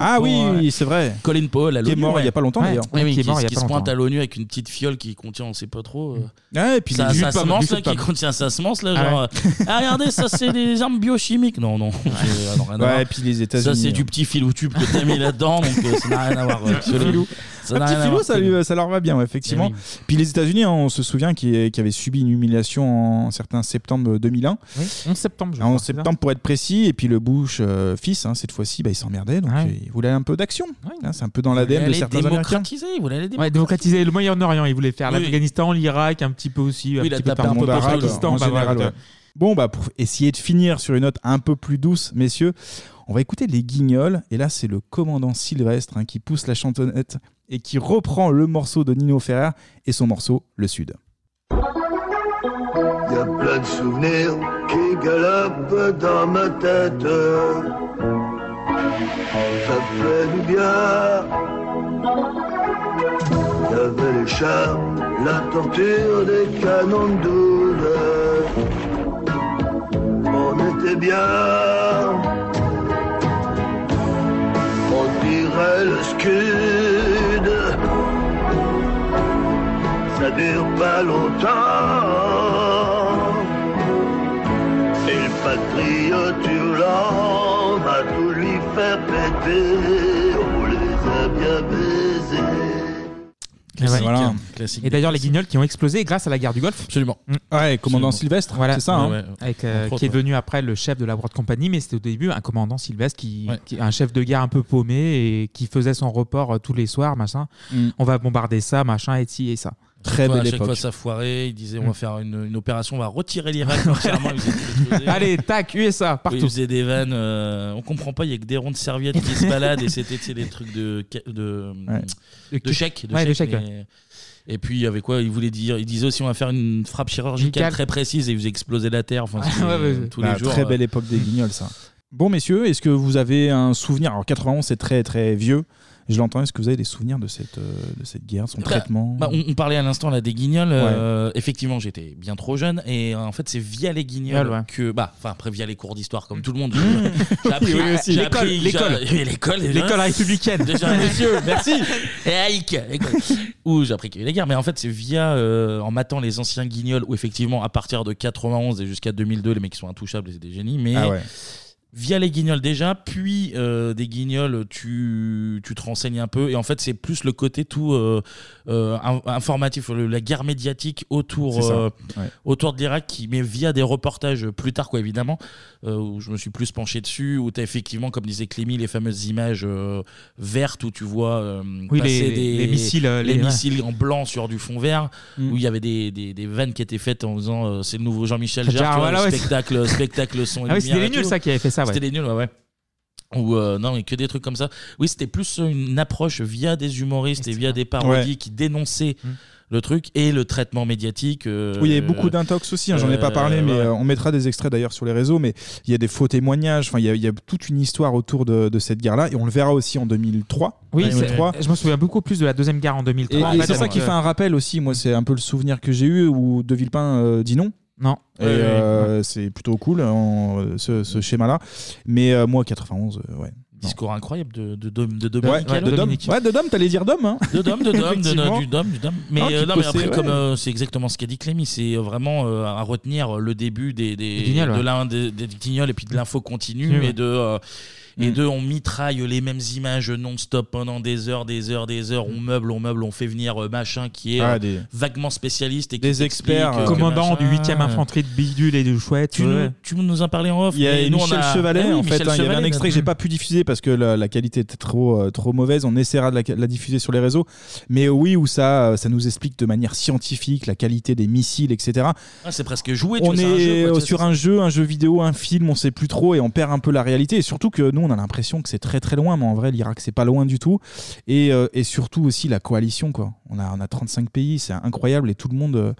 Ah pour, oui, euh, oui, c'est vrai. Colin Powell à Qui est l'ONU, mort ouais. il y a pas longtemps, Ouais. d'ailleurs. Oui, Ouais, oui, qui qui est mort il y a qui pas se pointe longtemps. à l'ONU avec une petite fiole qui contient on sait pas trop. euh, Ouais, et puis sa, les sa jupes à- semence jupes là, à- qui contient sa semence là, Ah genre. ouais. euh, Ah, regardez, ça c'est des armes biochimiques. Non, non. c'est- ah, non, rien à Ouais, voir. et puis les Ça États-Unis, c'est hein. du petit fil ou tube que t'as mis là-dedans, donc euh, ça n'a rien à voir. ouais, Petit absolument. filou. Ça Un n'a petit rien à filou, voir. ça, lui- ça leur va bien, ouais, effectivement. Eh oui. Puis les États-Unis, hein, on se souvient qu'ils qu'ils avaient subi une humiliation en certain septembre 2001. Oui, 11 septembre. je En crois, c'est ça septembre, pour être précis, et puis le Bush euh, fils, hein, cette fois-ci, bah, il s'emmerdait, donc euh, il voulait un peu d'action. Hein, C'est un peu dans l'ADN de Vous voulez certains aller Américains. démocratiser, vous voulez aller Ouais, démocratiser le Moyen-Orient, il voulait faire Oui. l'Afghanistan, l'Irak, un petit peu aussi, un Oui, il a petit peu tapé par un peu le partout, Pakistan, en bah voilà, général, ouais. Bon, bah, pour essayer de finir sur une note un peu plus douce, messieurs, on va écouter les guignols. Et là, c'est le commandant Sylvestre hein, qui pousse la chantonnette et qui reprend le morceau de Nino Ferrer et son morceau, Le Sud. Y a plein de souvenirs qui galopent dans ma tête. Ça fait du bien. Y avait les chars, la torture des canons de douze. On était bien. On tirait le scud ça dure pas longtemps. Et le patriote hurlant va tout lui faire péter, on les a bien baisés. Classique, Et voilà. hein. Et d'ailleurs, les guignols qui ont explosé grâce à la guerre du Golfe. Mm. Absolument. Ouais, commandant Sylvestre, c'est ça, hein. Avec, euh, Entre qui autres, est ouais. devenu après le chef de la Broad Company, mais c'était au début un commandant Sylvestre qui, qui est un chef de guerre un peu paumé et qui faisait son report euh, tous les soirs, machin. Mm. On va bombarder ça, machin, et ci et ça. Très Toi, belle à chaque époque. fois, ça foirait. Ils disaient on Mm. va faire une, une opération, on va retirer l'Irak entièrement. Ils étaient explosés. Allez, tac, USA, Oui, partout. ils faisaient des vannes. euh, on comprend pas, il y a que des ronds de serviettes qui se baladent et c'était tu sais, des trucs de de Ouais. de chèques. Ouais, de chèques, mais- Et puis il y avait quoi Ils voulaient dire, ils disaient aussi on va faire une frappe chirurgicale Médicale. très précise et ils faisaient exploser la terre. Enfin, c'était, euh, tous Bah, La les jours. Bah, Très euh, belle époque des guignols, ça. Bon, messieurs, est-ce que vous avez un souvenir Alors, 91, c'est très, très vieux. Je l'entends. Est-ce que vous avez des souvenirs de cette, euh, de cette guerre, de son Bah, traitement bah, on, on parlait à l'instant là des guignols. euh, effectivement, j'étais bien trop jeune et euh, en fait, c'est via les guignols Ouais, ouais. que, bah, enfin après via les cours d'histoire comme tout le monde. J'ai Mmh. Oui, oui, aussi. j'ai L'école, appris- l'école. j'ai- oui, l'école, déjà. L'école républicaine. Déjà, messieurs, Merci. Et Aïk, école. Où j'ai appris qu'il y avait des guerres, mais en fait, c'est via euh, en matant les anciens guignols où effectivement, à partir de 91 et jusqu'à 2002, les mecs sont intouchables, et c'est des génies, mais Ah ouais. via les guignols déjà, puis euh, des guignols, tu, tu te renseignes un peu. Et en fait, c'est plus le côté tout euh, euh, in- informatif, le- la guerre médiatique C'est autour, ça, euh, ouais. autour de l'Irak, qui mais via des reportages plus tard, quoi, évidemment, euh, où je me suis plus penché dessus, où tu as effectivement, comme disait Clémy, les fameuses images euh, vertes où tu vois euh, Oui, passer les- des, les missiles, euh, les les- ouais. missiles en blanc sur du fond vert, Mm. où il y avait des, des, des vannes qui étaient faites en disant euh, c'est le nouveau Jean-Michel Jarre, Jarre, tu vois, voilà, le ouais. spectacle, spectacle son Ah oui, lumière c'était les et nuls, tout. ça, qui avait fait ça, ouais. C'était les nuls, ouais, ouais. Ou euh, non, mais que des trucs comme ça. Oui, c'était plus euh, une approche via des humoristes et via des parodies Ouais. qui dénonçaient Mm. le truc et le traitement médiatique. euh, Oui, il y a beaucoup d'intox aussi, hein, j'en ai pas euh, parlé, mais ouais. euh, on mettra des extraits d'ailleurs sur les réseaux, mais il y a des faux témoignages, enfin il y, a- il y a toute une histoire autour de, de cette guerre-là, et on le verra aussi en 2003. Oui, c'est- 2003. je me souviens beaucoup plus de la Deuxième Guerre en 2003. Et, en et fait, c'est ça avec, qui euh, fait un rappel aussi, moi c'est un peu le souvenir que j'ai eu où De Villepin euh, dit non. Non. Et Ouais, ouais, euh, c'est plutôt cool en, euh, ce, ce schéma-là. Mais euh, moi 91, euh, ouais. Discours incroyable de, de, Dom- de Ouais, Dominique. hein. de Dom. Ouais, de Dom, t'allais dire Dom. Hein. De Dom, de Dom, de- Effectivement. du Dom, du Dom. Mais, Non, euh, qui non, mais après, possède- comme ouais. euh, c'est exactement ce qu'a dit Clémy, c'est vraiment euh, à retenir le début des, des, Des guignols, de ouais. l'un des, des guignols et puis de l'info continue Continue, ouais. et de. euh, Mm. et de, on mitraille les mêmes images non-stop pendant des heures, des heures, des heures. On meuble, on meuble, on fait venir euh, machin qui est Ah, euh, des- vaguement spécialiste et qui des t'explique, experts, euh, que commandant du machin, 8e euh, infanterie de Bidule et de Chouette. Tu ouais. nous, tu nous en parlais en off. Il y a mais nous, on Michel a- Chevalet, Ah oui, en fait. Michel hein, il y avait un Chevalet, extrait que j'ai pas pu diffuser parce que la, la qualité était trop, euh, trop mauvaise. On essaiera de la, la diffuser sur les réseaux. Mais oui, où ça, euh, ça nous explique de manière scientifique la qualité des missiles, etc. Ah, c'est presque joué. tu on vois, c'est un est, euh, jeu, quoi, tu sais, sur c'est- un jeu, un jeu vidéo, un film, on sait plus trop et on perd un peu la réalité. Et surtout que nous, on a l'impression que c'est très très loin, mais en vrai, l'Irak, c'est pas loin du tout. Et, euh, et surtout aussi la coalition, quoi. On a, on a 35 pays, c'est incroyable et tout le monde, euh,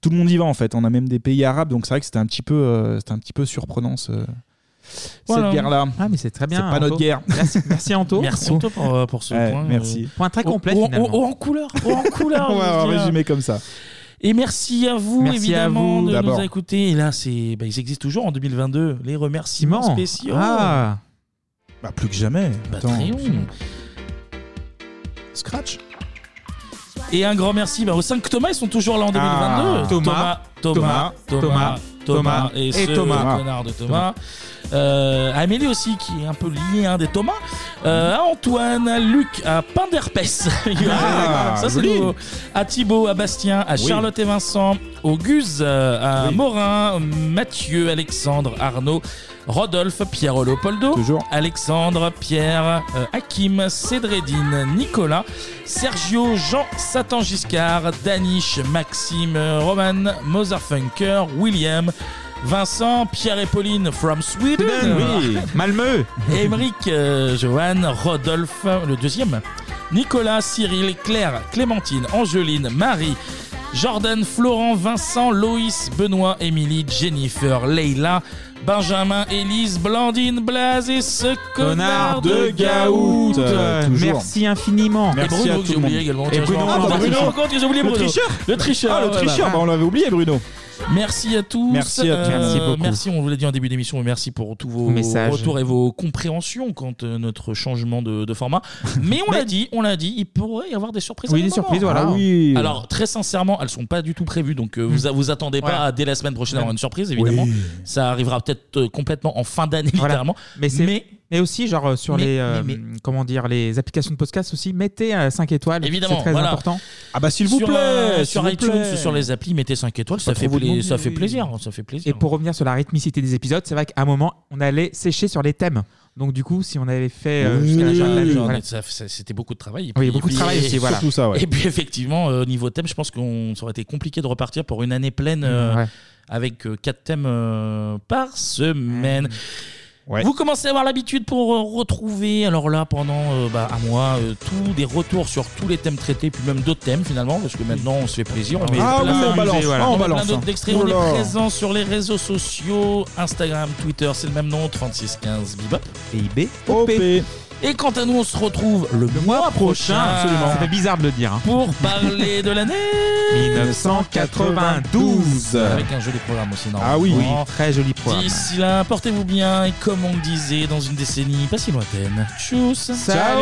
tout le monde y va en fait. On a même des pays arabes, donc c'est vrai que c'était un petit peu, euh, c'était un petit peu surprenant. ce- Voilà. Cette guerre-là. Ah, mais c'est très bien. C'est pas Anto. notre guerre. Merci, merci Anto. Merci, Anto, pour, euh, pour ce Ouais, point. euh, merci. Point très Oh, complet. oh, finalement. oh, oh, en couleur, oh, en couleur. On va je veux dire. résumer comme ça. Et merci à vous, Merci à évidemment, vous. de nous D'abord. avoir écoutés. Et là, c'est, bah, ils existent toujours en 2022. Les remerciements Simon. spéciaux. Ah. Bah, plus que jamais. Attends. Patreon. Scratch. Et un grand merci bah, aux 5 Thomas, ils sont toujours là en 2022. Ah. Thomas, Thomas, Thomas, Thomas, Thomas, Thomas et, et ce Thomas. connard de Thomas. Euh, Amélie aussi, qui est un peu liée à un des Thomas. Euh, à Antoine, à Luc, à Pinderpès. Ah, Ça, c'est joli. nouveau. À Thibaut, à Bastien, à Oui. Charlotte et Vincent, au Guze, euh, à Morin, Mathieu, Alexandre, Arnaud, Rodolphe, Pierre Leopoldo, Alexandre, Pierre, euh, Hakim, Cédredine, Nicolas, Sergio, Jean, Satan Giscard, Danish, Maxime, euh, Roman, Mozart Funker, William, Vincent, Pierre et Pauline from Sweden, Oui. Malmö, Émeric, euh, Johan, Rodolphe, le deuxième, Nicolas, Cyril, Claire, Clémentine, Angeline, Marie, Jordan, Florent, Vincent, Loïs, Benoît, Émilie, Jennifer, Leila, Benjamin, Élise, Blandine, Blaze et ce connard de Gaout. Euh, Merci infiniment. Et Bruno, que j'ai oublié également. Et Tiens, Bruno, je me rends compte- je me rends compte que j'ai oublié Le Bruno. tricheur Le tricheur. Ah, le voilà. tricheur, bah, on l'avait oublié, Bruno. Merci à tous. euh, Merci à tous. Merci beaucoup. merci, on vous l'a dit en début d'émission, mais merci pour tous vos Messages. retours et vos compréhensions quant à notre changement de, de format. Mais on l'a dit, on l'a dit, il pourrait y avoir des surprises. Oui, à des tout moment. surprises, voilà. Ah oui. Alors, très sincèrement, elles sont pas du tout prévues, donc euh, vous vous attendez pas Voilà. à, dès la semaine prochaine à avoir une surprise, évidemment. Ça arrivera peut-être euh, complètement en fin d'année, littéralement. Mais, c'est- mais, aussi, genre, euh, sur Mais- les, euh, mais- comment dire, les applications de podcast aussi, mettez 5 étoiles. Évidemment, C'est très voilà. important. Ah bah, s'il vous Sur, plaît, euh, s'il sur vous iTunes, plaît. sur les applis, mettez 5 étoiles, ça Pas fait, trop pla- vous ça demander, fait oui. plaisir, hein, ça fait plaisir. Et pour revenir sur la rythmicité des épisodes, c'est vrai qu'à un moment, on allait sécher sur les thèmes. Donc du coup, si on avait fait euh, jusqu'à la fin de l'année, Oui, voilà. mais ça- ça- C'était beaucoup de travail. Oui, beaucoup de travail aussi, voilà. Surtout ça, ouais. Et puis effectivement, euh, niveau thème, je pense qu'on ça aurait été compliqué de repartir pour une année pleine euh, Mm, ouais. avec euh, quatre thèmes euh, par semaine. Mmh. Vous commencez à avoir l'habitude pour euh, retrouver, alors là, pendant euh, bah, un mois, euh, tous des retours sur tous les thèmes traités, puis même d'autres thèmes finalement, parce que maintenant on se fait plaisir. On met Ah plein- oui, on met balance, plein ah, on d'autres balance, hein. d'extraits. Oh On est là. présent sur les réseaux sociaux, Instagram, Twitter, c'est le même nom, 3615 Bibop. PIB, OP. Et quant à nous, on se retrouve le, mois prochain. Absolument. Ça fait bizarre de le dire. hein. Pour parler de l'année 1992. Avec un joli programme aussi, normalement. Ah oui. Oui, très joli programme. D'ici là, portez-vous bien et comme on le disait dans une décennie pas si lointaine. Tchuss. Ciao.